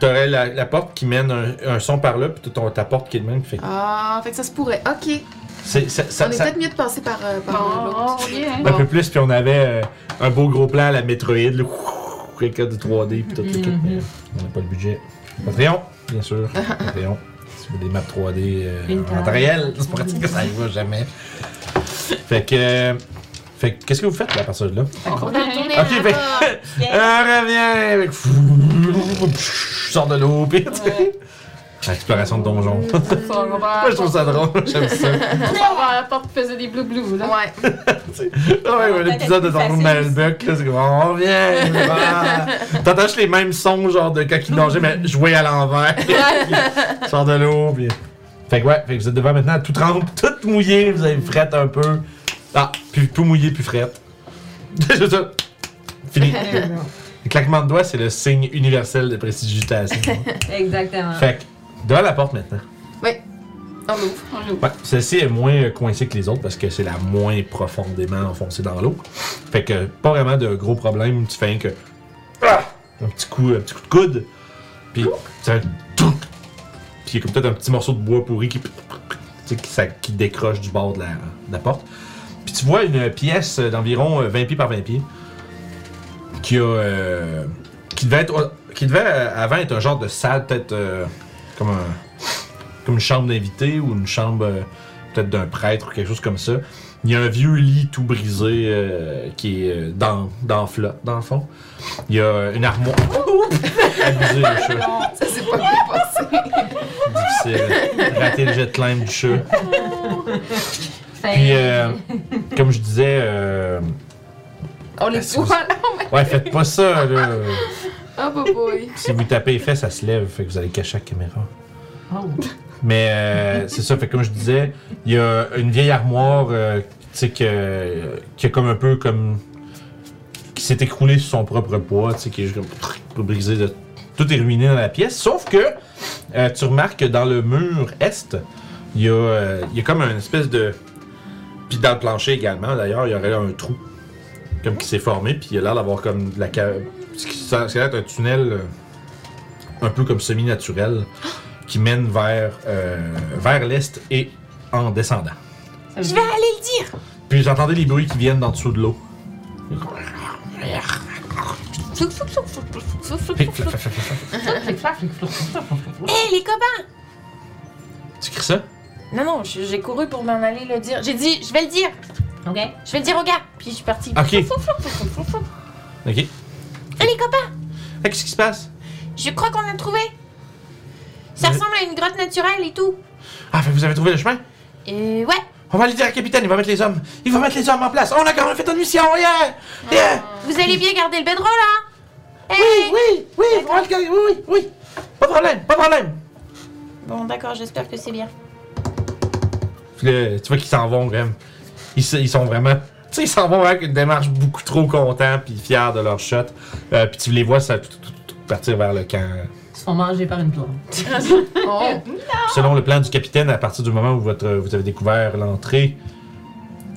S1: t'aurais la, la porte qui mène un, un son par là, puis t'as ton- ta porte qui est de même. Fait que
S5: Ah, fait que ça se pourrait. Ok.
S1: c'est- ça- ça-
S5: on est
S1: ça-
S5: peut-être mieux de passer par, euh,
S2: Bon,
S5: par euh, l'autre.
S2: on y est, hein?
S1: un peu plus, puis on avait euh, un beau gros plan à la Metroid, là, ouh, quelqu'un du 3D, puis tout le kit, mais on n'a pas le budget. Patreon, bien sûr, Patreon. Si vous voulez des maps 3D euh,
S6: Une
S1: en matériel, c'est pratique que ça y va jamais. Fait que... euh, fait que, qu'est-ce que vous faites là, à partir de là?
S3: On va retourner
S1: Ok,
S3: à la
S1: fait-
S3: porte.
S1: Ah, reviens! avec- Sors de l'eau, pis Exploration de donjon.
S2: Ça, on va
S1: Moi, je trouve ça drôle, j'aime ça.
S2: on va voir la porte qui faisait des blou-blous, là.
S5: Ouais.
S1: Ah Ouais, ouais, l'épisode de Donjon de Malbec, là, c'est comme on revient! ah. T'attaches les mêmes sons, genre de quand il nageait, mais jouer à l'envers. Sors de l'eau, pis. Fait que ouais, fait que vous êtes devant maintenant, tout trempe, tout mouillé, vous avez frette un peu. Ah, puis tout mouillé, puis frette. C'est ça. Fini.
S6: Ah!
S1: Le claquement de doigts, c'est le signe universel de prestidigitation.
S6: Exactement.
S1: fait que, devant la porte maintenant.
S5: On l'ouvre.
S2: On l'ouvre.
S1: Ouais, celle-ci est moins euh, coincée que les autres parce que c'est la moins profondément enfoncée dans l'eau. Fait que pas vraiment de gros problèmes, tu fais rien que. Ah! un petit coup, un petit coup de coude. Puis ça fait touc. Puis il y a comme peut-être un petit morceau de bois pourri qui, tu sais, qui, ça- qui décroche du bord de la, de la porte. Puis tu vois une pièce d'environ euh, 20 pieds par 20 pieds qui a euh, qui devait être au- qui devait euh, avant être un genre de salle peut-être euh, comme un, comme une chambre d'invité ou une chambre euh, peut-être d'un prêtre ou quelque chose comme ça. Il y a un vieux lit tout brisé euh, qui est euh, dans, dans, le fla- dans le fond. Il y a euh, une armoire. Abusé, le chat.
S5: Ça, c'est pas bien passé.
S1: Difficile. Rater le jet de climb du chat.
S6: Ben
S1: Puis, euh, comme je disais, euh,
S5: On les
S1: Parce que
S5: fout là.
S1: ouais, faites pas ça, là.
S5: Oh, boy, boy.
S1: Si vous tapez les fesses, ça se lève, fait que vous allez cacher la caméra.
S6: Oh.
S1: Mais euh, c'est ça, fait que comme je disais, il y a une vieille armoire euh, tu sais, que, qui est comme un peu comme. qui s'est écroulée sur son propre poids, tu sais, qui est juste comme brisée. De... Tout est ruiné dans la pièce, sauf que euh, tu remarques que dans le mur est, il y, a, euh, il y a comme une espèce de. Puis dans le plancher également, d'ailleurs, il y aurait là un trou comme qui s'est formé, puis il a l'air d'avoir comme de la cave. Ce qui ça- ça a l'air d'être un tunnel euh, un peu comme semi-naturel qui mène vers, euh, vers l'est et en descendant.
S3: Je vais aller le dire.
S1: Puis j'entendais les bruits qui viennent d'en dessous de l'eau.
S3: Flou, flou, flou, flou, flou, flou, flou,
S1: Flic,
S3: flou,
S1: flac,
S3: flou.
S1: flac, flac, flac.
S3: Hé, les copains!
S1: Tu cries ça?
S3: Non, non, je- j'ai couru pour m'en aller le dire. J'ai dit, je vais le dire.
S6: Ok.
S3: Je vais le dire au gars. Puis je suis partie.
S1: Ok.
S3: Flou, flou, flou, flou, flou, flou.
S1: Ok.
S3: Hé, les copains!
S1: Ah, Qu'est-ce qui se passe?
S3: Je crois qu'on l'a trouvé. Ça
S1: Mais-
S3: ressemble à une grotte naturelle et tout.
S1: Ah, fait que vous avez trouvé le chemin?
S3: Et ouais.
S1: On va aller dire au capitaine, il va mettre les hommes. Il va mettre les hommes en place. On a quand même fait une mission, yeah! Yeah!
S3: Vous allez bien garder le bedroll, hein? Hé!
S1: Oui, oui, oui, on va le garder, oui, oui, oui. Pas de problème, pas de problème.
S3: Bon, d'accord, j'espère que c'est bien.
S1: Puis là, tu vois qu'ils s'en vont, même. Ils, se- ils sont vraiment. Tu sais, ils s'en vont avec une démarche beaucoup trop contents puis fiers de leur shot. Euh, puis tu les vois ça, tout, tout- tout- tout partir vers le camp.
S6: Ils se font manger par une plante.
S5: Oh,
S1: Puis Selon le plan du capitaine, à partir du moment où votre, euh, vous avez découvert l'entrée,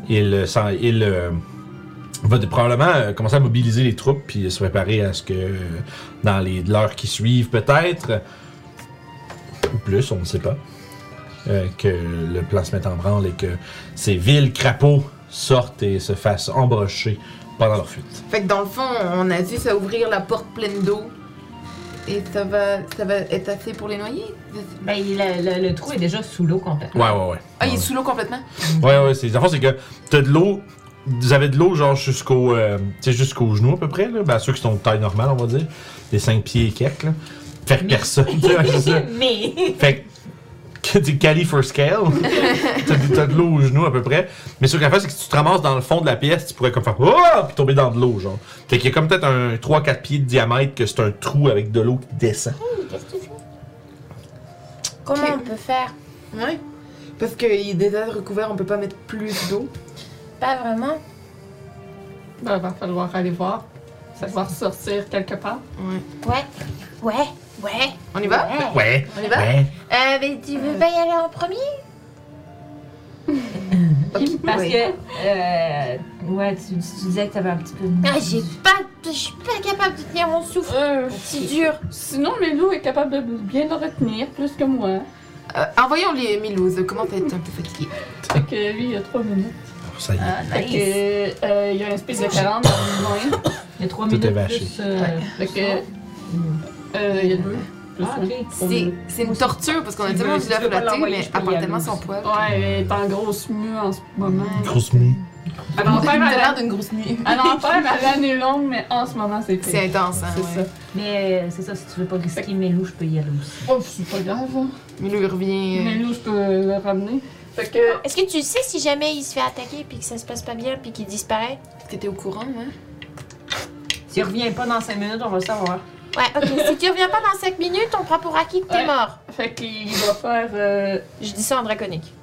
S1: il, euh, s'en- il euh, va de- probablement euh, commencer à mobiliser les troupes puis se préparer à ce que euh, dans les l'heure qui suivent peut-être ou plus, on ne sait pas, euh, que le plan se mette en branle et que ces villes crapauds sortent et se fassent embrocher pendant leur fuite.
S5: Fait que dans le fond, on a dit ça ouvrir la porte pleine d'eau. Et ça va, ça va être assez pour les noyer.
S6: Ben, il- le, le- le trou est déjà sous l'eau complètement.
S1: Ouais, ouais, ouais.
S5: Ah, il est sous l'eau complètement.
S1: Ouais, ouais, c'est. En fait, c'est que t'as de l'eau. Vous avez de l'eau, genre, jusqu'au. euh, tu sais, jusqu'au genou, à peu près, là. Ben, ceux qui sont de taille normale, on va dire. Des 5 pieds et quelques, là. Faire personne. Ouais, c'est ça.
S6: Mais.
S1: Fait que. Du Cali for scale. T'as de- t'as de l'eau au genou à peu près. Mais ce qu'elle fait, c'est que si tu te ramasses dans le fond de la pièce, tu pourrais comme faire. Oh! Puis tomber dans de l'eau, genre. Fait qu'il y a comme peut-être un 3-4 pieds de diamètre que c'est un trou avec de l'eau qui descend.
S3: Comment
S5: Ok.
S3: on peut faire?
S5: Ouais. Parce qu'il est déjà recouvert, on peut pas mettre plus d'eau.
S3: Pas vraiment.
S2: Ben, va falloir aller voir. Ça va sortir quelque part.
S3: Ouais. Ouais. Ouais.
S5: On y va
S3: Ouais.
S1: Ouais.
S5: On y va
S1: Ouais.
S3: Euh, mais tu veux pas y aller en premier?
S5: Ok,
S6: Parce
S5: ouais.
S6: que. Euh, ouais, tu, tu disais que t'avais un petit peu de.
S3: Ah, j'ai pas. Je suis pas capable de tenir mon souffle. Ah,
S2: Euh,
S3: C'est dur.
S2: sinon, le loup est capable de bien le retenir, plus que moi.
S5: Euh, envoyons les Milouz, comment à être un peu fatigué.
S2: Fait que lui, il a trois minutes.
S1: Ça y est.
S6: Ah,
S2: Fait que, euh, il y a un espèce de calendrier dans le coin.
S6: Il y a trois
S1: Tout
S6: minutes.
S1: est vaché.
S6: plus, euh,
S2: Fait que, euh, il y a deux. plus
S6: Ah,
S2: un.
S6: ok.
S5: C'est c'est
S6: Ah,
S5: une torture parce qu'on a
S8: Si
S5: tellement
S8: tu veux-
S5: dû
S8: si
S5: la
S8: tu veux pas
S5: flotter,
S8: l'envoyer,
S5: mais
S8: je peux
S5: elle
S8: y
S5: porte
S8: aller
S5: tellement son
S8: aussi.
S5: poil.
S2: Ouais, elle est en grosse mue en ce moment.
S1: Grosse mue.
S2: Elle en
S5: T'as
S2: fait
S6: hein.
S5: l'air
S2: à
S5: d'une grosse nuit.
S2: l'année longue, mais en ce moment, c'est
S5: C'est
S2: fait.
S5: intense, hein.
S2: C'est
S5: ouais.
S2: ça.
S6: Mais euh, c'est ça, si tu veux pas risquer mes loups, je peux y aller aussi.
S2: Oh, c'est pas grave. hein.
S5: Milou, il revient.
S2: Mais
S5: euh,
S2: nous, je peux le ramener. Fait que,
S3: Est-ce que tu sais si jamais il se fait attaquer puis que ça se passe pas bien puis qu'il disparaît?
S5: Est-ce que t'es au courant, hein
S6: S'il revient pas dans 5 minutes, on va le savoir.
S3: Ouais, ok. si tu reviens pas dans 5 minutes, on prend pour acquis que t'es
S2: Ouais.
S3: mort.
S2: fait qu'il va faire, euh,
S3: Je dis ça en draconique.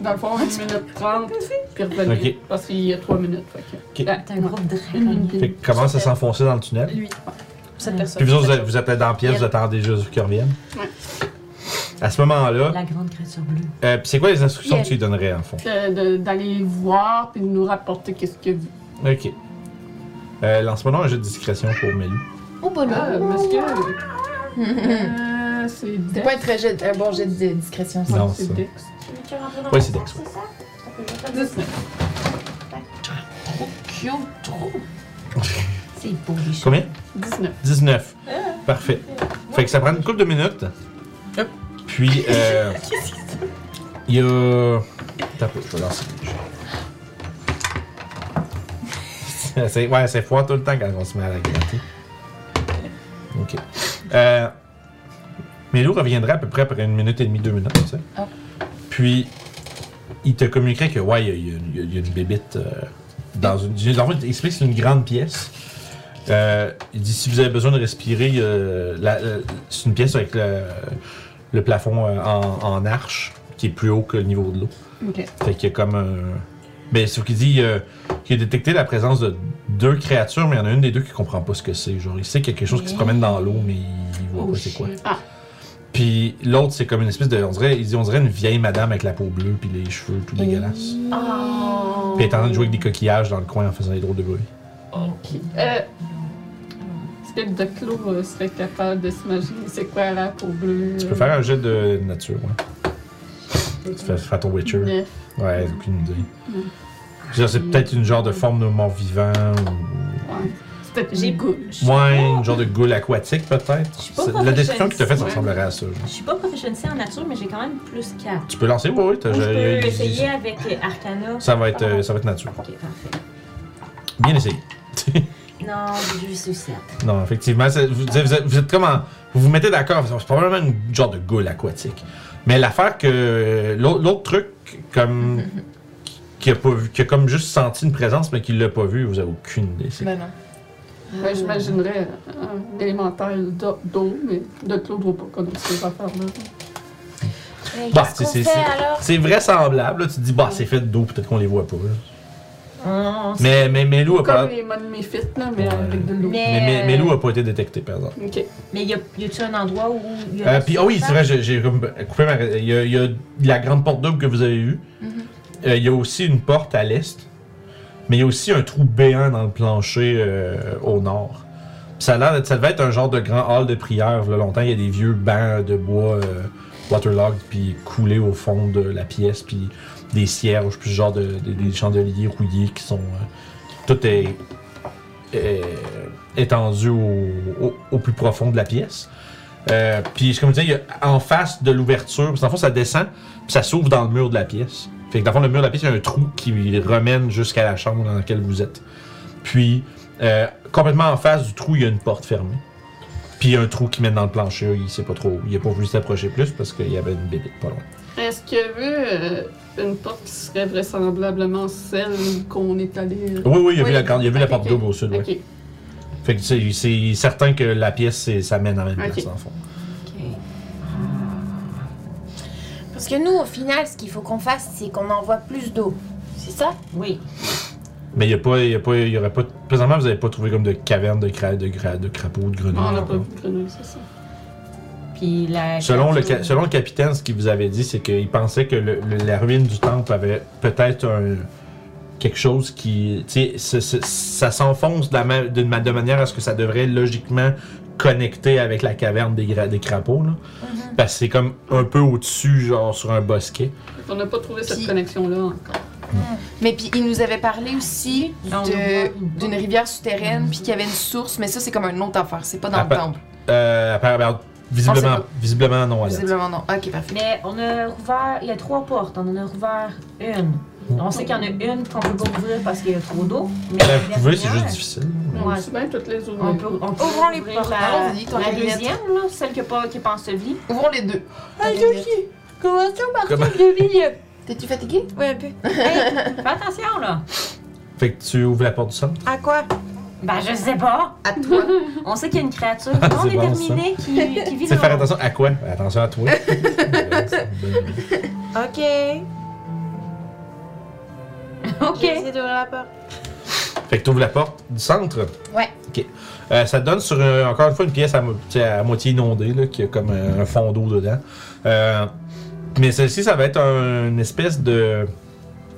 S2: dans le fond, 1 minute 30, puis revenir.
S1: Ok.
S2: Parce qu'il y a 3 minutes. Fait que,
S6: T'es un groupe de
S2: une
S6: dragons.
S2: minute et
S1: Fait
S2: demie.
S1: que commence à s'enfoncer dans le tunnel.
S2: Lui.
S4: Cette
S1: Puis
S4: personne.
S1: vous autres, vous êtes- vous êtes dans la pièce, vous attendez juste qu'ils reviennent. À ce moment-là,
S6: La grande créature bleue.
S1: euh, puis c'est quoi les instructions
S3: Bien.
S1: que tu lui donnerais, en fond?
S2: Que euh, de- d'aller voir, puis de nous rapporter qu'est-ce qu'il a vu.
S1: Ok. Euh, Lance-moi donc un jeu de discrétion pour Melou.
S7: Oh, bon, là.
S2: Ah, monsieur. Euh, c'est
S7: C'est
S2: Dex.
S7: pas un, très jet-
S5: Euh,
S7: un bon jet de discrétion, ça.
S1: Non, ça.
S2: C'est Dex.
S1: Ouais, c'est Dex, ouais.
S7: Kyo, trop.
S6: C'est beau, les choses.
S1: Combien
S2: 19.
S1: 19. Parfait. Fait que ça prend une couple de minutes. Puis, euh, il y a. Attends, un peu, je vais lancer les jets. C'est- Ouais, c'est froid tout le temps quand on se met à la gratter. Ok. Euh, Mélou reviendrait à peu près après une minute et demie, deux minutes, tu sais.
S7: Ah.
S1: Puis, il te communiquerait que, ouais, il y a- il y, a une- il y a- il y a une bébite euh, dans une. En fait, il explique que c'est une grande pièce. Euh, il dit si vous avez besoin de respirer, euh, la- euh, c'est une pièce avec le, le plafond euh, en, en arche qui est plus haut que le niveau de l'eau.
S2: Ok.
S1: Fait qu'il y a comme un. Ben, sauf qu'il dit euh, qu'il a détecté la présence de deux créatures, mais il y en a une des deux qui comprend pas ce que c'est. Genre, il sait qu'il y a quelque chose qui se promène dans l'eau, mais il voit pas c'est quoi.
S2: Ah.
S1: Puis l'autre, c'est comme une espèce de. On dirait, il dit on dirait une vieille madame avec la peau bleue, puis les cheveux tout dégueulasses.
S7: Oh.
S1: Puis elle est en train de jouer avec des coquillages dans le coin en faisant des drôles de bruit.
S2: Ok. Euh, Est-ce que le Doclo euh, serait capable de s'imaginer c'est quoi la peau bleue? euh,
S1: Tu peux faire un jet de nature, ouais. Tu fais, fais ton Witcher. Ouais, aucune idée. Je veux dire, C'est peut-être une genre de forme de mort vivant ou.
S2: J'ai goût.
S1: Ouais, une genre de goule aquatique peut-être.
S8: Je suis pas
S1: C'est- La
S8: professionnelle.
S1: description que tu as faite, ça
S8: Ouais.
S1: ressemblerait à ça. genre.
S8: Je suis pas professionnelle en nature, mais j'ai quand même plus 4.
S1: Tu peux lancer, oui, oui. t'as-
S8: Je
S1: j'ai-
S8: peux
S1: j'ai-
S8: essayer avec Arcana.
S1: Ça va être, euh, ça va être nature.
S8: Ok, parfait.
S1: Bien essayé.
S8: Non, je suis 7.
S1: non, effectivement, c'est- vous, vous êtes, vous êtes comme en- Vous vous mettez d'accord, c'est probablement une genre de goule aquatique. Mais l'affaire que. L'autre l'autre truc, comme. Qui a, pas vu, qui a comme juste senti une présence, mais qui l'a pas vu, vous avez aucune idée. c'est-
S7: Ben non.
S2: Ouais, J'imaginerais euh, un élémentaire d'eau, d'eau, mais Doclo ne doit pas connaître ces affaires-là.
S3: Mais
S1: Bah,
S3: qu'est-ce qu'on
S1: c'est-
S3: fait
S1: c'est-
S3: alors
S1: C'est vraisemblable, là, tu te dis, bah, c'est fait d'eau, peut-être qu'on les voit pas. là.
S8: On
S1: Mais, mais, mais Lou a pas.
S2: Comme les modes méfites, là, mais
S1: Ouais.
S2: avec de l'eau.
S8: Mais- euh,
S1: Mais, mais, mais Lou a pas été détecté, par exemple.
S2: Ok.
S8: Mais y a- y a-tu un endroit où. y a
S1: Euh,
S8: la
S1: puis, ah oui, c'est
S8: surface?
S1: vrai, j'ai j'ai comme coupé ma. Il y, a, il y a la grande porte double que vous avez eue. Euh, il y a aussi une porte à l'est. Mais il y a aussi un trou béant dans le plancher euh, au nord. Puis ça, a l'air d'être- ça devait être un genre de grand hall de prière. Là, longtemps, il y a des vieux bancs de bois euh, waterlogged, puis coulés au fond de la pièce, puis des cierges, puis ce genre de, de- des chandeliers rouillés qui sont. euh, tout est, est étendu au- au- au plus profond de la pièce. Euh, puis c'est comme je disais, il y a- en face de l'ouverture, parce que dans le fond, ça descend, puis ça s'ouvre dans le mur de la pièce. Fait que dans le fond, le mur de la pièce, il y a un trou qui remène jusqu'à la chambre dans laquelle vous êtes. Puis, euh, complètement en face du trou, il y a une porte fermée. Puis il y a un trou qui mène dans le plancher, il sait pas trop. Il a pas voulu s'approcher plus parce qu'il y avait une bébête pas loin.
S2: Est-ce qu'il y avait euh, une porte qui serait vraisemblablement celle qu'on est allé. euh,
S1: Oui, oui, il a
S2: Oui.
S1: vu la, grande- il a vu la
S2: Ok,
S1: porte
S2: ok.
S1: double au sud, ouais.
S2: Ok.
S1: Fait que c'est- c'est certain que la pièce, c'est- ça mène à la même
S2: Ok.
S1: place, dans le fond.
S3: Parce que nous, au final, ce qu'il faut qu'on fasse, c'est qu'on envoie plus d'eau. C'est ça
S8: Oui.
S1: Mais il y a pas, il y a pas, il y aurait pas. Présentement, vous avez pas trouvé comme de caverne de, cra de, cra de crapauds, de grenouilles.
S2: Non, on n'a
S1: genre,
S2: pas
S1: là.
S2: vu de grenouille, c'est ça.
S8: Puis la.
S1: Selon le, ca- selon le capitaine, ce qu'il vous avait dit, c'est qu'il pensait que le- le- la ruine du temple avait peut-être un- quelque chose qui. Tu sais, ce- ce- ça s'enfonce de, la ma- d'une ma- de manière à ce que ça devrait logiquement connecter avec la caverne des, gra- des crapauds. Là.
S3: Mhm.
S1: Parce que c'est comme un peu au-dessus, genre sur un bosquet.
S2: On n'a pas trouvé cette
S7: Puis-
S2: connexion-là encore.
S7: Mais puis il nous avait parlé aussi
S8: Non, on
S7: de-
S8: le voit, on le voit.
S7: d'une rivière souterraine, puis qu'il y avait une source, mais ça c'est comme un autre affaire, c'est pas dans
S1: Ah,
S7: le
S1: pas-
S7: temple.
S1: Euh, apparemment, visiblement,
S7: pas.
S1: visiblement non à la-
S7: Visiblement non. Ok, parfait.
S8: Mais on a rouvert. Il y a trois portes. On en a rouvert une. On sait qu'il y en a une qu'on peut pas ouvrir parce qu'il y a trop d'eau. Mais
S1: Ben,
S8: la
S1: Vous pouvez, c'est
S8: dernière,
S1: juste difficile.
S2: On
S8: Ouais.
S2: sait bien toutes les autres.
S8: On peut, on peut
S7: Ouvrons les
S8: ouvrir
S7: portes.
S8: La,
S7: Allons-y, ton
S8: la
S7: allumette.
S8: deuxième, là, celle qui n'est pas, qui est pas ensevelie.
S7: Ouvrons les deux.
S4: Comment ça, par
S1: Comment-
S4: contre, le milieu?
S7: T'es-tu fatigué?
S3: Oui, un peu.
S8: Fais attention, là.
S1: Fait que tu ouvres la porte du centre.
S3: À quoi
S8: Ben, je sais pas.
S7: À toi.
S8: On sait qu'il y a une créature
S1: Ah,
S8: non
S1: c'est bon,
S8: déterminée qui, qui vit
S1: Tu sais,
S8: dans
S1: faire attention à quoi Attention à toi. C'est une bonne idée.
S4: Ok.
S8: Ok.
S4: J'ai essayé d'ouvrir la porte.
S1: Fait que t'ouvres la porte du centre.
S3: Ouais.
S1: Ok. Euh, ça donne sur, euh, encore une fois, une pièce à, mo- tu sais, à moitié inondée, là, qui a comme un, un fond d'eau dedans. Euh, mais celle-ci, ça va être un- une espèce de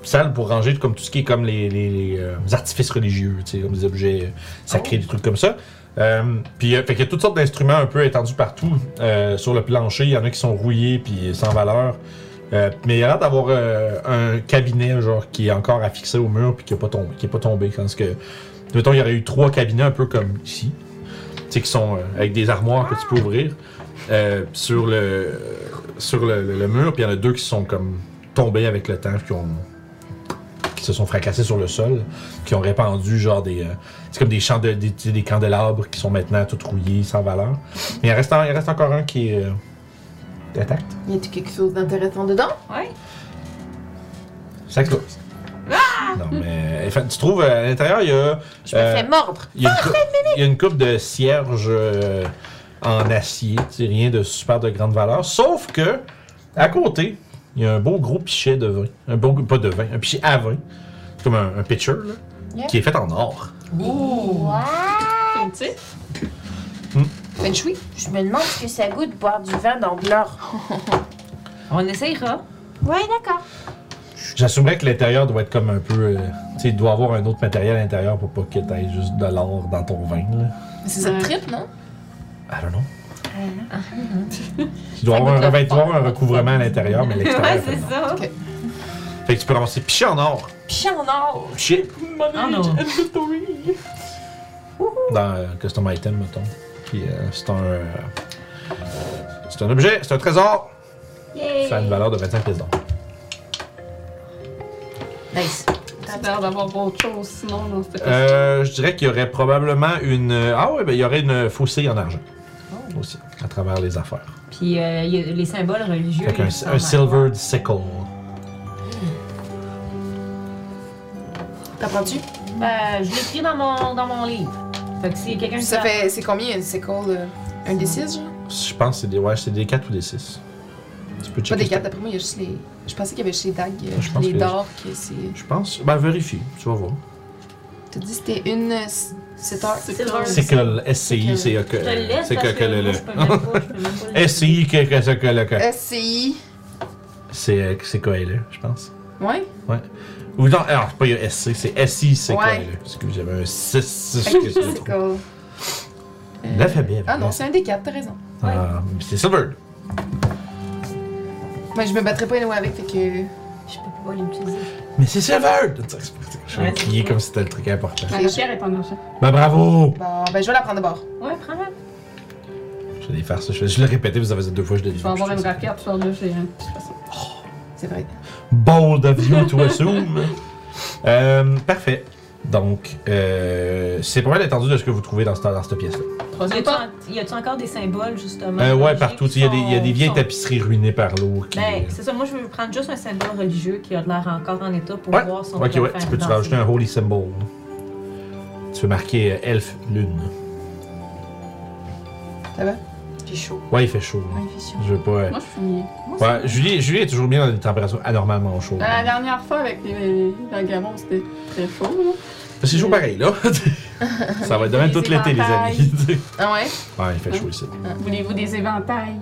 S1: salle pour ranger comme tout ce qui est comme les, les- les, euh, artifices religieux, tu sais, comme des objets sacrés, des trucs comme ça. Euh, puis, euh, fait qu'il y a toutes sortes d'instruments un peu étendus partout euh, sur le plancher. Il y en a qui sont rouillés puis sans valeur. Euh, mais il y a l'air d'avoir euh, un cabinet genre qui est encore affixé au mur puis qui n'est pas tombé, qui est pas tombé. Parce que, mettons, il y aurait eu trois cabinets un peu comme ici, tu sais, qui sont euh, avec des armoires que tu peux ouvrir euh, sur le sur le, le- le mur. Puis il y en a deux qui sont comme tombés avec le temps puis qui ont qui se sont fracassés sur le sol, qui ont répandu genre des euh, c'est comme des, chandel- des, tu sais, des candélabres qui sont maintenant tout rouillés, sans valeur. Mais il reste, en- il reste encore un qui est euh, intact.
S5: Y a-tu quelque chose d'intéressant dedans?
S8: Ouais.
S1: Ça explose. Non, mais enfin, tu trouves euh, à l'intérieur, il y a,
S3: Ah! Je me
S1: Euh,
S3: fais mordre.
S1: il y a une, cou- il y a une coupe de cierges euh, en acier. tu sais, rien de super de grande valeur. Sauf que, à côté, il y a un beau gros pichet de vin. Un beau, pas de vin, un pichet à vin. C'est comme un, un pitcher, là,
S5: Yeah.
S1: qui est fait en or.
S8: Oh.
S2: C'est une petite.
S5: Feng Shui?
S3: Je me demande ce que ça goûte de boire du vin dans de l'or.
S8: On essayera.
S3: Ouais, d'accord.
S1: J'assumerais que l'intérieur doit être comme un peu. euh, tu sais, il doit avoir un autre matériel à l'intérieur pour pas que t'ailles juste de l'or dans ton vin, là.
S5: Mais c'est ça le trip, non?
S1: I don't know. Il doit y avoir un revêtement, un recouvrement à l'intérieur, mais l'extérieur.
S8: Ouais,
S1: fait
S8: c'est
S1: non.
S8: ça.
S1: fait que tu peux ramasser pichet en or.
S4: Pis en or!
S1: Pichet Ah,
S8: Oh non.
S1: dans euh, Custom Item, mettons. Puis euh, c'est un. euh, c'est un objet, c'est un trésor. Ça a une valeur de 25 pièces d'or.
S5: Nice.
S2: T'as l'air d'avoir autre chose sinon dans cette
S1: Euh, je dirais qu'il y aurait probablement une. Ah ouais, ben il y aurait une faucille en argent. Aussi, à travers les affaires.
S8: Puis euh, il y a les symboles religieux.
S1: Fait qu'un
S8: ils sont
S1: un silvered sickle.
S5: T'apprends-tu?
S8: marqués. Ben, je l'écris dans mon, dans mon livre. Fait que si quelqu'un
S5: Ça
S8: sait-
S5: fait. C'est combien? C'est quoi
S7: euh,
S5: le. Un des six, genre?
S1: Je pense que c'est des, ouais, c'est des 4 ou des 6. Tu peux
S5: Pas
S1: checker.
S5: des
S1: ça.
S5: cartes, d'après moi, il y a juste les. Je pensais qu'il y avait juste les dagues, euh,
S1: Je pense
S5: les
S1: que-
S5: d'or, que c'est.
S1: Je pense. Ben vérifie, tu vas voir.
S5: T'as dit c'était une. euh, s- Sept heures.
S2: C'est heures.
S1: C'est que le SCI, c'est que.
S8: Je te le laisse
S1: C'est Eh,
S8: parce
S1: que, que le.
S8: moi,
S1: le-
S8: je peux même pas- je peux même pas le-
S1: SCI, que, que, que, que, que-
S5: SCI.
S1: C'est euh, c'est Coelho, je pense.
S5: Ouais?
S1: Ou non, alors, c'est pas il y a SC, c'est SI, c'est
S5: Ouais.
S1: Coelho. Excusez, j'avais un 6,
S5: Fait que
S1: excusez
S5: c'est cool. Euh,
S1: L'alphabet.
S5: Ah non, c'est un des quatre, t'as raison.
S1: Ah, C'est Silver.
S5: Moi, je me battrais pas anyway avec, fait que.
S8: Je peux pas l'utiliser.
S1: Mais c'est Silver! Je vais
S8: Ouais.
S1: crier comme si c'était le truc important.
S2: La matière est en argent.
S1: Ben bravo!
S5: Bon, ben je vais la prendre de bord.
S8: Ouais, prends-la.
S1: Je vais les faire ça. Je vais je vais le répéter, vous avez fait deux fois, je l'ai dit.
S2: Je vais avoir une raquette sur le hein. géant. de toute façon.
S5: C'est vrai.
S1: Bold of you to assume. Euh, parfait. Donc, euh, c'est pas mal l'étendue de ce que vous trouvez dans, ce- dans cette pièce-là.
S8: Y
S2: Troisième
S8: a-tu
S2: porte.
S8: en- y a-tu encore des symboles, justement?
S1: Euh, ouais,
S8: religieux
S1: partout.
S8: qui
S1: Il y, a des, il y a des
S8: sont-
S1: vieilles
S8: sont-
S1: tapisseries ruinées par l'eau. Qui... euh,
S8: Ben, c'est ça. Moi, je veux prendre juste un symbole religieux qui a l'air encore en état pour
S1: Ouais.
S8: voir son
S1: Ok, ouais, tu peux tu vas ajouter un holy symbol. Tu peux marquer euh, elf lune.
S5: Ça va?
S7: J'ai chaud.
S1: Ouais, il fait chaud. là. Je veux pas. euh,
S2: Moi, je finis.
S1: Ouais, Julie, Julie est toujours bien dans des températures anormalement chaudes.
S2: La dernière fois avec les vagabonds, c'était très chaud. là.
S1: C'est chaud pareil, là. Ça va être demain
S2: Les
S1: toute l'été, les amis.
S5: Ah ouais?
S1: ouais, il fait chaud ici.
S2: Voulez-vous des éventails?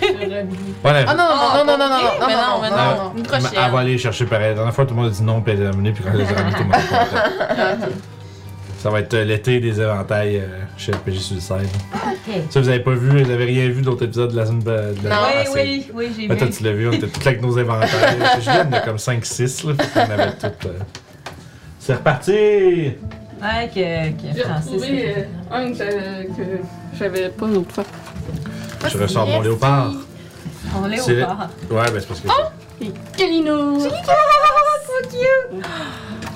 S2: Des
S1: Voilà.
S5: Ah non, non, non, non, non, non, non,
S7: mais
S5: non,
S7: non, mais
S5: non,
S1: Ah,
S5: non, non.
S7: Une
S1: Elle
S7: crochette.
S1: va aller chercher pareil. La dernière fois, tout le monde a dit non, puis elle a amené, puis quand elle les a ramenés, tout le monde a été
S7: Ah,
S1: content. Ça va être euh, l'été des éventails euh, chez RPG Suicide. Ça, vous avez pas vu, vous avez rien vu d'autres épisodes de la semaine de, de la
S8: Oui,
S1: passée.
S8: oui, oui, j'ai
S1: Ben, toi,
S8: vu.
S1: tu l'as vu, on était toutes là avec nos inventaires. Je viens de comme 5-6, là. fait qu'on avait toutes. euh, C'est reparti!
S8: Ouais, que, que
S2: J'ai
S8: Francis.
S2: retrouvé euh, un que j'avais- que j'avais pas l'autre fois.
S1: Je ressors mon léopard.
S8: On l'est
S1: c'est-
S8: au bar.
S1: Ouais, ben c'est parce que.
S8: Oh!
S2: Et Kalino!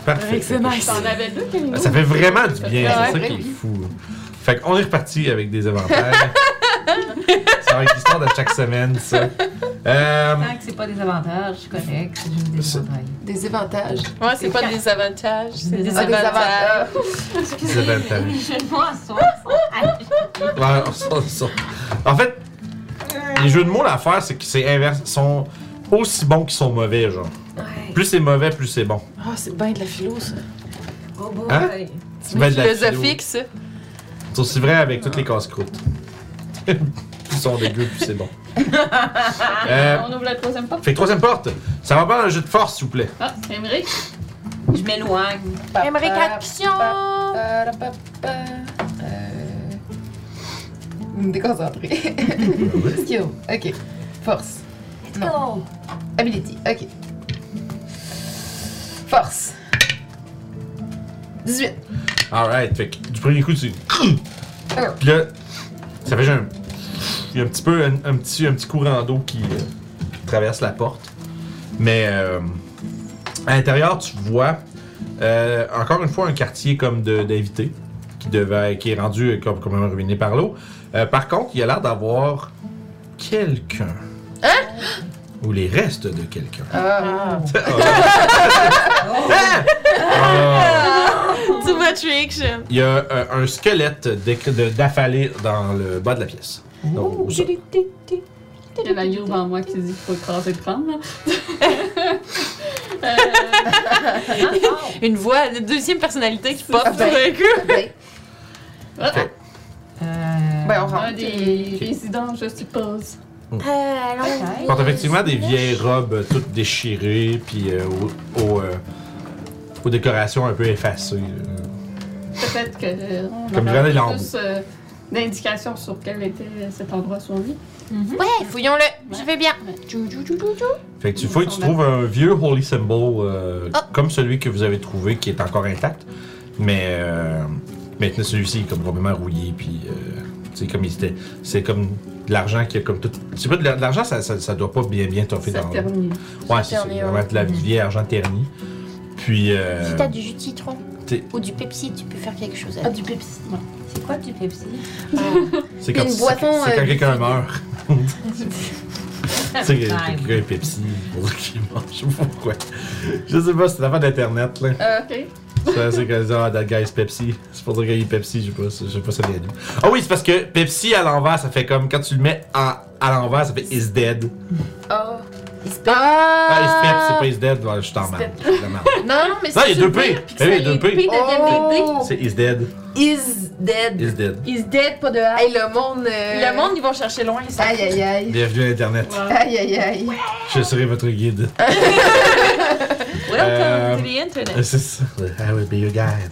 S1: Parfait.
S2: T'en avais deux, Kalino?
S1: Ah, Ça fait vraiment du bien,
S5: Ouais,
S1: c'est ça
S5: ouais.
S1: qui est fou. Fait qu'on est reparti avec des inventaires. ça va être l'histoire de chaque semaine, ça. Euh,
S8: Tant que c'est pas des avantages, je suis correct. C'est juste des
S1: C'est-
S8: avantages.
S5: Des avantages.
S7: Ouais, c'est pas des avantages, c'est des
S5: Ah, des
S7: avantages.
S5: avantages.
S1: des inventaires.
S8: Je vois en soi.
S1: Ouais, on sort ça. En fait, les jeux de mots, l'affaire, c'est que c'est inverse. Ils sont aussi bons qu'ils sont mauvais, genre. Plus c'est mauvais, plus c'est bon.
S7: Ah, c'est bien de la philo, ça.
S8: Oh boy.
S1: Hein?
S7: C'est
S1: Tu mets de la
S7: philosophique, ça.
S1: philo. C'est aussi vrai avec toutes les casse-croûtes. plus ils sont dégueux, plus c'est bon. Euh,
S2: On ouvre la troisième porte.
S1: fait que troisième porte. Ça va pas un jeu de force, s'il vous plaît.
S2: Ah, Emmerich.
S8: Je m'éloigne.
S5: Pa-
S3: J'aimerais
S5: pa-
S3: action.
S5: pa- ra- pa- pa- Euh, me déconcentrer. Skill. Ok. Force. Non. Ability. Ok. Force. 18.
S1: Alright, fait que du premier coup, tu. Puis là, ça fait juste un. Il y a un petit peu un, un petit, un petit courant d'eau qui euh, traverse la porte. Mais euh, à l'intérieur, tu vois euh, encore une fois un quartier comme de- d'invités qui devait qui est rendu euh, comme, comme ruiné par l'eau. Euh, par contre, il y a l'air d'avoir quelqu'un. Hein? Ou les restes de quelqu'un.
S5: Ah.
S1: Ah! Ah!
S16: Too much reaction.
S1: Il y a euh, un squelette d'éc- de- d'affalé dans le bas de la pièce. Donc, au sol.
S2: Il y a la gueule devant moi qui dit qu'il faut écraser le crâne, là. Euh,
S16: Une voix, une deuxième personnalité qui pop
S5: Ah
S16: tout
S5: ben.
S16: d'un coup.
S5: Ben, ben, on rentre.
S2: un des résidents, je suppose.
S3: Euh, allons.
S6: Ouais.
S1: Ils portent effectivement des vieilles robes euh, toutes déchirées, puis euh, au- au, euh, aux décorations un peu effacées. euh, là.
S2: Peut-être que euh, on
S1: Comme
S2: aura
S1: Jeanne et Lambeau.
S2: plus euh, d'indications sur quel était cet endroit sur lui.
S3: Ouais, fouillons-le. Je vais bien.
S2: Ouais.
S3: Tchou, tchou, tchou, tchou, tchou.
S1: Fait que tu fouilles, tu trouves un vieux holy symbol euh,
S3: Ah.
S1: comme celui que vous avez trouvé qui est encore intact, mais euh, maintenant celui-ci est comme complètement rouillé puis euh, c'est comme il était, c'est comme de l'argent qui a comme tout, c'est pas de l'ar- de l'argent ça, ça, ça doit pas bien bien toffer
S2: Ça
S1: dans l'eau.
S2: termine.
S1: Ouais, c'est
S3: terni,
S1: c'est
S3: ouais.
S1: vraiment de la vieille argent terni. Puis euh,
S3: Si t'as du jus de citron
S1: t'es-
S3: ou du Pepsi, tu peux faire quelque chose
S5: Ah,
S3: avec.
S5: du Pepsi.
S6: C'est quoi du Pepsi?
S1: c'est quand,
S5: une
S1: c'est-
S5: boisson,
S1: c'est quand
S5: euh,
S1: quelqu'un meurt. Tu sais,
S6: Time.
S1: quelqu'un est Pepsi, pour qu'il mange, je sais pas pourquoi. Je sais pas, c'est l'affaire d'internet là.
S2: Euh, ok.
S1: Ça, c'est quand ils disent, ah, that guy's Pepsi. C'est pour dire qu'il est Pepsi, je sais pas, je sais pas ça vient d'où. Ah oui, c'est parce que Pepsi à l'envers, ça fait comme, quand tu le mets à, à l'envers, ça fait is dead.
S5: Ah.
S1: Ah, is pep, c'est
S3: Ah,
S1: pas is dead, ouais, je t'en mal.
S5: Non, non,
S1: Non, il
S5: mais
S1: y a
S5: c'est
S1: deux
S5: super,
S1: P.
S5: puis
S1: Eh
S5: que
S1: oui,
S5: ça
S1: il y a deux
S5: les
S1: P.
S5: deviennent des
S1: Oh, C'est is dead,
S5: P. Is dead.
S1: is dead.
S5: Is dead, pas de A. Hey, le monde. euh,
S16: Le monde, ils vont chercher loin, ils savent.
S5: Aïe, aïe, aïe.
S1: Bienvenue à Internet.
S5: Aïe, aïe, aïe.
S1: Je serai votre guide.
S16: Welcome
S1: Euh,
S16: to the internet.
S1: Euh, C'est ça. I will be your guide.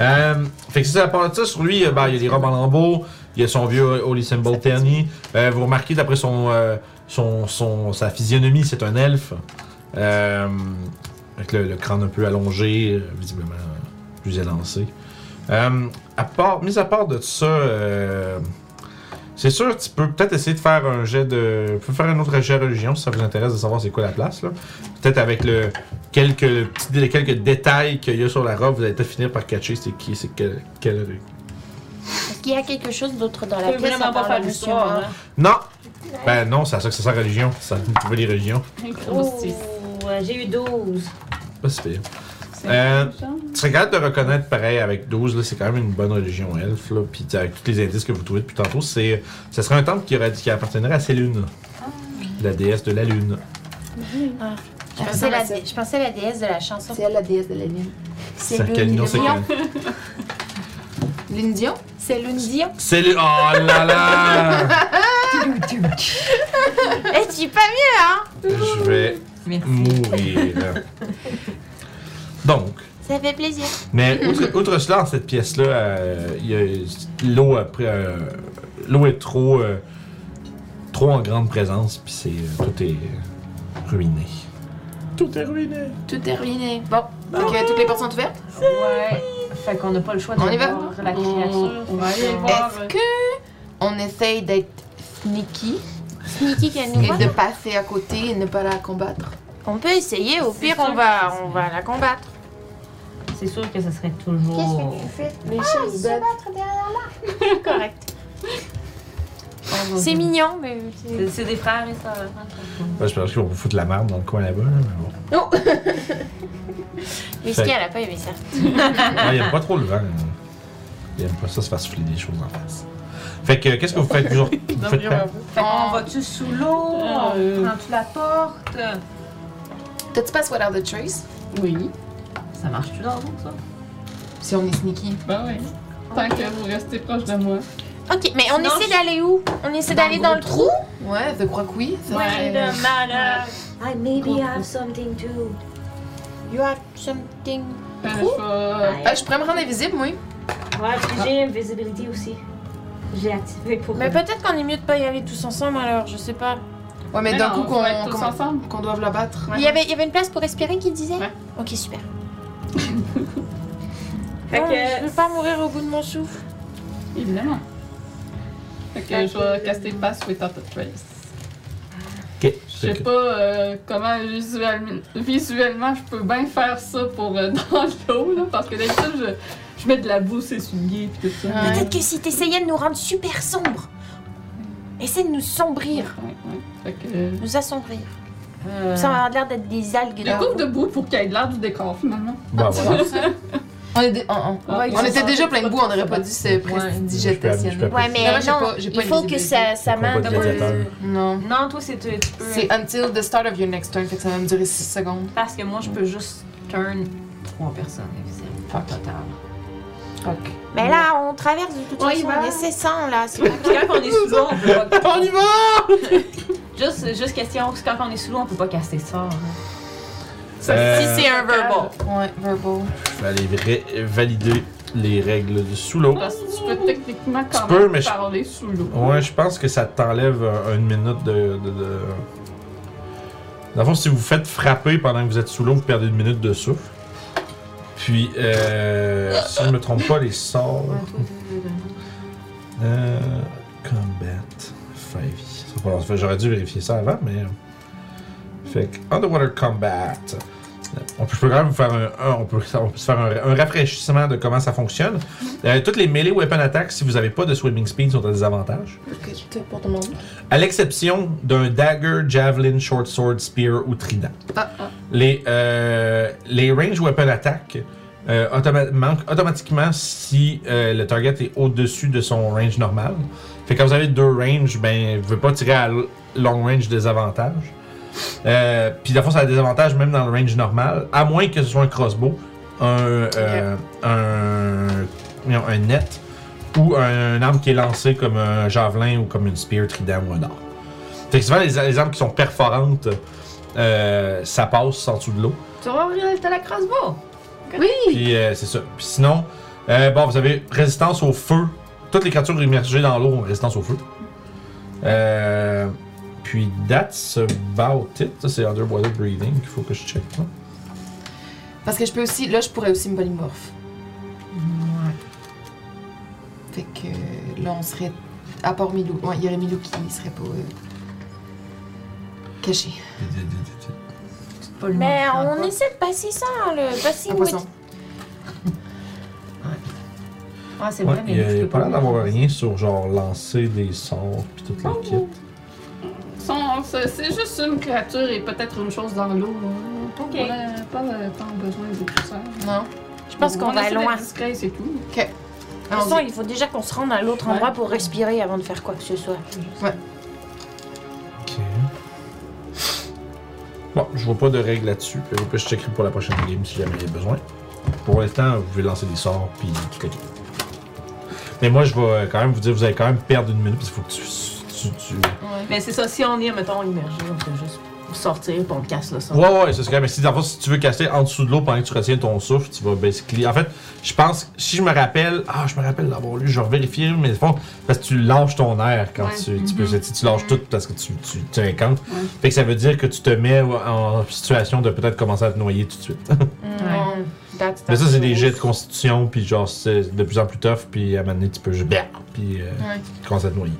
S1: Euh, fait que c'est ça, à part de ça, sur lui, euh, ben, il y a des robes en lambeaux, il y a son vieux Holy Symbol terni. Euh, vous remarquez, d'après son, euh, son, son- sa physionomie, c'est un elfe. Euh, avec le, le crâne un peu allongé, euh, visiblement euh, plus élancé. Euh, à part, mis à part de ça, euh, c'est sûr, tu peux peut-être essayer de faire un jet de. Tu peux faire un autre jet de religion si ça vous intéresse de savoir c'est quoi la place. là. Peut-être avec le quelques, petits, dé- quelques détails qu'il y a sur la robe, vous allez peut-être finir par catcher c'est qui, c'est quel, quel-
S3: est-ce qu'il y a quelque chose d'autre dans
S16: On
S3: la
S16: peut
S3: pièce à
S16: vraiment pas
S3: part
S16: faire
S3: le monsieur
S16: l'histoire.
S3: mort?
S16: hein.
S1: Non! Ben non, c'est à ça que ça sert religion. Ça trouver les religions.
S5: Oh.
S2: Incroustis.
S6: Ouh, euh, J'ai eu 12.
S1: Pas si pire.
S2: C'est
S1: Euh,
S2: méchant.
S1: Tu serais capable de reconnaître pareil avec 12, là, c'est quand même une bonne religion elfe. Là. Puis t'as- avec tous les indices que vous trouvez depuis tantôt, c'est. Ça serait un temple qui, aurait, qui appartiendrait à Célune. La déesse de la lune.
S3: Je pensais, la, je pensais la déesse de la chanson.
S5: C'est elle, la déesse de la lune.
S3: C'est
S1: Ça, quel
S3: Lune
S1: nom c'est
S3: Dion.
S1: quel-
S5: Lune Dion?
S3: C'est Lune Dion.
S1: Célune! Oh là là!
S3: Eh, tu dis pas mieux, hein
S1: Je vais
S6: Merci.
S1: mourir. Donc,
S3: Ça fait plaisir.
S1: Mais
S4: Mm-hmm.
S1: outre, outre cela, dans cette pièce-là, euh, il y a- l'eau a pris, euh, l'eau est trop, euh, trop en grande présence, puis c'est euh, tout est euh, ruiné. Tout est ruiné.
S5: Tout est ruiné. Bon. Donc, euh, toutes les portes sont ouvertes?
S6: Ouais. Fait qu'on n'a pas le choix de
S5: On y va?
S6: voir la créature.
S2: On on va aller voir.
S5: Est-ce que on essaye d'être sneaky
S3: Sneaky qu'elle nous
S5: et
S3: voit.
S5: de passer à côté et ne pas la combattre?
S3: On peut essayer, au pire,
S6: sûr
S3: on va,
S6: que c'est-
S3: on va la combattre.
S6: C'est sûr que ça serait
S5: Oh.
S6: toujours.
S3: fais Ah,
S5: Les
S3: se battre derrière là Correct. C'est mignon, mais.
S6: C'est- Oh, C'est des frères et sœurs. hein, franchement.
S1: je pense qu'ils vont vous foutre la merde dans le coin là-bas, là, mais bon.
S3: Mais ce qu'elle a pas aimé ça.
S1: Non, ils aiment pas trop le vent. hein. Ils aiment pas ça se faire souffler des choses en face. Fait que, qu'est-ce que vous faites? Vous, vous faites quoi?
S6: Fait qu'on va-tu sous l'eau?
S2: Euh.
S6: On prend-tu la porte?
S5: T'as-tu pas Sweater the Trace?
S2: Oui.
S6: Ça marche-tu dans l'eau, ça?
S5: Si on est sneaky.
S2: Ben oui. Tant que vous restez proche de moi.
S3: Ok, mais on
S16: Sinon,
S3: essaie
S16: je-
S3: d'aller où On essaie d'aller dans le trou
S5: Ouais, je crois que oui. Ça serait-
S16: malade.
S17: I maybe have something too.
S3: You have something.
S2: Ben, je vais-
S5: Ah, je pourrais me rendre invisible, moi.
S17: Ouais, puis j'ai invisibility aussi.
S18: j'ai activé pour.
S3: Mais peut-être qu'on est mieux de pas y aller tous ensemble alors, je sais pas.
S5: Ouais, mais,
S2: Mais
S5: d'un
S2: non,
S5: coup,
S2: on
S5: qu'on
S2: va être tous
S5: qu'on-
S2: ensemble.
S5: qu'on doive la battre.
S3: Il, y avait, il y avait une place pour respirer qui disait
S2: Ouais.
S3: Ok, super.
S4: Fait
S3: Non,
S4: que-
S3: Je veux pas mourir au bout de mon souffle.
S2: Évidemment. Fait que je vais caster Pass Without a Trace.
S1: Ok.
S2: Je sais pas euh, comment visuellement, visuellement je peux bien faire ça pour euh, dans l'eau, là, parce que d'habitude, je, je mets de la boue, c'est souillé, pis tout ça.
S5: Ouais.
S3: Peut-être que si t'essayais de nous rendre super sombres, essaie de nous sombrir,
S2: Ouais, ouais. Fait que, euh,
S3: nous assombrir.
S8: Euh,
S3: Ça a l'air d'être des algues
S2: le
S3: là.
S2: couple de boue pour qu'il y ait de l'air du décor, finalement.
S1: Bah voilà.
S5: On, est dé- on- on-
S2: Ouais,
S5: on
S2: c'est
S5: était
S2: ça.
S5: déjà plein de bout, on n'aurait pas dû se
S1: Je
S5: prestidigitationner.
S1: peux-
S3: Ouais, mais
S5: Non,
S3: non,
S5: j'ai pas- j'ai pas
S3: il faut
S5: une
S3: que
S5: visibilité.
S3: ça, ça
S1: Combat
S3: m'aide.
S1: de gladiateur.
S5: Non.
S8: Non, toi, c'est tu, tu peux.
S5: C'est until the start of your next turn, fait que ça va me durer 6 secondes.
S8: Parce que moi, je peux juste turn trois personnes invisibles. Pas total.
S3: Mais là, on traverse de toute
S2: On y
S3: façon,
S2: va.
S3: on est 600 là. c'est pas-
S8: Puis quand on est sous l'eau, on peut pas.
S1: On y va!
S8: Juste, juste question, quand on est sous l'eau, on peut pas caster ça. hein.
S1: Euh,
S4: Si c'est un verbal.
S5: Ouais, verbal.
S1: Je vais aller ré- valider les règles de sous l'eau.
S2: Parce que tu peux techniquement
S1: Tu
S2: quand
S1: peux,
S2: même
S1: mais je-
S2: parler sous l'eau.
S1: Ouais, je pense que ça t'enlève euh, une minute de. de, de... Dans le fond, si vous vous faites frapper pendant que vous êtes sous l'eau, vous perdez une minute de souffle. Puis, euh, si je ne me trompe pas, les sorts. Euh, combat 5e. Ça sera pas long. Fait que J'aurais dû vérifier ça avant, mais. euh, Fait que Underwater Combat. On peut, je peux quand même vous faire un, un- on peut, on peut se faire un, un rafraîchissement de comment ça fonctionne. Euh, toutes les melee weapon attacks, si vous n'avez pas de swimming speed, sont à désavantage. À l'exception d'un dagger, javelin, short sword, spear ou trident. Les, euh, les range weapon attack euh, automa- manquent automatiquement si euh, le target est au-dessus de son range normal. Fait que quand vous avez deux ranges, ben, vous ne pouvez pas tirer à l- long range des avantages. Euh, Puis la fois, ça a des avantages même dans le range normal, à moins que ce soit un crossbow, un, euh, un, voyons, un net ou un, arme qui est lancée comme un javelin ou comme une spear, trident ou un arc. Fait que souvent, les, les armes qui sont perforantes, euh, ça passe en dessous de l'eau.
S8: Tu vas ouvrir la crossbow.
S1: Puis euh, c'est ça. Puis sinon, euh, bon, vous avez résistance au feu. Toutes les créatures immergées dans l'eau ont résistance au feu. Euh, puis that's about it. Ça, c'est underwater breathing qu'il faut que je check. hein.
S5: Parce que je peux aussi, là, je pourrais aussi me polymorphe. Fait que euh, là, on serait. À part Milou. Ouais, il y aurait Milou qui serait pas. euh, caché.
S3: Mais on essaie de passer ça, le passing
S5: Un
S3: with.
S5: poisson.
S8: Ah, c'est
S1: Ouais,
S8: vrai, mais
S1: il y a-
S8: je
S1: il y a
S8: peux
S1: pas l'air d'avoir rien sur genre lancer des sorts puis toutes
S8: Oh,
S1: les kits.
S2: Son- C'est c'est juste une créature et peut-être une chose dans l'eau. là. On
S8: Ok.
S2: n'a pas euh, tant besoin de tout ça.
S5: Non?
S3: Je pense qu'on
S2: On
S3: va
S2: essaie
S3: loin.
S2: d'être discret, c'est tout.
S3: De
S8: Ah,
S3: toute façon, il faut déjà qu'on se rende à l'autre
S2: Ouais.
S3: endroit pour respirer avant de faire quoi que ce soit.
S1: Ok. Bon, je vois pas de règles là-dessus. Puis Au pire, je checkerai pour la prochaine game si jamais il y a besoin. Pour l'instant, vous pouvez lancer des sorts puis tout le kit. Mais moi, je vais euh, quand même vous dire, vous allez quand même perdre une minute parce qu'il faut que tu. tu- tu-
S8: Mais c'est ça, si on est, mettons, immergé, on peut juste sortir et on le casse le sang.
S1: Ouais, ouais, c'est ce que Mais si, dans le fond, si tu veux casser en dessous de l'eau pendant que tu retiens ton souffle, tu vas basically. En fait, je pense, si je me rappelle, ah, je me rappelle l'avoir lu, je vais vérifier, mais au fond, parce que tu lâches ton air quand tu, tu peux, si tu lâches tout parce que tu, tu, tu incantes. Fait que ça veut dire que tu te mets en situation de peut-être commencer à te noyer tout de suite.
S3: Non, that's-
S1: mais ça, c'est des jets de constitution, puis genre, c'est de plus en plus tough, puis à un moment donné, tu peux juste, bah, puis euh,
S5: Ouais.
S1: tu commences à te noyer.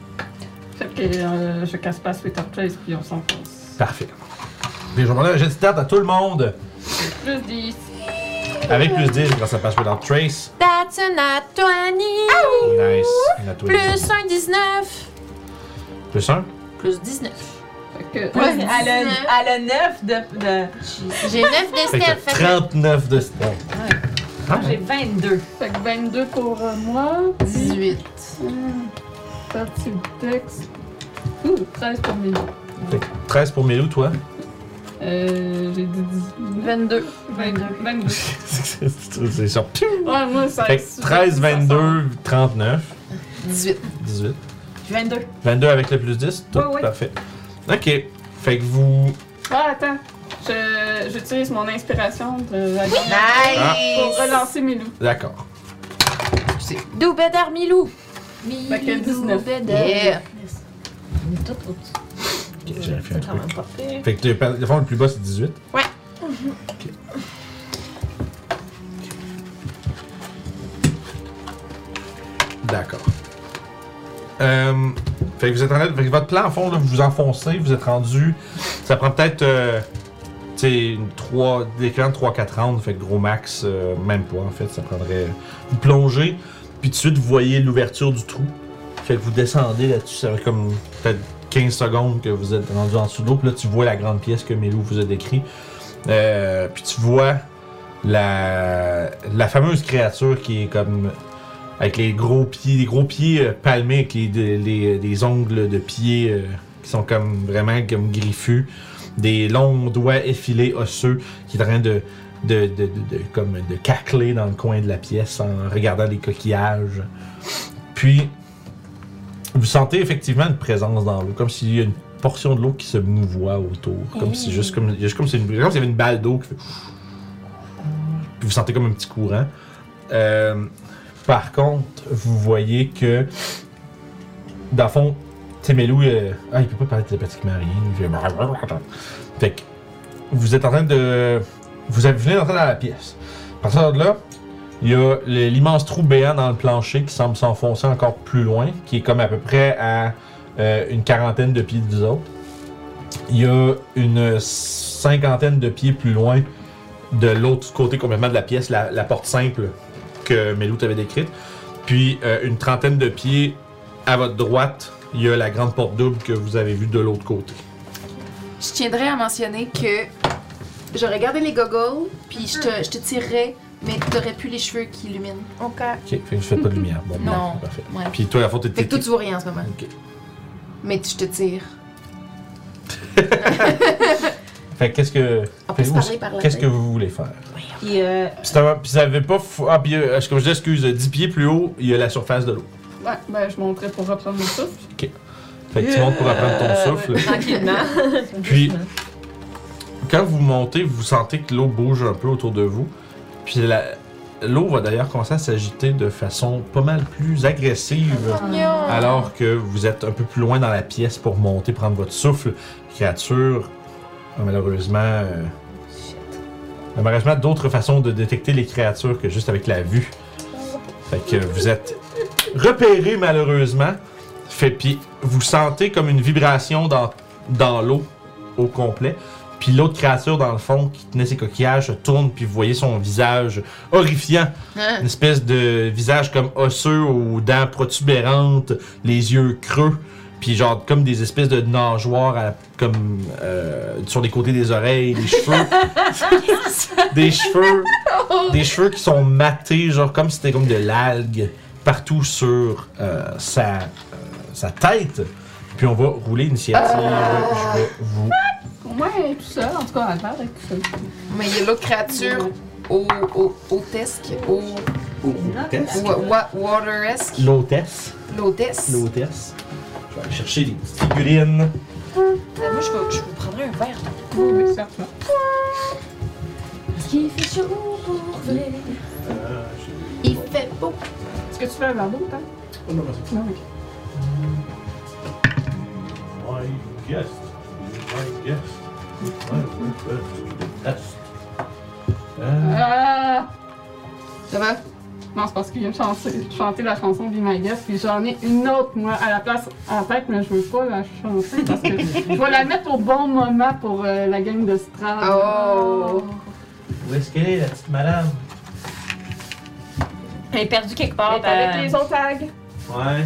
S2: Fait que euh, je casse pas Sweet Trace puis on s'enfonce.
S1: Parfait. Puis je vais demander un jet de stats à tout le monde,
S2: Plus 10.
S1: avec plus 10 grâce à Password Out Trace.
S3: That's a nat 20.
S1: Nice. On a tous les deux.
S3: Ah Plus un 19.
S1: Plus un?
S3: Plus 19.
S2: Fait que.
S8: Ouais, elle, a, elle a neuf de. de-
S3: J'ai 9
S1: Fait
S3: d'Estelle.
S1: que
S3: fait
S1: t'as
S3: que-
S1: 39 de stats. Ah,
S8: J'ai 22.
S2: Fait que 22 pour euh, moi.
S5: 18.
S2: Hum, Partie du texte. Ouh, 13 pour Milou.
S1: Fait que 13 pour Mélou, toi.
S2: Euh, j'ai dit 22. 22. 22.
S1: c'est c'est sûr.
S2: Ouais, moi, ça
S1: Fait que 13, 22, 39,
S5: 18.
S1: 18.
S8: 22.
S1: 22 avec le plus 10. Tout
S8: Ouais, ouais.
S1: parfait. Ok. Fait que vous.
S2: Ah, attends. Je- J'utilise mon inspiration de la
S1: Ah.
S2: pour relancer Milou.
S1: D'accord.
S3: Do better, Milou.
S2: Fait que 19.
S5: Yeah.
S8: On est toutes au-dessus.
S1: Ok, j'ai fait un
S8: C'est quand
S1: truc.
S8: même pas pire.
S1: Fait que t'es- le fond le plus bas c'est 18.
S3: Ouais.
S1: Ok. D'accord. Euh, fait que vous êtes en train de- fait que votre plan en fond là, vous vous enfoncez, vous êtes rendu. Ça prend peut-être euh, tu sais, une 3 l'équivalent de 3 4 rounds, fait que gros max euh, même pas en fait, ça prendrait vous plongez puis tout de suite vous voyez l'ouverture du trou. Fait que vous descendez là-dessus, ça va être comme peut-être 15 secondes que vous êtes rendu en dessous de l'eau. Puis là, tu vois la grande pièce que Melou vous a décrit. Euh, puis tu vois la, la fameuse créature qui est comme avec les gros pieds, les gros pieds euh, palmés, avec les, de- les- des ongles de pieds euh, qui sont comme vraiment comme griffus, des longs doigts effilés osseux qui est en train de, de, de, de- de- comme de cacler dans le coin de la pièce en regardant les coquillages. Puis vous sentez effectivement une présence dans l'eau, comme s'il y a une portion de l'eau qui se mouvoie autour, comme si juste comme juste comme si une- comme s'il y avait une balle d'eau qui fait. Puis vous sentez comme un petit courant. Euh, par contre, vous voyez que dans le fond, Témélou, euh, ah, il peut pas parler télépathiquement rien. il fait Fait que vous êtes en train de, vous avez- vous venez d'entrer dans la pièce. À partir de là, il y a le- l'immense trou béant dans le plancher qui semble s'enfoncer encore plus loin, qui est comme à peu près à euh, une quarantaine de pieds des autres. Il y a une cinquantaine de pieds plus loin de l'autre côté complètement de la pièce, la, la porte simple que Melou t'avait décrite. Puis euh, une trentaine de pieds à votre droite, il y a la grande porte double que vous avez vue de l'autre côté.
S5: Je tiendrais à mentionner que j'aurais gardé les goggles, puis je te, je te tirerais, mais t'aurais plus les cheveux qui illuminent.
S3: Ok.
S1: Ok, fait que je fais pas de lumière. Bon,
S5: Non.
S1: c'est parfait.
S5: Ouais.
S1: Puis toi, la faute
S5: Fait
S1: était.
S5: que toi, tu vois rien en ce moment,
S1: Ok.
S5: mais tu- je te tire.
S1: Fait que qu'est-ce que.
S5: On peut se
S1: Faites-vous-
S5: parler par la
S1: Qu'est-ce
S5: tête.
S1: que vous voulez faire?
S8: Puis, euh,
S1: Puis ça- puis ça avait pas. fou- Ah, puis euh, comme je dis, excuse, 10 pieds plus haut, il y a la surface de l'eau.
S2: Ouais, ben je monterai pour reprendre le souffle.
S1: Fait que tu montes pour reprendre ton souffle.
S4: Tranquillement.
S1: Puis, quand vous montez, vous sentez que l'eau bouge un peu autour de vous. Puis la- l'eau va d'ailleurs commencer à s'agiter de façon pas mal plus agressive alors que vous êtes un peu plus loin dans la pièce pour monter, prendre votre souffle. Créature, a malheureusement... euh, a malheureusement, d'autres façons de détecter les créatures que juste avec la vue. Fait que vous êtes repéré malheureusement. Fait puis vous sentez comme une vibration dans, dans l'eau au complet. Puis l'autre créature dans le fond qui tenait ses coquillages se tourne puis vous voyez son visage horrifiant. Une espèce de visage comme osseux aux dents protubérantes, les yeux creux. Puis genre comme des espèces de nageoires à- comme euh, sur les côtés des oreilles, des cheveux. des cheveux. Des cheveux qui sont matés, genre comme si c'était comme de l'algue partout sur euh, sa, euh, sa tête. Puis on va rouler l'initiative. Je vais vous.
S2: Pour moi, elle est tout seul, en tout cas, Albert est tout seul.
S5: Mais il y a l'autre créature au, au, hôtesque, au, wa- wa- wateresque,
S1: L'hôtesse.
S5: l'hôtesse.
S1: L'hôtesse. Je vais aller chercher des petites figurines.
S5: Euh,
S4: Moi, je vais- je vais prendre un verre.
S2: Oui, certainement.
S19: Parce qu'il fait chaud pour vrai.
S5: Il fait beau.
S2: Est-ce que tu fais un verre d'eau, toi? Non, ok.
S1: My guest. My guest. My guest.
S2: Ah!
S5: Ça va?
S2: Non, c'est parce qu'il vient de chanter, chanter la chanson Be My Guest, puis j'en ai une autre, moi, à la place en tête, mais je veux pas la chanter parce que je vais la mettre au bon moment pour euh, la gang de Strad.
S5: Oh!
S1: Où est-ce qu'elle est, la petite madame?
S4: Elle est perdue quelque
S2: Elle
S4: part.
S2: est
S4: ben,
S6: euh,
S2: avec les autres tags.
S1: Ouais.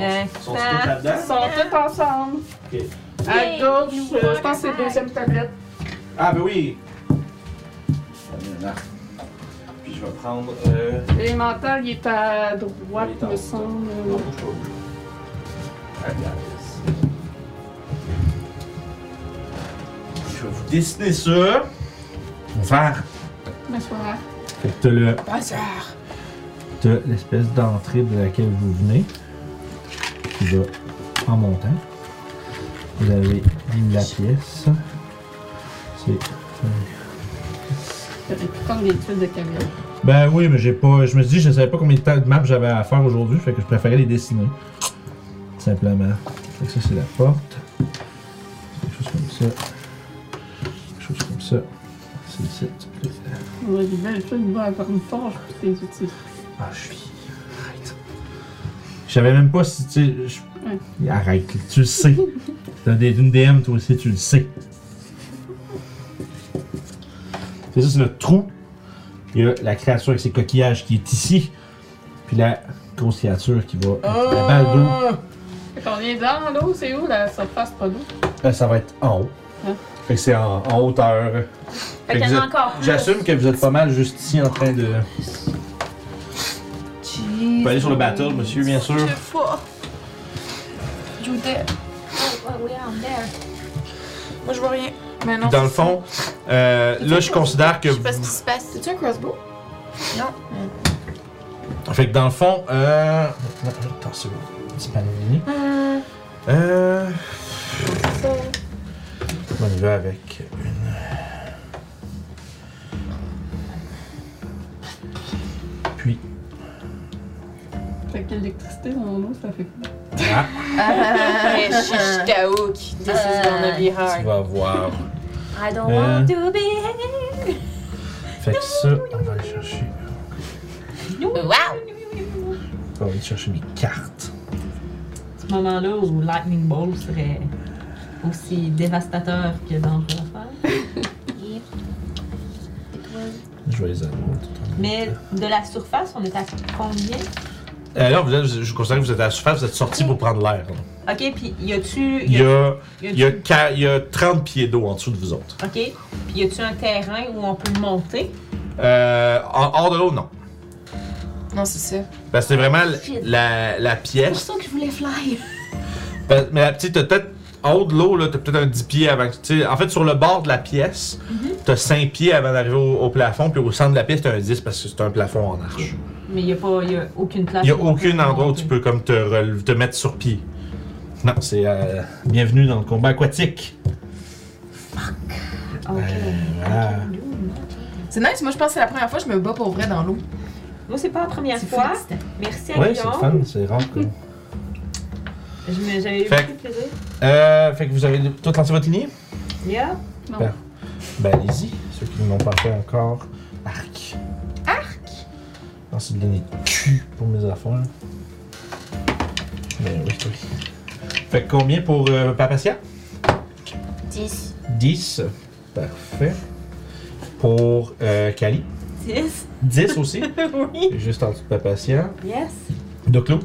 S4: Euh,
S1: Sont- Sont-ils tous
S2: Ils
S1: là-dedans?
S2: sont tous ensemble.
S1: Ok.
S2: À gauche, euh, je pense que c'est la deuxième tablette.
S1: Ah, ben oui! Là. Puis je vais prendre. Euh...
S2: L'élémental, il est à droite,
S1: Il est en
S2: me semble.
S1: Non, je suis pas obligé. Ah, guys. Je vais vous dessiner ça. Vert.
S2: Mais c'est pas grave.
S1: Fait que t'as le.
S2: Ah,
S1: T'as l'espèce d'entrée de laquelle vous venez. Qui va en montant. Vous avez la pièce. C'est.
S2: J'aurais pu prendre des tuiles de caméra.
S1: Ben oui, mais j'ai pas. Je me suis dit, je savais pas combien de temps de map j'avais à faire aujourd'hui, fait que je préférais les dessiner. Simplement. Fait que ça, c'est la porte. Quelque chose comme ça. Quelque chose comme ça. C'est le site.
S2: On aurait des belles filles devant encore une fois, je trouve que c'est utile.
S1: Ah, je suis. Arrête. Je savais même pas si tu. sais, je- Arrête, tu le sais. T'as des- une DM, toi aussi, tu le sais. C'est ça, c'est le trou. Il y a la créature avec ses coquillages qui est ici. Puis la grosse créature qui va. La balle d'eau.
S2: Fait qu'on est dans l'eau, c'est où la surface, pas d'eau?
S1: Ben, ça va être en haut.
S2: Hein?
S1: Fait que c'est en, en hauteur.
S19: Fait qu'il y
S1: vous
S19: en a
S1: êtes-
S19: encore plus.
S1: J'assume que vous êtes pas mal juste ici en train de. Vous pouvez aller sur le battle, monsieur, bien sûr.
S19: Oh, oh, we are there.
S4: Moi, je vois rien.
S3: Mais non.
S1: Dans le fond, euh, là, je considère que.
S3: Je sais pas ce qui se passe.
S5: C'est-tu un crossbow?
S1: Fait que dans le fond, euh. Attends, c'est bon. Petit panneau mini. Euh. On y va avec une. Puis.
S2: Fait que l'électricité dans l'eau, ça fait quoi?
S1: Ah,
S4: Hey,
S5: Euh,
S4: Shish Taouk, this is gonna
S1: tu
S4: be hard.
S1: vas voir.
S19: I don't
S1: Euh.
S19: want to be
S1: Fait que ça, on va aller chercher.
S3: Waouh!
S1: On va aller chercher mes cartes.
S6: Ce moment-là où Lightning Ball serait aussi dévastateur que dangereux à faire.
S1: Je vais les avoir.
S6: Mais de la surface, on est à combien?
S1: Euh, là, vous êtes- je considère que vous êtes à la surface, vous êtes sorti pour prendre l'air. là.
S6: Ok, puis y a-tu.
S1: Il y a,
S6: y
S1: il y a qua- il y a 30 pieds d'eau en dessous de vous autres.
S6: Ok, puis y a-tu un terrain où on peut monter?
S1: Euh, en- hors de l'eau, non.
S5: Non, c'est ça.
S1: Parce que c'est vraiment l- la, la
S19: pour
S1: pièce.
S19: ça que je voulais fly.
S1: Parce- Mais la petite, t'as peut-être. En haut de l'eau, là, t'as peut-être un 10 pieds avant. que- tu sais, en fait, sur le bord de la pièce,
S19: Mhm.
S1: t'as 5 pieds avant d'arriver au, au plafond, puis au centre de la pièce, t'as un 10 parce que c'est un plafond en arche.
S6: Mais y a pas. Y a aucune
S19: Ah,
S6: place.
S1: Il n'y a
S6: où on peut
S1: aucun endroit où tu
S6: monter.
S1: peux comme te, relever- te mettre sur pied. Non, c'est euh, bienvenue dans le combat aquatique. Euh,
S6: Ok.
S1: voilà.
S5: C'est nice, moi je pense que c'est la première fois que je me bats pour vrai dans l'eau.
S6: Moi, c'est pas la première
S5: C'est
S6: fois.
S5: félicitant.
S6: Merci à
S1: Ouais, c'est le fun,
S6: Guillaume.
S1: c'est rare. que-
S6: Je me- J'avais eu
S1: Fait-
S6: beaucoup de plaisir.
S1: Euh, fait que vous avez tout lancé votre lignée?
S6: Yeah.
S2: Non.
S1: Ben. Ben allez-y, ceux qui ne l'ont pas fait encore. Arc. Arc? Non, c'est de l'année de cul pour mes affaires. Mais oui, oui. Fait que combien pour euh, Papatia?
S3: 10.
S1: 10. Parfait. Pour euh, Kali?
S6: 10.
S1: 10 aussi.
S6: oui.
S1: Juste en dessous de Papatia.
S6: Yes.
S1: Doclo?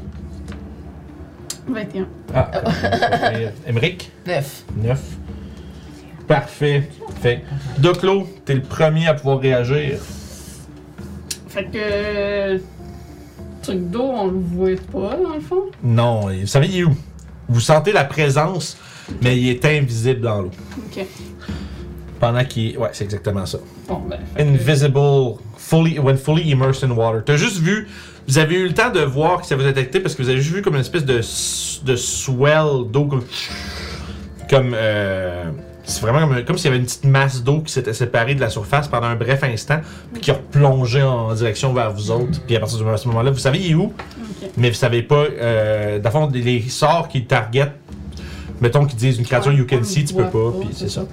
S2: 21.
S1: Ah, Emmerich?
S5: Neuf.
S1: 9. Parfait. Fait que, Doclo, t'es le premier à pouvoir réagir.
S2: Fait que. euh, le truc d'eau, on le voit pas, dans le fond.
S1: Non, vous savez, il est où? Vous sentez la présence, mais il est invisible dans l'eau.
S2: Ok.
S1: Pendant qu'il est... Ouais, c'est exactement ça.
S2: Bon, ben. fait que-
S1: Invisible, fully, when fully immersed in water. T'as juste vu... Vous avez eu le temps de voir que ça vous a détecté parce que vous avez juste vu comme une espèce de, s- de swell d'eau comme... Comme... euh, c'est vraiment comme, comme s'il y avait une petite masse d'eau qui s'était séparée de la surface pendant un bref instant, puis qui a replongé en direction vers vous autres. Puis à partir de ce moment-là, vous savez il est où,
S2: Ok.
S1: mais vous savez pas, euh, dans le fond, les- les sorts qui target, mettons qu'ils disent une créature you can see, tu peux pas, puis c'est ça.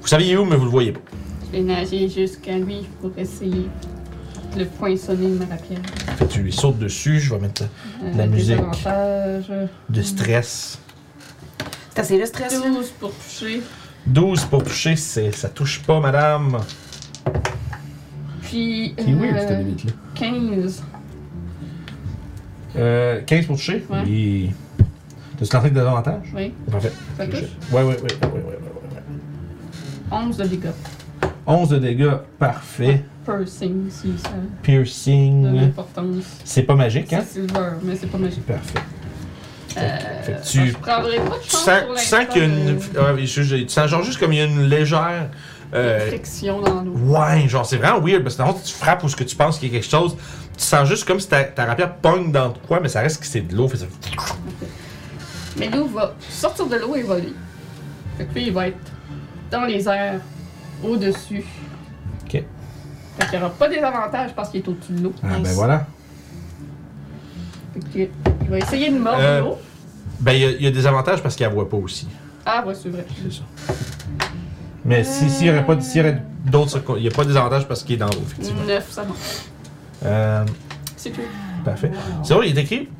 S1: Vous savez il est où, mais vous le voyez pas.
S2: Je vais nager jusqu'à lui pour essayer de le poinçonner de ma rapière.
S1: Fait que tu lui sautes dessus, je vais mettre
S2: Euh,
S1: La musique.
S2: désavantage.
S1: de stress.
S5: C'est assez le stress. là.
S2: 12 pour toucher.
S1: 12 pour toucher, c'est, ça touche pas, madame.
S2: Puis.
S1: C'est weird,
S2: euh,
S1: cette limite-là.
S2: 15.
S1: Euh, 15 pour toucher?
S2: Ouais.
S1: Oui. T'as-tu tenté de davantage?
S2: Oui.
S1: Parfait.
S2: Ça touche?
S1: Ouais, ouais, ouais, ouais, ouais, ouais, ouais, ouais.
S2: 11 de dégâts.
S1: 11 de dégâts, parfait.
S2: Piercing, si ça a de
S1: Piercing.
S2: l'importance.
S1: C'est pas magique, hein?
S2: C'est silver, mais c'est pas magique.
S1: Parfait. Fait que
S2: Euh,
S1: tu
S2: je prendrai pas de
S1: Tu
S2: chance
S1: sens,
S2: pour
S1: tu
S2: l'instant euh,
S1: sens qu'il y a une.
S2: de-
S1: ouais, mais je- je- tu sens genre juste comme il y a une légère. euh,
S2: friction dans l'eau.
S1: ouais, genre c'est vraiment weird parce que dans le fond, tu frappes ou ce que tu penses qu'il y a quelque chose. Tu sens juste comme si ta, ta rapière pogne dans de quoi, mais ça reste que c'est de l'eau. fait ça-
S2: Mais l'eau va sortir de l'eau et voler. Fait que lui, il va être dans les airs, au-dessus.
S1: Ok.
S2: Fait Fait qu'il n'y aura pas des avantages parce qu'il est au-dessus de l'eau.
S1: Ah, ben voilà.
S2: Fait que, il va essayer de mordre
S1: Euh.
S2: l'eau.
S1: Ben, il y a- il y, a des avantages parce qu'il ne voit pas aussi.
S2: Ah, ouais, c'est vrai.
S1: C'est ça. Mais si- s'il n'y aurait pas s'il y aurait d'autres circon- il n'y a pas des avantages parce qu'il est dans l'eau, effectivement.
S2: 9, ça va.
S1: Euh,
S2: C'est plus.
S1: Parfait. C'est vrai, il est écrit.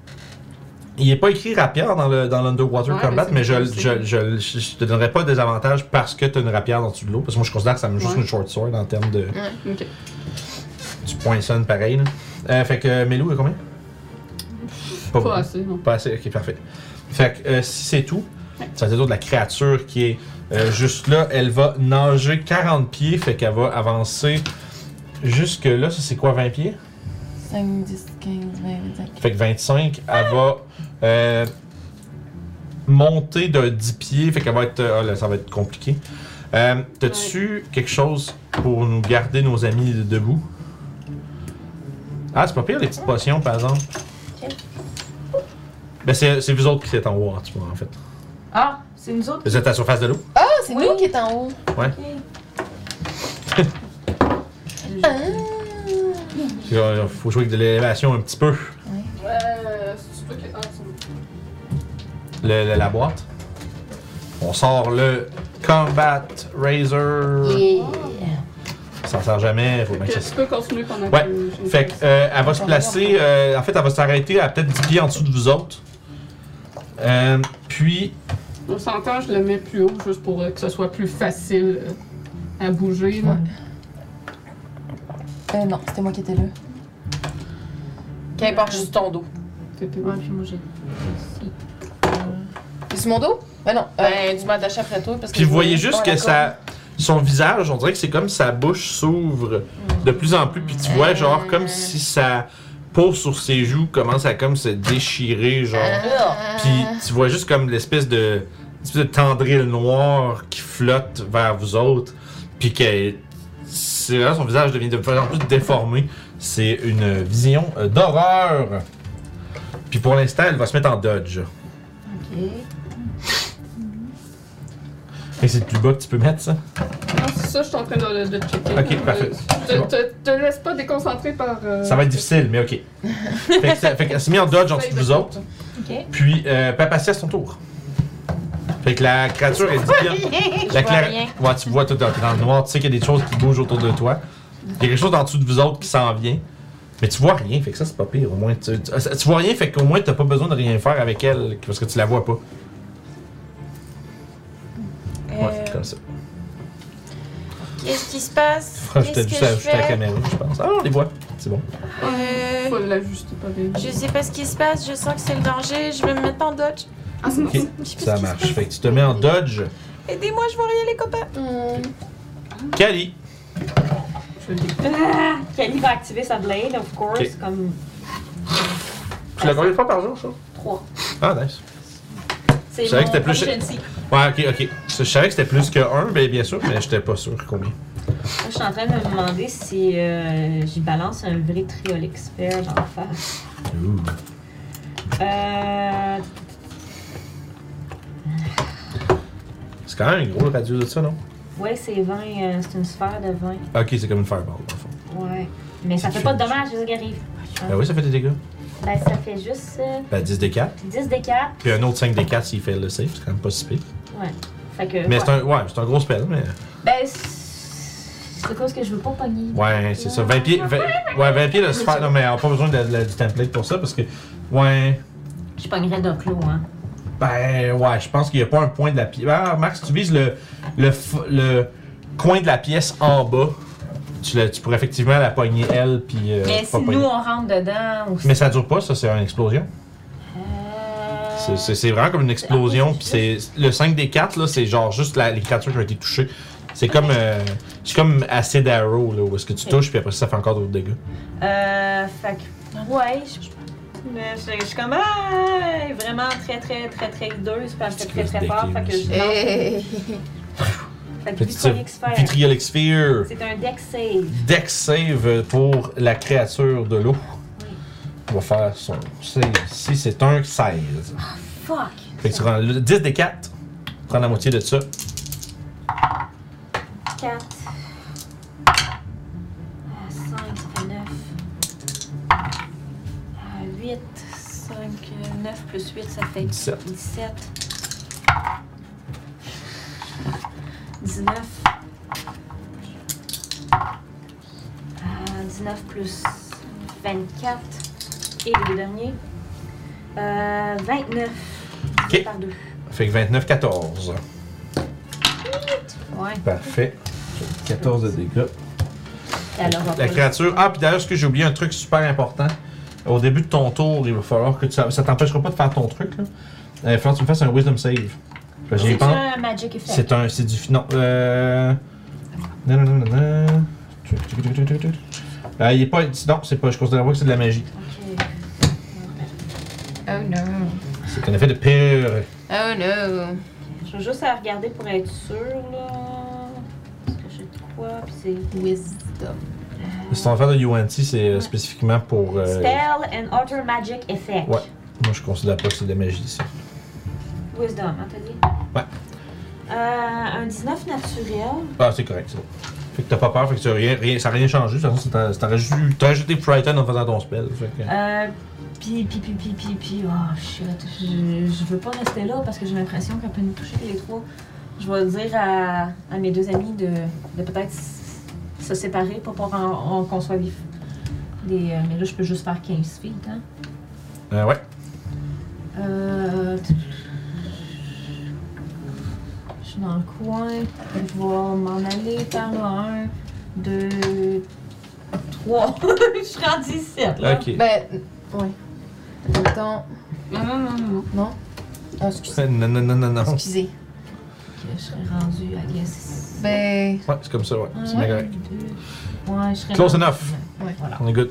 S1: Il n'est pas écrit rapière dans le dans l'Underwater
S2: Ouais,
S1: Combat, mais,
S2: mais
S1: je,
S2: c'est
S1: je, je, je- je te donnerai pas des avantages parce que tu as une rapière dans dessous de l'eau. Parce que moi, je considère que ça me juste
S2: Ouais.
S1: une short sword en termes de.
S2: Ok.
S1: Tu poinçonnes pareil. là. Euh, fait que Melou, il y a combien Pas
S2: Pas
S1: beaucoup.
S2: assez, non.
S1: Pas assez, ok, parfait. Fait que euh, si c'est tout, ça veut dire de la créature qui est euh, juste là, elle va nager 40 pieds, fait qu'elle va avancer jusque là. Ça, c'est quoi, 20 pieds
S20: 5, 10, 15, 20, 25.
S1: Fait que 25, elle va euh, monter de 10 pieds, fait qu'elle va être. ah là, ça va être compliqué. Euh, T'as-tu quelque chose pour nous garder nos amis de- debout Ah, c'est pas pire les petites potions par exemple. Ben, c'est c'est vous autres qui êtes en haut en tout cas, en fait.
S6: Ah, c'est nous autres.
S1: Vous êtes à la surface de l'eau
S20: Ah, c'est nous qui est en haut.
S1: Il faut jouer avec de l'élévation un petit peu.
S2: Euh. C'est pas que. Ah, c'est
S1: Le- le- la boîte. On sort le Combat Razor. Ça s'en sert jamais, faut bien que ça
S2: que tu peux continuer pendant
S1: Ouais.
S2: que j'ai une
S1: Fait que,
S2: pause.
S1: euh, elle va se placer, euh, en fait, elle va s'arrêter à peut-être 10 pieds en dessous de vous autres. Euh, puis,
S2: On s'entend, je le mets plus haut juste pour euh, que ce soit plus facile euh, à bouger. là.
S20: Euh, non, c'était moi qui étais là.
S5: Qu'importe, juste ton dos.
S2: C'était-
S6: Ouais, puis moi j'ai.
S20: C'est sur mon dos? Ben non. euh,
S5: Ben, tu m'attaches après toi parce que.
S1: puis
S5: je
S1: vous voyez
S5: vois
S1: juste
S5: pas
S1: que
S5: la
S1: ça, son visage, on dirait que c'est comme sa bouche s'ouvre de plus en plus. Puis tu vois, genre, comme si sa peau sur ses joues commence à comme se déchirer, genre.
S5: Ah,
S1: Puis tu vois juste comme l'espèce de, espèce de tendril noir qui flotte vers vous autres. Puis que c'est là, son visage devient de plus en plus déformé. C'est une vision euh, d'horreur. Puis pour l'instant, elle va se mettre en dodge.
S6: Ok.
S1: Et c'est le plus bas que tu peux mettre, ça?
S2: Ah, c'est ça, je suis en train de, de checker.
S1: Ok,
S2: Euh,
S1: parfait.
S2: Te,
S1: C'est bon.
S2: te- te laisse pas déconcentrer par. euh,
S1: Ça va être difficile, mais ok. fait que ça- fait qu'elle s'est mise en dodge en dessous de vous autres.
S6: Ok.
S1: Puis, euh, Papacia, c'est ton tour. Fait que la créature est bien. La
S3: vois
S1: cla-
S3: rien.
S1: Ouais, tu vois, toi, t'es dans le noir, tu sais qu'il y a des choses qui bougent autour de toi. Il y a quelque chose en dessous de vous autres qui s'en vient. Mais tu vois rien, fait que ça, c'est pas pire. Au moins, tu, tu- tu vois rien, fait qu'au moins, t'as pas besoin de rien faire avec elle, parce que tu la vois pas. Ouais,
S3: Euh,
S1: comme ça.
S3: Qu'est-ce qui se passe?
S1: Faudra
S3: Qu'est-ce
S1: peut-être
S3: que
S1: juste
S3: je
S1: ajouter la
S3: fais?
S1: caméra, je pense. Ah, on les voit. C'est bon.
S3: Euh,
S2: Faut l'ajuster pas bien.
S3: Je sais pas ce qui se passe, je sens que c'est le danger, je vais me mettre en dodge.
S2: Ah, c'est
S1: Ok,
S3: Je sais
S1: ça
S3: pas ce qui se
S1: marche.
S3: passe.
S1: Fait que tu te mets en dodge.
S3: Aidez-moi, je vois rien les copains.
S20: Hmm,
S1: Kali.
S2: Je l'ai.
S6: Kelly va activer sa blade, of course,
S1: Ok.
S6: comme
S1: Tu
S3: Ah,
S1: l'as combien de fois par jour, ça?
S6: 3.
S1: Ah, nice.
S6: C'est
S1: Je savais que
S6: mon
S1: c'était plus-
S6: proficiency.
S1: Ouais, ok, ok. Je savais que c'était plus que un, ben, bien sûr, mais j'étais pas sûr combien.
S6: Moi, je suis en train de me demander si euh, j'y balance un vrai triolic spare dans le face.
S1: Ouh.
S6: Euh.
S1: C'est quand même un gros le radius de ça, non?
S6: Ouais, c'est 20, euh, c'est une sphère de 20.
S1: Ok, c'est comme une fireball, dans le fond.
S6: Ouais. Mais ça
S1: C'est
S6: fait pas de
S1: fini.
S6: dommages, c'est ce qui arrive.
S1: Ben oui, ça fait des dégâts.
S6: Ben, ça fait juste euh,
S1: Ben 10 des 4,
S6: 10 des 4.
S1: puis un autre 5 des 4 s'il fait le save, c'est quand même pas si pire.
S6: Ouais. Fait
S1: Mais
S6: que. ouais.
S1: c'est un, ouais, c'est un gros spell, mais.
S6: Ben, c'est c'est cause que je veux pas pogner.
S1: Ouais, c'est ça. 20 pieds, 20, ouais, 20 pieds de sphère, non, mais on a pas besoin de, la- du template pour ça, parce que. Ouais.
S6: Je pognerais d'Oclo, hein.
S1: Ben ouais, je pense qu'il n'y a pas un point de la pièce. Ah, Max, tu vises le, le, f- le coin de la pièce en bas. Tu, la- tu pourrais effectivement la pogner elle, puis. euh,
S6: Mais
S1: pas
S6: si
S1: pogner.
S6: nous, on rentre dedans aussi.
S1: Mais ça dure pas, ça, c'est une explosion.
S6: Euh,
S1: C'est- C'est c'est vraiment comme une explosion, puis c'est le 5 des 4, là, c'est genre juste la- les créatures qui ont été touchées. C'est comme, euh, c'est comme acid arrow, là, où est-ce que tu
S6: Ok.
S1: touches, puis après ça, ça fait encore d'autres dégâts.
S6: Euh, fait que, ouais, je, mais je, je suis comme, ah, vraiment très, très, très, très hideuse, puis elle me fait très, très fort, fait que je
S5: Eh.
S6: lance. Fait que
S1: Petit tir-
S6: Vitronic Sphere,
S1: Vitriolic Sphere,
S6: c'est un deck save.
S1: Dex save pour la créature de l'eau. On va faire son save ici, c'est un 16.
S6: Fuck!
S1: Fait que tu prends le 10 des 4, prends la moitié de ça.
S8: Ah,
S6: 4,
S8: Ah, 9 plus 8, ça fait
S1: 17.
S8: 17. 19. Euh, 19 Ah, plus 24. Et le dernier. Euh, 29. divisé
S1: Ok.
S8: par 2.
S1: Fait que 29, 14.
S8: Ouais.
S1: Parfait. 14 de dégâts.
S8: Alors, on va
S1: La
S8: pas-
S1: créature. Ah, puis d'ailleurs, ce que j'ai oublié, un truc super important. Au début de ton tour, il va falloir que tu. Ça t'empêchera pas de faire ton truc, là. Euh, Il va falloir que tu me fasses un Wisdom Save. Parce que j'y
S8: C'est
S1: pense-
S8: un magic effect.
S1: C'est un. C'est du. fi- Non. Euh. Non, non, non, non, non. Euh, il est pas. Non, c'est pas. Je considère pas que c'est de la magie.
S8: Ok.
S7: Oh non.
S1: C'est un effet de pire.
S7: Oh no.
S8: Je veux juste la regarder pour être sûre, là. Parce que j'ai de quoi, puis c'est...
S7: Wisdom.
S1: C'est ton affaire de UNT, c'est euh, spécifiquement pour. euh,
S8: Spell and Other Magic Effect.
S1: Ouais. Moi, je considère pas que c'est de la magie, ça.
S8: Wisdom, hein, t'as dit?
S1: Ouais.
S8: Euh, un 19 naturel.
S1: Ah, c'est correct, c'est bon. Fait que t'as pas peur, fait que tu as rien, rien- ça n'a rien changé. De toute façon, c'est ta- c'est ta- tu t'as rajouté Frighten en faisant ton spell. Fait que.
S19: Euh, puis, puis, puis, puis, puis, puis, oh shit, je, je veux pas rester là parce que j'ai l'impression qu'elle peut nous toucher tous les trois. Je vais dire à, à mes deux amis de, de peut-être s- se séparer pour pas en- en- qu'on soit des, des, euh, Mais là, je peux juste faire 15 feet, hein.
S1: Euh, ouais.
S19: Euh, tu- je suis dans le coin. Je vais m'en aller par là. Un, deux, trois. je suis rendue 7. Là.
S1: Ok.
S5: Ben, ouais. Attends.
S2: Non, non, non, non.
S5: Ah, excusez.
S1: non, non, non, non, non.
S5: Excusez.
S19: Ok, je serais rendue à guess.
S5: Ben,
S1: Ouais, c'est comme ça, ouais. C'est bien
S19: Un,
S1: correct.
S19: deux. Ouais, je serais
S1: Close
S19: rendue-
S1: enough.
S5: Ouais.
S19: Voilà.
S1: On est good.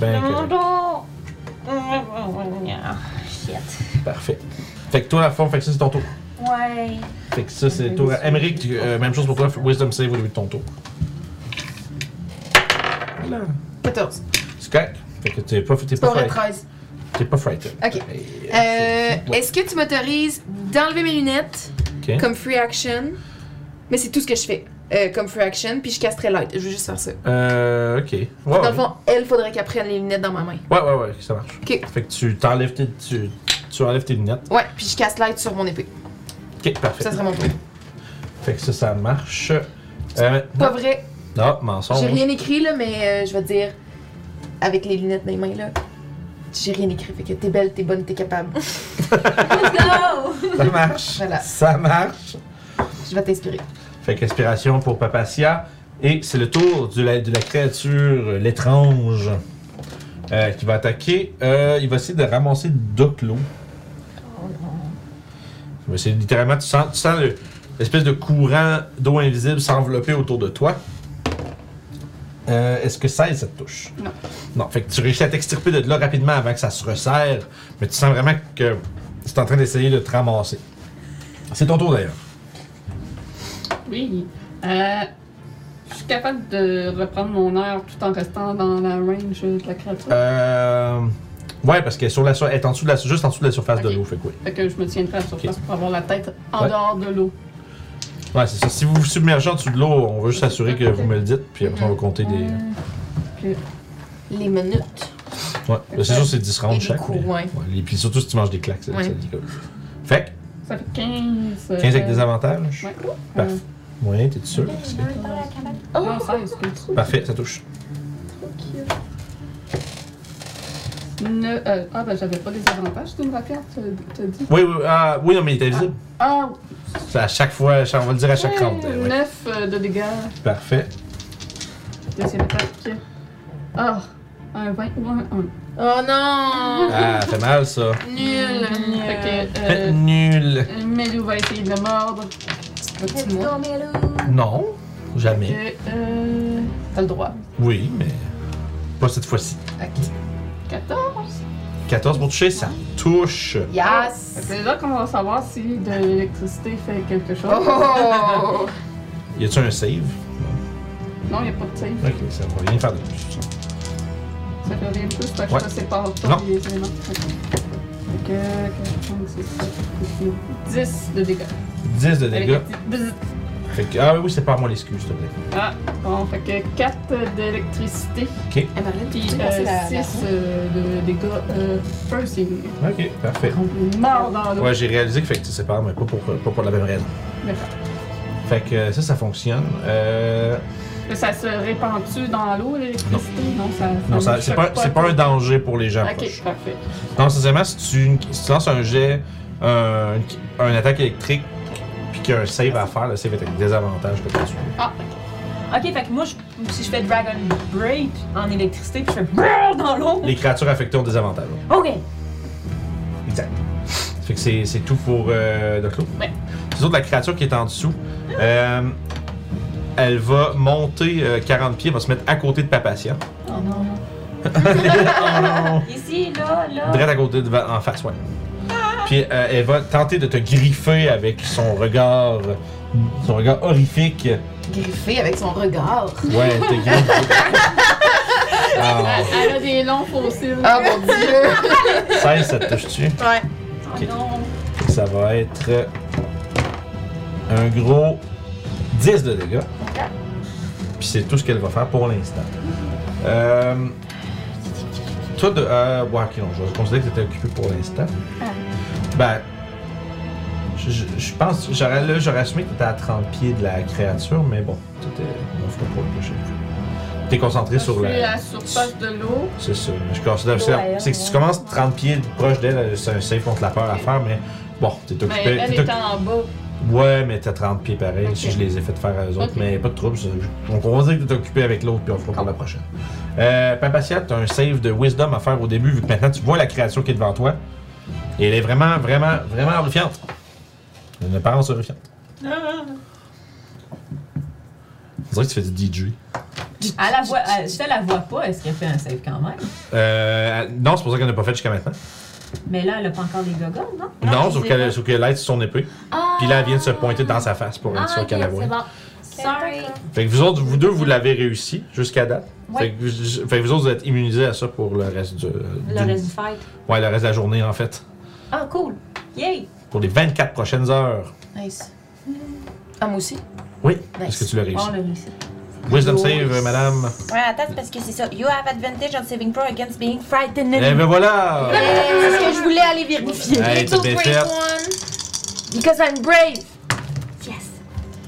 S1: Ben correct.
S19: Ah,
S8: Shit.
S1: Parfait. Fait que toi, la forme, fait que ça, c'est ton tour.
S8: Ouais.
S1: Fait que ça, c'est toi. Emmerich, tu- euh, même chose pour toi, Wisdom Save au début de ton tour. Voilà.
S5: 14.
S1: C'est correct. Fait que t'es pas, t'es
S5: C'est
S1: pas,
S5: pour le
S1: fright-
S5: 13.
S1: t'es pas frightened.
S5: Ok.
S1: Et,
S5: Euh,
S1: c'est- ouais.
S5: Est-ce que tu m'autorises d'enlever mes lunettes
S1: Ok.
S5: comme free action? Mais c'est tout ce que je fais euh, comme free action, puis je casterai light. Je veux juste faire ça.
S1: Euh, ok. Ouais,
S5: Dans
S1: ouais.
S5: le fond, elle faudrait qu'elle prenne les lunettes dans ma main.
S1: Ouais, ouais, ouais, ça marche.
S5: Ok.
S1: Fait que tu t'enlèves tes, tu, tu enlèves tes lunettes.
S5: Ouais, puis je casse light sur mon épée.
S1: Ok, parfait.
S5: Ça serait mon truc.
S1: Fait que ça, ça marche. Euh,
S5: Pas vrai.
S1: non,
S5: J'ai
S1: mensonge.
S5: rien écrit là, mais euh, je vais te dire avec les lunettes dans les mains là. J'ai rien écrit, fait que t'es belle, t'es bonne, t'es capable.
S1: Ça marche.
S5: Voilà.
S1: Ça marche.
S5: Je vais t'inspirer.
S1: Fait qu'inspiration pour Papacia. Et c'est le tour de la, de la créature, euh, l'étrange, euh, qui va attaquer. Euh, il va essayer de ramasser Doclo. Il va essayer littéralement, tu sens, tu sens le- l'espèce de courant d'eau invisible s'envelopper autour de toi. Euh, Est-ce que 16, ça te touche?
S2: Non.
S1: Non, fait que tu réussis à t'extirper de là rapidement avant que ça se resserre, mais tu sens vraiment que c'est en train d'essayer de te ramasser. C'est ton tour d'ailleurs.
S2: Oui. Euh, je suis capable de reprendre mon air tout en restant dans la range de la créature.
S1: Euh... Ouais, parce qu'elle est, sur la sur- elle est en dessous de la, juste en dessous de la surface
S2: Ok.
S1: de l'eau, fait que oui.
S2: Fait que je me tiendrai à la surface pour avoir la tête en
S1: Ouais.
S2: dehors de l'eau.
S1: Ouais, c'est ça. Si vous vous submergez en dessous de l'eau, on veut juste s'assurer que vous me le dites, puis après on va compter des.
S5: Les minutes.
S1: Ouais, Ben, c'est sûr, c'est 10
S5: Et
S1: rounds
S5: des
S1: chaque.
S5: coups,
S1: mais-
S5: ouais.
S1: et puis surtout si tu manges des claques, c'est
S5: Ouais.
S1: c'est ridicule. Fait
S2: Ça fait 15.
S1: que 15 avec
S2: euh,
S1: des avantages.
S2: Ouais.
S1: Parfait.
S2: Euh, oh,
S1: Ouais, t'es sûr? Parce que-
S2: non, 16, excuse.
S1: Parfait, ça touche.
S2: Ne- euh, ah, ben j'avais pas des avantages, tu me rappelles, tu euh, t'as dit.
S1: Oui, oui, ah, oui, non, mais il est invisible.
S2: Ah,
S1: C'est à chaque fois, on va le dire à chaque round. euh, ouais.
S2: 9 de dégâts.
S1: Parfait.
S2: Deuxième attaque. Ah, un 20 ou un 1.
S5: Oh non!
S1: Ah, fait mal ça.
S5: Nul!
S2: Fait que,
S1: Fait
S2: euh,
S1: Nul.
S2: Melou va essayer de le mordre.
S5: Petit mot.
S1: Non, jamais.
S2: Et, euh, T'as le droit.
S1: Oui, mais pas cette fois-ci.
S2: 14.
S1: 14 pour toucher, ça touche.
S5: Yes!
S2: C'est là qu'on va savoir si de l'électricité fait quelque chose.
S5: Oh!
S1: Y a-tu un save?
S2: Non, il n'y a pas de save.
S1: Ok, ça va rien faire de plus.
S2: Ça fait rien de plus, fait que
S1: Ouais.
S2: je sépare pas
S1: Non.
S2: les éléments. Fait que 4, 5, 6, 7, 10 de dégâts.
S1: 10 de
S2: Avec
S1: dégâts.
S2: un petit bzzz.
S1: Fait que, ah oui, c'est pas à moi l'excuse, s'il te plaît.
S2: Ah, bon, fait que 4 d'électricité,
S5: Eh, Marlène,
S2: puis
S5: peux-tu
S3: Euh,
S5: me passer la- la
S2: 6 de dégâts euh, piercing.
S1: Ok, parfait.
S2: Mort dans l'eau.
S1: Ouais, j'ai réalisé que fait que tu sépares, mais pas pour, pas pour la même raison.
S2: D'accord.
S1: Fait que euh, ça, ça fonctionne. Euh,
S2: Ça se répand-tu dans l'eau, l'électricité? Non, ça.
S1: non, ça-
S2: ne
S1: c'est
S2: choque
S1: pas, c'est pas un danger pour les gens proches.
S2: Ok, parfait.
S1: Non, sincèrement, si tu, une- si tu lances un jet, un, un attaque électrique, puis qu'il y a un save à faire, le save est avec désavantage que tu
S2: Ah, ok.
S8: Ok, fait que moi, je- si je fais Dragon Break en électricité, puis je fais brrr dans l'eau.
S1: Les créatures affectées ont des avantages.
S8: Ok.
S1: Exact. Fait que c'est c'est tout pour euh, Doclo.
S2: Ouais.
S1: C'est surtout la créature qui est en dessous. Euh, elle va monter euh, 40 pieds, elle va se mettre à côté de Papatia.
S8: Oh non.
S1: Oh non!
S8: Ici, là, là.
S1: Direct à côté, devant- en face, ouais. Puis euh, elle va tenter de te griffer avec son regard, son regard horrifique.
S5: Griffé avec son regard.
S1: Ouais, elle te griffe. Ah,
S2: Elle- Elle a des longs fossiles.
S5: Ah mon dieu!
S1: 16, ça te touche-tu?
S4: Ouais.
S1: Ok.
S8: Non.
S1: Ça va être un gros 10 de dégâts. Puis c'est tout ce qu'elle va faire pour l'instant. Euh, toi, de. Euh, ouais, ok, non, je vais considérer que tu occupé pour l'instant. Ben. Je, je- je pense. J'aurais, là, j'aurais assumé que tu étais à 30 pieds de la créature, mais bon, tu étais. On fera pour le prochain coup. Tu es concentré
S2: Je
S1: sur
S2: suis
S1: la.
S2: à la surface de l'eau.
S1: C'est ça. Je considère.
S8: Dos à elle,
S1: C'est que si tu
S8: ouais.
S1: commences 30 pieds proche d'elle, c'est un safe contre la peur à faire, mais bon, tu es
S2: Mais
S1: occupé.
S2: elle
S1: t'es
S2: est en bas.
S1: Ouais, mais t'as 30 pieds pareil,
S2: Ok.
S1: si je les ai fait faire à eux autres,
S2: Ok.
S1: mais pas de trouble. ça. Donc on va dire que t'es occupé avec l'autre, puis on fera pour la prochaine. Euh, Papatia, t'as un save de wisdom à faire au début, vu que maintenant tu vois la créature qui est devant toi. Et elle est vraiment, vraiment, vraiment horrifiante. Une apparence horrifiante. On dirait que tu fais du DJ.
S19: Elle la voit, elle- si elle la voit pas, est-ce qu'elle fait un save quand même?
S1: Euh, non, c'est pour ça qu'elle n'a pas fait jusqu'à maintenant.
S19: Mais là, elle a pas encore les gogoles, non?
S6: Ah,
S1: Non,
S19: je
S1: sauf
S19: sais
S1: qu'elle
S19: pas.
S1: sauf qu'elle est sur son épée. Puis là, elle vient de se pointer dans sa face pour être
S3: Ah,
S1: sûre
S3: ok,
S1: qu'elle la voit.
S3: c'est bon. Sorry.
S1: Fait que vous autres, vous deux, vous l'avez réussi jusqu'à date.
S19: Ouais.
S1: Fait, que vous, fait que vous autres, vous êtes immunisés à ça pour le reste du,
S8: Le
S1: du-
S8: reste du fight.
S1: Ouais, le reste de la journée, en fait.
S8: Ah, cool. Yay.
S1: Pour les 24 prochaines heures.
S5: Nice. Ah, moi aussi?
S1: Oui.
S5: Nice.
S1: Est-ce que tu l'as réussi?
S19: Oh, le réussi.
S1: Wisdom save, euh, madame.
S3: Ouais, attends, c'est parce que c'est ça. You have advantage on saving throw against being frightened.
S1: Eh ben voilà!
S3: C'est ce que je voulais aller vérifier.
S1: Hey, t'es bien faite.
S3: Because I'm brave. Yes.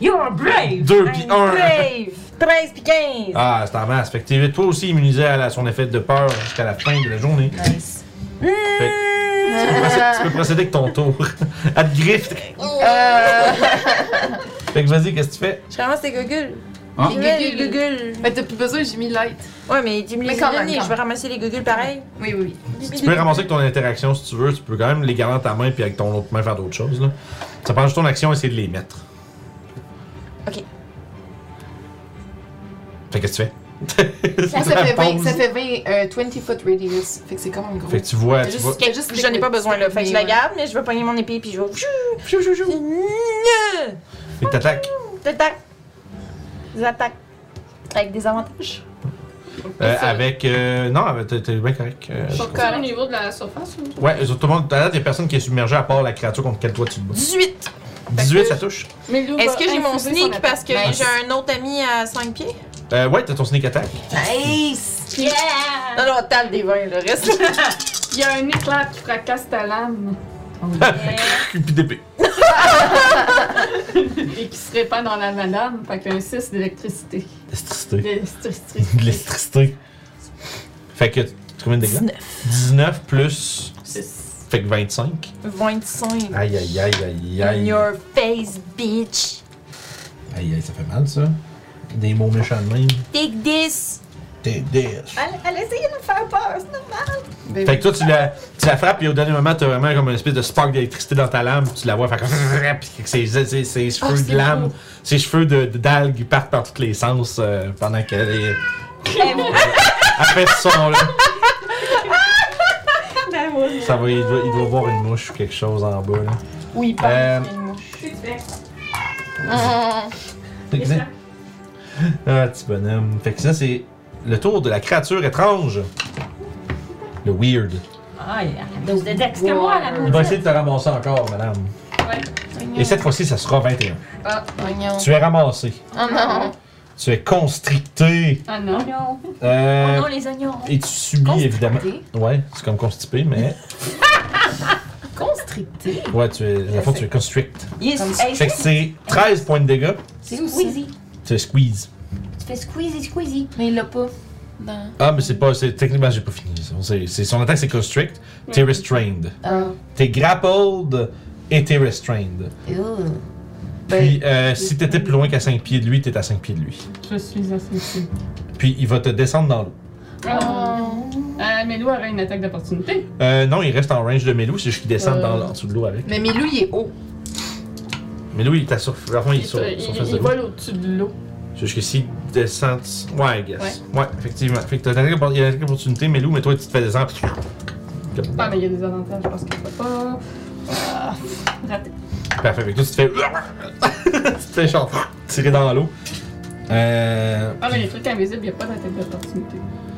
S4: You're brave!
S1: 2 puis
S3: I'm
S1: 1.
S3: brave. 13 puis 15.
S1: Ah, c'est en masse. Fait que t'es toi aussi immunisé à la- son effet de peur jusqu'à la fin de la journée.
S5: Nice.
S1: Tu peux procéder- tu peux procéder avec ton tour. à te griffe.
S5: Euh.
S1: Fait que vas-y, qu'est-ce que tu fais?
S3: Je ramasse tes gogules.
S18: Hein?
S3: Les gogules, les gogules.
S5: Mais ben, t'as plus besoin, j'ai mis light.
S3: Ouais, mais tu me
S5: Mais
S3: les
S5: quand
S3: as
S5: même,
S3: données.
S5: quand
S3: Je vais ramasser les gogules pareil.
S5: Oui, oui, oui.
S1: Tu peux ramasser avec ton interaction si tu veux, tu peux quand même les garder dans ta main puis avec ton autre main faire d'autres choses. Là. Ça prend juste ton action essayer de les mettre.
S3: Ok.
S1: Fait qu'est-ce que tu fais?
S5: Moi, ça
S1: La
S5: fait 20,
S1: pause.
S5: ça fait 20, euh, 20 foot radius. Fait que c'est quand même gros.
S1: Fait que tu vois,
S5: T'as
S1: tu
S5: juste-
S1: vois.
S5: t'as juste-
S3: J'en ai pas besoin là. Fait que je la
S5: Ouais.
S3: garde, mais je vais pogner mon épée puis je vais. Chou, chou, chou.
S1: Fait que t'attaques.
S3: J'attaque. J'attaque. Avec des avantages.
S1: Euh, avec. euh, non, avec- t'es t'es bien correct. euh,
S2: Je
S1: je
S2: suis
S1: comprends.
S2: au niveau de la surface. ou-
S1: ouais, eux autres, tout le monde. À date, il y a personne qui est submergé à part la créature contre laquelle toi tu te bats.
S3: 18.
S1: 18, ça touche.
S2: Mais Lou
S3: Est-ce
S2: va
S3: que j'ai mon
S2: infuser son
S3: sneak parce que
S1: attaque.
S3: j'ai un autre ami à 5 pieds?
S1: Euh, ouais, t'as ton sneak attack.
S3: Nice!
S8: Yeah.
S3: Non, non, t'as des vins, le reste.
S2: attaque. Ben, Il y a un éclair qui fracasse ta lame
S1: Puis d'épée.
S2: et qui se répand dans la madame. Fait qu'un 6 d'électricité.
S1: L'électricité.
S2: D'électricité.
S1: L'électricité. Fait que. Combien de dégâts? 19 plus.
S2: 6.
S1: Fait que 25.
S3: 25.
S1: Aïe, aïe, aïe, aïe,
S3: In
S1: aïe.
S3: your face, bitch.
S1: Aïe, aïe, ça fait mal, ça. Des mots méchants de même.
S3: Take this.
S1: T'es
S8: Elle, elle essaye de me faire peur, c'est normal.
S5: Ben
S1: Fait que toi, tu la, tu la frappes, puis au dernier moment, t'as vraiment comme une espèce de spark d'électricité dans ta lame, puis tu la vois faire comme. Puis que ses, ses- ses
S8: Ah,
S1: cheveux de lame, ses cheveux de, de- d'algues partent dans tous les sens euh, pendant qu'elle est. Elle fait ce son-là. Ça va, il doit, il doit voir une mouche ou quelque chose en bas, là.
S3: Oui,
S1: Euh,
S3: Ah,
S1: Exact. Ah, petit bonhomme. Fait que ça, c'est le tour de la créature étrange. Le weird.
S19: Ah, yeah.
S6: Ah,
S8: Dex que moi, la
S1: Il va essayer de te ramasser encore, madame. Et cette fois-ci, ça sera 21.
S21: Ah,
S5: Oignon.
S1: Tu es ramassé.
S5: Oh
S3: Ah,
S5: non.
S1: Tu es constricté.
S2: Ah non.
S1: Euh,
S22: non, les oignons.
S1: et tu subis évidemment. Ouais, c'est comme constipé, mais.
S5: Constricté.
S1: Ouais, tu es. à la fois, tu es constrict.
S22: Yes. Hey,
S1: Fait que c'est 13 points de dégâts.
S5: C'est où ça?
S1: Tu es squeeze.
S22: tu fais squeezy, squeezy.
S5: Mais il l'a pas. Dans...
S1: Ah, mais c'est pas. c'est- Techniquement, j'ai pas fini. C'est- c'est- son attaque, c'est constrict. T'es restrained.
S5: Ah.
S1: T'es grappled et t'es restrained.
S5: Ew.
S1: Puis, euh, si t'étais plus loin qu'à 5 pieds de lui, t'es à 5 pieds de lui.
S2: Je suis associée.
S1: Puis, il va te descendre dans l'eau.
S2: Oh. Euh, mais Lou aurait une attaque d'opportunité.
S1: Euh, non, il reste en range de Melou, c'est juste qu'il descend dans, en dessous de l'eau avec.
S23: Mais Milou, il est haut.
S1: Melou, il est à sur... Enfin, il est
S2: Il-
S1: sur,
S2: il,
S1: sur
S2: il
S1: face de l'eau.
S2: vole au-dessus de l'eau.
S1: C'est juste que s'il descend... tu- Ouais, I guess. Ouais, effectivement. Fait que t'as attaqué pour- il y a une opportunité, Melou, mais toi, tu te fais descendre.
S2: Ah, mais il y a des avantages parce qu'il ne pas. Ah, raté.
S1: Parfait. Fait que toi, tu te fais... tu te fais genre tirer dans l'eau. Euh...
S2: Ah, mais les trucs invisibles, il n'y a pas d'attaque d'opportunité.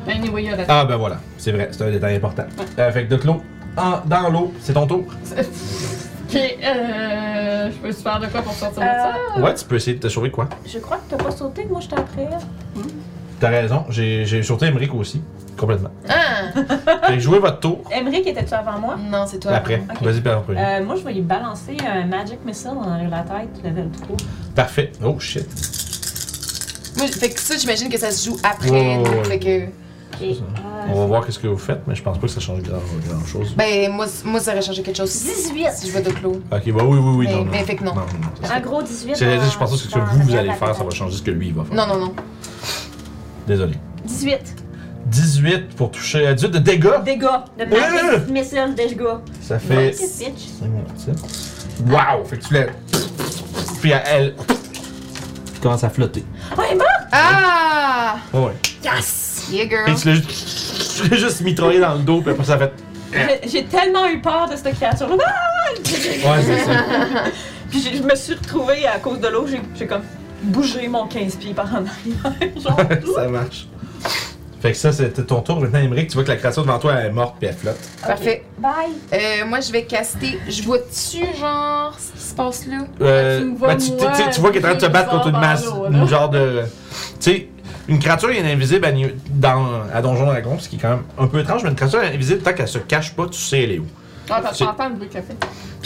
S2: Anyway, il y a raté.
S1: Ah, ben voilà. C'est vrai, c'est un détail important. Euh, fait que de l'eau, en- dans l'eau, c'est ton tour.
S2: Ok, euh, je peux se faire de quoi pour sortir de ça?
S6: Euh,
S1: Ouais, tu peux essayer de te sauver quoi.
S6: je crois que t'as pas sauté, moi j'étais après.
S1: T'as raison, j'ai j'ai sauté Emmerich aussi. Complètement.
S5: Ah!
S1: Fait que jouez votre tour.
S6: Emmerich, étais-tu avant moi?
S5: Non, c'est toi.
S1: Après,
S6: Ok.
S1: vas-y, par premier.
S6: Euh, moi, je vais lui balancer un Magic Missile dans la tête, level 3.
S1: Parfait. Oh shit.
S5: Moi, fait que ça, j'imagine que ça se joue
S1: Ouais,
S5: après.
S1: ouais,
S5: donc,
S1: ouais.
S5: Fait que.
S6: Et,
S1: ça.
S6: ah,
S1: On va voir qu'est-ce que vous faites, mais je pense pas que ça change grand, grand chose.
S5: Ben, moi, c- moi, ça aurait changé quelque chose. 18! Si je vois de clos.
S1: Ok, bah oui, oui, oui,
S5: Mais-
S1: non, non. Ah,
S5: mais fait que non.
S1: ça
S6: un
S1: serait-
S6: gros 18.
S1: J'allais
S6: dans-
S3: euh,
S1: dire, je pense pas que ce que
S6: dans
S1: vous, vous
S6: la
S1: allez
S6: tête.
S1: faire, ça va changer ce que lui, il va faire.
S5: Non, non, non.
S1: Désolé.
S6: 18.
S1: 18 pour toucher à 18 de dégâts.
S6: Dégâts. De
S1: Euh!
S6: Magic Missile, dégâts.
S1: Ça fait.
S6: Nice, bitch.
S1: Wow! Fait que tu l'as. Puis à elle. Tu commences à flotter.
S5: Ah!
S1: Ouais, ouais.
S5: Yes! Yeah, girl.
S1: Et tu l'as juste. Tu l'as juste mitraillé dans le dos, puis après ça fait.
S6: J'ai- J'ai tellement eu peur de cette créature-là.
S1: Ouais, c'est ça.
S6: Puis j'ai- je me suis retrouvée à cause de l'eau, j'ai j'ai comme bougé mon 15 pieds par en arrière. Genre,
S1: ça marche. Fait que ça, c'était ton tour. Maintenant, Emmerich, tu vois que la créature devant toi, elle est morte, puis elle flotte.
S5: Parfait.
S6: bye!
S5: Euh, moi, je vais caster. Je vois-tu, genre, ce qui se passe là?
S1: Euh,
S2: Tu me vois,
S1: ben, tu, tu- tu- tu vois qu'il est en train de se
S2: moi,
S1: battre contre une
S2: bizarre
S1: masse,
S2: dans l'eau,
S1: une
S2: là.
S1: genre de. Tu sais, une créature est invisible à, New- dans, à Donjon Dragon, ce qui est quand même un peu étrange, mais une créature invisible, tant qu'elle se cache pas, tu sais elle est où.
S2: Ah, parce que
S1: c'est-
S2: j'entends le bruit qu'elle fait.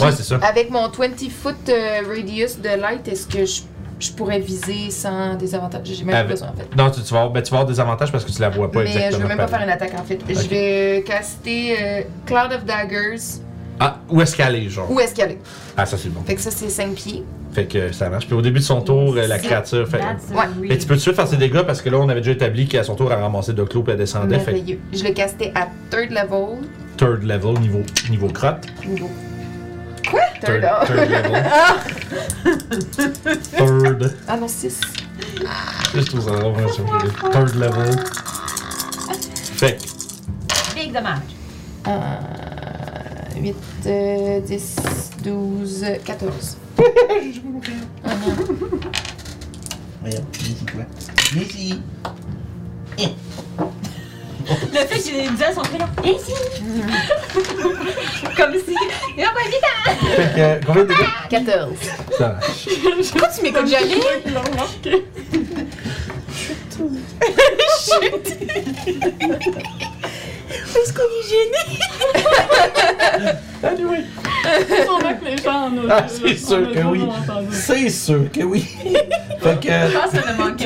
S1: Ouais, c'est ça.
S5: Avec mon 20 foot euh, radius de light, est-ce que je, je pourrais viser sans désavantage? J'ai même pas
S1: Avec-
S5: besoin, en fait.
S1: Non, tu, tu vas avoir, ben, tu vas avoir des avantages parce que tu la vois pas
S5: Mais euh, je
S1: exactement.
S5: veux même pas
S1: pareil.
S5: faire une attaque, en fait. Je
S1: Ok.
S5: vais caster euh, Cloud of Daggers.
S1: Ah, où est-ce qu'elle est, genre
S5: Où est-ce qu'elle est?
S1: Ah, ça c'est bon.
S5: Fait que ça, c'est 5 pieds.
S1: Fait que euh, ça marche. Puis au début de son tour, euh, la créature fait.
S5: Ouais.
S1: Mais tu peux tout de suite faire ses dégâts parce que là, on avait déjà établi qu'à son tour, elle ramassait deux clous puis elle descendait. Ah, Fait
S5: Merveilleux. Je le castais à third
S1: que
S5: level.
S1: third level, niveau, niveau crotte.
S5: Niveau. Quoi? Third, level.
S1: third level. third.
S5: Ah non, 6.
S1: Je trouve ça drôle, hein, sur le Third level. Fait que
S6: Big dommage.
S5: Euh, 8, 10, 12, 14.
S18: Regarde, ici, quoi. Ici.
S6: Le fait que j'ai dit à son frère, Hey, si! Comme si. Ah, ouais, vite!
S5: 14.
S1: ça marche.
S5: Pourquoi tu m'écoutes jamais?
S2: Sûrement que les gens en ont
S1: Ah, c'est sûr que oui. C'est sûr que oui. fait que.
S6: pense que le manque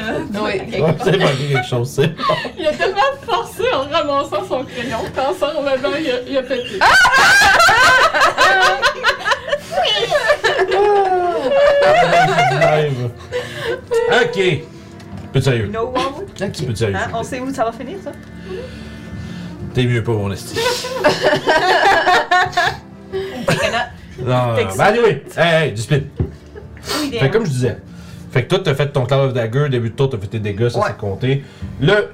S5: Oui.
S1: Ouais, c'est pas quelque chose, c'est.
S2: Il a tellement forcé en ramassant son crayon qu'en s'en revenant, il a, il a pété. Ah!
S1: Live. ok. Peu de sérieux.
S6: No one.
S1: Peu de sérieux.
S6: Hein? On sait où ça va finir, ça?
S1: T'es mieux pas, mon esti. Non,
S6: Fait que
S1: ben, anyway, hey, hey, du speed.
S6: Oui,
S1: Fait que comme je disais, fait que toi, t'as fait ton Cloud of Dagger, début de tour, t'as fait tes dégâts, ça
S5: Ouais.
S1: c'est compté. Le.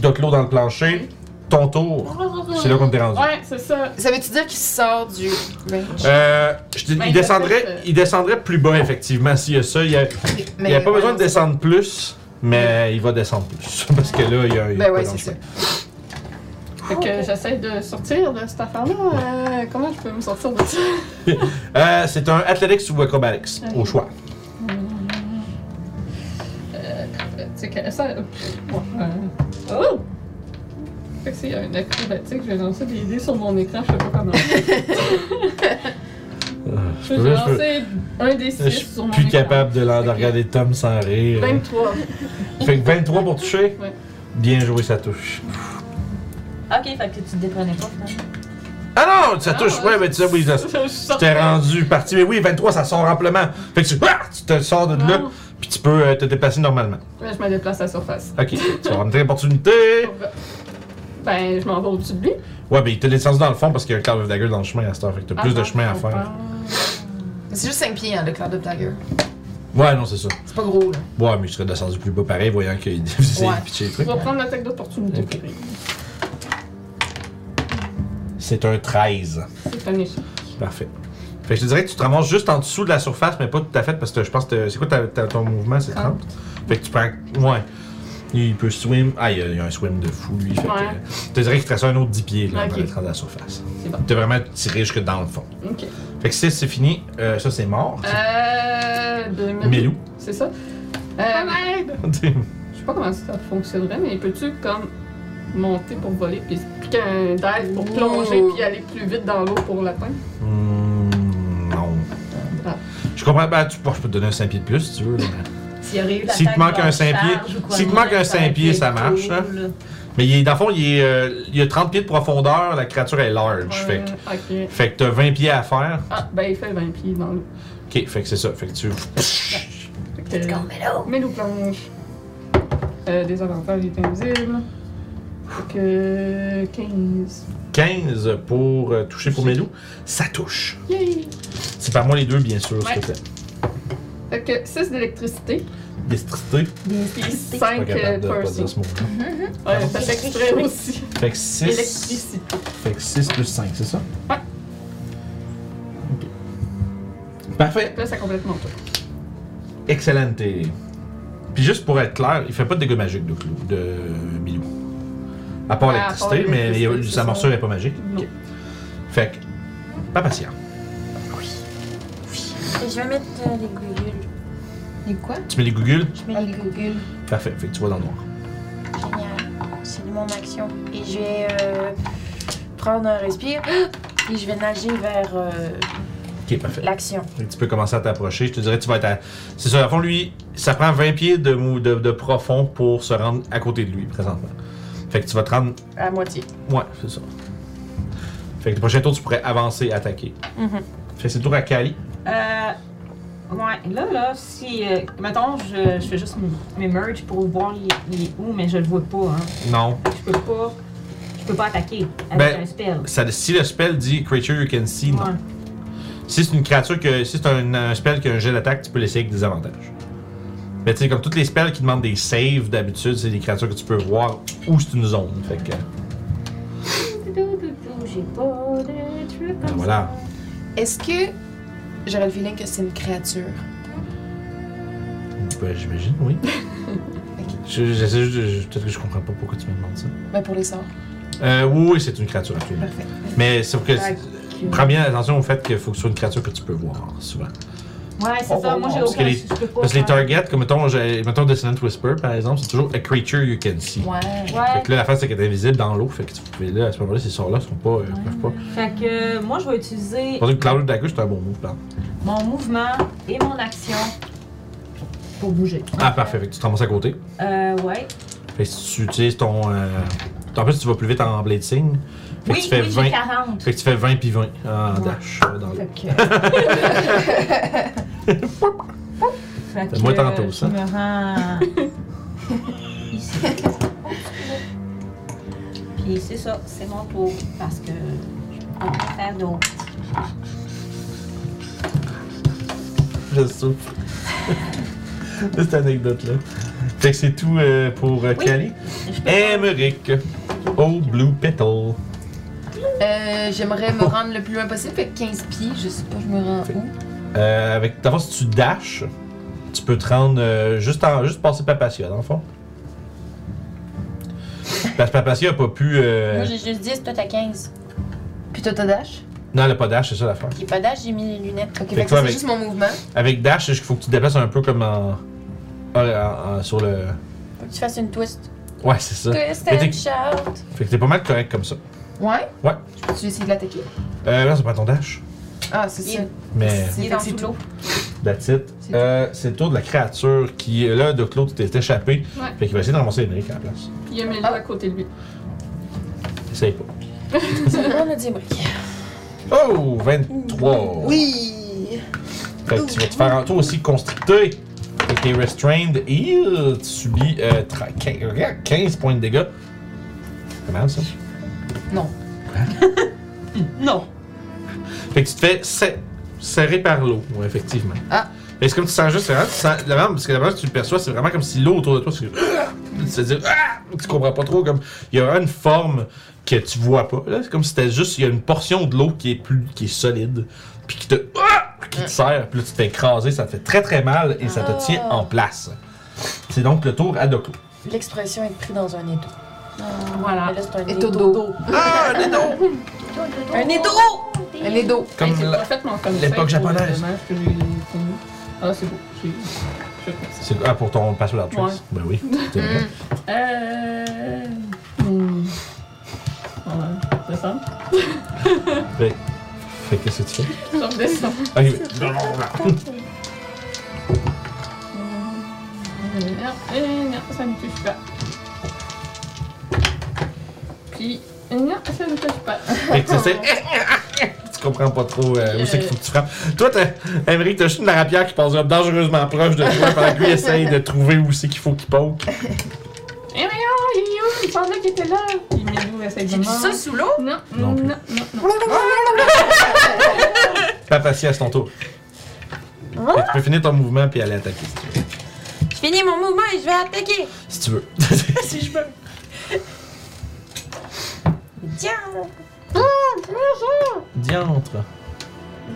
S1: Doc l'eau dans le plancher, ton tour, c'est là qu'on t'est rendu.
S2: Ouais, c'est ça.
S5: Ça veut-tu dire qu'il sort du range?
S1: Euh, je te-
S2: Ben,
S1: il,
S2: il a
S1: descendrait,
S2: fait, euh,
S1: il descendrait plus bas, effectivement, s'il y a ça. Il n'y a, il y a pas besoin de descendre plus, mais il va descendre plus. Parce que là, il y a. il y a
S5: Ben
S1: pas
S5: ouais,
S1: grand
S5: c'est
S1: chemin.
S2: Fait que j'essaie de sortir de cette affaire-là. Euh, comment je peux me sortir de ça?
S1: Euh, c'est un athletics ou acrobatics, au choix.
S2: Euh, tu sais que ça. Bon, euh, Oh! Fait que s'il y a une acrobatique, je vais lancer des dés sur mon écran, je sais pas comment. je vais
S1: peux-
S2: lancer un des
S1: Je
S2: six
S1: suis
S2: sur mon
S1: plus
S2: écran.
S1: capable de, la- de regarder Tom sans rire.
S2: 23.
S1: Fait que 23 pour toucher.
S2: Ouais.
S1: Bien joué, ça touche.
S19: Ok, fait que tu te déprenais pas finalement.
S1: Ah non, ça touche, ouais, mais tu sais, oui, ça-
S2: Je suis
S1: tu t'es rendu parti. Mais oui, 23, ça sort amplement. Fait que tu, ah, tu te sors de là,
S2: Non.
S1: puis tu peux euh, te déplacer normalement.
S2: Ouais, je me déplace à la surface.
S1: Ok, tu vas avoir une opportunité.
S2: Ben, je m'en vais au-dessus de lui.
S1: Ouais, ben il te descendu dans le fond parce qu'il y a un Cloud of Dagger dans le chemin à cette heure. Fait que t'as plus de chemin à faire.
S7: C'est juste 5 pieds, hein, le Cloud of Dagger.
S1: Ouais, non, c'est ça.
S7: C'est pas gros, là.
S1: Ouais, mais je serais descendu plus bas pareil, voyant qu'il essayait de pitcher les
S2: Je
S1: trucs.
S2: vais prendre l'attaque d'opportunité.
S1: C'est un 13.
S2: C'est un échec.
S1: Parfait. Fait que je te dirais que tu te ramasses juste en dessous de la surface, mais pas tout à fait, parce que je pense que t'as- c'est quoi ta- ta- ton mouvement, c'est 30. Fait que tu prends. Ouais. Il peut swim. Ah, il y a, il y a un swim de fou, lui. Fait que,
S2: Ouais.
S1: euh, je te dirais qu'il te reste un autre 10 pieds, là,
S2: Ok.
S1: avant d'être rendu à la surface.
S2: C'est bon.
S1: Tu T'es vraiment tiré jusque dans le fond.
S2: Ok.
S1: Fait que 6, c'est fini. Euh, ça, c'est mort.
S2: Euh. de Milou.
S1: Milou.
S2: C'est ça? Euh, je sais pas comment ça fonctionnerait, mais peux-tu comme monter pour voler, puis piquer un dive pour plonger, puis aller plus vite dans l'eau pour l'atteindre?
S1: Hmm, non.
S2: Ah.
S1: Je comprends. Ben, tu, bon, je peux te donner un 5 pieds de plus, si tu veux. là.
S19: S'il y aurait eu la
S1: S'il te manque un 5 pieds, s'il te manque un 5 pieds, ça marche. hein? là. Mais il est, dans le fond, il, est, euh, il y a 30 pieds de profondeur, la créature est large. Fait, que-
S2: Euh, ok.
S1: fait que t'as 20 pieds à faire.
S2: Ah, ben il fait 20 pieds dans l'eau.
S1: Ok, fait que c'est ça. Fait que tu.
S2: Fait que- Milou plonge. Euh, des avantages, il est invisible. Fait que. 15.
S1: 15 pour euh, toucher pour Melou. Ça touche.
S2: Yay!
S1: C'est par moi les deux, bien sûr,
S2: Ouais.
S1: s'il te plaît.
S2: Fait que 6 d'électricité,
S1: D'électricité.
S2: puis
S1: Je suis
S2: 5
S1: pas capable de pas dire
S2: piercing.
S1: ce mot-là.
S2: Ouais, ça fait exprès aussi.
S1: Fait que 6.
S2: Électricité.
S1: Fait que 6 plus 5, c'est ça?
S2: Ouais.
S1: Ok. Parfait.
S2: Là, ça complète mon tour.
S1: Excellente. Puis juste pour être clair, il fait pas de dégâts magiques de, Clou- de Milou. À part
S2: Ouais, Ah, à part
S1: l'électricité, mais
S2: l'électricité,
S1: il y a-
S2: c'est
S1: sa
S2: ça.
S1: morsure n'est pas magique.
S2: Non.
S1: Ok. Fait que, pas patient.
S3: Et je vais mettre euh, les Google.
S7: Et quoi?
S1: Tu mets les googles,
S3: Je mets les Google.
S1: parfait. Fait que tu vois dans le noir.
S3: Génial. C'est de mon action. Et je vais euh, prendre un respire. Et je vais nager vers euh,
S1: Ok, parfait.
S3: l'action.
S1: Fait que tu peux commencer à t'approcher. Je te dirais, tu vas être à. C'est ça, à fond, lui, ça prend 20 pieds de, mou- de, de profond pour se rendre à côté de lui, présentement. Fait que tu vas te rendre.
S4: À moitié.
S1: Ouais, c'est ça. Fait que le prochain tour, tu pourrais avancer, attaquer.
S4: Mhm.
S1: Fait que c'est le tour à Kali.
S8: Euh, ouais, là, là, si. euh, mettons, je, je fais juste mes merges pour voir il, il est où, mais je le vois pas, hein.
S1: Non.
S8: Je peux pas. Je peux pas attaquer avec
S1: Ben,
S8: un spell.
S1: Ça- si le spell dit creature you can see, non.
S8: Ouais.
S1: Si c'est une créature que. Si c'est un, un spell qui a un jet d'attaque, tu peux l'essayer avec des avantages. Mais tu sais, comme toutes les spells qui demandent des saves d'habitude, c'est des créatures que tu peux voir ou c'est une zone. Fait que. euh,
S8: J'ai pas de trucs
S1: ben, voilà.
S7: Est-ce que. J'aurais le feeling que c'est une créature.
S1: Ben, j'imagine, oui. Je- J'essaie juste de- je- Peut-être que je comprends pas pourquoi tu me demandes ça.
S7: Ben, pour les sorts.
S1: Euh, oui, oui, c'est une créature absolument.
S7: Parfait.
S1: Mais sauf que. Prends bien attention au fait qu'il faut que ce soit une créature que tu peux voir souvent.
S8: Ouais, c'est ça. Moi, j'ai
S1: Oh, Parce
S8: aucun.
S1: que les-
S8: Je peux pas.
S1: Parce que les
S8: faire.
S1: targets, comme mettons, j'ai- mettons Dissonant Whisper par exemple, c'est toujours a creature you can see.
S7: Ouais.
S1: Fait
S8: Ouais.
S1: que là, l'affaire, c'est qu'elle est invisible dans l'eau. Fait que tu pouvais, là, à ce moment-là, ces sorts-là sont pas. Euh, peuvent pas.
S8: Fait que euh, moi, je vais utiliser
S1: Je pensais que Cloud Dagger, c'est un bon move, pardon.
S8: mon mouvement et mon action.
S6: Pour bouger.
S1: Ah, parfait. Fait que tu te ramasses à côté.
S8: Euh, ouais.
S1: Fait que si tu utilises ton. euh, En plus, tu vas plus vite en blading. Fait que
S8: Oui,
S1: tu fais
S8: oui,
S1: 20.
S8: j'ai 40.
S1: Fait que tu fais 20 puis 20 en dash euh, dans l'eau.
S19: Fait que.
S8: Fait
S1: C'est moi
S8: que,
S1: tantôt,
S8: euh,
S1: ça.
S8: Je me rends. ici. Puis c'est ça, c'est mon tour. Parce que je peux pas faire d'autre.
S1: Je souffre. Cette anecdote-là. Fait que c'est tout euh, pour euh, Cali.
S8: Je
S1: Eh,
S8: peux
S1: Emmerich. Oh, Blue Petal.
S7: Euh, J'aimerais me rendre le plus loin possible, fait que 15 pieds, je sais pas, je me rends
S1: Fait-
S7: où.
S1: Euh, avec d'abord si tu dashes, tu peux te rendre euh, juste en juste passer Papatia dans le fond. Parce que Papacia a pas pu. euh,
S3: Moi, j'ai juste 10, toi, t'as 15.
S5: Puis toi, t'as dash.
S1: Non, elle a pas dash, c'est ça l'affaire.
S3: Qui est pas d'âge, j'ai mis les lunettes.
S5: Ok,
S1: Fait
S5: fait,
S1: que
S5: que
S1: toi,
S5: ça, c'est
S1: avec-
S5: juste mon mouvement.
S1: Avec dash, il faut que tu te déplaces un peu comme en. en- en- en- sur le.
S3: Faut que tu fasses une twist.
S1: Ouais, c'est ça.
S3: Twist
S1: Mais
S3: and
S1: t'es-
S3: shout.
S1: Fait que t'es pas mal correct comme ça.
S5: Ouais?
S1: Ouais.
S5: Je peux-tu essayer de l'attaquer?
S1: Euh, là, c'est pas ton dash.
S5: Ah, c'est ça.
S1: Mais.
S5: C'est-
S4: Il est dans
S5: c'est
S4: tout l'eau.
S1: That's it. Euh, c'est le tour de la créature qui, là, de Claude, tu t'es échappé.
S2: Ouais.
S1: Fait qu'il va essayer de ramasser Henrik à la place.
S2: Il y a
S6: Ah.
S2: Mélissa à côté de lui.
S1: Essaye pas.
S3: On a dit briques.
S1: Oh! 23!
S5: Oui!
S1: Fait que tu vas te faire un tour aussi constricté. Fait que t'es restrained. Il tu subis euh, tra- quin- regarde, 15 points de dégâts. C'est mal ça?
S5: Non.
S8: Non.
S1: Fait que tu te fais se- serrer par l'eau, ouais, effectivement.
S5: Ah.
S1: Fait que c'est comme tu sens juste, c'est vraiment, tu sens, la parce que la manière que tu le perçois, c'est vraiment comme si l'eau autour de toi, c'est c'est-à-dire, ah! tu comprends pas trop, comme, il y a vraiment une forme que tu vois pas, là, c'est comme si c'était juste, il y a une portion de l'eau qui est plus, qui est solide, puis qui te, ah! qui te serre, puis là, tu te fais écraser, ça te fait très très mal, et ça te tient
S3: Ah.
S1: en place. C'est donc le tour à Doku.
S3: L'expression est prise dans un étau.
S6: Voilà.
S3: Mais là, c'est un
S5: Et tout
S3: étau.
S5: d'eau.
S1: Ah, un édo!
S3: Un étau!
S5: Elle est d'eau.
S1: Comme
S2: Hey, c'est
S1: la-
S2: parfaitement comme
S1: l'époque
S2: ça, pour
S1: japonaise.
S2: le dommage que j'ai connu. Ah, c'est beau. J'ai- je vais faire ça.
S1: C'est, ah, pour ton passe without trace. Ben oui, c'est vrai.
S2: Euh. hmm. Voilà, c'est ça.
S1: Fait que qu'est-ce que tu fais?
S2: Je redescends.
S1: Ok,
S2: Et merde, et merde, ça ne touche pas. Puis, et merde, ça ne touche pas. Ah,
S1: Fait que tu sais, tu comprends pas trop euh, où c'est qu'il faut que tu frappes. Toi, t'as- Emery, t'as juste une rapière qui passe dangereusement proche de toi pendant que lui essaye de trouver où c'est qu'il faut qu'il poke.
S2: Eh mais oh, il est où? Il semblait qu'il était là. Il met où essaye de
S4: J'ai
S2: me
S4: dit ça sous l'eau?
S2: Non,
S1: Non
S2: non,
S1: plus.
S2: non, non.
S1: Papacia, c'est ton tour. Fait que tu peux finir ton mouvement puis aller attaquer si tu veux.
S3: Hein? Je finis mon mouvement et je vais attaquer.
S1: Si tu veux.
S3: si je peux. Tiens!
S1: Diantre.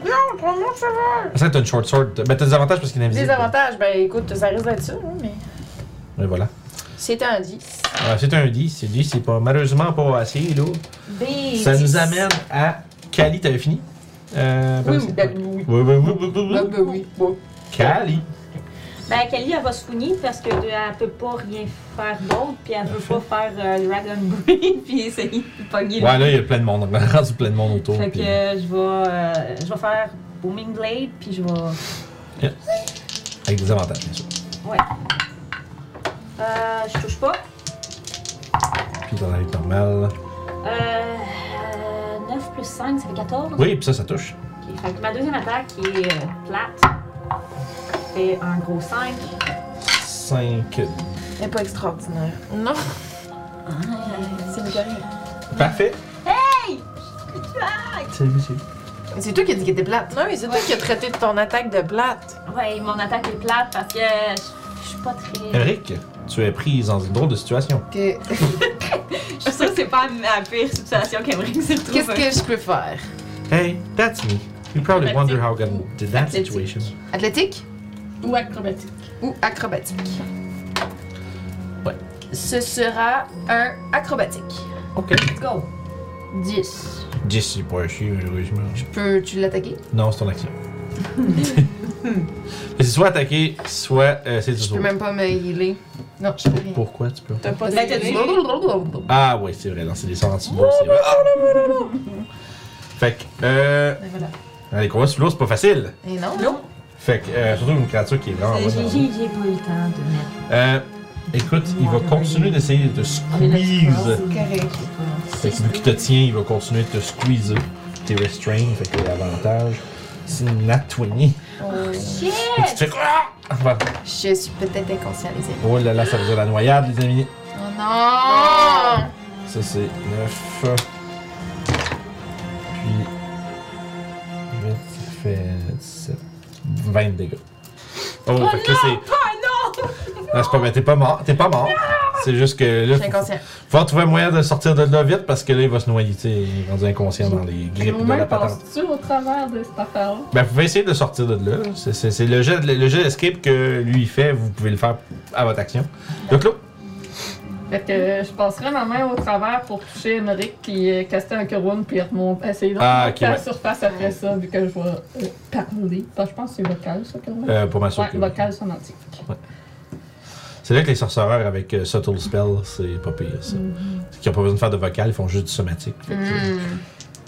S1: Ah, Ça, t'as une short sword. Ben, t'as des avantages parce qu'il est invisible.
S4: Des avantages, ben écoute, ça risque d'être ça, hein, mais.
S1: Mais voilà.
S4: C'était un 10.
S1: Ah, c'est un 10. C'est 10, c'est pas, malheureusement pas assez, là.
S4: B.
S1: Ça nous amène à. Cali, t'avais fini? Euh,
S4: Oui,
S1: Papacia?
S2: Ah,
S4: oui, ben, oui.
S1: Oui, oui, oui, oui, oui,
S5: Ah,
S1: oui.
S5: ben oui.
S1: Cali.
S8: Ben, Kelly, elle va se fouiner parce qu'elle ne peut pas rien faire d'autre, puis elle peut pas faire euh, Dragon Breed, puis essayer de pogner le-
S1: Ouais, là, il y a plein de monde. On a rendu plein de monde autour.
S8: Fait que
S1: puis-
S8: euh, je vais, euh, je vais faire Booming Blade, puis je vais.
S1: Avec des avantages, bien sûr.
S8: Euh, je touche pas.
S1: Puis dans la vie normale.
S8: Euh, 9 Euh, plus 5, ça fait 14.
S1: Oui, puis ça, ça touche.
S8: Ok, fait que ma deuxième attaque qui est euh, plate. Fait un gros 5.
S1: 5.
S5: Elle est pas extraordinaire.
S3: Non!
S8: Euh,
S1: Parfait. Hey! Salut, salut.
S5: C'est toi qui as dit qu'elle était plate.
S3: Non, mais c'est toi qui as traité de ton attaque de plate.
S8: Ouais, mon attaque est plate parce que je, je suis pas très.
S1: Eric, tu es prise dans une drôle de situation.
S5: Que-
S8: Je suis sûre que c'est pas la pire situation qu'Emery se retrouve.
S5: Qu'est-ce que je peux faire?
S1: Hey, that's me. You probably wonder how I got into that
S8: Athlétique.
S1: situation.
S5: Athlétique
S2: Ou acrobatique.
S5: ou acrobatique?
S1: Ouais.
S5: Ce sera un acrobatique.
S1: Ok.
S6: Let's go.
S5: 10.
S1: 10, c'est pas un chien, malheureusement.
S5: Peux-tu l'attaquer?
S1: Non, c'est ton action. Mais c'est soit attaquer, soit euh, c'est du
S5: Je peux même pas me healer. Non, je peux rien.
S1: Pourquoi tu peux
S4: T'as pas
S5: Ben, t'as
S4: de
S5: dit-
S1: Ah ouais, c'est vrai, lancer des sorts en dessous de l'eau, c'est vrai. Fait que, euh...
S5: Ben voilà.
S1: dans Les combats sous l'eau, c'est pas facile.
S5: Et non?
S1: Fait que, euh, surtout une créature qui est vraiment... bonne dans l'eau.
S19: J'ai j'ai pas eu le temps de mettre.
S1: Euh, écoute, il va continuer d'essayer de te squeeze.
S5: Correct.
S1: Fait que vu qu'il te tient, il va continuer de te squeezer. T'es restrained, fait que l'avantage, c'est une nat 20. Fait que tu fais... Ah! Enfin,
S5: Je suis peut-être inconscient, les amis.
S1: Oh là là, ça faisait la noyade, les amis.
S5: Oh non!
S1: Ça, c'est 9. Puis. 8, ça fait 7. 20 dégâts. Oh, fait que là, c'est. Oh non! Non, c'est pas, mais t'es pas mort. T'es pas mort. C'est juste que là.
S5: Je suis inconscient.
S1: Faut, faut trouver un moyen de sortir de là vite parce que là, il va se noyer, tu sais, il est rendu inconscient dans les grippes
S2: Au
S1: de la
S2: moins,
S1: patente.
S2: passes-tu au travers de cette affaire-là?
S1: Ben, vous pouvez essayer de sortir de là. là. C'est- C'est c'est le jet, le jet d'escape que lui il fait, vous pouvez le faire à votre action. Donc là,
S2: Fait que euh, je passerai ma main au travers pour toucher Henrik puis euh, caster un Kurun puis remonter, essayer de
S1: Ah,
S2: remonter
S1: ok,
S2: à la
S1: ouais.
S2: surface après ça vu que je vais euh, parler. Parce que je pense que c'est vocal ça, Kurun.
S1: Euh, pour m'assurer
S2: ouais,
S1: que oui.
S2: vocal somatique.
S1: C'est vrai que les sorcereurs avec euh, Subtle Spell, c'est pas pire, ça. Qui n'ont pas besoin de faire de vocal, ils font juste du somatique. Fait que-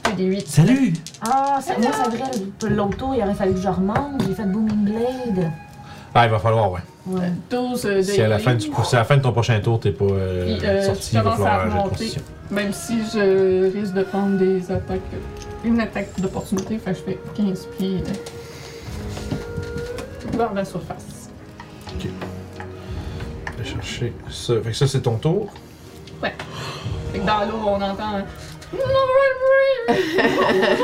S2: C'est des 8.
S1: Salut!
S6: Ah, ça, moi, c'est vrai, le- l'autre tour, il aurait fallu que je remonte. J'ai fait Booming Blade.
S1: Ah, il va falloir, ouais.
S2: 12 euh,
S1: Si à la
S2: des-
S1: fin, du, si à la fin de ton prochain tour, t'es pas euh,
S2: Puis, euh,
S1: sorti,
S2: je
S1: il va
S2: commence
S1: falloir
S2: à
S1: un jet de
S2: remonter.
S1: constitution.
S2: Même si je risque de prendre des attaques. euh, Une attaque d'opportunité, fait que je fais 15 pieds euh, vers la surface.
S1: Je vais chercher ça. Fait que ça, c'est ton tour.
S2: Fait que dans l'eau, on entend. un-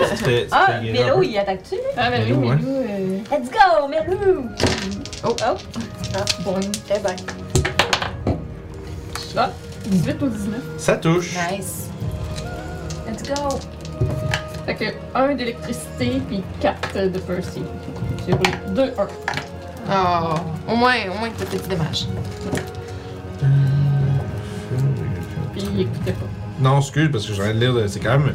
S1: Ça te fait- ça te
S8: Ah,
S1: fait guérir un
S8: Vélo,
S1: peu.
S8: il attaque-tu? lui?
S2: Ah, mais oui,
S1: Mélou,
S2: mais
S1: hein.
S2: nous, euh,
S8: Let's go, Melou!
S2: Oh, oh. Ah, bon.
S8: Eh ben,
S2: Ah, 18 ou 19.
S1: Ça touche.
S5: Nice.
S19: Let's go!
S2: Fait que 1 d'électricité, puis 4 de Percy. J'ai roulé 2, 1.
S5: Oh, au moins, au moins, t'as fait du dommage.
S2: Puis il écoutait pas.
S1: Non, excuse, parce que j'ai rien de lire, de- c'est quand même.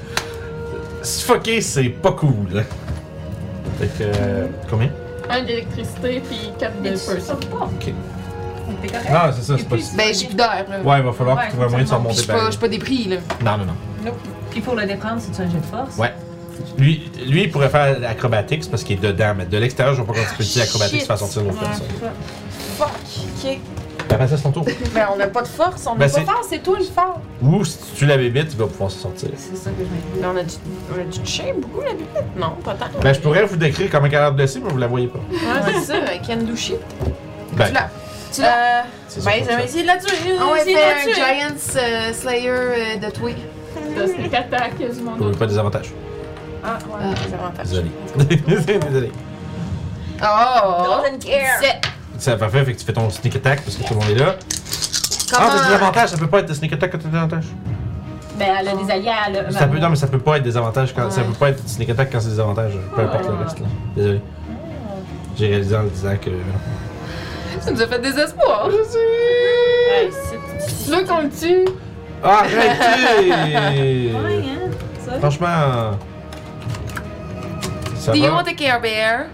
S1: Suffoqué, c'est pas cool. Fait que. euh, Combien
S2: 1 d'électricité, puis 4 de
S19: Mais tu sais
S2: Percy.
S19: pas.
S1: Ok.
S19: T'es correct.
S1: Ah, c'est ça, c'est pas.
S19: puis-
S5: Ben, j'ai plus d'air, là.
S1: Ouais, il va falloir que
S19: Ouais,
S1: tu trouves un moyen de s'en
S5: Puis Je
S1: remonter
S5: suis pas,
S1: pareil.
S5: je suis pas des prix, là.
S1: Non, non, non.
S19: Puis pour le déprendre, c'est-tu un jet de force?
S1: Ouais. Lui, lui, il pourrait faire acrobatics parce qu'il est dedans, mais de l'extérieur, je vois pas quand tu peux utiliser
S4: Ah,
S1: acrobatics pour faire sortir l'autre personne.
S4: Fuck! Ok.
S1: La passer son tour.
S4: Ben, on n'a pas de force, on n'a
S1: Ben,
S4: pas
S1: c'est-
S4: de force, c'est toi le fort.
S1: Ou si tu tues la bébite, il va pouvoir se sortir.
S19: C'est ça que je m'ai
S5: Ben,
S4: Mais on a du, on a du chien beaucoup, la bébête? Non, pas tant.
S1: Ben, je pourrais vous décrire comment elle a l'air blessée, mais vous la voyez pas.
S4: Ah, c'est ça, avec Kendushi.
S1: Ben,
S5: Tu l'as.
S4: Euh,
S1: c'est
S4: ben,
S1: ça.
S4: j'avais essayé de la tuer.
S5: Ah ouais,
S4: j'ai essayé de
S5: fait
S4: la
S5: un
S4: tuer.
S5: Giant euh, Slayer euh, de Twig.
S2: De sneak attack, du
S1: Vous
S2: monde.
S1: n'avez pas des avantages.
S4: Ah, ouais, c'est avantage.
S1: Désolé. Désolé.
S5: Oh!
S8: doesn't care!
S5: C'est
S1: Ça va faire, fait que tu fais ton sneak attack parce que tout le monde est là.
S5: comment...
S1: Ah, t'as des avantages, ça peut pas être de sneak attack quand t'as des avantages.
S19: Ben, elle a des alliés, elle a.
S1: Ça peut, non, mais ça peut pas être des avantages quand. Ça peut pas être du sneak attack quand c'est des avantages. Peu importe le reste, là. Désolé. J'ai réalisé en le disant que.
S5: Ça nous a fait désespoir.
S4: Ouais, c'est-
S2: Tu veux qu'on le tue?
S1: Arrêtez!
S8: Ouais, hein? Ça?
S1: Franchement. Ça
S5: Do you
S1: va.
S5: want a Care Bear?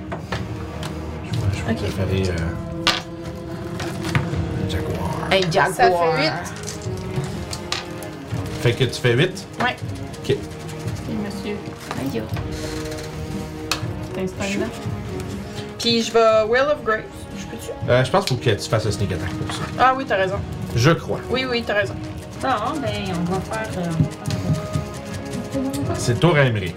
S1: Je vais préférer. Euh... Jaguar.
S5: Hey, Jaguar.
S4: Ça fait huit.
S1: Fait que tu fais 8.
S2: Puis monsieur,
S5: Aïe.
S2: t'es installé là.
S4: Puis je vais Will of Grace. Je peux-tu?
S1: Euh, je pense qu'il faut que tu fasses un sneak attack pour ça.
S4: Ah oui, t'as raison.
S1: Je crois.
S4: Oui, oui, t'as raison.
S19: Ah, hein,
S8: Non, ben, on va faire. euh,
S1: C'est le tour à Emmerich.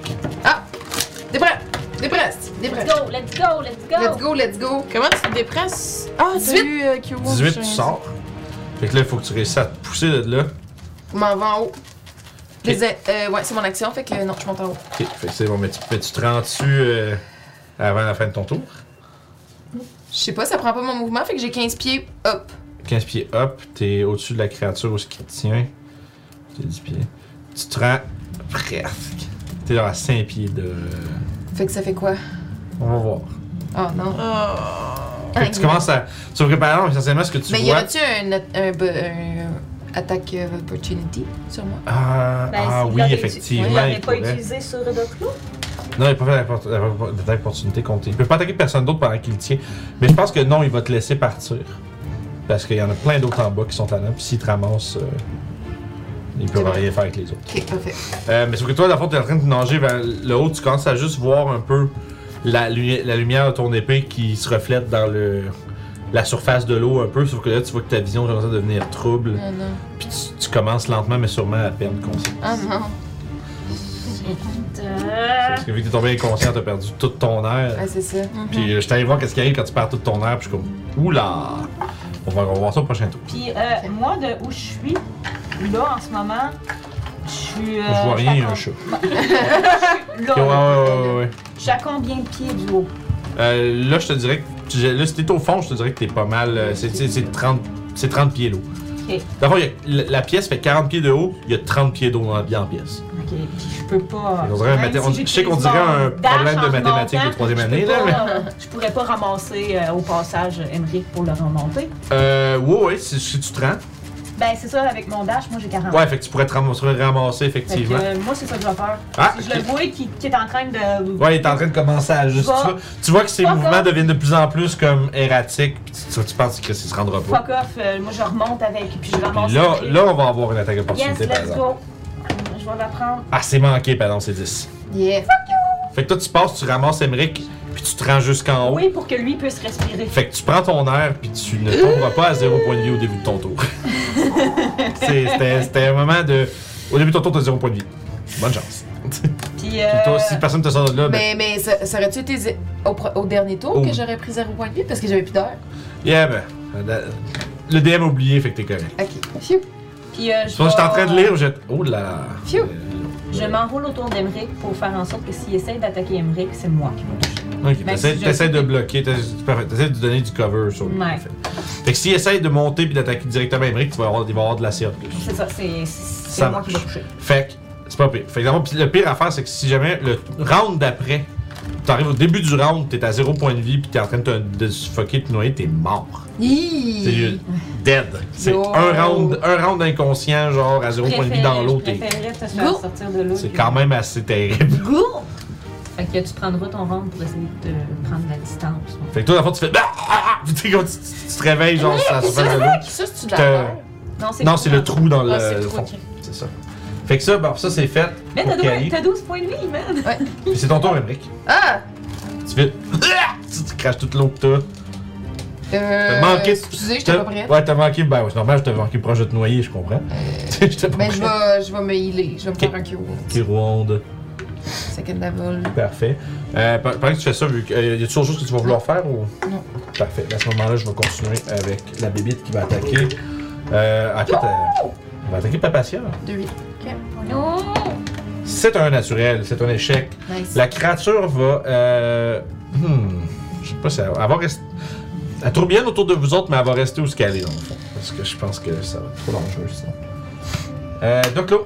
S5: Dépresse. Dépresse. Dépresse.
S8: Let's go, let's go, let's go!
S5: Let's go, let's go.
S4: Comment tu te dépresses? Ah,
S5: 18.
S1: 18, tu sors. Fait que là, il faut que tu réussisses à te pousser de là.
S5: Je m'en vais en haut. Les a- euh, ouais, c'est mon action, fait que non, je monte en haut.
S1: Ok, fait que c'est bon, mais tu, mais tu te rends dessus euh, avant la fin de ton tour.
S5: Je sais pas, ça prend pas mon mouvement, fait que j'ai 15 pieds. Hop.
S1: 15 pieds hop, t'es au-dessus de la créature où ce qui te tient. T'es 10 pieds. Tu te rends presque. T'es genre à 5 pieds de.
S5: Fait que ça fait quoi?
S1: On va voir.
S5: Oh non.
S1: Ah. Fait que tu commences à. Tu prépares essentiellement ce que tu
S5: Mais y
S1: vois.
S5: aurait-tu un, at- un, bu- un attaque euh, opportunity sur moi?
S1: Ah,
S8: Ben,
S1: ah
S8: s'il
S1: oui,
S8: l'aurait
S1: effectivement.
S8: Il l'aurait
S1: il
S8: pas
S1: pourrait.
S8: utilisé sur Rodoclo?
S1: Non, il peut pas faire la- la- l'attaque d'opportunité contre. Il peut pas attaquer personne d'autre pendant qu'il le tient. Mais je pense que non, il va te laisser partir. Parce qu'il y en a plein d'autres en bas qui sont à l'an. Puis s'il te ramasse, euh, il peut
S5: C'est bon.
S1: rien faire avec les autres.
S5: Ok, parfait.
S1: Euh, mais sauf que toi, dans le fond, t'es en train de nager vers le haut. Tu commences à juste voir un peu la, lu- la lumière de ton épée qui se reflète dans le la surface de l'eau un peu. Sauf que là, tu vois que ta vision commence à devenir trouble.
S5: Ah non.
S1: Puis tu, tu commences lentement, mais sûrement à perdre conscience.
S5: Ah non.
S1: Parce que vu que t'es tombé inconscient, t'as perdu tout ton air.
S5: Ah, c'est ça.
S1: Puis euh, je t'allais voir qu'est-ce qui arrive quand tu perds tout ton air, puis je suis comme oula. On va revoir ça au prochain tour.
S8: Puis, euh, moi, de où je suis, là, en ce moment, je suis. euh,
S1: je vois rien, il y a
S8: à
S1: un chat.
S8: com-
S1: Ok,
S8: Là,
S1: ouais, ouais, ouais, ouais, ouais.
S8: je suis à combien de pieds du haut?
S1: Euh, là, je te dirais que. tu- Là, si t'es au fond, je te dirais que t'es pas mal. euh, C'est c'est- c'est 30, c'est 30 pieds l'eau.
S8: Ok.
S1: D'abord, il y a- la, la pièce fait 40 pieds de haut, il y a 30 pieds d'eau dans la dans la pièce.
S8: Ok, puis je peux pas.
S1: On dirait un
S8: même
S1: mathé-
S8: si
S1: on-
S8: j'ai
S1: je sais qu'on
S8: pris
S1: dirait
S8: mon
S1: un
S8: dash
S1: problème de
S8: en se
S1: mathématiques de
S8: montant,
S1: troisième
S8: je peux
S1: année, là,
S8: pas, euh, Je pourrais pas ramasser euh, au passage Emmerich pour le remonter.
S1: Euh, ouais, ouais, si, si tu te rends.
S19: Ben, c'est ça, avec mon dash, moi j'ai 40.
S1: Ouais, fait que tu pourrais te ramasser, ramasser,
S19: Fait que,
S1: effectivement.
S19: euh, moi, c'est ça que je vais faire.
S1: Ah,
S19: si je
S1: ok.
S19: le vois qui, qui est en train de.
S1: Ouais, il est en train de commencer à juste.
S19: Fuck.
S1: Tu vois, tu vois que ses
S19: Fuck
S1: mouvements
S19: off.
S1: deviennent de plus en plus comme erratiques, puis tu, tu- tu penses que ça se rendra pas.
S19: Fuck off, euh, moi je remonte avec, puis je ramasse.
S1: Puis là,
S19: le clé.
S1: là, on va avoir une attaque d'opportunité,
S19: yes,
S1: par
S19: let's
S1: exemple.
S19: go. Je vais la prendre.
S1: Ah, c'est manqué, pardon, c'est 10.
S5: Yeah.
S1: Fait que toi, tu passes, tu ramasses Emmerich, puis tu te rends jusqu'en haut.
S19: Oui, pour que lui puisse respirer.
S1: Fait que tu prends ton air, puis tu ne tomberas pas à zéro point de vie au début de ton tour. C'est- C'était c'était un moment de. Au début de ton tour, t'as zéro point de vie. Bonne chance.
S19: Puis.
S1: Puis
S19: Euh...
S1: toi, si personne te sort de là, ben.
S5: Mais, mais ça, ça aurait-tu été zé- au, pro- au dernier tour
S1: Oh.
S5: que j'aurais pris zéro point de vie parce que j'avais plus d'heure?
S1: Yeah, ben. euh, Le DM a oublié, fait que t'es correct.
S5: Ok. Phew.
S19: Puis, euh,
S1: Je
S19: je
S1: pense que j'étais en
S19: vais-
S1: train de lire, j'ai. Oh là là.
S5: Phew.
S19: Je m'enroule autour d'Emeric pour faire en sorte que s'il essaie d'attaquer Emeric, c'est moi qui vais le toucher.
S1: Ok, t'essaies
S19: Ben, si je-
S1: t'essaies de bloquer, t'essaies parfait, t'essaies de donner du cover sur lui.
S19: Ouais.
S1: en fait. Fait que s'il essaye de monter puis d'attaquer directement Emmerich, tu vas avoir, il va avoir de la CA.
S19: C'est ça, c'est c'est
S1: Ça
S19: moi qui vais
S1: marche.
S19: toucher.
S1: Fait que c'est pas pire. Fait que d'abord, pis le pire à faire, c'est que si jamais le round d'après, t'arrives au début du round, t'es à zéro point de vie puis t'es en train de te de suffoquer, de te noyer, t'es mort. C'est
S5: Hi.
S1: juste dead. C'est
S5: Yo.
S1: un round, un round inconscient, genre à zéro point de vie dans l'eau,
S19: Je
S1: t'es.
S19: préférerais te faire
S5: Go.
S19: sortir de l'eau.
S1: C'est quand même assez terrible.
S5: Go!
S19: Fait que tu prendras ton ventre pour essayer de prendre la distance.
S1: Fait que toi, dans le fond, tu fais. Ah, ah, ah Puis t'es comme- tu, tu- tu te réveilles, genre, sur la surface de l'eau.
S5: Ça, c'est-tu de
S1: Puis
S5: la
S1: t'as-
S5: terre?
S1: Non, c'est le trou dans le,
S7: c'est le
S1: le
S7: trou,
S1: fond.
S7: ok.
S1: C'est ça. Fait que ça, bon, ça c'est fait.
S19: Mais
S1: pour
S19: t'as
S1: Kali.
S19: 12, t'as 12 points de vie, man!
S1: Puis c'est ton tour, Emmerich.
S5: Ah!
S1: Tu fais. Ah, Tu, tu craches toute l'eau que t'as.
S5: Euh,
S1: manqué-
S5: Excusez, j'étais pas prête. Euh,
S1: Ouais, t'as manqué. Ben, ouais, c'est normal, je t'avais manqué proche de te noyer, je comprends. J'étais pas
S5: Mais Ben, je
S1: prêt.
S5: vais, je vais me healer. Je vais me
S1: Ok.
S5: faire un cure.
S1: Petit ronde.
S5: Second level.
S1: Parfait. Euh, par- pendant que tu fais ça, vu que, euh, y a toujours chose que tu vas vouloir faire ou.
S5: Non.
S1: Parfait. À ce moment-là, je vais continuer avec la bébite qui va attaquer. Euh, en fait, euh, elle va attaquer Papatia.
S5: Deux vies.
S1: C'est un naturel, c'est un échec.
S5: Nice.
S1: La créature va. Euh, hmm, je sais pas si elle, elle va rester. Elle tourne bien autour de vous autres, mais elle va rester où ce qu'elle est, dans le fond. Parce que je pense que ça va être trop dangereux, sinon. Euh, donc là.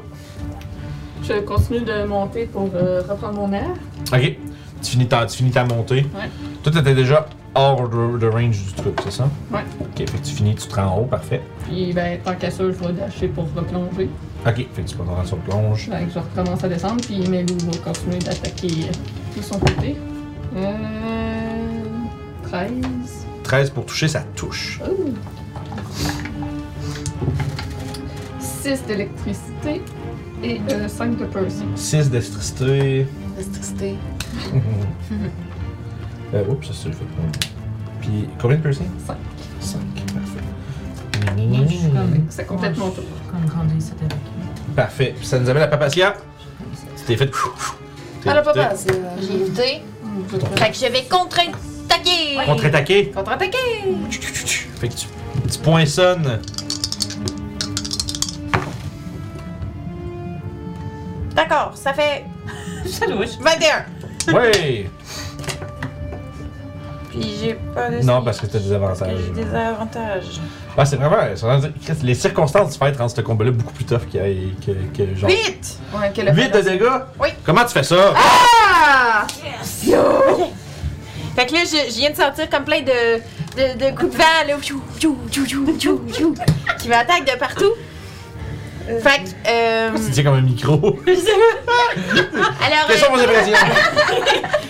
S2: Je continue de monter pour euh, reprendre mon air.
S1: Ok. Tu finis ta, tu finis ta montée.
S2: Ouais.
S1: Toi, t'étais déjà hors de, de range du truc, c'est ça?
S2: Ouais.
S1: Ok, fait que tu finis, tu te rends en haut, parfait.
S2: Puis ben, tant qu'à ça, je vais dasher pour replonger.
S1: Ok, fait que tu peux dans sur plonge.
S2: Fait que je recommence à descendre, puis Melou va continuer d'attaquer de son côté. Euh... 13.
S1: 13 pour toucher, ça touche.
S2: 6 d'électricité et 5 de Percy.
S1: 6 d'estricité.
S5: Electricité.
S1: euh, oups, ça c'est le fait. Puis combien de piercing?
S2: Cinq. Mm-hmm.
S1: 5, parfait. Mm-hmm.
S6: Moi, je suis comme-
S2: C'est complètement tout.
S6: Comme grandi, c'était avec.
S1: Parfait. Puis ça nous amène à Papacia. Tu t'es fait. T'es
S5: Ah, la
S1: évité.
S5: papa, c'est. euh,
S3: J'ai évité.
S2: Je trouve
S3: Fait que je vais contre-attaquer.
S1: Contre-attaqué.
S5: Contre-attaquer!
S1: Fait que tu, tu poinçonnes.
S4: D'accord, ça fait
S19: Ça louche!
S4: 21.
S1: Ouais!
S4: Puis j'ai pas de.
S1: Non, parce que t'as des
S4: Parce que
S1: avantages.
S4: j'ai des avantages.
S1: Ouais, Ah, c'est vraiment. c'est vraiment- Les circonstances du fait rendent ce combat-là beaucoup plus tough qu'il y a- que, que genre.
S4: Vite!
S5: Ouais, que le
S1: 8 de dégâts?
S4: Oui.
S1: Comment tu fais ça?
S5: Ah!
S4: Fait que là, je, je viens de sortir comme plein de, de, de coups de vent, là. Piou, piou, piou, piou, piou, piou, qui m'attaquent de partout. Fait que. Euh,
S1: Tu tiens comme un micro.
S4: alors,
S1: Quelles sont vos impressions?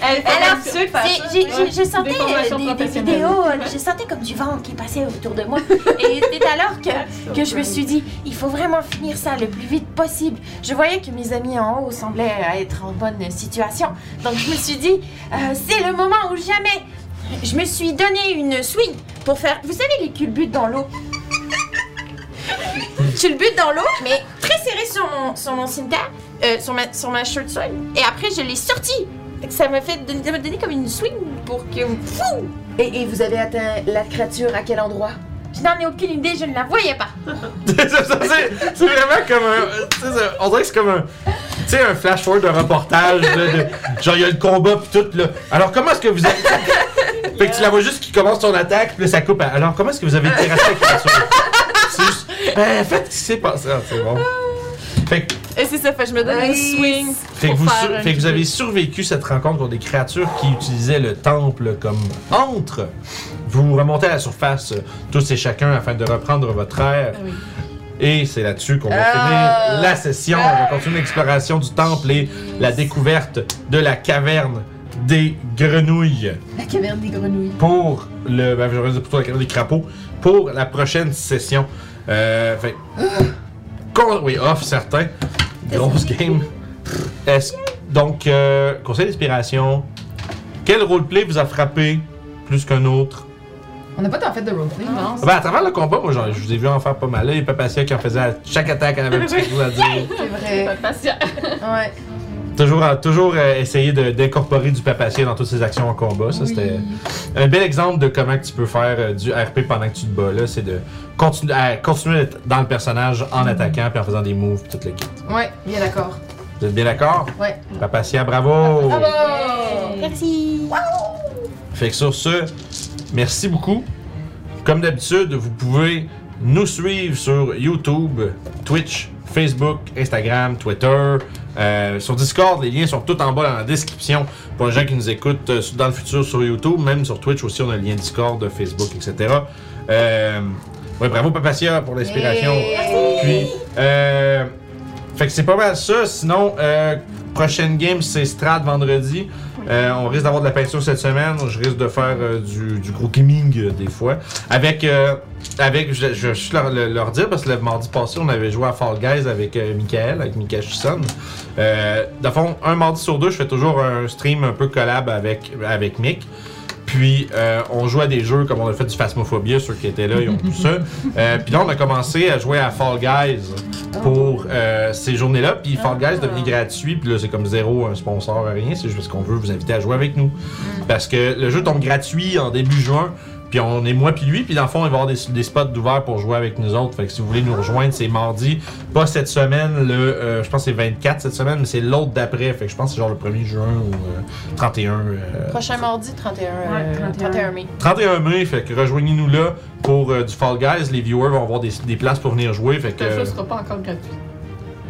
S4: elle
S3: Alors,
S4: fait
S3: j'ai- j'ai- j'ai- je sentais
S2: Des
S3: euh,
S2: formations
S3: des, des
S2: professionnelles.
S3: vidéos, euh, je sentais comme du ventre qui passait autour de moi. Et c'est alors que, que je me suis dit, il faut vraiment finir ça le plus vite possible. Je voyais que mes amis en haut semblaient euh, être en bonne situation. Donc je me suis dit, euh, c'est le moment ou jamais. Je me suis donné une swing pour faire, vous savez, les culbutes dans l'eau. Je le bute dans l'eau, mais très serré sur mon, sur mon cimetière, euh, sur, ma, sur ma shirt sole. Et après, je l'ai sorti. Fait que Ça m'a fait don- ça m'a donné comme une swing pour que. Fou!
S5: Et, et vous avez atteint la créature à quel endroit?
S3: Je n'en ai aucune idée, je ne la voyais pas.
S1: C'est- c'est c'est vraiment comme un. tu sais, c'est- On dirait que c'est comme un. Tu sais, un flash forward d'un reportage. là, de- genre, il y a le combat, puis tout. Là. Alors, comment est-ce que vous avez. Fait que tu la vois juste qui commence son attaque, puis là, ça coupe. à- Alors, comment est-ce que vous avez terrassé la créature? C'est juste. Ben, en fait, ce qui s'est passé. Ah, c'est bon. Fait que,
S4: Et c'est ça, fait que je me donne
S5: Nice.
S4: une swing.
S1: fait que
S4: Pour
S1: vous,
S4: faire
S1: sur-
S4: un
S1: fait que vous
S4: petit
S1: avez survécu cette rencontre contre des créatures qui utilisaient le temple comme entre. Vous remontez à la surface, euh, tous et chacun, afin de reprendre votre air. Et c'est là-dessus qu'on va
S7: Ah.
S1: finir la session. On va continuer l'exploration du temple et la découverte de la caverne des grenouilles
S7: La caverne des grenouilles.
S1: pour le. Ben, j'aurais dit plutôt la caverne des crapauds pour la prochaine session. Euh, fait.
S7: Ah.
S1: con- oui, off, certain. Grosse game. Est-ce- donc, euh, conseil d'inspiration. Quel roleplay vous a frappé plus qu'un autre?
S7: On n'a pas tant fait de roleplay, je pense.
S1: Ah Ben, à travers le combat, moi, j'en- je vous ai vu en faire pas mal. Là, il y a Papacia qui en faisait à chaque attaque, elle avait un petit quelque chose à dire.
S7: C'est vrai.
S2: patient.
S7: Ouais.
S1: Toujours, en- toujours euh, essayer de- d'incorporer du papacier dans toutes ses actions en combat. Ça, c'était un bel exemple de comment que tu peux faire euh, du RP pendant que tu te bats. là. C'est de continuer à continuer d'être dans le personnage en attaquant puis en faisant des moves puis toute le kit.
S7: Ouais, bien d'accord.
S1: Vous êtes bien d'accord?
S7: Ouais.
S1: Papacia, bravo!
S5: Euh,
S3: Merci.
S1: Fait que sur ce, merci beaucoup. Comme d'habitude, vous pouvez nous suivre sur YouTube, Twitch, Facebook, Instagram, Twitter, euh, sur Discord. Les liens sont tout en bas dans la description pour les gens qui nous écoutent euh, dans le futur sur YouTube, même sur Twitch aussi, on a le lien Discord, Facebook, etc. Euh, ouais, bravo Papacia pour l'inspiration. Puis, euh, fait que c'est pas mal ça. Sinon, euh, prochaine game, c'est Strad vendredi. Euh, on risque d'avoir de la peinture cette semaine. Je risque de faire euh, du, du gros gaming euh, des fois. Avec, euh, avec je, je, vais juste leur, le- leur dire, parce que le mardi passé, on avait joué à Fall Guys avec euh, Michael, avec Mika Chisson. Euh, de fond, un mardi sur deux, je fais toujours un stream un peu collab avec, avec Mick. Puis euh, on joue à des jeux comme on a fait du Phasmophobia, ceux qui étaient là, ils ont vu ça. Euh, puis là, on a commencé à jouer à Fall Guys pour euh, ces journées-là. Puis Fall Guys devient gratuit. Puis là, c'est comme zéro, un sponsor, rien. C'est juste parce qu'on veut vous inviter à jouer avec nous. Parce que le jeu tombe gratuit en début juin. Puis on est moi puis lui. Puis dans le fond, il va y avoir des, des spots d'ouvert pour jouer avec nous autres. Fait que si vous voulez nous rejoindre, c'est mardi. Pas cette semaine, le, euh, je pense que c'est 24 cette semaine, mais c'est l'autre d'après. Fait que je pense que c'est genre le 1er juin ou euh, 31. euh,
S4: Prochain mardi, 31, euh,
S19: Ouais, 31.
S4: 31 mai.
S1: 31 mai, fait que rejoignez-nous là pour euh, du Fall Guys. Les viewers vont avoir des, des places pour venir jouer. Fait que. euh,
S2: Le jeu sera pas encore gratuit.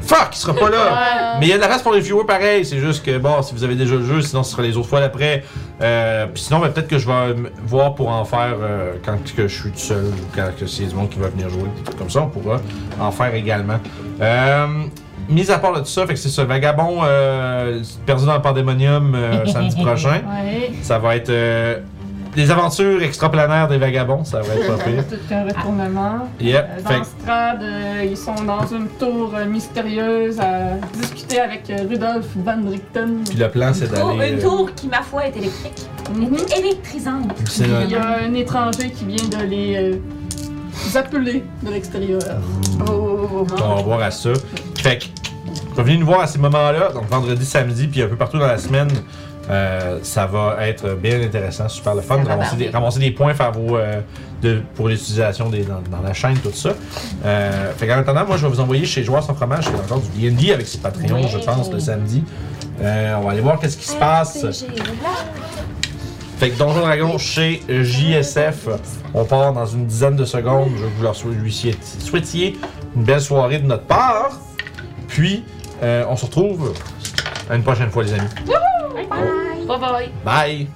S1: Fuck, il sera pas là! Mais il y a de la place pour les viewers pareil. C'est juste que, bon, si vous avez déjà le jeu, sinon ce sera les autres fois d'après. Euh, puis sinon, ben, peut-être que je vais me voir pour en faire euh, quand que je suis tout seul ou quand que c'est du monde qui va venir jouer. Comme ça, on pourra en faire également. Euh, mis à part de tout ça, fait que c'est ce vagabond euh, perdu dans le pandémonium euh, samedi prochain.
S2: Ouais.
S1: Ça va être euh, les aventures extraplanaires des vagabonds, ça va être pas pire.
S2: Tout un retournement.
S1: Yep,
S2: Euh,
S1: fait
S2: Dans
S1: que
S2: Strad, euh, ils sont dans une tour euh, mystérieuse à discuter avec euh, Rudolf Van Richten.
S1: puis le plan c'est
S8: Tour-
S1: d'aller.
S8: une
S1: euh,
S8: tour qui, ma foi, est électrique.
S2: Mhm.
S8: Électrisante.
S1: c'est
S2: Il y a un étranger qui vient de les euh, appeler de l'extérieur.
S1: Oh. On va voir à ça. Fait que, revenez nous voir à ces moments-là, donc vendredi, samedi, puis un peu partout dans la semaine. Euh, ça va être bien intéressant, super le fun, de ramasser des, ramasser des points faire vos, euh, de- pour l'utilisation des- dans, dans la chaîne, tout ça. Euh, fait qu'en attendant, moi je vais vous envoyer chez Joueurs sans fromage, c'est encore du D&D avec ses Patreons, je pense, le samedi. Euh, on va aller voir qu'est-ce qui se passe. Fait que Donjon Dragon chez JSF, on part dans une dizaine de secondes. Je veux que vous leur sou- lui souhaitiez- souhaitiez une belle soirée de notre part. Puis, euh, on se retrouve à une prochaine fois, les amis.
S2: Bye bye!
S1: Bye!